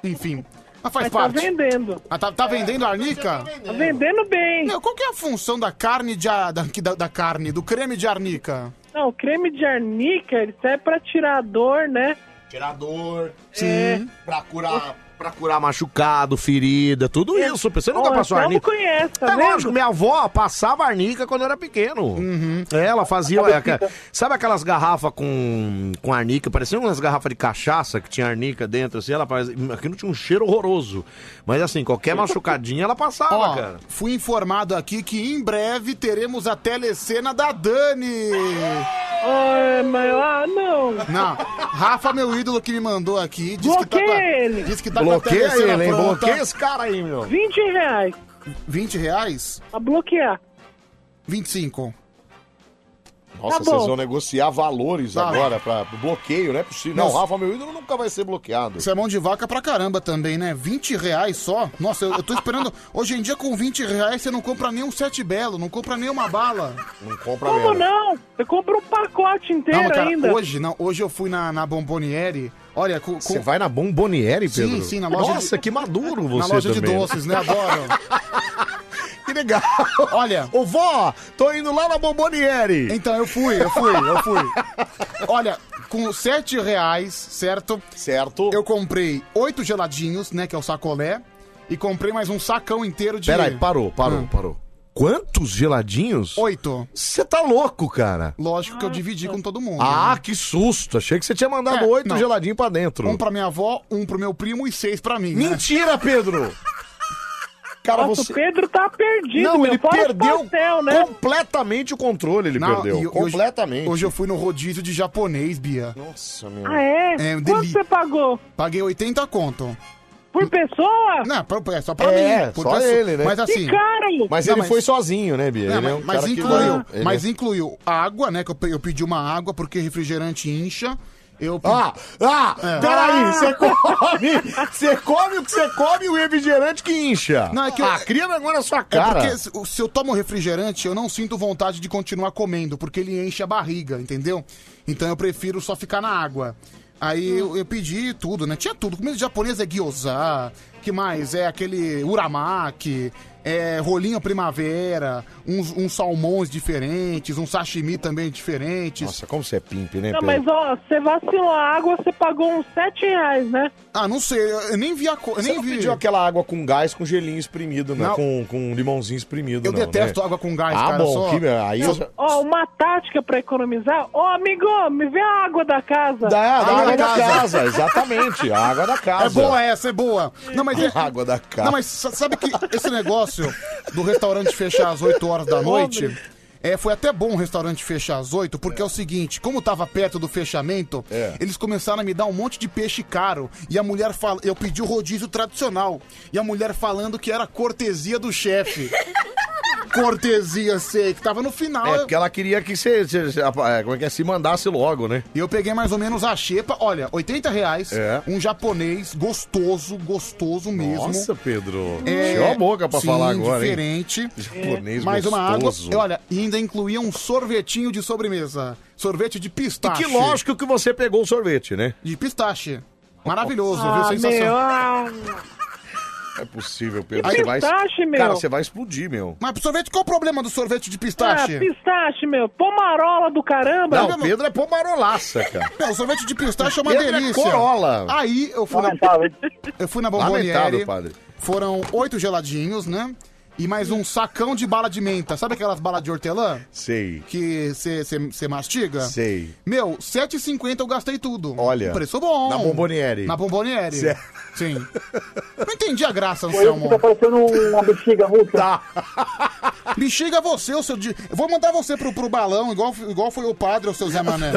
Enfim. Mas faz Mas tá parte. vendendo. Ah, tá, tá vendendo a arnica? Tá vendendo bem. qual que é a função da carne de a- da, que da, da carne, do creme de arnica? Não, o creme de arnica, ele serve pra tirar a dor, né? É. Tirador. Sim. Pra curar. Pra curar machucado, ferida, tudo isso. Você nunca Ó, passou então arnica? conhece, tá é vendo? lógico, minha avó passava arnica quando eu era pequeno. Uhum. É, Ela fazia. Acabou é, aqua- sabe aquelas garrafas com, com arnica? Pareciam umas garrafas de cachaça que tinha arnica dentro, assim. Ela fazia, aquilo tinha um cheiro horroroso. Mas assim, qualquer machucadinha ela passava, Ó, cara. fui informado aqui que em breve teremos a telecena da Dani. Ai, mas ah, não. Não, Rafa, meu ídolo que me mandou aqui, disse que tá com a, ele. Disse que tá com a Bloqueia telecena ele, hein? pronta. Bloqueia esse cara aí, meu. 20 reais. 20 reais? A bloquear. 25. Nossa, tá vocês bom. vão negociar valores Tá. agora para bloqueio, não né? é possível. Não, Mas- Rafa, meu ídolo nunca vai ser bloqueado. Isso é mão de vaca pra caramba também, né? 20 reais só? Nossa, eu, eu tô esperando. Hoje em dia, com 20 reais, você não compra nem um sete belo, não compra nem uma bala. Não compra Como não? Você compra um pacote inteiro Não, cara, ainda. hoje não. Hoje eu fui na, na Bomboniere. Olha, com, Você vai na Bombonieri, Sim, Pedro? sim, na loja Nossa, de- que maduro você na loja de também, né? doces, né? Adoro. que legal. Olha. Ô, vó, tô indo lá na Bomboniere. Então, eu fui, eu fui, eu fui. Olha, com sete reais, certo? Certo. Eu comprei oito geladinhos, né? Que é o sacolé. E comprei mais um sacão inteiro de... Peraí, parou, parou, Ah. parou. Quantos geladinhos? Oito. Você tá louco, cara. Lógico que eu dividi com todo mundo. Ah, que susto. Achei que você tinha mandado né? É, oito não. geladinhos pra dentro. Um pra minha avó, um pro meu primo e seis pra mim. né? Mentira, Pedro! Cara, Nossa, você- o Pedro tá perdido, Não, meu. ele Fora os perdeu pastel, né? completamente o controle, ele Não, perdeu. e- e completamente. Hoje, hoje eu fui no rodízio de japonês, Bia. Nossa, meu. Ah, é? É, um Quanto deli- você pagou? Paguei 80 conto. Por pessoa? Não, pra- é só pra É, mim. por só pessoa. ele, né? Mas assim... Que caro! Mas Não, ele mas- foi sozinho, né, Bia? Não, Ele mas, é um mas cara que incluiu, não- ele mas é- incluiu água, né? Que eu, pe- eu pedi uma água porque refrigerante incha. Eu pe- Ah, ah, É. peraí, você come, você come o que você come e o refrigerante que incha. Não, é que eu- Ah, cria vergonha na sua É cara. porque se, o- se eu tomo refrigerante, eu não sinto vontade de continuar comendo, porque ele enche a barriga, entendeu? Então eu prefiro só ficar na água. Aí Hum. eu, eu pedi tudo, né? Tinha tudo. Comida japonesa é gyoza, que mais? É aquele uramaki, é rolinho primavera, uns, uns salmões diferentes, um sashimi também diferentes. Nossa, como você é pimp, né, Não, Pedro? mas ó, você vacilou a água, você pagou uns 7 reais, né? Ah, não sei, eu eu nem vi a co... eu Você nem não vi. pediu aquela água com gás com gelinho exprimido, né? Não. Com, com limãozinho exprimido, Eu não, detesto né? água com gás, Ah, cara. bom, só... que- aí eu- Ó, uma tática pra economizar. Ô, amigo, me vê a água da casa. Da, da Água Ah, água da da casa. casa, exatamente. A água da É casa. boa essa, é boa. Não, mas é- A água da cara. Não, mas sa- sabe que esse negócio do restaurante fechar às 8 horas da noite. É, foi até bom o restaurante fechar às 8, porque é, o seguinte, como tava perto do fechamento, É. eles começaram a me dar um monte de peixe caro. E a mulher fala, eu pedi o rodízio tradicional. E a mulher falando que era cortesia do chefe. cortesia, sei, que tava no final. É, eu- porque ela queria que você, você- você- é, como é que é, se mandasse logo, né? E eu peguei mais ou menos a xepa, olha, 80 reais, É. um japonês, gostoso, gostoso mesmo. Nossa, Pedro. É, Encheu a boca pra sim, falar agora, hein? diferente. Japonês É, Mais uma água. gostoso. E olha, e ainda incluía um sorvetinho de sobremesa. Sorvete de E pistache. que lógico que você pegou o sorvete, né? De pistache. Maravilhoso, Ah, viu? meu, Sensacional. ah, Não é possível, Pedro. Que Você vai... tá, pistache, meu. Cara, você vai explodir, meu. Mas sorvete, qual o problema do sorvete de ah, pistache? pistache, meu. Pomarola do caramba. Não, o Pedro é pomarolaça, cara. Não, o sorvete de pistache é uma Pedro é delícia. Corolla. Aí eu fui na, eu fui na bomboniere. Lamentável, padre. Foram oito geladinhos, né? E mais um sacão de bala de menta. Sabe aquelas balas de hortelã? Sei, Que você mastiga? sei. Meu, 7,50 eu gastei tudo. Um Olha. Preço bom. Na Bomboniere. Na Bomboniere. Cê- é- Sim. Não entendi a graça, Foi isso que Anselmo. tá parecendo uma bexiga russa. Bexiga você, o seu. di- Eu vou mandar você pro, pro balão, igual, igual foi o padre, o seu Zé Mané.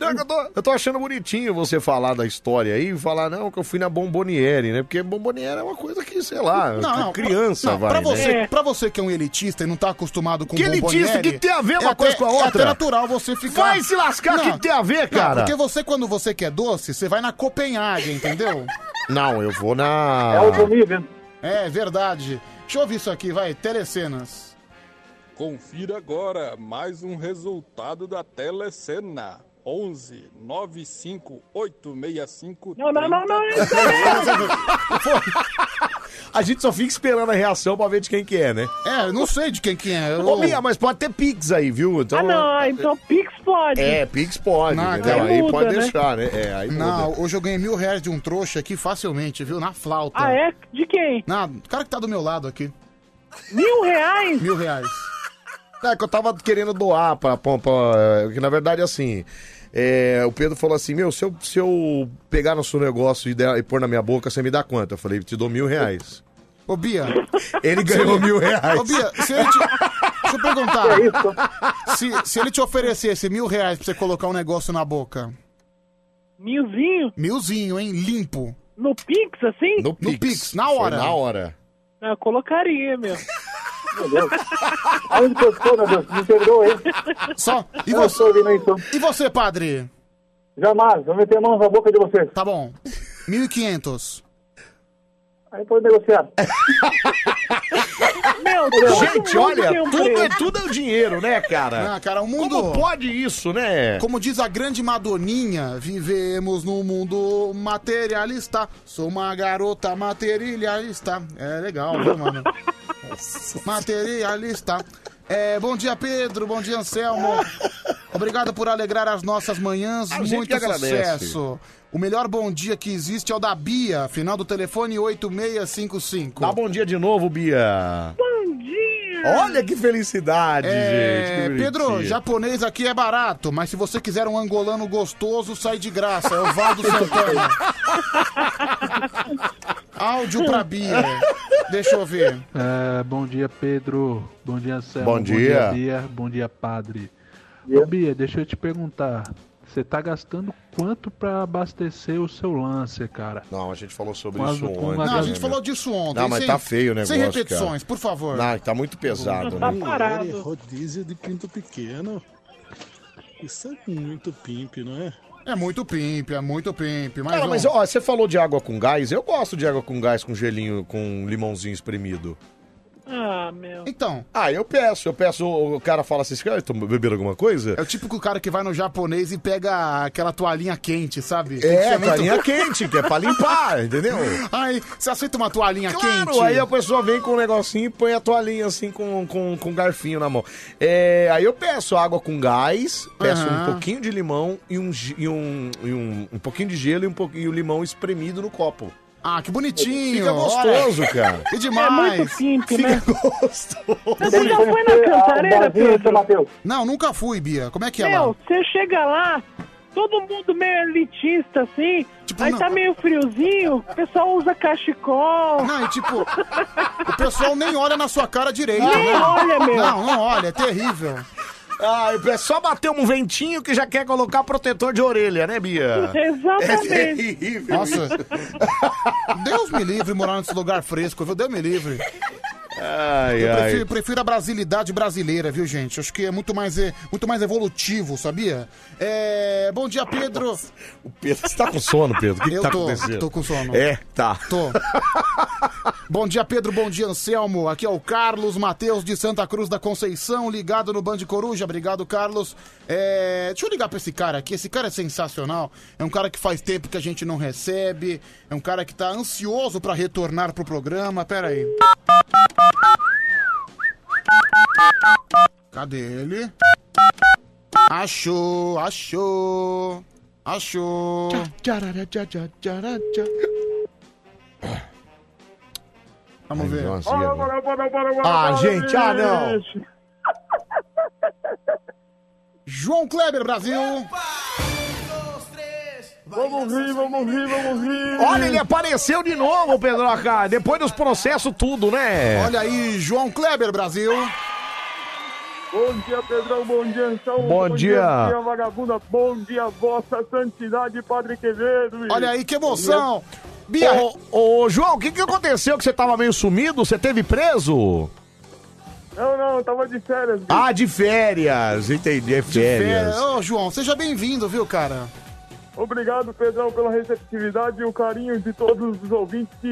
Não, é que eu, tô, eu tô achando bonitinho você falar da história aí e falar, não, que eu fui na Bomboniere, né? Porque Bomboniere é uma coisa que, sei lá, que criança não, vai, pra né? você, pra você que é um elitista e não tá acostumado com Que elitista? Bomboniere, Que tem a ver uma é até- coisa com a É até outra? natural você ficar... Vai se lascar, que tem a ver, cara? porque você, quando você quer doce, você vai na Copenhague, entendeu? Não, eu vou na... É outro nível. é, verdade. Deixa eu ouvir isso aqui, vai. Telecenas. Confira agora mais um resultado da Telecena. 11 95 865 Não, não, não, não. não. A gente só fica esperando a reação pra ver de quem que é, né? É, eu não sei de quem que é. Eu... Ô, Bia, mas pode ter Pix aí, viu? Então, Ah, não. ah, Então Pix pode. É, Pix pode, Não, entendeu? aí Aí muda, pode né? deixar, né? É, aí muda. Não, hoje eu ganhei mil reais de um trouxa aqui facilmente, viu? Na flauta. Ah, é? De quem? Na, o cara que tá do meu lado aqui. Mil reais? Mil reais. É que eu tava querendo doar pra Pompa. Que na verdade, assim. é, o Pedro falou assim: Meu, se eu, se eu pegar no seu negócio e, der- e pôr na minha boca, você me dá quanto? Eu falei: Te dou mil reais. Ô, Bia. Ele ganhou mil reais. Ô, Bia, é se ele te... Deixa eu é é perguntar. Tá. Se, se ele te oferecesse mil reais pra você colocar um negócio na boca. Milzinho? Milzinho, hein? Limpo. No Pix, assim? No Pix, na hora. Foi na hora. Não, eu colocaria, meu. Meu Deus. Aonde que eu estou, meu Deus? Me perdoa, hein? Só. E Eu você, estou ouvindo, então. e você padre? Jamais, vou meter a mão na boca de vocês. Tá bom. 1.500. Aí pode negociar. Meu Deus. um Gente, olha, Meu tudo é, Deus. tudo é o dinheiro, né, cara? Ah, cara, o mundo. Como pode isso, É. né? Como diz a grande Madoninha, vivemos num mundo materialista. Sou uma garota materialista. É legal, né, mano? materialista. É, bom dia, Pedro. Bom dia, Anselmo. Obrigado por alegrar as nossas manhãs. A gente que Muito agradece. sucesso. O melhor bom dia que existe é o da Bia, final do telefone 8655. Dá bom um dia de novo, Bia. Bom dia! Olha que felicidade, É, gente. que Pedro, bonitinho. japonês aqui é barato, mas se você quiser um angolano gostoso, sai de graça. É o Valdo Santana. Áudio pra Bia. Deixa eu ver. É, bom dia, Pedro. Bom dia, Anselmo. Bom dia. Bom dia, Bia. Bom dia, padre. Ô, Bia, deixa eu te perguntar. Você tá gastando quanto pra abastecer o seu Lancer, cara? Não, a gente falou sobre Quase isso com ontem. uma Não, a gente falou disso ontem. Não, mas sem- tá feio o negócio, Sem repetições, cara. por favor. Não, tá muito pesado, né? parado. Rodízio de pinto pequeno. Isso é muito pimp, não é? É muito pimp, é muito pimp. Mas, Cara, ó, mas ó, você falou de água com gás. Eu gosto de água com gás com gelinho, com limãozinho espremido. Ah, meu. Então. Ah, eu peço, eu peço. O cara fala assim: "Você estão bebendo alguma coisa? É o típico cara que vai no japonês e pega aquela toalhinha quente, sabe? É, toalhinha quente, que é pra limpar, entendeu? Ai, você aceita uma toalhinha Claro, quente? aí a pessoa vem com um negocinho e põe a toalhinha assim com, com, com um garfinho na mão. É, aí eu peço água com gás, peço Aham. um pouquinho de limão e um, ge- e um, e um, um pouquinho de gelo e, um pouquinho, e o limão espremido no copo. Ah, que bonitinho. Fica gostoso, olha. cara. Que demais. É muito pimp, né? Você já foi na cantareira, Pedro? Não, nunca fui, Bia. Como é que é Meu, lá? você chega lá, todo mundo meio elitista, assim, Tipo, aí tá meio friozinho, o pessoal usa cachecol. Não, e tipo, o pessoal nem olha na sua cara direito. Nem né? olha, meu. Não, não olha, é terrível. Ah, é só bater um ventinho que já quer colocar protetor de orelha, né, Bia? Exatamente. É terrível. Nossa. Deus me livre morar nesse lugar fresco, viu? Deus me livre. Ai, Eu ai. prefiro, prefiro a brasilidade brasileira, viu, gente? Acho que é muito mais, é, muito mais evolutivo, sabia? É, bom dia, Pedro. O Pedro, você tá com sono, Pedro? O que, que Eu tá tô, acontecendo? tô com sono. É, tá. Tô. Bom dia, Pedro. Bom dia, Anselmo. Aqui é o Carlos Matheus de Santa Cruz da Conceição, ligado no Band Coruja. Obrigado, Carlos. É, Deixa eu ligar pra esse cara aqui. Esse cara é sensacional. É um cara que faz tempo que a gente não recebe. É um cara que tá ansioso pra retornar pro programa. Pera aí. Cadê ele? Achou, achou, achou. Vamos ver. Ah, gente, ah, não. João Kleber Brasil. Vamos rir, vamos rir, vamos rir. Olha, ele é apareceu de novo, Pedroca. Depois dos processos, tudo, né? Olha aí, João Kleber Brasil. Bom dia, Pedrão. Bom dia, Anselmo. Bom dia. dia, vagabunda. Bom dia, Vossa Santidade, Padre Quevedo. bicho. Olha aí, que emoção. Bia... Ô, ô, João, o que, que aconteceu que você tava meio sumido? Você teve preso? Não, não, eu tava de férias. bicho. Ah, de férias. Entendi, é férias. Fé- Ô, João, seja bem-vindo, viu, cara? Obrigado, Pedrão, pela receptividade e o carinho de todos os ouvintes que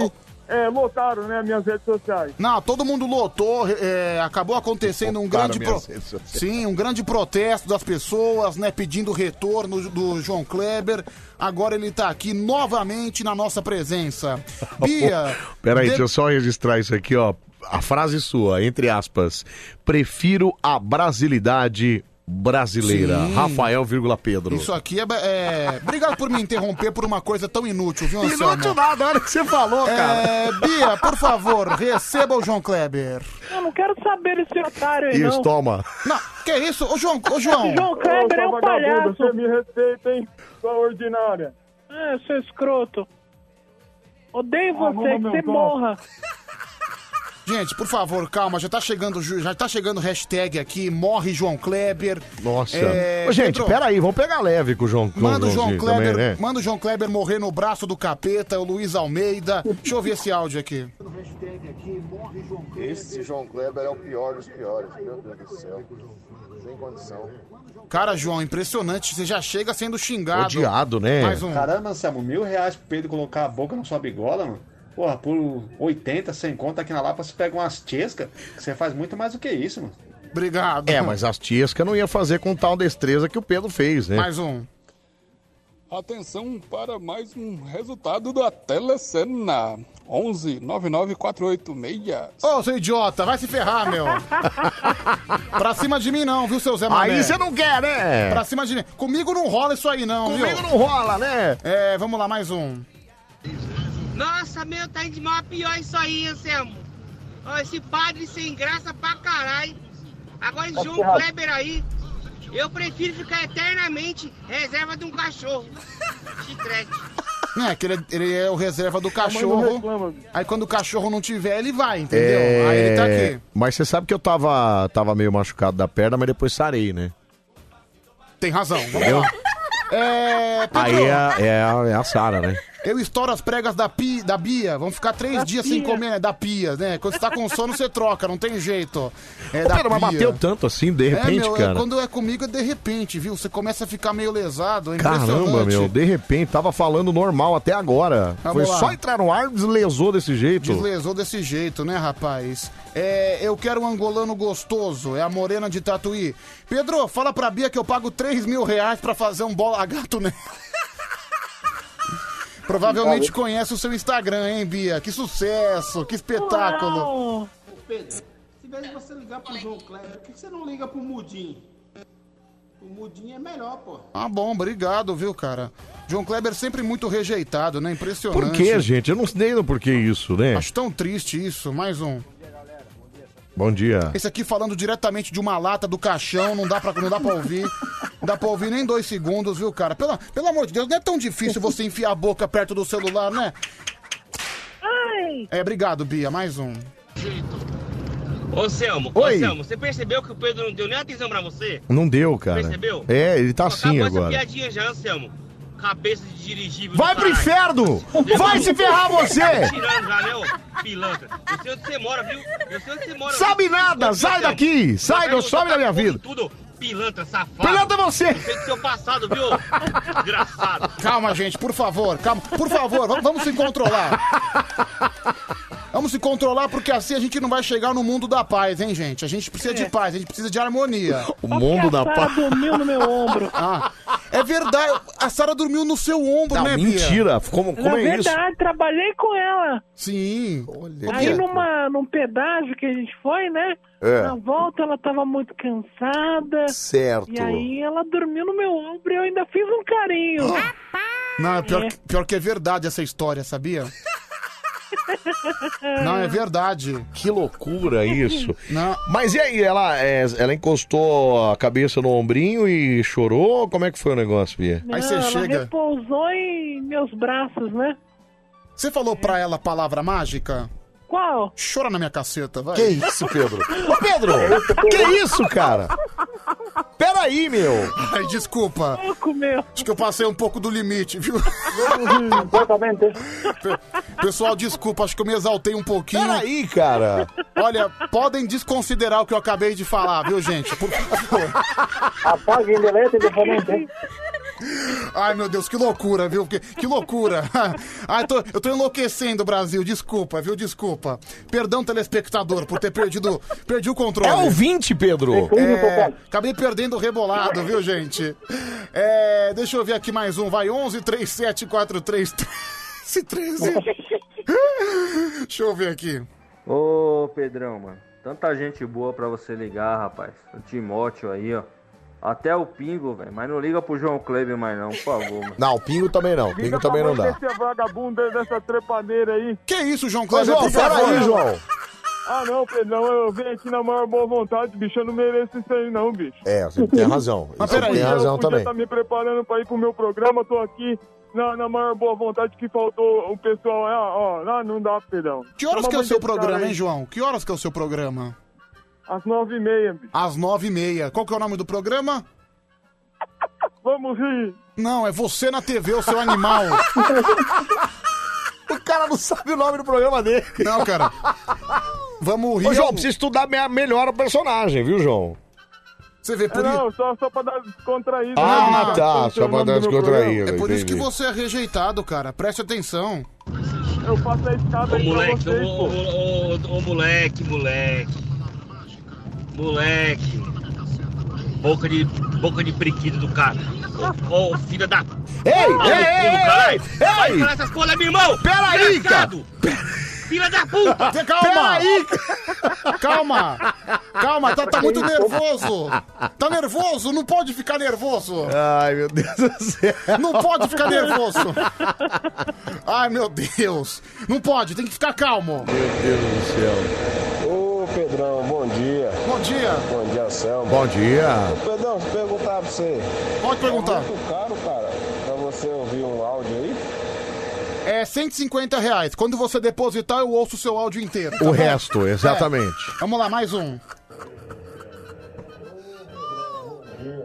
é, lotaram né, minhas redes sociais. Não, todo mundo lotou, é, acabou acontecendo um Lotaram grande pro... minhas redes sociais. Sim, um grande protesto das pessoas, né, pedindo o retorno do João Kleber. Agora ele tá aqui novamente na nossa presença. Bia, Peraí, de- deixa eu só registrar isso aqui, ó. A frase sua, entre aspas. Prefiro a brasilidade brasileira. Sim. Rafael, vírgula Pedro. Isso aqui é, é- Obrigado por me interromper por uma coisa tão inútil, viu, Anselmo? Inútil nada, olha o que você falou, É, cara. Bia, por favor, receba o João Kleber. Eu não quero saber esse otário aí, Isso, não. toma. Não, que isso? Ô, João, ô, João. João Kleber é um palhaço. Você me respeita, hein? Sua ordinária. É, seu escroto. Odeio Arruma você, que meu você copo. morra. Gente, por favor, calma, já tá chegando, ju- já tá chegando hashtag aqui, morre João Kleber. Nossa. É, Ô, gente, Pedro, peraí, vamos pegar leve com o João Manda o João Joãozinho também, Kleber, né? manda o João Kleber morrer no braço do capeta, o Luiz Almeida. Deixa eu ouvir esse áudio aqui. Esse João Kleber é o pior dos piores, meu Deus do céu. Sem condição. Cara, João, impressionante, você já chega sendo xingado. Odiado, né? Mais um. Caramba, Anselmo, mil reais pro Pedro colocar a boca na sua bigola, mano. Porra, por 80, 100 conta aqui na Lapa, você pega umas tiescas, que você faz muito mais do que isso, mano. Obrigado. É, mas as tiescas não ia fazer com tal destreza que o Pedro fez, né? um. Atenção para mais um resultado da Telecena. 11 99486. Ô, seu idiota, vai se ferrar, meu. pra cima de mim não, viu, seu Zé Mané? É. Aí você não quer, né? Pra cima de mim. Comigo não rola isso aí não, viu? Comigo não rola, né? É, vamos lá, mais um. Nossa, meu, tá indo de mal a pior isso aí, Anselmo. Ó, Esse padre sem graça pra caralho. Agora esse Tá João ferrado. Kleber aí, eu prefiro ficar eternamente reserva de um cachorro. Chiclete. É, que ele é, ele é o reserva do não cachorro. reclama. Aí quando o cachorro não tiver, ele vai, entendeu? É, Aí ele tá aqui. Mas você sabe que eu tava, tava meio machucado da perna, mas depois sarei, né? Tem razão. Vamos Entendeu? lá. É, Pedro, Aí é, a- é, a- é a Sara, né? eu estouro as pregas da, pi, da Bia. Vamos ficar três dias sem pia. comer, né? Da pia, né? Quando você tá com sono, você troca, não tem jeito. É, Ô, da Pedro, mas pia. bateu tanto assim, de repente, é, meu, é, cara. quando é comigo, é de repente, viu? Você começa a ficar meio lesado. É Caramba, impressionante. meu, de repente, tava falando normal até agora. Vamos Foi lá. só entrar no ar, deslesou desse jeito. Deslesou desse jeito, né, rapaz? É, eu quero um angolano gostoso, é a morena de Tatuí. Pedro, fala pra Bia que eu pago 3 mil reais pra fazer um bola gato nela. Provavelmente conhece o seu Instagram, hein, Bia? Que sucesso, que espetáculo. Pedro, se vez de você ligar pro João Kleber, por que você não liga pro Mudim? O Mudim é melhor, pô. Ah, bom, obrigado, viu, cara? João Kleber sempre muito rejeitado, né? Impressionante. Por que, gente? Eu não sei do porquê isso, né? Acho tão triste isso, mais um. Bom dia. Esse aqui falando diretamente de uma lata do caixão, não dá pra, não dá pra ouvir. Não dá pra ouvir nem dois segundos, viu, cara? Pelo, pelo amor de Deus, não é tão difícil você enfiar a boca perto do celular, né? É, obrigado, Bia. Mais um. Ô, Selmo, Oi. ô, Selmo, você percebeu que o Pedro não deu nem atenção pra você? Não deu, cara. Percebeu? É, ele tá Acabou assim essa agora. piadinha já, Anselmo. Cabeça de dirigível. Vai do pro caralho. inferno! Deus Vai do se cu. ferrar Tá Ah, você! tirando já, né, ô pilantra? Eu sei onde você mora, viu? Eu sei onde você mora. Sabe viu? nada! Ô, Sai Anselmo, daqui! Sai, não some da minha vida! Tudo pilantra, safado. Pilantra é você! Eu sei do seu passado, viu? Desgraçado. Calma, gente, por favor, calma. Por favor, vamos, vamos se controlar. Vamos se controlar, porque assim a gente não vai chegar no mundo da paz, hein, gente? A gente precisa de paz, a gente precisa de harmonia. O mundo da paz. dormiu no meu ombro. Ah, é verdade, a Sara dormiu no seu ombro, Não, né, Bia? mentira. Como, como Na é verdade, trabalhei com ela. Sim. Aí Bia. numa, num pedágio que a gente foi, né? É. Na volta ela tava muito cansada. Certo. E aí ela dormiu no meu ombro e eu ainda fiz um carinho. Não, é pior, que- pior que é verdade essa história, sabia? Não, é verdade. Que loucura isso. Mas e aí, ela, é, ela encostou a cabeça no ombrinho e chorou? Como é que foi o negócio, Bia? Não, ela repousou em meus braços, né? Você falou pra ela a palavra mágica? Qual? Chora na minha caceta, vai. Que isso, Pedro? Ô, Pedro! que isso, cara? Peraí, meu! Ai, desculpa. Um Acho que eu passei um pouco do limite, viu? Uhum, Completamente. Pessoal, desculpa, acho que eu me exaltei um pouquinho. Peraí, cara. Olha, podem desconsiderar o que eu acabei de falar, viu, gente? Por favor. Apague e delete e depois não tem. Ai, meu Deus, que loucura, viu? Que, que loucura. Ai, tô- eu tô enlouquecendo, Brasil. Desculpa, viu? Desculpa. Perdão, telespectador, por ter perdido perdi o controle. É ouvinte, Pedro! É, acabei perdendo o rebolado, viu, gente? É, deixa eu ver aqui mais um. Vai, 11 37 43 13 13. Deixa eu ver aqui. Ô, Pedrão, mano. Tanta gente boa pra você ligar, rapaz. O Timóteo aí, ó. Até o Pingo, velho. Mas não liga pro João Kleber mais não, por favor, mano. Não, pingo também não. Pingo também tá não dá. Esse vagabundo aí dessa trepaneira aí. Que isso, João Ô, João, peraí, João. Ah, não, Pedrão. Eu vim aqui na maior boa vontade, bicho. Eu não mereço isso aí, não, bicho. É, você tem razão. Mas Você peraí, tem razão tá eu também. podia tá me preparando pra ir pro meu programa, tô aqui na, na maior boa vontade que faltou o pessoal. Ah, ó, ah, não dá, Pedrão. Que horas Toma que é o muito seu esse cara programa, aí. hein, João? Que horas que é o seu programa? Às nove e meia, bicho. Às nove e meia. Qual que é o nome do programa? Vamos rir. Não, é você na TV, o seu animal. o cara não sabe o nome do programa dele. Não, cara. Vamos rir. Ô, João, precisa estudar me- melhor o personagem, viu, João? Você vê por Não, só, só pra dar descontraído. Ah, né, bicho? tá, Não sei só o pra nome dar do meu descontraído. É por isso que entendi. você é rejeitado, cara. Preste atenção. programa. Eu faço a escada Ô, aí pra moleque, vocês, pô. Ô, ô, ô, moleque, moleque. Moleque. Boca de, boca de prequito do cara. Ô, ô, filha da... Ei, ei, do ei, ei, Vai ei. falar essas né, coisas, meu irmão! Peraí, cara. Desgraçado. Filha da puta! Calma! Calma! Calma, tá, tá muito nervoso! Tá nervoso? Não pode ficar nervoso! Ai, meu Deus do céu. Não pode ficar nervoso! Ai, meu Deus! Não pode, tem que ficar calmo! Meu Deus do céu. Ô, Pedrão, bom dia. Bom dia. Bom dia, Anselmo. Bom dia. Ô, Pedrão, deixa eu perguntar pra você. Pode perguntar. É muito caro, cara, pra você ouvir um áudio aí? É 150 reais. Quando você depositar, eu ouço o seu áudio inteiro. tá O bom? resto, exatamente. Vamos lá, mais um.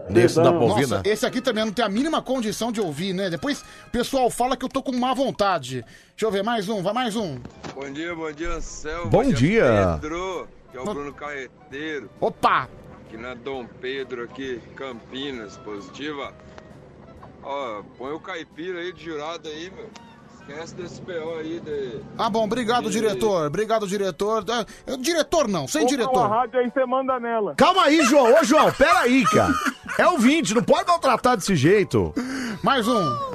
Desse da Nossa, bovina. esse aqui também eu não tem a mínima condição de ouvir, né? Depois o pessoal fala que eu tô com má vontade. Deixa eu ver, mais um, vai mais um. Bom dia, bom dia, Anselmo. Bom dia. Pedro, que é o Bom- Bruno Carreteiro, Opa! aqui na Dom Pedro, aqui, Campinas, positiva. Ó, põe o caipira aí de jurado aí, meu. Esquece desse BO aí de. Ah, bom, obrigado, diretor. Obrigado, diretor. Ah, eu- Diretor não, sem Compra diretor. uma rádio aí, você manda nela. Calma aí, João. Ô, João, pera aí, cara. É ouvinte, não pode maltratar desse jeito. Mais um.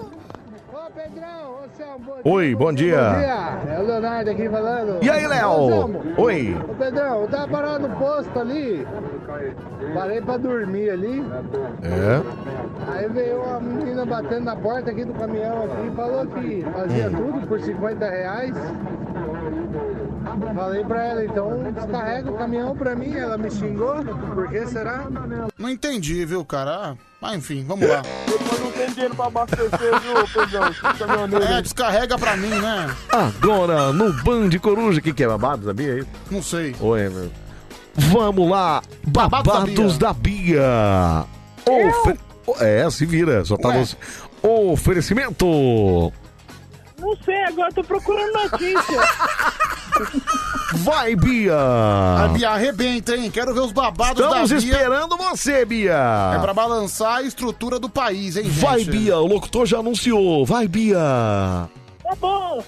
Oi, bom dia. dia, é o Leonardo aqui falando. E aí, Léo? Ô, Anselmo. Oi. Ô, Pedrão, eu tava parado no posto ali. Parei pra dormir ali. É? Aí veio uma menina batendo na porta aqui do caminhão aqui e falou que fazia Hum. tudo por 50 reais. Falei pra ela, então descarrega o caminhão pra mim. Ela me xingou. Por que será? Não entendi, viu, cara? Ah, Mas enfim, vamos lá. Eu não tenho dinheiro pra abastecer, viu, Pedrão? Esse caminhoneiro aí. É, descarrega pra mim, né? Agora, no Band Coruja. O que, que é babado da Bia aí? Não sei. Oi, meu. Vamos lá. Babado da Babados da Bia. Ofe- É, se vira. Só tá no... Oferecimento. Não sei, agora eu tô procurando notícia. Vai, Bia. A Bia arrebenta, hein? Quero ver os babados Estamos da Bia. esperando você, Bia. É pra balançar a estrutura do país, hein, gente? Vai, Bia. O locutor já anunciou. Vai, Bia. Tá bom.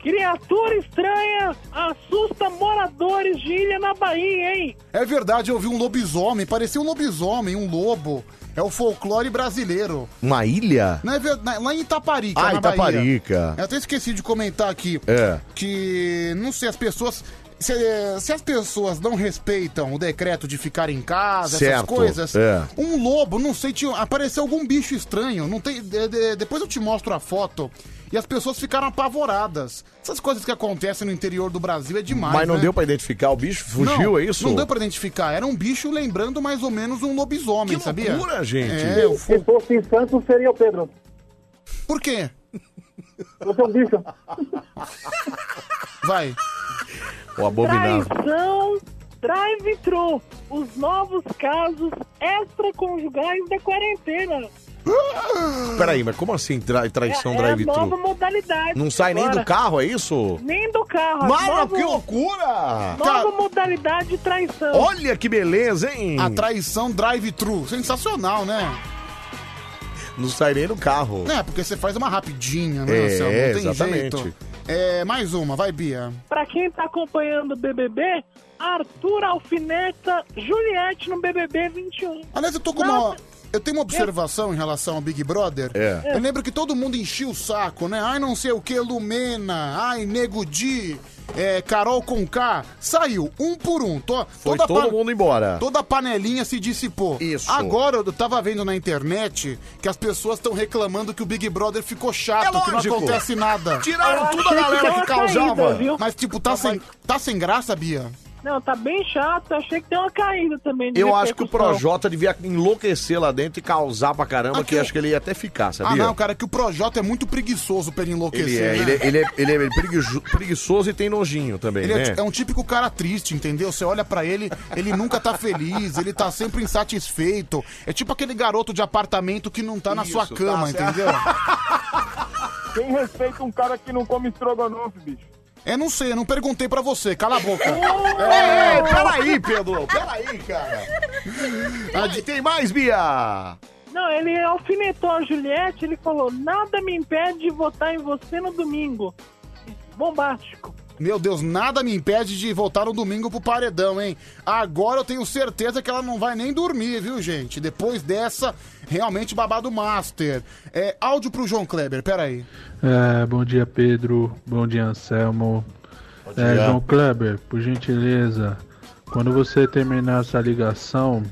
Criatura estranha assusta moradores de ilha na Bahia, hein? É verdade, eu vi um lobisomem. Parecia um lobisomem, um lobo. É o folclore brasileiro. Uma ilha? Não é verdade? Lá em Itaparica, Ah, na Bahia. Itaparica. Eu até esqueci de comentar aqui. É. que não sei, as pessoas. Se, se as pessoas não respeitam o decreto de ficar em casa, essas Certo, coisas, é. um lobo, não sei, tinha, apareceu algum bicho estranho. Não tem, de- de- depois eu te mostro a foto. E as pessoas ficaram apavoradas. Essas coisas que acontecem no interior do Brasil é demais. Mas não né? deu pra identificar o bicho? Fugiu, Não, é isso? Não deu pra identificar. Era um bicho lembrando mais ou menos um lobisomem, sabia? loucura, gente. É, eu Se fosse em Santos, seria o Pedro. Por quê? Você é um bicho. Vai. O abominável. Traição drive-thru. Os novos casos extraconjugais da quarentena. Peraí, mas como assim tra traição é, é a nova drive-thru? modalidade. Não sai nem agora. do carro, é isso? Nem do carro. Mano, Novo- que loucura! Nova modalidade de traição. Olha que beleza, hein? A traição drive-thru. Sensacional, né? Não sai nem do carro. É, porque você faz uma rapidinha, né, É, Anselmo? Não tem exatamente. jeito. É, mais uma, vai, Bia. Pra quem tá acompanhando o BBB, Arthur alfineta Juliette no BBB 21. Aliás, eu tô com uma. Eu tenho uma observação em relação ao Big Brother. É. Eu lembro que todo mundo enchia o saco, né? Ai, não sei o que, Lumena, ai, Nego Di, é, Carol Conká. Saiu, um por um. Tô, Foi todo mundo embora. Toda a panelinha se dissipou. Isso. Agora, eu tava vendo na internet que as pessoas estão reclamando que o Big Brother ficou chato, que não É lógico. acontece nada. Tiraram Eu tudo a achei que galera deu que uma causava. saída, viu? Mas, tipo, tá, sem, tá sem tá graça, Bia? Não, tá bem chato. Achei que tem uma caída também. de Eu acho que o repercussão. Projota devia enlouquecer lá dentro e causar pra caramba, que acho que ele ia até ficar, sabia? Ah, não, cara, que o Projota é muito preguiçoso pra ele enlouquecer. Ele é, né? ele é, ele é, ele é preguiço- preguiçoso e tem nojinho também, Ele né? é, é um típico cara triste, entendeu? Você olha pra ele, ele nunca tá feliz, ele tá sempre insatisfeito. É tipo aquele garoto de apartamento que não tá na Isso, sua cama, tá certo. entendeu? Quem respeita um cara que não come estrogonofe, bicho? É, não sei, eu não perguntei pra você, cala a boca. É, Ei, peraí, Pedro, peraí, cara. Adi- Ah, Tem mais, Bia? Não, ele alfinetou a Juliette, ele falou, nada me impede de votar em você no domingo. Bombástico. Meu Deus, nada me impede de voltar no domingo pro paredão, hein? Agora eu tenho certeza que ela não vai nem dormir, viu, gente? Depois dessa, realmente babado master. É, áudio pro João Kleber, peraí. É, bom dia, Pedro. Bom dia, Anselmo. É, dia. João Kleber, por gentileza, quando você terminar essa ligação,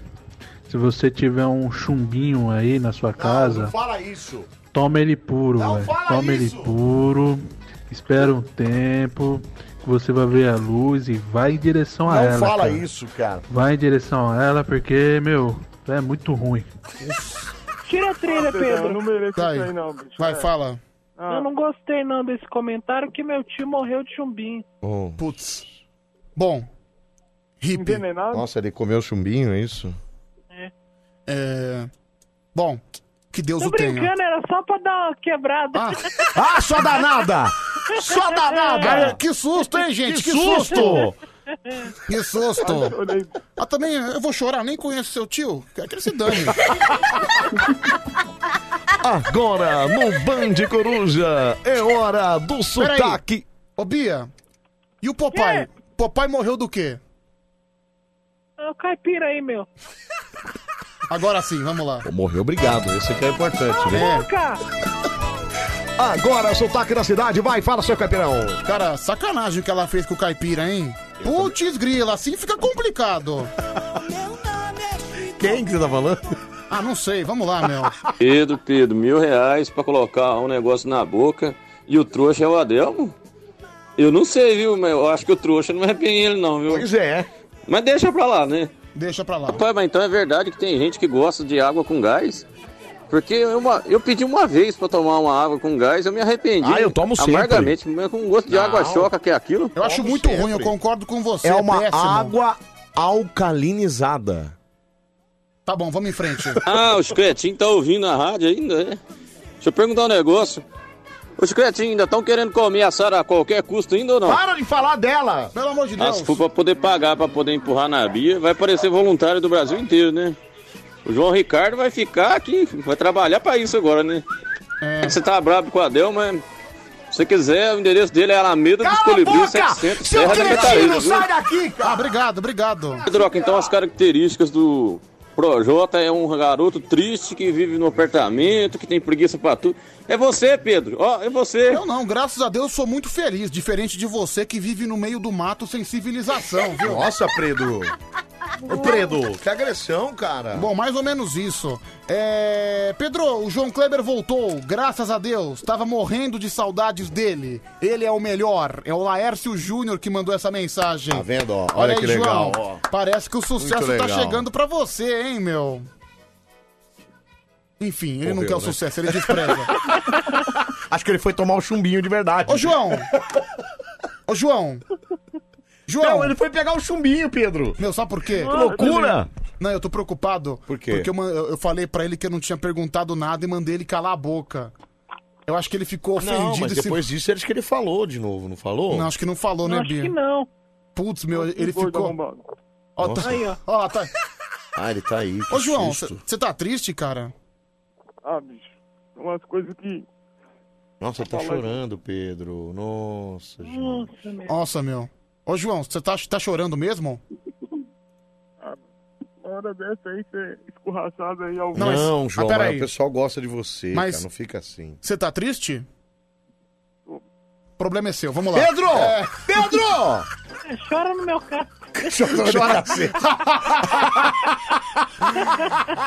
se você tiver um chumbinho aí na sua casa, Fala isso. toma ele puro, velho. Toma ele puro. Espera um tempo que você vai ver a luz e vai em direção a Não ela. fala cara. isso, cara. Vai em direção a ela porque, meu, é muito ruim. Tira a trilha, Ah, Pedrão, Pedro. eu não mereço Tá aí. isso aí não, bicho. Vai, É. fala. Eu não gostei não desse comentário que meu tio morreu de chumbinho. Putz. Bom. Hippie. Nossa, ele comeu chumbinho, é isso? É... Bom, que Deus Tô o tenha. brincando, era só pra dar uma quebrada. Ah, só danada! Só danada! que susto, hein, gente? Que Que, susto! susto! Que susto! Ah, também eu vou chorar, nem conheço seu tio. Quero que ele se dane. Agora, no Band Coruja, é hora do Peraí. sotaque. Ô, Bia, e o Popeye? Popeye morreu do quê? É o caipira aí, meu. Agora sim, vamos lá. Morreu, obrigado. Esse aqui é importante, né? Boca! Agora, o sotaque da cidade, vai, fala, seu caipirão. Cara, sacanagem o que ela fez com o caipira, hein? Putz, grila, assim fica complicado. Quem que você tá falando? Ah, não sei, vamos lá, meu. Pedro, Pedro, mil reais pra colocar um negócio na boca e o trouxa é o Adelmo? Eu não sei, viu, mas eu acho que o trouxa não é bem ele não, viu? Pois é. Mas deixa pra lá, né? Deixa pra lá. Rapaz, mas então é verdade que tem gente que gosta de água com gás? Porque eu, uma- eu pedi uma vez pra tomar uma água com gás, eu me arrependi. Ah, eu tomo sempre. Amargamente, mas com gosto de água Não. choca que é aquilo. Eu acho muito ruim, eu concordo com você. É uma péssimo. Água alcalinizada. Tá bom, vamos em frente. Ah, o Chicletinho tá ouvindo a rádio ainda, é? Deixa eu perguntar um negócio. Ô, Chicletinho, ainda estão querendo comer a Sara a qualquer custo ainda ou não? Para de falar dela! Pelo amor de Ah, se for pra poder pagar, pra poder empurrar na Bia, vai parecer voluntário do Brasil inteiro, né? O João Ricardo vai ficar aqui, vai trabalhar pra isso agora, né? Você tá brabo com a Del, mas se você quiser, o endereço dele é Alameda dos Colibris 700, Serra da Catarina, viu? daqui, cara! Ah, obrigado, obrigado. Droga, então as características do Projota é um garoto triste que vive no apartamento, que tem preguiça pra tudo. É você, Pedro. Ó, é você. Eu não, graças a Deus sou muito feliz, diferente de você que vive no meio do mato sem civilização, viu? Nossa, Predo. Ô, Predo, que agressão, cara. Bom, mais ou menos isso. É... Pedro, o João Kleber voltou, graças a Deus. Tava morrendo de saudades dele. Ele é o melhor. É o Laércio Júnior que mandou essa mensagem. Tá vendo, ó? Olha, aí, que legal, João. ó. Parece que o Muito sucesso tá legal. chegando pra você, hein, meu? Enfim, ele não Morreu, quer o né? sucesso, ele despreza. Acho que ele foi um tomar o chumbinho de verdade. Ô, João! Ô, João! João! Não, ele foi pegar o chumbinho, Pedro! Meu, sabe por quê? Que loucura! Não, eu tô preocupado. Por quê? Porque eu, man- eu eu falei pra ele que eu não tinha perguntado nada e mandei ele calar a boca. Eu acho que ele ficou ofendido. Não, mas e se- depois disso, acho que ele falou de novo, não falou? Não, acho que não falou, né, Bia? não. Putz, meu, ele gordo ficou... Ó, tá... Nossa. Aí, ó. ó lá, tá... Ah, ele tá aí. que Ô, João, susto. você tá triste, cara? Ah, bicho. Umas coisas que. Nossa, tá Fala, chorando, Pedro. Nossa, gente. Nossa, meu. Nossa, meu. Ô, João, você tá, tá chorando mesmo? Uma hora dessa aí ser escorraçado aí ao Não, vivo. João, mas Ah, peraí. mas o pessoal gosta de você, Mas- cara. Não fica assim. Você tá triste? O problema é seu, vamos lá. Pedro! É. Pedro! É, Chora no meu carro. Chora caceta.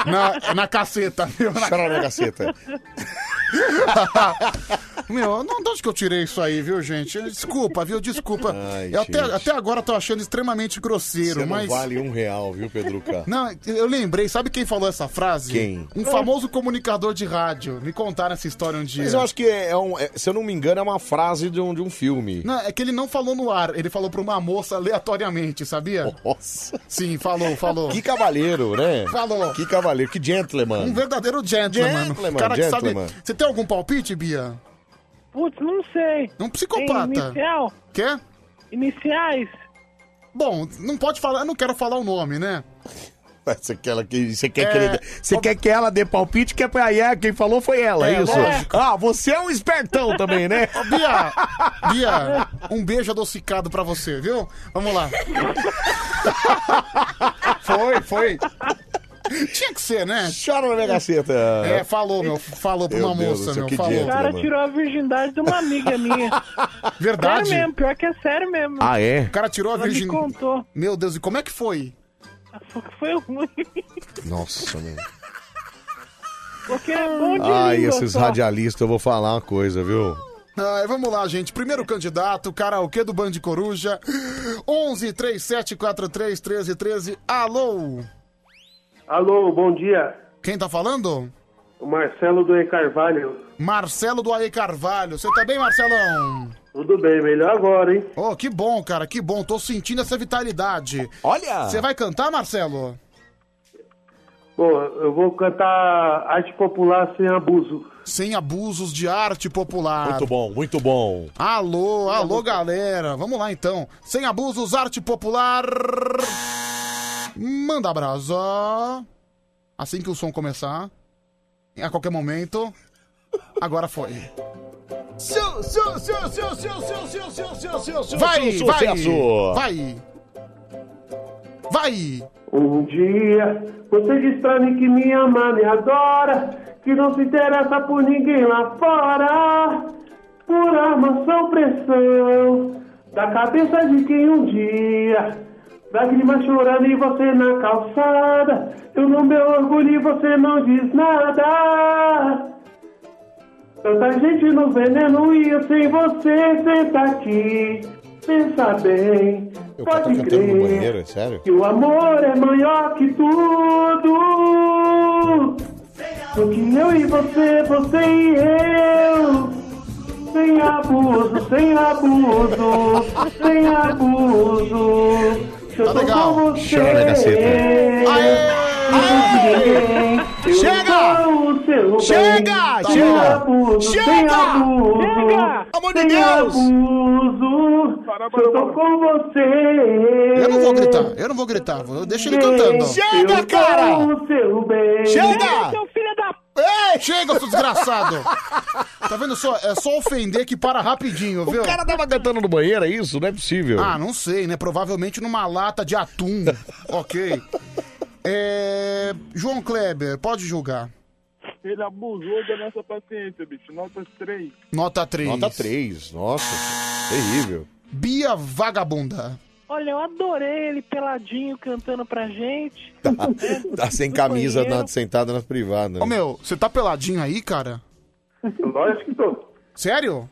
na, na caceta, meu. Chora na caceta. Meu, não de onde que eu tirei isso aí, viu, gente? Desculpa, viu? Desculpa. eu até, gente. até agora tô achando extremamente grosseiro, Você não mas. vale um real, viu, Pedro K? Não, eu lembrei, sabe quem falou essa frase? Quem? Um famoso comunicador de rádio. Me contaram essa história um dia. Mas eu acho que, é um, é- se eu não me engano, é uma frase de um, de um filme. Não, é que ele não falou no ar, ele falou pra uma moça aleatoriamente, sabia? Nossa. Sim, falou, falou. Que cavaleiro, né? Falou. Que cavaleiro, que gentleman. Um verdadeiro gentleman. Gentleman, O cara que sabe. gentleman. Você tem algum palpite, Bia? Putz, não sei. Um psicopata. Tem inicial? Quer? Iniciais? Bom, não pode falar, eu não quero falar o nome, né? Você quer, ela que- você quer, É. que ele- você quer que ela dê palpite, que é pra aí é quem falou foi ela, É, isso? lógico. Ah, você é um espertão também, né? Ô, Bia, Bia, um beijo adocicado pra você, viu? Vamos lá. Foi, foi. Tinha que ser, né? Chora na minha gaceta. É, falou, meu. Falou pra Meu uma Deus do moça, céu, meu. que Falou. dia, O cara tirou a virgindade de uma amiga minha. Verdade? Sério mesmo, pior que é sério mesmo. Ah, é? O cara tirou a Ela me virgindade. contou. Meu Deus, e como é que foi? Foi ruim. Nossa, meu. Porque é bom de Ai, língua esses só. radialistas, eu vou falar uma coisa, viu? Ah, vamos lá, gente. Primeiro candidato, karaokê do Band Coruja. 11 3743 1313. Alô? Alô, bom dia. Quem tá falando? O Marcelo do E. Carvalho. Marcelo do Aê Carvalho. Você tá bem, Marcelão? Tudo bem, melhor agora, hein? Oh, que bom, cara, que bom. Tô sentindo essa vitalidade. Olha! Você vai cantar, Marcelo? Bom, eu vou cantar arte popular sem abuso. Sem abusos de arte popular. Muito bom, muito bom. Alô, alô, galera. Vamos lá, então. Sem abusos, arte popular. Manda brasa. Assim que o som começar. A qualquer momento. Agora foi. Seu, seu, seu, seu, seu, seu, seu, seu, seu, seu, seu, Vai, seu, vai, sucesso. vai. Vai. Um dia você diz pra mim que me ama, me adora, que não se interessa por ninguém lá fora. Por armação, pressão, da cabeça de quem um dia, lágrimas chorando e você na calçada. Eu no meu orgulho e você não diz nada. Tanta gente no veneno e eu sem você, senta aqui, pensa bem, Eu tô pode cantando no crer. banheiro, é sério? Que o amor é maior que tudo. Do que eu e você, você e eu. Sem abuso, sem abuso, sem abuso. Se Eu tô com você. Chora, caceta. Chega! tá Chega, Sem chega, abuso, sem chega, abuso, chega. Amor de Deus! Abuso, se eu tô com você. Eu não vou gritar, eu não vou gritar. vou- Deixa ele cantando. Chega, cara! Chega! Ei, chega, seu desgraçado! Tá vendo só? É só ofender que para rapidinho, viu? O cara tava cantando no banheiro, é isso? Não é possível. Ah, não sei, né? Provavelmente numa lata de atum. ok. É... João Kleber, pode julgar. Ele abusou da nossa paciência, bicho. Nota 3. Nota 3. Nota 3, nossa. Terrível. Bia Vagabunda. Olha, eu adorei ele peladinho cantando pra gente. Tá, tá sem camisa, banheiro. na, sentada né? na privada. Ô, meu, você tá peladinho aí, cara? Lógico que tô. Sério?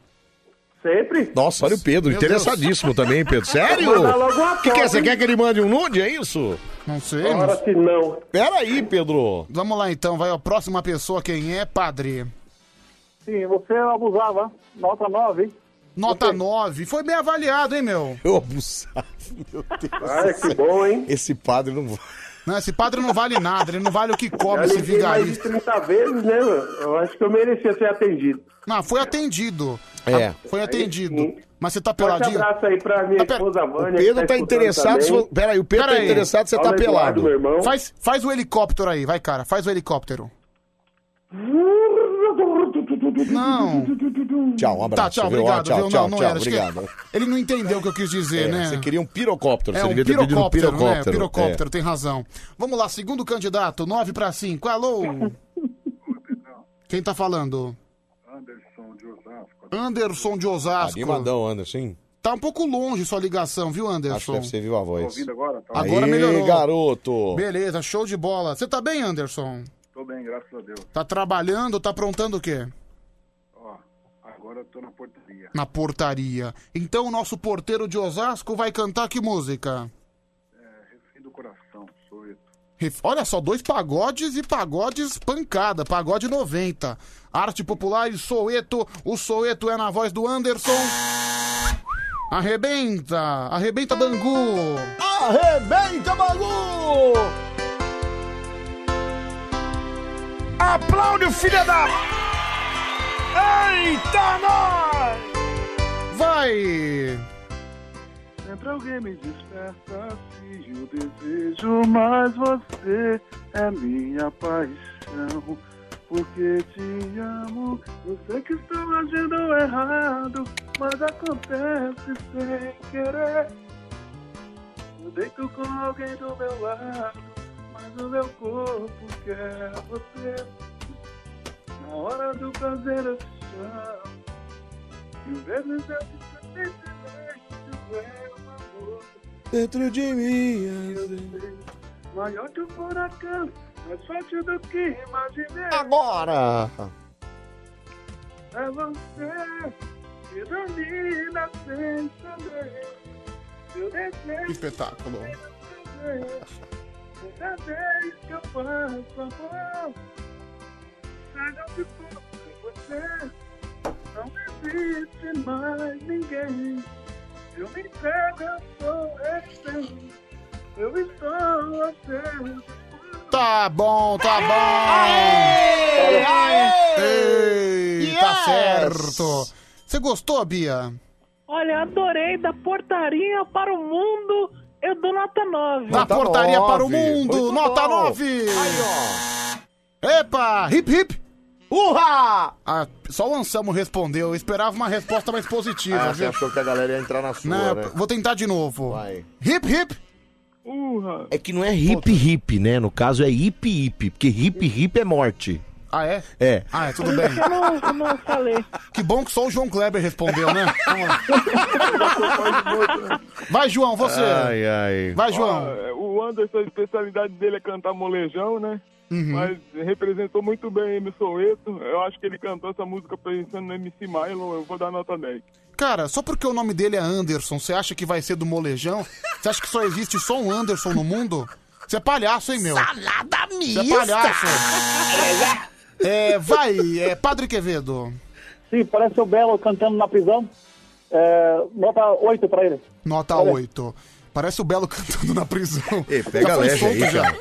Sempre. Nossa, olha o Pedro, Meu interessadíssimo também, Pedro. Sério? Manda logo uma O que, que é? foto, Você hein? quer que ele mande um nude? É isso? Não sei. Ora, se não. Pera aí, Pedro. Vamos lá então, vai, ó. Próxima pessoa, quem é? Padre. Sim, você abusava. Nota 9, hein? Nota 9. Tá Foi bem avaliado, hein, meu? Eu abusava, meu Deus. Ah, que bom, hein? Esse padre não vai. Não, esse padre não vale nada, ele não vale o que cobra Já esse liguei mais de vigarista. 30 vezes, né, meu? Eu acho que eu merecia ser atendido. Não, foi atendido. Ah, É. Foi atendido. Mas você tá Um Forte peladinho? abraço aí pra minha esposa Tá O Vânia. que Pedro tá escutando interessado. Se... também. vo- Pera aí, o Pedro Pera tá aí. interessado, você tá Fala, Eduardo, pelado. meu irmão. Faz, faz o helicóptero aí, vai, cara. Faz o helicóptero. Não. Tchau, um Tá, abraço. tchau, viu? Ó, obrigado. Tchau, viu? tchau, não, não tchau. era. Acho que Obrigado. Ele não entendeu o que eu quis dizer, É, né? Você queria um pirocóptero. É, você um devia ter pedido um pirocóptero, né? pirocóptero. é. Pirocóptero, tem razão. Vamos lá, segundo candidato, 9 pra 5. Alô? Quem tá falando? Anderson de Osasco. Anderson um de É. Osasco. Animadão, Anderson. hein? Tá um pouco longe sua ligação, viu, Anderson? Acho que deve ser viva a voz. ouvindo agora? Tá Agora Aê, melhorou. garoto. Beleza, show de bola. Você tá bem, Anderson? Tô bem, graças a Deus. Tá trabalhando, tá aprontando o quê? Ó, agora agora eu tô na portaria. na portaria. Então o nosso porteiro de Osasco vai cantar que música? Refém do coração, sou eu. Ref- Olha só, dois pagodes e pagodes pancada, pagode 90. Arte popular e Soeto. O Soeto é na voz do Anderson. Arrebenta, arrebenta Bangu. Arrebenta Bangu! Aplaude o filho da... Eita, nós! Vai! Sempre alguém me desperta, se o Vejo desejo mais você é minha paixão. Porque te amo, eu sei que estou agindo errado, mas acontece sem querer. Eu deito com alguém do meu lado, mas o meu corpo quer você. Na hora do prazer eu te chamo, mil vezes eu te simplesmente vejo um amor Dentro de mim. maior que o furacão, mais forte do que imaginei. Agora! É você que domina sem saber. Seu Que desejo espetáculo. é cada vez que eu faço amor. Seja o que for com você, não existe mais ninguém. Eu me entrego, eu sou refém. Eu estou a seu Tá bom, tá bom. Ei, Tá certo. Você gostou, Bia? Olha, adorei da portaria para o mundo, eu dou nota 9. Da portaria para o mundo, nota 9. Epa, hip hip. Uhá! Ah, só o Anselmo respondeu, eu esperava uma resposta mais positiva, Ah, você viu? achou que a galera ia entrar na sua, Não, né? Vou tentar de novo. Hip hip. Uhá. É que não é hip hip, né? No caso é hip hip, porque hip hip é morte. Ah, é? É. Ah, é, tudo bem. Eu não, eu não falei. Que bom que só o João Kleber respondeu, né? Vamos lá. Vai, João, você. Ai, ai. Vai, João. Ah, o Anderson, a especialidade dele é cantar molejão, né? Uhum. Mas representou muito bem o Soweto. Eu acho que ele cantou essa música pensando no MC Milo. Eu vou dar nota 10. Cara, só porque o nome dele é Anderson, você acha que vai ser do molejão? Você acha que só existe só um Anderson no mundo? Você é palhaço, hein, meu? Salada Você é mista! palhaço. É, vai, é, Padre Quevedo. Sim, parece o Belo cantando na prisão. É, nota 8 pra ele. Nota 8. Parece o Belo cantando na prisão. Ei, Pega leve aí, cara.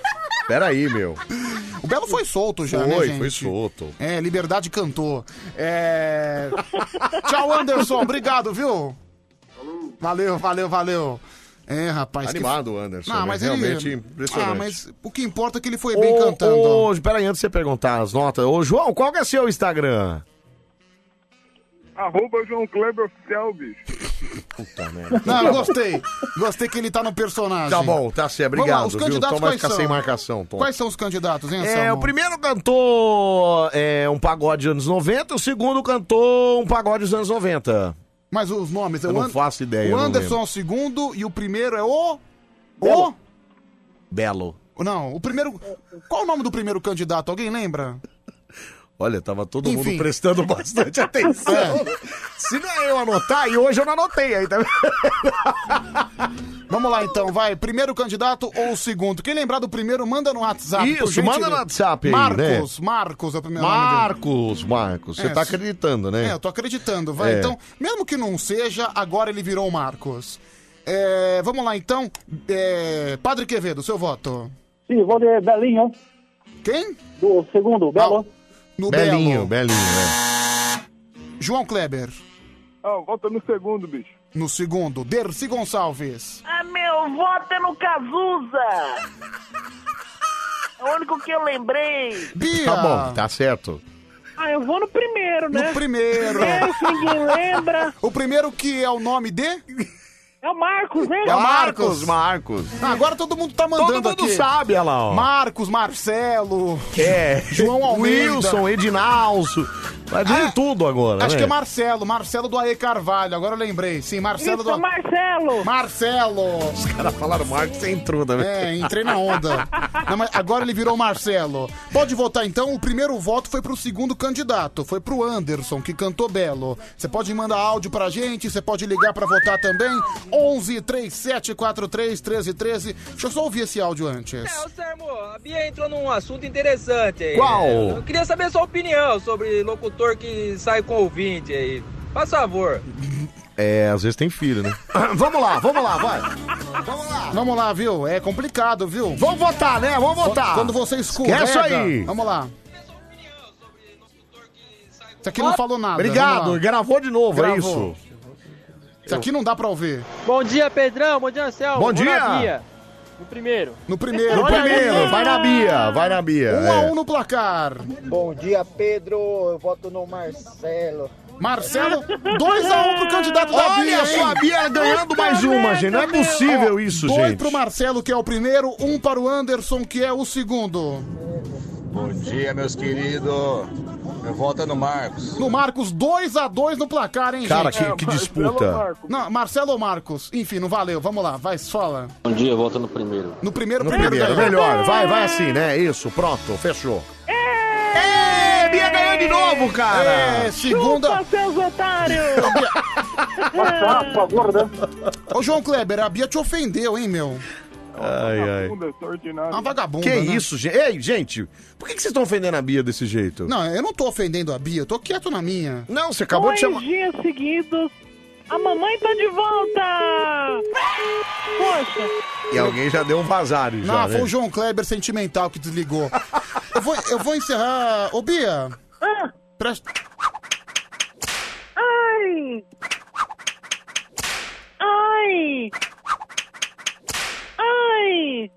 Pera aí, meu. O Belo foi solto já, né, foi, gente? foi solto. É, Liberdade cantou. É... Tchau, Anderson. Obrigado, viu? Valeu, valeu, valeu. É, rapaz. Animado o Anderson, Não, né? mas Realmente ele... impressionante. Ah, mas o que importa é que ele foi bem cantando. Ô, espera aí, antes de você perguntar as notas. Ô, João, qual que é seu Instagram? Arroba João Kleber Oficial, bicho. Puta merda. Não, eu gostei. Gostei que ele tá no personagem. Tá bom, tá certo. Vamos lá, Obrigado, os viu? candidatos Tom vai quais ficar são? sem marcação, Tom. Quais são os candidatos, hein, É, Anselmo? o primeiro cantou é, um pagode dos anos 90, o segundo cantou um pagode dos anos 90. Mas os nomes... é Eu o não faço ideia, eu O não Anderson é o lembro. segundo e o primeiro é o... Belo. O... Não, o primeiro... Qual o nome do primeiro candidato? Alguém lembra? Olha, tava todo Enfim. mundo prestando bastante atenção. Se não é eu anotar, e hoje eu não anotei aí, tá Vamos lá então, vai. Primeiro candidato ou o segundo? Quem lembrar do primeiro, manda no WhatsApp. Isso, por gentileza. manda no WhatsApp aí, né? Marcos, Marcos é o primeiro nome Marcos, Marcos, você É, tá se- acreditando, dele. né? É, eu tô acreditando, vai. É. Então, mesmo que não seja, agora ele virou o Marcos. É, vamos lá então. É, Padre Quevedo, seu voto. Sim, vou de Belinho. Quem? Ah, Do segundo, Belo. No Belinho, Belo. Belinho, é. João Kleber. Ah, volta no segundo, bicho. No segundo, Dercy Gonçalves. Ah, meu, voto é no Cazuza. É o único que eu lembrei. Bia. Tá bom, tá certo. Ah, eu vou no primeiro, né? No primeiro. Esse ninguém lembra. O primeiro que é o nome de? É o Marcos, né? Marcos, Marcos. Ah, agora todo mundo tá mandando Todo mundo aqui. sabe, olha lá, ó. Marcos, Marcelo. É. João Almeida. Ah, Wilson, Edinalso. Mas veio tudo agora, Acho né? que é Marcelo, Marcelo do Aê Carvalho, agora eu lembrei. Sim, Marcelo Isso, do. Marcelo! Marcelo! Os caras falaram Marcos, você entrou, né? É, entrei na onda. Não, mas agora ele virou Marcelo. Pode votar então, o primeiro voto foi pro segundo candidato, foi pro Anderson, que cantou belo. Você pode mandar áudio pra gente, você pode ligar pra votar também. 11 3743 1313. Deixa eu só ouvir esse áudio antes. A Bia entrou num assunto interessante aí. Qual? Eu queria saber sua opinião sobre locutor que sai com ouvinte aí. Faz favor. É, às vezes tem filho, né? vamos lá, vamos lá, vai. Vamos lá. Vamos lá, viu? É complicado, viu? Vamos votar, né? Vamos votar. Quando você escuta. Esquece aí. Vamos lá. Isso aqui não falou nada. Obrigado, vamos lá. gravou de novo, é Gravou. isso. Isso aqui não dá pra ouvir. Bom dia, Pedrão. Bom dia, Anselmo. Bom Vou na dia. Bia. No primeiro. No primeiro. No primeiro, vai na Bia, vai na Bia. Um a é. um no placar. Bom dia, Pedro. Eu voto no Marcelo. Marcelo, 2x1 pro candidato da Olha Bia. só, a é Bia ganhando mais uma, gente. Não é possível isso, Dois gente. pro Marcelo, que é o primeiro, um para o Anderson, que é o segundo. Bom dia, meus queridos. Eu volto no Marcos. No Marcos, 2 a 2 no placar, hein, Cara, gente? que- que É, Marcelo disputa. ou Marcos? Não, Marcelo ou Marcos? Enfim, não valeu. Vamos lá, vai, fala. Bom Um dia, volta no primeiro. No primeiro, No primeiro, primeiro, ganhou. melhor. Vai, vai assim, né? Isso, pronto, fechou. É, Bia ganhou de novo, cara. É, segunda. Chupa, seus otários! por favor, né? Ô, João Kleber, a Bia te ofendeu, hein, meu? Ai, ai. Uma vagabunda. Que né? isso, gente? Ei, gente, por que que vocês estão ofendendo a Bia desse jeito? Não, eu não tô ofendendo a Bia, eu tô quieto na minha. Não, você acabou de chamar- dias seguidos, a mamãe tá de volta! Poxa! E alguém já deu um vazado, já. Não, né? foi o João Kleber sentimental que desligou. eu, vou, eu vou encerrar. Ô, Bia! Presta. Ah. Ai! Ai! Ai!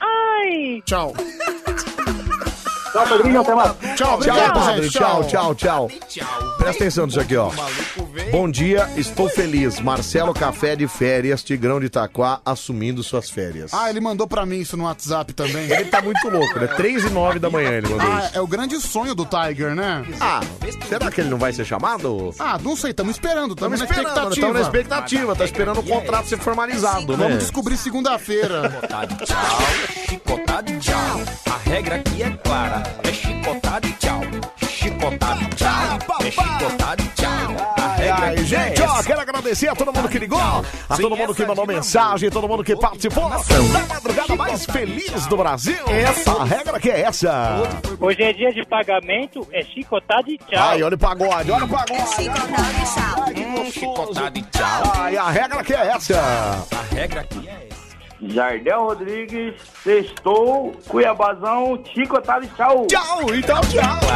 Ai! Tchau. Tchau, Pedrinho. Até mais. Tchau, obrigado, tchau, gente. tchau, tchau, tchau. Presta atenção nisso aqui, ó. Bom dia, estou feliz. Marcelo Café de Férias, Tigrão de Itaquá, assumindo suas férias. Ah, ele mandou pra mim isso no WhatsApp também. Ele tá muito louco, né? 3 e 9 da manhã ele mandou Ah, isso. é o grande sonho do Tiger, né? Ah, será que ele não vai ser chamado? Ah, não sei, estamos esperando, Estamos estamos na esperando, expectativa. estamos na expectativa, tá esperando o contrato ser formalizado, né? Vamos descobrir segunda-feira. Chicotado e tchau. A regra aqui é clara. É chicotado e tchau. Chicotado e tchau. É chicotado e tchau. A Ai, regra ai, aqui é gente, ó, essa. quero agradecer a todo mundo que ligou, a todo mundo que mandou mensagem, todo mundo que participou da madrugada mais feliz do Brasil. Essa a regra que é essa. Hoje é dia de pagamento, é chicotado e tchau. Ai, olha o pagode, olha o pagode. Chicotado e tchau. Ai, a regra que é essa. A regra aqui é Jardel Rodrigues, sextou, Cuiabazão, chicotado e tchau. Tchau, então tchau.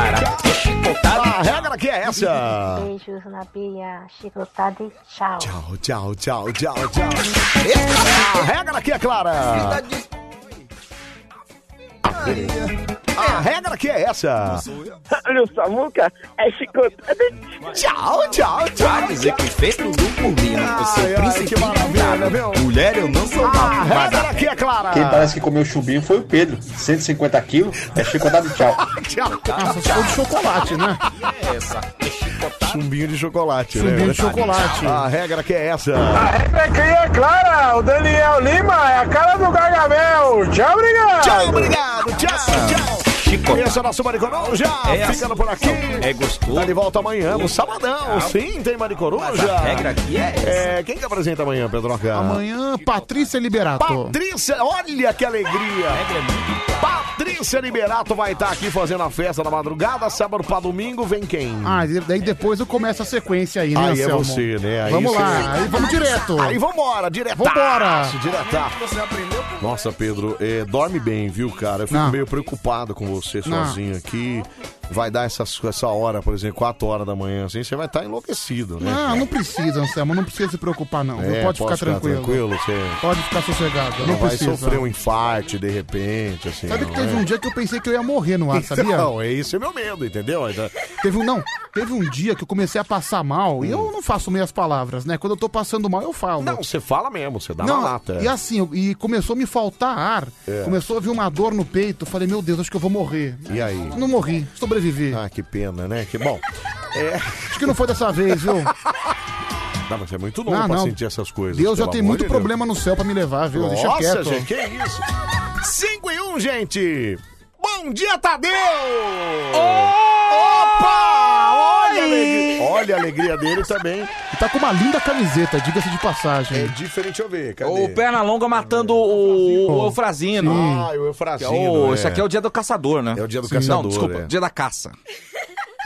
A regra que é essa. Beijos na pia, chicotada e tchau. Tchau, tchau, tchau, tchau, tchau. Eita, A regra que é clara. A regra que é essa. Olha o Samuca, é chicotado e tchau. Tchau, tchau. Vai dizer que fez tudo por mim. Eu sou o príncipe encantado. Mulher, eu não sou nada. Mas a regra que é clara. tá Quem parece que comeu chubinho foi o Pedro. 150 quilos, é chicotado e tchau. Tchau. Nossa, ficou de chocolate, né? Chumbinho de chocolate, né? Chumbinho de chocolate. A regra que é essa. É quem é clara, o Daniel Lima é a cara do Gargamel. Tchau, obrigado. Tchau, obrigado. Tchau, tchau. Chico. Esse é o nosso Maricorão já É ficando por aqui. É gostoso. Tá de volta amanhã, no sabadão. Sim, tem Maricoruja. a regra aqui é essa. É, quem que apresenta amanhã, Pedro Amanhã, Ah, Patrícia Liberato. Patrícia, olha que alegria! Patrícia Liberato vai estar aqui fazendo a festa da madrugada, sábado pra domingo, vem quem? Ah, e daí depois eu começo a sequência aí, né, Aí é Anselmo? você, né? Aí vamos você- lá, aí vamos direto. Aí vambora, diretaço, Vambora. diretaço. Nossa, Pedro, é, dorme bem, viu, cara? Eu fico Não. meio preocupado com você Não. sozinho aqui. Vai dar essa, essa hora, por exemplo, 4 horas da manhã, assim, você vai estar enlouquecido, né? Não, não precisa, Anselmo, não precisa se preocupar, não. viu? É, pode posso ficar tranquilo. você Pode ficar sossegado, não não vai precisa. sofrer um infarte de repente, assim. Sabe que não teve é? Então. um dia que eu pensei que eu ia morrer no ar, sabia? Não, é isso é meu medo, entendeu? Teve um, não. Teve um dia que eu comecei a passar mal, e eu não faço meias palavras, né? Quando eu tô passando mal, eu falo. Hum. Não, você fala mesmo, você dá Não, uma lata. E assim, eu- e começou a me faltar ar, É. começou a vir uma dor no peito. Eu falei, meu Deus, acho que eu vou morrer. E aí? Não morri, sobrevivi. Ah, que pena, né? Que bom. É. Acho que não foi dessa vez, viu? Ah, Não, mas é muito novo Não, pra não. sentir essas coisas. Deus já pelo tem amor muito de Deus. problema no céu pra me levar, viu? Deixa Nossa, quieto. gente, que isso? 5 e 1, gente! Bom dia, Tadeu! Opa! Olha a, alegria, olha a alegria dele também. E tá com uma linda camiseta, diga-se de passagem. É diferente, deixa eu ver. Cadê? O Pernalonga matando o, o Eufrazino. Ah, o Que é o- Eufrazino. Isso aqui é o dia do caçador, né? É o dia do caçador, Não, desculpa, é. dia da caça.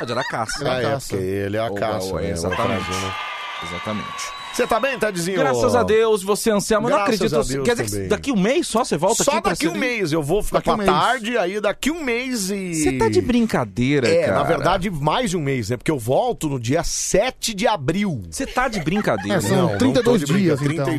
É o dia da caça. Ah, é, porque ele é a caça. né? exatamente. O Eufrazino. um Exatamente. Você tá bem, Tadizinho? Graças a Deus, você, é Anselmo. Eu não Graças acredito. a Deus Quer dizer que também. daqui um mês só você volta Só aqui pra daqui um ser- mês. Eu vou ficar Daqui um pra mês. tarde, aí daqui um mês e... Você tá de brincadeira, É, cara. na verdade, mais de um mês, né? Porque eu volto no dia 7 de abril. Você tá de brincadeira. É, são 32 dias, então, né? Meu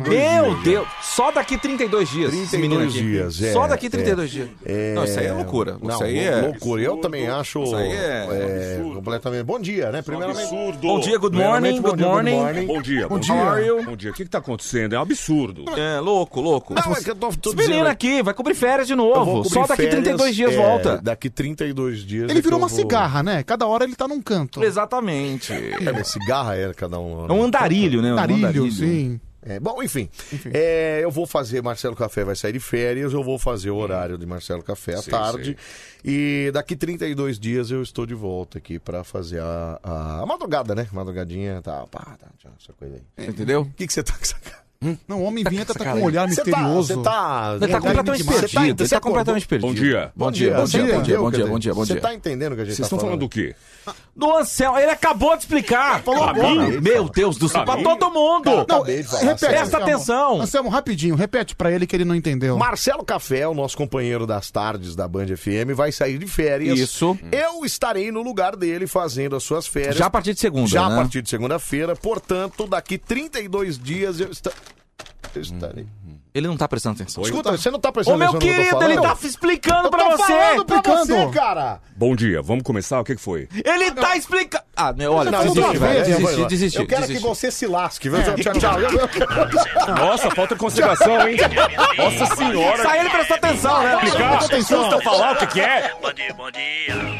dias, Deus. Só daqui 32 dias. esse menino 32 aqui. dias, é. Só daqui é. 32 dias. É. Não, isso aí é loucura. Não, isso aí lou- é... loucura. Eu também acho... Isso aí é... é, completamente... Bom dia, né? Primeiramente... absurdo. Bom dia, good Primeiramente, morning, bom good dia, morning. Bom dia, Bom bom, dia. How are you? dia. Bom dia. O que que tá acontecendo? É um absurdo. É, louco, louco. Não, é que eu tô, tô Esse menino dizendo aqui vai cobrir férias de Eu vou novo. cobrir Só daqui férias, 32 dias é, volta. Daqui 32 dias. Ele é que virou eu uma vou- cigarra, né? Cada hora ele tá num canto. Exatamente. É, mas cigarra era cada um. É um andarilho, né? Um Andarilho, Andarilho, andarilho. sim. É, bom, enfim. É, eu vou fazer. Marcelo Café vai sair de férias. Eu vou fazer o horário de Marcelo Café à Sim, tarde. E daqui 32 dias eu estou de volta aqui pra fazer a, a- a madrugada, né? Madrugadinha, tá, pá, tá, tchá, essa coisa aí. Entendeu? O que, que você tá com essa cara? Não, o homem vinheta tá Cara, com um olhar você tá- misterioso. Você tá. Ele tá completamente perdido, ele tá completamente perdido. Bom dia. Bom dia, bom dia, bom dia, bom dia, bom dia, bom Você dia. tá entendendo o que a gente Vocês tá estão falando do quê? Do Anselmo, ele acabou de explicar. Falou agora. Meu Deus do céu, Pra assim, pra mim? todo mundo. Não, repete, Presta Anselmo. atenção. Anselmo, rapidinho, repete pra ele que ele não entendeu. Marcelo Café, o nosso companheiro das tardes da Band FM, vai sair de férias. Isso. Eu estarei no lugar dele fazendo as suas férias. Já a partir de segunda, Já né? a partir de segunda-feira. Portanto, daqui 32 dias eu, esta... eu estarei. Ele não tá prestando atenção. Escuta, você não tá prestando Ô, meu atenção no que eu tô querido, falando? ele tá explicando pra você. falando pra você, cara. Bom dia, vamos começar? O que que foi? Ele tá explicando. Ah, né, olha, Não, desiste, outra velho. vez, Desiste, É, vai lá. desiste. Eu quero desiste. que você se lasque. viu? Tchau, tchau, tchau. É. Nossa, falta de consideração, hein? Nossa senhora. Isso aí ele prestou atenção, né? Explicar? Custa falar o que que é? Bom dia, bom dia.